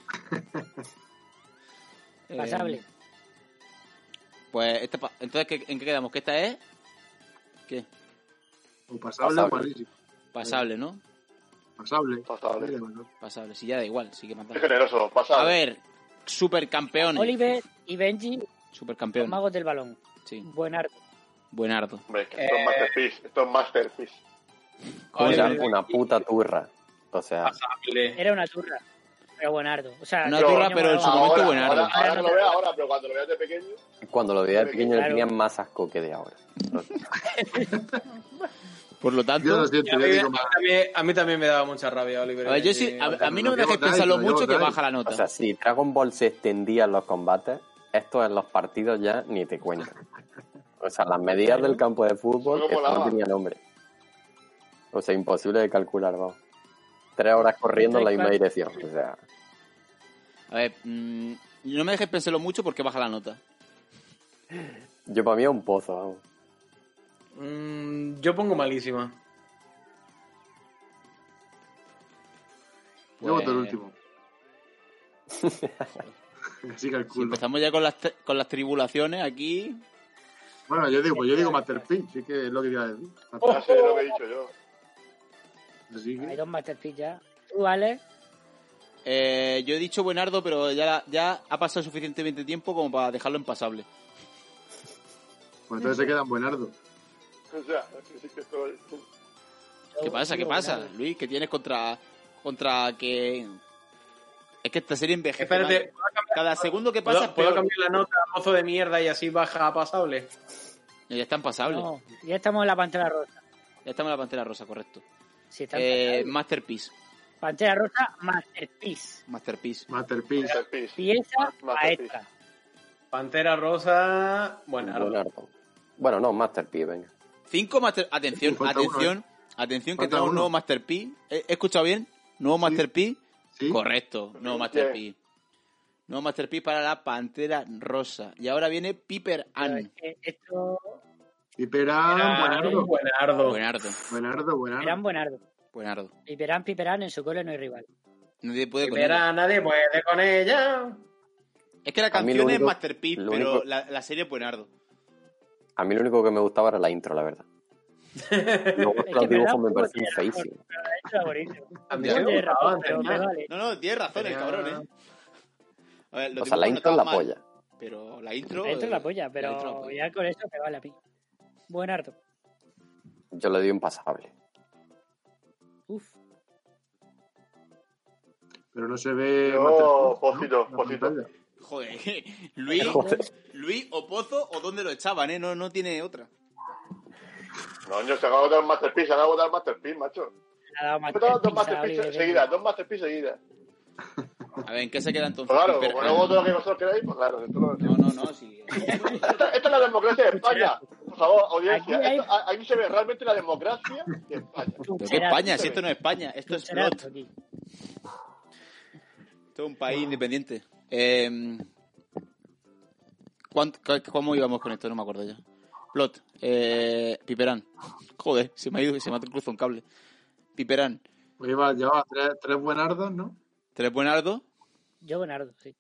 [SPEAKER 2] Eh,
[SPEAKER 5] pasable.
[SPEAKER 2] pues esta pa- entonces ¿qué- en qué quedamos? Que esta es ¿Qué?
[SPEAKER 7] O pasable, o
[SPEAKER 6] Pasable.
[SPEAKER 7] malísimo.
[SPEAKER 2] Pasable, ¿no?
[SPEAKER 7] Pasable.
[SPEAKER 4] Pasable.
[SPEAKER 7] Mira,
[SPEAKER 2] Pasable, si ya da igual, sí que
[SPEAKER 4] Es
[SPEAKER 2] mandamos.
[SPEAKER 4] generoso, pasable.
[SPEAKER 2] A ver, supercampeones.
[SPEAKER 5] Oliver y Benji, los
[SPEAKER 2] Supercampeones.
[SPEAKER 5] magos del balón.
[SPEAKER 2] Sí,
[SPEAKER 5] Buenardo.
[SPEAKER 2] Buenardo.
[SPEAKER 4] Hombre, que esto
[SPEAKER 3] Eh.
[SPEAKER 4] es masterpiece. Esto es masterpiece.
[SPEAKER 6] O sea,
[SPEAKER 3] Oliver
[SPEAKER 6] una puta turra. O sea,
[SPEAKER 3] pasable.
[SPEAKER 5] Era una turra. pero buenardo. O sea,
[SPEAKER 2] Una
[SPEAKER 5] de
[SPEAKER 2] turra,
[SPEAKER 5] pequeño
[SPEAKER 2] pero en
[SPEAKER 5] molaba.
[SPEAKER 2] su momento
[SPEAKER 4] ahora,
[SPEAKER 2] buenardo.
[SPEAKER 4] ahora, ahora que lo veas ahora, pero cuando lo veas de pequeño,
[SPEAKER 6] Cuando lo veía de pequeño le
[SPEAKER 5] Claro.
[SPEAKER 6] tenía más asco que de ahora.
[SPEAKER 2] Por lo tanto,
[SPEAKER 7] Yo lo
[SPEAKER 3] Y a,
[SPEAKER 7] siento, yo
[SPEAKER 3] mí,
[SPEAKER 7] digo más.
[SPEAKER 3] a mí- a mí también me daba mucha rabia, Oliver. Eh,
[SPEAKER 2] a ver, yo
[SPEAKER 3] Y-
[SPEAKER 2] sí, a, a mí
[SPEAKER 7] no
[SPEAKER 2] no me
[SPEAKER 7] llevo
[SPEAKER 2] dejéis
[SPEAKER 7] tal,
[SPEAKER 2] pensarlo
[SPEAKER 7] no llevo
[SPEAKER 2] mucho que
[SPEAKER 7] tal.
[SPEAKER 2] baja la
[SPEAKER 6] O
[SPEAKER 2] nota.
[SPEAKER 6] sea, si Dragon Ball se extendía en los combates, esto en los partidos ya ni te cuento. O sea, las medidas
[SPEAKER 5] Claro.
[SPEAKER 6] del campo de fútbol
[SPEAKER 4] Solo
[SPEAKER 6] esto no
[SPEAKER 4] volaba.
[SPEAKER 6] tenía nombre. O sea, imposible de calcular, vamos. Tres horas corriendo en la misma
[SPEAKER 5] Tres,
[SPEAKER 6] dirección. O sea,
[SPEAKER 2] A ver, mm, no me dejéis pensarlo mucho porque baja la nota.
[SPEAKER 6] yo para mí es un pozo, vamos.
[SPEAKER 3] Mm, yo pongo malísima.
[SPEAKER 7] Yo voto el
[SPEAKER 2] Pues-
[SPEAKER 7] último. Así
[SPEAKER 2] Si
[SPEAKER 7] calculo.
[SPEAKER 2] empezamos ya con las, tri- con las tribulaciones aquí.
[SPEAKER 7] Bueno, yo digo, pues yo digo Masterpiece, sí que es lo que iba a decir.
[SPEAKER 4] ya
[SPEAKER 7] Oh.
[SPEAKER 4] sé lo que he dicho yo.
[SPEAKER 7] Así
[SPEAKER 5] Hay
[SPEAKER 7] que,
[SPEAKER 5] dos masterpiece ya. Tú, Alex,
[SPEAKER 2] eh, yo he dicho buenardo, pero ya, la- ya ha pasado suficientemente tiempo como para dejarlo impasable.
[SPEAKER 7] pues entonces se quedan buenardo.
[SPEAKER 4] O sea, sí que estoy...
[SPEAKER 2] ¿Qué
[SPEAKER 5] yo
[SPEAKER 2] pasa? ¿Qué
[SPEAKER 5] digo
[SPEAKER 2] pasa,
[SPEAKER 5] Buenardo.
[SPEAKER 2] Luis? ¿Qué tienes contra contra que es que esta serie envejece?
[SPEAKER 3] Espérate,
[SPEAKER 2] mal. Cada segundo que
[SPEAKER 3] ¿puedo,
[SPEAKER 2] pasa es
[SPEAKER 3] puedo
[SPEAKER 2] peor.
[SPEAKER 3] cambiar la nota a mozo de mierda y así baja a pasable?
[SPEAKER 2] Ya está impasable.
[SPEAKER 5] No, ya estamos en la pantera rosa.
[SPEAKER 2] Ya estamos en la pantera rosa, correcto.
[SPEAKER 5] Sí, está en
[SPEAKER 2] Eh, masterpiece,
[SPEAKER 5] pantera- pantera rosa, masterpiece.
[SPEAKER 2] masterpiece.
[SPEAKER 7] Masterpiece.
[SPEAKER 4] Masterpiece.
[SPEAKER 5] Pieza
[SPEAKER 4] Masterpiece.
[SPEAKER 5] maestra.
[SPEAKER 3] Pantera Rosa. Bueno, ahora-
[SPEAKER 6] Buenardo. Bueno, no, Masterpiece, venga.
[SPEAKER 2] Cinco master. Atención,
[SPEAKER 7] Falta uno, eh.
[SPEAKER 2] atención, atención que
[SPEAKER 7] Falta
[SPEAKER 2] tenemos un
[SPEAKER 7] uno.
[SPEAKER 2] nuevo masterpiece. ¿He he escuchado bien? Nuevo masterpiece.
[SPEAKER 7] ¿Sí?
[SPEAKER 2] Correcto, nuevo
[SPEAKER 4] Bien.
[SPEAKER 2] Masterpiece. Nuevo Masterpiece para la Pantera Rosa. Y ahora viene Piper
[SPEAKER 5] Pero
[SPEAKER 2] Ann.
[SPEAKER 5] es que Esto
[SPEAKER 7] Y Perán,
[SPEAKER 3] Ah,
[SPEAKER 7] buenardo.
[SPEAKER 3] buenardo.
[SPEAKER 2] Buenardo,
[SPEAKER 7] Buenardo,
[SPEAKER 5] Piperán
[SPEAKER 7] buenardo.
[SPEAKER 5] Buenardo.
[SPEAKER 2] buenardo.
[SPEAKER 5] Piperán, Piperán, en su cole no hay rival.
[SPEAKER 2] Nadie puede con ella.
[SPEAKER 3] Primera, nadie puede con ella.
[SPEAKER 2] Es que la
[SPEAKER 6] A mí
[SPEAKER 2] canción
[SPEAKER 6] lo
[SPEAKER 2] es
[SPEAKER 6] único-
[SPEAKER 2] Masterpiece,
[SPEAKER 6] lo
[SPEAKER 2] pero
[SPEAKER 6] único-
[SPEAKER 2] la, la serie es buenardo.
[SPEAKER 6] A mí lo único que me gustaba era la intro, la verdad. Luego
[SPEAKER 5] Es que me
[SPEAKER 6] los
[SPEAKER 5] da
[SPEAKER 6] dibujos
[SPEAKER 5] un
[SPEAKER 6] me
[SPEAKER 5] poco
[SPEAKER 6] parecían
[SPEAKER 5] de razón.
[SPEAKER 6] feísimos.
[SPEAKER 5] Pero ha hecho favorito.
[SPEAKER 3] A mí
[SPEAKER 5] Yo
[SPEAKER 3] se me
[SPEAKER 5] de
[SPEAKER 3] gustaba
[SPEAKER 5] razón,
[SPEAKER 3] antes,
[SPEAKER 5] pero me
[SPEAKER 3] ¿no?
[SPEAKER 5] vale.
[SPEAKER 2] No, no, tienes razón, el
[SPEAKER 3] Tenía-
[SPEAKER 2] cabrón, ¿eh? A ver, los
[SPEAKER 6] O sea, la
[SPEAKER 2] dibujos no
[SPEAKER 6] intro es la
[SPEAKER 2] estaban mal,
[SPEAKER 6] polla.
[SPEAKER 2] Pero la intro...
[SPEAKER 5] Dentro
[SPEAKER 2] eh,
[SPEAKER 5] la polla,
[SPEAKER 2] la intro es la
[SPEAKER 5] pero
[SPEAKER 2] polla.
[SPEAKER 5] ya con eso me vale a mí. Buenardo.
[SPEAKER 6] Yo le doy un pasable.
[SPEAKER 5] Uf.
[SPEAKER 7] Pero no se ve.
[SPEAKER 4] Yo,
[SPEAKER 7] Masterpiece,
[SPEAKER 4] Pocito,
[SPEAKER 7] En la
[SPEAKER 4] Pocito.
[SPEAKER 7] pantalla.
[SPEAKER 2] Joder, Luis,
[SPEAKER 6] Joder.
[SPEAKER 2] Luis o Pozo o dónde lo echaban, ¿eh? No, no tiene otra.
[SPEAKER 4] No, yo se acaba de votar Masterpiece, acaba de votar Masterpiece, macho.
[SPEAKER 5] Le ha dado más
[SPEAKER 4] He votado dos
[SPEAKER 5] pizza a
[SPEAKER 4] Masterpiece
[SPEAKER 5] Oliver,
[SPEAKER 4] seguidas, dos Masterpiece seguidas.
[SPEAKER 2] A ver, ¿en qué se queda entonces
[SPEAKER 4] Pues claro,
[SPEAKER 2] Piper
[SPEAKER 4] como
[SPEAKER 2] Ann?
[SPEAKER 4] no voto lo que vosotros queráis, pues claro. esto lo-
[SPEAKER 2] No, no, no, sí.
[SPEAKER 4] Esta, esta es la democracia de España. Por favor, audiencia.
[SPEAKER 5] Aquí hay-
[SPEAKER 4] esto- a- aquí se ve realmente la democracia de España.
[SPEAKER 2] ¿Pero qué
[SPEAKER 5] Será-
[SPEAKER 2] España? Si esto no es España, esto es
[SPEAKER 5] será
[SPEAKER 2] Plot.
[SPEAKER 5] esto aquí.
[SPEAKER 2] Esto es un país independiente. Eh, ¿cuánt- ca- ¿Cómo íbamos con esto? No me acuerdo ya. Plot. Eh, Piperán. Joder, se me ha ido, se me ha cruzado un cable. Piperán.
[SPEAKER 7] Pues lleva, lleva tres, tres buenardos, ¿no?
[SPEAKER 2] Tres buenardos,
[SPEAKER 5] Yo Buenardo,
[SPEAKER 2] Eh,
[SPEAKER 5] sí.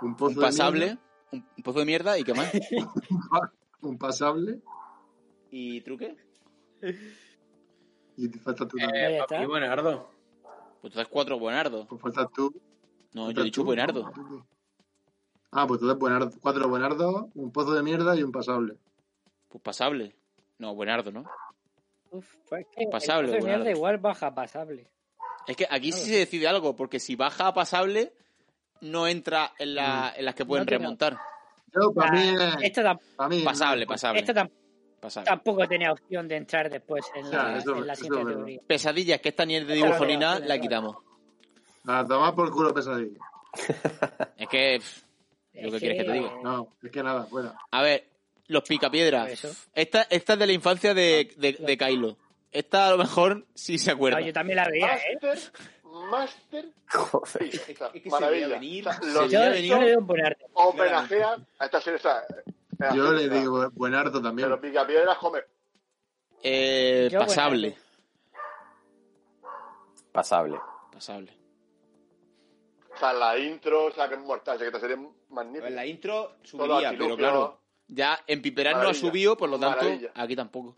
[SPEAKER 7] Un pozo
[SPEAKER 2] un
[SPEAKER 7] de
[SPEAKER 2] pasable,
[SPEAKER 7] mierda,
[SPEAKER 2] un, un pozo de mierda y qué más.
[SPEAKER 7] un pasable.
[SPEAKER 2] ¿Y truque?
[SPEAKER 7] Y te faltas tú también.
[SPEAKER 5] Ahí
[SPEAKER 3] Eh,
[SPEAKER 5] está.
[SPEAKER 3] papi, buenardo.
[SPEAKER 2] Pues entonces cuatro buenardos.
[SPEAKER 7] Pues faltas tú.
[SPEAKER 2] No, yo
[SPEAKER 7] faltas
[SPEAKER 2] he dicho
[SPEAKER 7] tú,
[SPEAKER 2] buenardo.
[SPEAKER 7] ¿no? Ah, pues entonces buenardo, cuatro buenardos, un pozo de mierda y un pasable.
[SPEAKER 2] Pues pasable. No, buenardo, ¿no.
[SPEAKER 5] Uf, pues es que el
[SPEAKER 2] Pasable,
[SPEAKER 5] pozo de mierda
[SPEAKER 2] Buenardo.
[SPEAKER 5] igual baja pasable.
[SPEAKER 2] Es que aquí
[SPEAKER 5] No
[SPEAKER 2] sí
[SPEAKER 5] lo
[SPEAKER 2] se decide algo, porque si baja a pasable, no entra en, la- en las que pueden
[SPEAKER 5] No te creo.
[SPEAKER 2] remontar.
[SPEAKER 7] Yo, para mí,
[SPEAKER 5] Ah,
[SPEAKER 7] es-
[SPEAKER 5] Esta, tam-
[SPEAKER 7] para mí.
[SPEAKER 2] Pasable,
[SPEAKER 7] no, pues,
[SPEAKER 2] pasable.
[SPEAKER 5] esta tam-
[SPEAKER 2] Pasable.
[SPEAKER 5] tampoco tenía opción de entrar después en la,
[SPEAKER 7] Ya, eso-
[SPEAKER 5] en la
[SPEAKER 7] eso
[SPEAKER 5] siguiente
[SPEAKER 7] es verdad.
[SPEAKER 5] teoría.
[SPEAKER 2] pesadillas que esta ni es de
[SPEAKER 5] Claro,
[SPEAKER 2] dibujo ni
[SPEAKER 5] claro,
[SPEAKER 2] nada,
[SPEAKER 5] claro,
[SPEAKER 2] la
[SPEAKER 5] claro.
[SPEAKER 2] quitamos.
[SPEAKER 7] A tomar por culo pesadilla.
[SPEAKER 2] Es que. pff, ¿Yo
[SPEAKER 5] Es
[SPEAKER 2] qué quieres que te diga?
[SPEAKER 7] No, es que nada, fuera.
[SPEAKER 2] A ver, los
[SPEAKER 5] Eso.
[SPEAKER 2] picapiedras. Esta, esta es de la infancia de, de, de Kylo. Esta a lo mejor sí se acuerda.
[SPEAKER 5] No, yo también la veía, ¿eh?
[SPEAKER 4] Master, Master,
[SPEAKER 6] Joder.
[SPEAKER 4] o sea,
[SPEAKER 2] es que se
[SPEAKER 4] maravilla.
[SPEAKER 2] veía venir,
[SPEAKER 4] O sea,
[SPEAKER 2] se
[SPEAKER 4] los
[SPEAKER 5] Yo,
[SPEAKER 2] veía
[SPEAKER 4] Simpsons
[SPEAKER 2] venir.
[SPEAKER 5] yo le doy un buenardo.
[SPEAKER 4] homenajean a esta serie. o sea, eh,
[SPEAKER 7] Yo
[SPEAKER 4] o
[SPEAKER 7] le
[SPEAKER 4] sea,
[SPEAKER 7] digo buenardo también.
[SPEAKER 4] Pero Picapiedra come.
[SPEAKER 2] Eh,
[SPEAKER 5] Yo,
[SPEAKER 2] pasable.
[SPEAKER 5] bueno,
[SPEAKER 6] Pasable.
[SPEAKER 2] Pasable.
[SPEAKER 4] O sea, la intro, o sea, que es mortal. O sea, que esta serie es
[SPEAKER 2] A ver,
[SPEAKER 4] magnífica.
[SPEAKER 2] la intro
[SPEAKER 4] Todo
[SPEAKER 2] subía,
[SPEAKER 4] artilugio.
[SPEAKER 2] pero claro. Ya en Piperán no ha
[SPEAKER 4] Maravilla,
[SPEAKER 2] subido, por lo tanto,
[SPEAKER 4] maravilla.
[SPEAKER 2] aquí tampoco.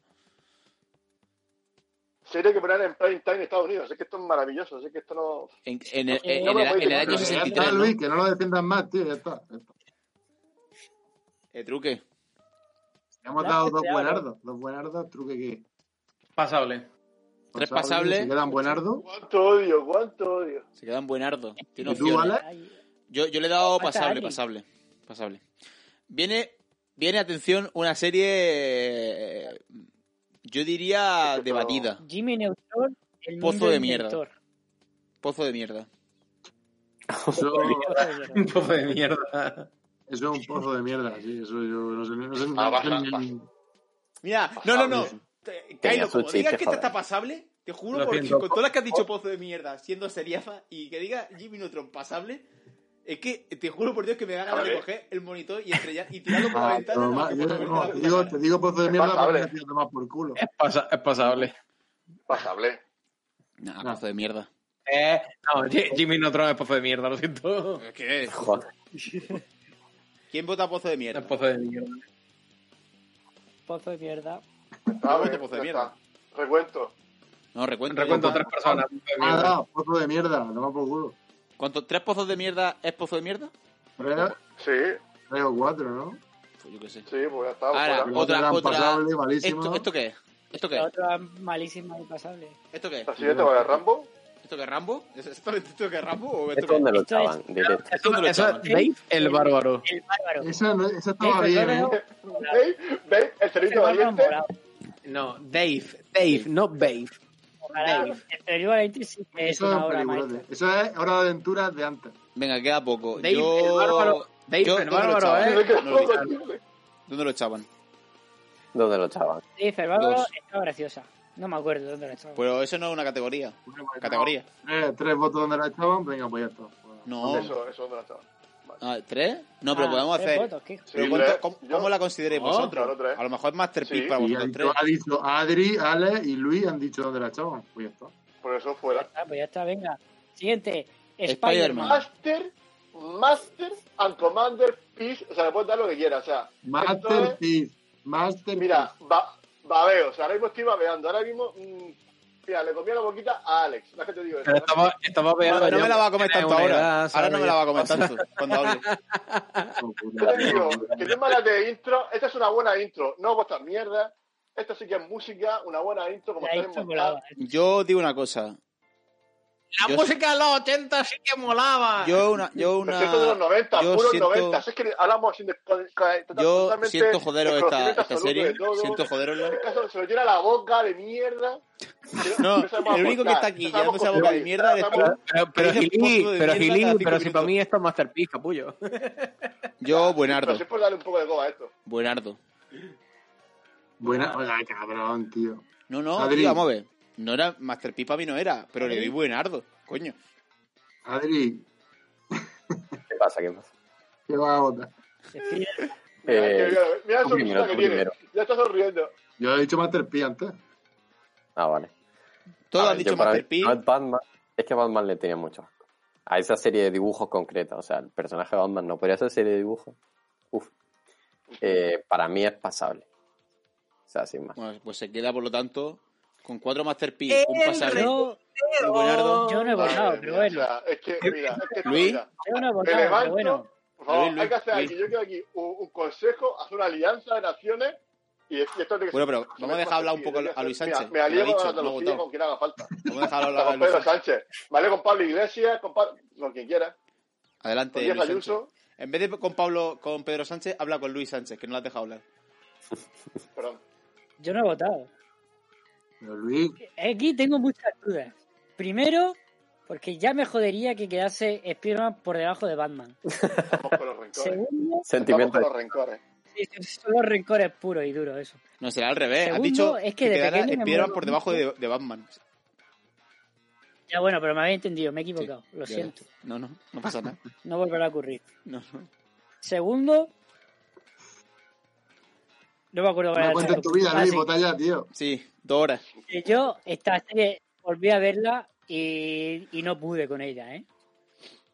[SPEAKER 4] Serie que ponían en prime time en Estados Unidos. Es que esto es maravilloso. Es que esto no.
[SPEAKER 2] En, en el, en
[SPEAKER 5] No
[SPEAKER 2] el-
[SPEAKER 4] me
[SPEAKER 2] en el
[SPEAKER 4] podéis
[SPEAKER 2] año
[SPEAKER 4] decir
[SPEAKER 7] ya
[SPEAKER 2] 63,
[SPEAKER 7] está,
[SPEAKER 2] ¿no?
[SPEAKER 7] Luis, que no lo defiendas más, tío, ya está. ya está.
[SPEAKER 2] Eh, truque.
[SPEAKER 7] Hemos
[SPEAKER 5] Ya
[SPEAKER 7] dado
[SPEAKER 5] te
[SPEAKER 7] dos
[SPEAKER 5] hablo.
[SPEAKER 7] buenardos, dos buenardos, truque que.
[SPEAKER 3] Pasable.
[SPEAKER 7] Pues
[SPEAKER 2] Tres pasables.
[SPEAKER 7] Se quedan Buenardo.
[SPEAKER 4] Cuánto odio, cuánto odio.
[SPEAKER 2] Se queda en buenardo. Tiene
[SPEAKER 7] ¿Y tú,
[SPEAKER 2] opciones.
[SPEAKER 7] Alex?
[SPEAKER 5] Ay,
[SPEAKER 2] Yo, yo le he dado
[SPEAKER 5] Hasta
[SPEAKER 2] pasable,
[SPEAKER 5] ahí.
[SPEAKER 2] pasable. Pasable. Viene, viene, atención, una serie. eh, Yo diría
[SPEAKER 4] Este pro-
[SPEAKER 2] debatida.
[SPEAKER 5] Jimmy Neutron, el
[SPEAKER 2] Pozo
[SPEAKER 5] mundo
[SPEAKER 2] de mierda.
[SPEAKER 5] inventor.
[SPEAKER 2] Pozo de mierda.
[SPEAKER 7] Eso,
[SPEAKER 5] Pozo de mierda.
[SPEAKER 3] Un poco de mierda.
[SPEAKER 7] eso es un pozo de mierda, sí. Eso yo no sé. No sé,
[SPEAKER 4] Ah,
[SPEAKER 7] no
[SPEAKER 4] baja,
[SPEAKER 7] sé ni-
[SPEAKER 2] Mira, no, no, no.
[SPEAKER 6] Pasable.
[SPEAKER 2] Te-
[SPEAKER 6] Tenía
[SPEAKER 2] Kylo,
[SPEAKER 6] su
[SPEAKER 2] como digas
[SPEAKER 6] chiste,
[SPEAKER 2] que esta
[SPEAKER 6] joder.
[SPEAKER 2] está pasable, te juro,
[SPEAKER 3] Lo
[SPEAKER 2] porque
[SPEAKER 3] siento.
[SPEAKER 2] con todas las que has dicho pozo de mierda, siendo seriafa, y que diga Jimmy Neutron pasable, es que te juro por Dios que me da ganas de
[SPEAKER 4] Vale.
[SPEAKER 2] coger el monitor y estrellar y tirarlo por la
[SPEAKER 7] Ah,
[SPEAKER 2] ventana.
[SPEAKER 7] toma,
[SPEAKER 2] aunque
[SPEAKER 7] yo-
[SPEAKER 2] por la ventana
[SPEAKER 7] no,
[SPEAKER 2] me
[SPEAKER 7] te,
[SPEAKER 2] salga.
[SPEAKER 7] digo, te digo pozo de
[SPEAKER 4] Es
[SPEAKER 7] mierda porque
[SPEAKER 4] pasable.
[SPEAKER 7] me quiero tomar por culo.
[SPEAKER 3] Pasa- es pasable.
[SPEAKER 4] Pasable.
[SPEAKER 2] Nah,
[SPEAKER 7] No.
[SPEAKER 2] pozo de mierda.
[SPEAKER 3] Eh, no, Ji- Jimmy Neutron es pozo de mierda, lo siento.
[SPEAKER 2] ¿Qué?
[SPEAKER 6] Joder.
[SPEAKER 2] ¿Quién vota pozo de
[SPEAKER 3] Es
[SPEAKER 2] mierda?
[SPEAKER 3] pozo de mierda.
[SPEAKER 5] Pozo de mierda.
[SPEAKER 4] A
[SPEAKER 2] Vamos,
[SPEAKER 4] ver,
[SPEAKER 2] pozo de
[SPEAKER 4] ya
[SPEAKER 2] mierda.
[SPEAKER 4] está. Recuento.
[SPEAKER 2] No, recuento.
[SPEAKER 3] Recuento a tres personas. pozo de
[SPEAKER 7] Ah,
[SPEAKER 3] mierda.
[SPEAKER 7] no, pozo de mierda, a tomar por culo.
[SPEAKER 2] ¿Cuánto- ¿Tres pozos de mierda es pozo de mierda?
[SPEAKER 7] Tres,
[SPEAKER 4] Sí,
[SPEAKER 7] tres o cuatro, ¿no?
[SPEAKER 2] Pues yo qué sé.
[SPEAKER 4] sí, pues ya está.
[SPEAKER 2] Ahora,
[SPEAKER 4] fuera.
[SPEAKER 7] Pero
[SPEAKER 2] otra-
[SPEAKER 7] eran
[SPEAKER 2] otra-
[SPEAKER 7] pasable, malísimo.
[SPEAKER 2] ¿Esto, ¿Esto qué es? ¿Esto qué
[SPEAKER 5] La
[SPEAKER 2] es?
[SPEAKER 5] otra malísima y pasable.
[SPEAKER 2] ¿Esto qué es?
[SPEAKER 4] La siguiente va de Rambo.
[SPEAKER 2] ¿Esto qué es Rambo? ¿Es exactamente esto que es Rambo o esto
[SPEAKER 6] ¿Esto
[SPEAKER 2] qué es?
[SPEAKER 6] dónde lo
[SPEAKER 5] Esto es-
[SPEAKER 6] echaban? Directo.
[SPEAKER 3] Eso,
[SPEAKER 2] ¿Dónde lo
[SPEAKER 3] eso es
[SPEAKER 2] echaban?
[SPEAKER 3] Dave el bárbaro.
[SPEAKER 5] El bárbaro.
[SPEAKER 7] Esa, no- esa estaba
[SPEAKER 5] Ey,
[SPEAKER 7] bien,
[SPEAKER 5] perdona,
[SPEAKER 7] ¿eh?
[SPEAKER 4] ¿Veis? ¿Veis? El
[SPEAKER 5] el
[SPEAKER 4] cerito
[SPEAKER 5] bárbaro
[SPEAKER 4] valiente.
[SPEAKER 5] morado.
[SPEAKER 3] No, Dave. Dave, no Dave.
[SPEAKER 5] Ojalá.
[SPEAKER 3] Dave.
[SPEAKER 5] El periódico valiente sí que es
[SPEAKER 7] Eso es
[SPEAKER 5] una
[SPEAKER 7] un
[SPEAKER 5] obra
[SPEAKER 7] peliculete.
[SPEAKER 5] maestra.
[SPEAKER 7] Eso es Hora de Aventura de antes.
[SPEAKER 2] Venga, queda poco.
[SPEAKER 3] Dave el
[SPEAKER 2] yo...
[SPEAKER 3] bárbaro. Dave
[SPEAKER 2] yo-
[SPEAKER 3] el
[SPEAKER 2] ¿dónde lo
[SPEAKER 3] bárbaro,
[SPEAKER 2] echaban?
[SPEAKER 3] eh.
[SPEAKER 4] Dice que
[SPEAKER 2] No lo
[SPEAKER 4] no,
[SPEAKER 2] echaban.
[SPEAKER 4] tío.
[SPEAKER 2] ¿Dónde lo echaban?
[SPEAKER 6] ¿Dónde lo echaban?
[SPEAKER 5] Sí, el bárbaro
[SPEAKER 2] Dos.
[SPEAKER 5] estaba graciosa. No me acuerdo dónde la estaba.
[SPEAKER 2] Pero eso no es una categoría.
[SPEAKER 7] Bueno, pues,
[SPEAKER 2] ¿Categoría?
[SPEAKER 7] no, tres, tres votos donde la echaban, venga, pues ya está.
[SPEAKER 2] No.
[SPEAKER 4] Eso, eso no está.
[SPEAKER 2] Ah, ¿tres? No, pero
[SPEAKER 5] Ah,
[SPEAKER 2] podemos
[SPEAKER 5] tres
[SPEAKER 2] hacer...
[SPEAKER 5] votos, ¿qué?
[SPEAKER 4] Sí,
[SPEAKER 2] Pero
[SPEAKER 4] tres.
[SPEAKER 2] ¿cuánto- ¿cómo,
[SPEAKER 4] Yo-
[SPEAKER 2] cómo la consideréis
[SPEAKER 3] No,
[SPEAKER 2] vosotros?
[SPEAKER 4] claro, tres.
[SPEAKER 2] A lo mejor es Masterpiece
[SPEAKER 4] Sí.
[SPEAKER 2] para
[SPEAKER 7] Y ha
[SPEAKER 2] vosotros tres.
[SPEAKER 7] dicho, ha dicho Adri, Ale y Luis han dicho dónde la echaban, pues ya está.
[SPEAKER 4] Por eso fuera.
[SPEAKER 5] Ah, pues ya está, venga. Siguiente.
[SPEAKER 2] Spider-Man.
[SPEAKER 5] Spider-Man.
[SPEAKER 4] Master, Master and Commander Peace. O sea, le puedes dar lo que quieras. O sea, esto es-
[SPEAKER 7] Masterpiece, Masterpiece.
[SPEAKER 4] Mira, va, babeo. O sea, ahora mismo estoy babeando. Ahora mismo, mm, mira, le comí la boquita a Alex. No es que te digo eso.
[SPEAKER 3] Pero estaba, estaba
[SPEAKER 2] Bueno,
[SPEAKER 3] pegado
[SPEAKER 2] no
[SPEAKER 3] ya.
[SPEAKER 2] me la va a comer
[SPEAKER 3] Tiene
[SPEAKER 2] tanto
[SPEAKER 3] una
[SPEAKER 2] ahora.
[SPEAKER 3] edad,
[SPEAKER 2] ahora no
[SPEAKER 3] ¿sabes?
[SPEAKER 2] me la va a comer tanto cuando hable.
[SPEAKER 7] Oh, puta,
[SPEAKER 4] Yo te digo,
[SPEAKER 7] puta.
[SPEAKER 4] que no es mala de intro. Esta es una buena intro. No vuestras mierdas. Esta sí que es música, una buena intro como
[SPEAKER 5] La
[SPEAKER 4] está
[SPEAKER 5] intro
[SPEAKER 4] desmontada.
[SPEAKER 5] volaba.
[SPEAKER 2] Yo digo una cosa.
[SPEAKER 3] La
[SPEAKER 2] Yo-
[SPEAKER 3] música de los 80 sí que molaba.
[SPEAKER 2] Yo una... Yo
[SPEAKER 4] Lo
[SPEAKER 2] una...
[SPEAKER 4] siento de los 90,
[SPEAKER 2] yo
[SPEAKER 4] puros
[SPEAKER 2] siento-
[SPEAKER 4] 90. Si Es que hablamos sin descon- con- total-
[SPEAKER 2] Yo
[SPEAKER 4] totalmente
[SPEAKER 2] siento joderos esta,
[SPEAKER 4] desconocimiento
[SPEAKER 2] esta
[SPEAKER 4] absoluto
[SPEAKER 2] serie.
[SPEAKER 4] de todo.
[SPEAKER 2] Siento joderosla.
[SPEAKER 4] En caso se lo llena la boca de mierda.
[SPEAKER 2] No,
[SPEAKER 4] sabemos
[SPEAKER 2] el único que está
[SPEAKER 4] aportar,
[SPEAKER 2] aquí
[SPEAKER 4] no sabemos
[SPEAKER 2] llenándose la boca de
[SPEAKER 4] construir,
[SPEAKER 2] mierda eres tú.
[SPEAKER 4] sabemos-
[SPEAKER 3] Pero, pero,
[SPEAKER 2] Dice
[SPEAKER 3] Gili,
[SPEAKER 2] pozo de
[SPEAKER 3] pero
[SPEAKER 2] mierda
[SPEAKER 3] Gili,
[SPEAKER 2] cada cinco
[SPEAKER 3] pero si para
[SPEAKER 2] minutos.
[SPEAKER 3] mí esto es Masterpiece, capullo.
[SPEAKER 2] Yo,
[SPEAKER 4] Pero
[SPEAKER 2] buenardo.
[SPEAKER 4] sí es por darle un poco de coba a esto.
[SPEAKER 2] Buenardo.
[SPEAKER 7] Buena, hola, cabrón, tío.
[SPEAKER 2] No, no,
[SPEAKER 7] Adri.
[SPEAKER 2] tío, vamos a ver. No era Masterpiece para mí no era, pero le doy buenardo, coño.
[SPEAKER 7] Adri,
[SPEAKER 6] ¿Qué pasa? ¿Qué pasa?
[SPEAKER 7] ¿qué vas a votar?
[SPEAKER 5] Spider-
[SPEAKER 4] Mira,
[SPEAKER 6] Eh,
[SPEAKER 4] mira, mira la
[SPEAKER 6] tú
[SPEAKER 4] sonrisa
[SPEAKER 6] primero,
[SPEAKER 4] que
[SPEAKER 6] tú
[SPEAKER 4] tiene.
[SPEAKER 6] primero.
[SPEAKER 4] Ya está sonriendo.
[SPEAKER 7] Yo he dicho Masterpiece antes.
[SPEAKER 6] Ah, vale.
[SPEAKER 2] Todos
[SPEAKER 6] A
[SPEAKER 2] han
[SPEAKER 6] ver,
[SPEAKER 2] dicho
[SPEAKER 6] yo para mí,
[SPEAKER 2] Masterpiece.
[SPEAKER 6] no es Batman. Es que Batman le tenía mucho asco. A esa serie de dibujos concreta. O sea, el personaje de Batman no, pero esa serie de dibujos, uff. Eh, para mí es pasable. O sea, sin más.
[SPEAKER 2] Bueno, pues se queda, por lo tanto, con cuatro
[SPEAKER 5] ¡Eh,
[SPEAKER 2] Masterpiece, un
[SPEAKER 3] El
[SPEAKER 2] pasable,
[SPEAKER 5] Yo,
[SPEAKER 2] un
[SPEAKER 3] Oh,
[SPEAKER 2] buenardo.
[SPEAKER 5] yo no he
[SPEAKER 4] Madre
[SPEAKER 5] votado,
[SPEAKER 4] mía,
[SPEAKER 5] pero bueno.
[SPEAKER 4] o sea, es que, mira, es que,
[SPEAKER 2] Luis.
[SPEAKER 4] mira,
[SPEAKER 5] Yo no he
[SPEAKER 4] me
[SPEAKER 5] votado,
[SPEAKER 4] levanto.
[SPEAKER 5] pero bueno.
[SPEAKER 4] Por favor,
[SPEAKER 2] Luis,
[SPEAKER 4] hay que hacer
[SPEAKER 2] Luis.
[SPEAKER 4] aquí, yo quiero aquí un, un consejo, hacer una alianza de naciones y, es- y esto tiene que
[SPEAKER 2] Bueno,
[SPEAKER 4] ser-
[SPEAKER 2] pero vamos a dejar hablar un poco a Luis
[SPEAKER 4] Mira,
[SPEAKER 2] Sánchez,
[SPEAKER 4] Me
[SPEAKER 2] que lo ha
[SPEAKER 4] alío
[SPEAKER 2] dicho,
[SPEAKER 4] con
[SPEAKER 2] no ha
[SPEAKER 4] Andalucía y
[SPEAKER 2] votado.
[SPEAKER 4] con quien haga falta.
[SPEAKER 2] Vamos a dejar
[SPEAKER 4] Hasta
[SPEAKER 2] hablar a
[SPEAKER 4] con
[SPEAKER 2] Luis
[SPEAKER 4] Pedro
[SPEAKER 2] Sánchez.
[SPEAKER 4] Sánchez. Me alío con Pablo Iglesias, con, Pa- con quien quiera, con
[SPEAKER 2] Adelante,
[SPEAKER 4] Díaz
[SPEAKER 2] Luis Sánchez.
[SPEAKER 4] Ayuso.
[SPEAKER 2] En vez de con Pablo, con Pedro Sánchez, habla con Luis Sánchez, que no lo has dejado hablar.
[SPEAKER 4] Perdón.
[SPEAKER 5] Yo no he votado. Eh,
[SPEAKER 7] Pero Luis,
[SPEAKER 5] Aquí tengo muchas dudas. Primero, porque ya me jodería que quedase Spider-Man por debajo de Batman.
[SPEAKER 4] Vamos con los rencores.
[SPEAKER 5] Segundo,
[SPEAKER 4] Vamos
[SPEAKER 6] Sentimiento
[SPEAKER 4] con
[SPEAKER 6] de
[SPEAKER 4] los rencores.
[SPEAKER 5] sí, sí, son los rencores puros y duros, eso.
[SPEAKER 2] No, será al revés. Has
[SPEAKER 5] Segundo,
[SPEAKER 2] dicho
[SPEAKER 5] es
[SPEAKER 2] que,
[SPEAKER 5] que de
[SPEAKER 2] quedara
[SPEAKER 5] pequeño me
[SPEAKER 2] Spider-Man
[SPEAKER 5] mola
[SPEAKER 2] por debajo de, de Batman.
[SPEAKER 5] Ya bueno, pero me había entendido, me he equivocado, lo
[SPEAKER 2] Ya, ya.
[SPEAKER 5] siento.
[SPEAKER 2] No, no, no pasa nada.
[SPEAKER 5] No volverá a ocurrir.
[SPEAKER 2] No, no.
[SPEAKER 5] Segundo, no me acuerdo cuál
[SPEAKER 2] Pues,
[SPEAKER 7] no
[SPEAKER 5] era
[SPEAKER 7] cuentes
[SPEAKER 5] el
[SPEAKER 7] tu
[SPEAKER 5] segundo.
[SPEAKER 7] vida,
[SPEAKER 5] Ah,
[SPEAKER 7] Luis,
[SPEAKER 5] sí,
[SPEAKER 7] vota ya, tío.
[SPEAKER 2] Sí, dos horas.
[SPEAKER 5] que yo esta serie volví a verla y, y no pude con ella, ¿eh?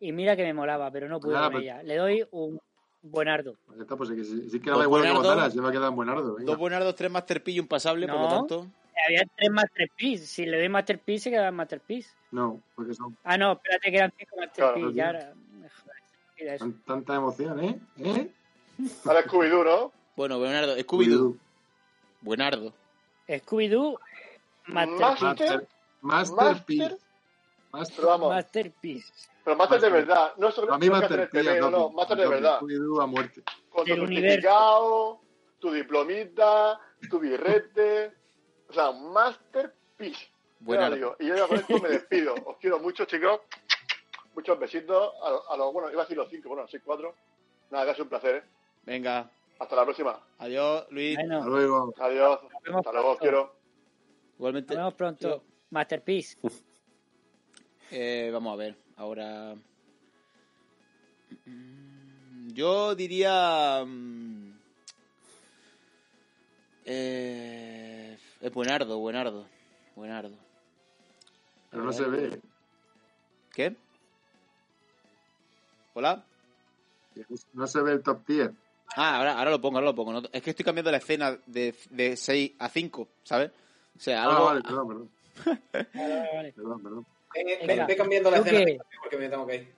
[SPEAKER 5] Y mira que me molaba, pero no pude
[SPEAKER 7] Nada,
[SPEAKER 5] con
[SPEAKER 7] pero-
[SPEAKER 5] ella. Le doy un buenardo.
[SPEAKER 7] Pues ya está, pues es que si, si es que no
[SPEAKER 2] Dos
[SPEAKER 7] me igual que
[SPEAKER 2] Buenardo.
[SPEAKER 7] votara, se me ha quedado en Buenardo. venga.
[SPEAKER 2] Dos buenardos, tres Masterpiece y un pasable, por lo
[SPEAKER 5] No.
[SPEAKER 2] tanto.
[SPEAKER 5] Eh, Había tres Masterpiece. Si le doy Masterpiece, se queda en Masterpiece.
[SPEAKER 7] No, porque son
[SPEAKER 5] Ah, no, espérate, quedan cinco Masterpiece.
[SPEAKER 7] Claro,
[SPEAKER 5] ya
[SPEAKER 7] sí.
[SPEAKER 5] era- joder, mira eso.
[SPEAKER 7] tan- tanta emoción, ¿eh? ¿Eh?
[SPEAKER 4] Ahora Scooby-Doo, ¿no?
[SPEAKER 2] Bueno, Buenardo, Scooby-Doo. Buenardo.
[SPEAKER 5] Scooby-Doo, Masterpiece.
[SPEAKER 4] Master,
[SPEAKER 7] Masterpiece.
[SPEAKER 4] Master, pero vamos,
[SPEAKER 5] Masterpiece.
[SPEAKER 4] pero Master de
[SPEAKER 7] Master.
[SPEAKER 4] verdad, no solo
[SPEAKER 7] A mí
[SPEAKER 4] no que hacer el
[SPEAKER 7] Masterpiece.
[SPEAKER 4] premio, no,
[SPEAKER 7] a
[SPEAKER 4] no,
[SPEAKER 7] tope.
[SPEAKER 4] Master
[SPEAKER 7] A
[SPEAKER 4] de
[SPEAKER 7] tope,
[SPEAKER 4] verdad,
[SPEAKER 7] Scooby-Doo a muerte.
[SPEAKER 4] con tu
[SPEAKER 5] Del universo.
[SPEAKER 4] certificado, tu diplomita, tu birrete, o sea, Masterpiece.
[SPEAKER 8] Buena
[SPEAKER 4] Ya digo, y yo ya con esto me despido. Os quiero mucho, chicos. Muchos besitos. A, a los, bueno, iba a decir los cinco, bueno, seis, cuatro. Nada, que ha sido un placer. ¿eh?
[SPEAKER 2] Venga,
[SPEAKER 4] Hasta la próxima.
[SPEAKER 2] adiós, Luis.
[SPEAKER 7] Hasta
[SPEAKER 5] Bueno,
[SPEAKER 7] luego.
[SPEAKER 4] Adiós.
[SPEAKER 5] vemos
[SPEAKER 4] Hasta luego, os
[SPEAKER 5] pronto.
[SPEAKER 4] quiero.
[SPEAKER 2] Igualmente.
[SPEAKER 5] nos vemos pronto. Masterpiece.
[SPEAKER 2] Eh, vamos a ver, ahora. Mm, Yo diría. mm, Eh, es buenardo, buenardo. Buenardo.
[SPEAKER 7] Pero no se ve.
[SPEAKER 2] ¿Qué? ¿Hola?
[SPEAKER 7] No se ve el top 10.
[SPEAKER 2] Ah, ahora, ahora lo pongo, ahora lo pongo. No- es que estoy cambiando la escena de, de 6 a 5, ¿sabes? O sea,
[SPEAKER 7] Ah,
[SPEAKER 2] algo.
[SPEAKER 7] vale, perdón, perdón.
[SPEAKER 5] Vale, vale, vale.
[SPEAKER 7] perdón, perdón.
[SPEAKER 3] Ve,
[SPEAKER 5] Venga.
[SPEAKER 3] ve- ve cambiando la
[SPEAKER 5] ¿Tú
[SPEAKER 3] escena
[SPEAKER 5] qué?
[SPEAKER 3] porque me tengo que ir.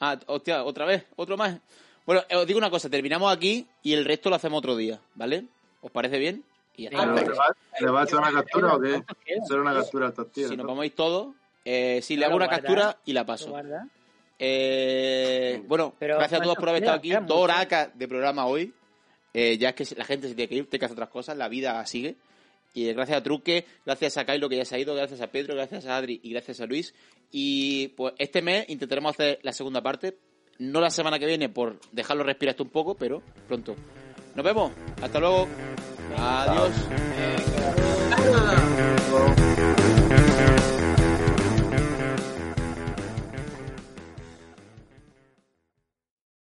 [SPEAKER 2] Ah, hostia, otra vez, otro más. Bueno, eh, os digo una cosa, terminamos aquí y el resto lo hacemos otro día, ¿vale? ¿os parece bien? Y ya
[SPEAKER 5] Venga.
[SPEAKER 2] está.
[SPEAKER 7] Pero, ¿Le va- le va a hacer una captura o qué?
[SPEAKER 5] ¿Cuántos quedan?
[SPEAKER 7] Solo una captura al top 10.
[SPEAKER 2] si nos
[SPEAKER 7] ¿no?
[SPEAKER 2] vamos a ir todos, eh, sí, le
[SPEAKER 5] No
[SPEAKER 2] hago
[SPEAKER 5] lo
[SPEAKER 2] una
[SPEAKER 5] guarda,
[SPEAKER 2] captura y la
[SPEAKER 5] ¿Lo
[SPEAKER 2] paso.
[SPEAKER 5] guarda?
[SPEAKER 2] Eh, bueno,
[SPEAKER 5] Pero,
[SPEAKER 2] gracias a todos
[SPEAKER 5] ¿cuántos
[SPEAKER 2] por haber
[SPEAKER 5] quedan?
[SPEAKER 2] estado aquí.
[SPEAKER 5] Quedan
[SPEAKER 2] Dos
[SPEAKER 5] muchos.
[SPEAKER 2] horacas de programa hoy. Eh, ya es que la gente se tiene que ir, tiene que hacer otras cosas, la vida sigue. Y eh, gracias a Truque, gracias a Kylo que ya se ha ido, gracias a Pedro, gracias a Adri y gracias a Luis. Y pues este mes intentaremos hacer la segunda parte. No la semana que viene por dejarlo respirar esto un poco, pero pronto. Nos vemos. Hasta luego. Adiós.
[SPEAKER 7] Luego.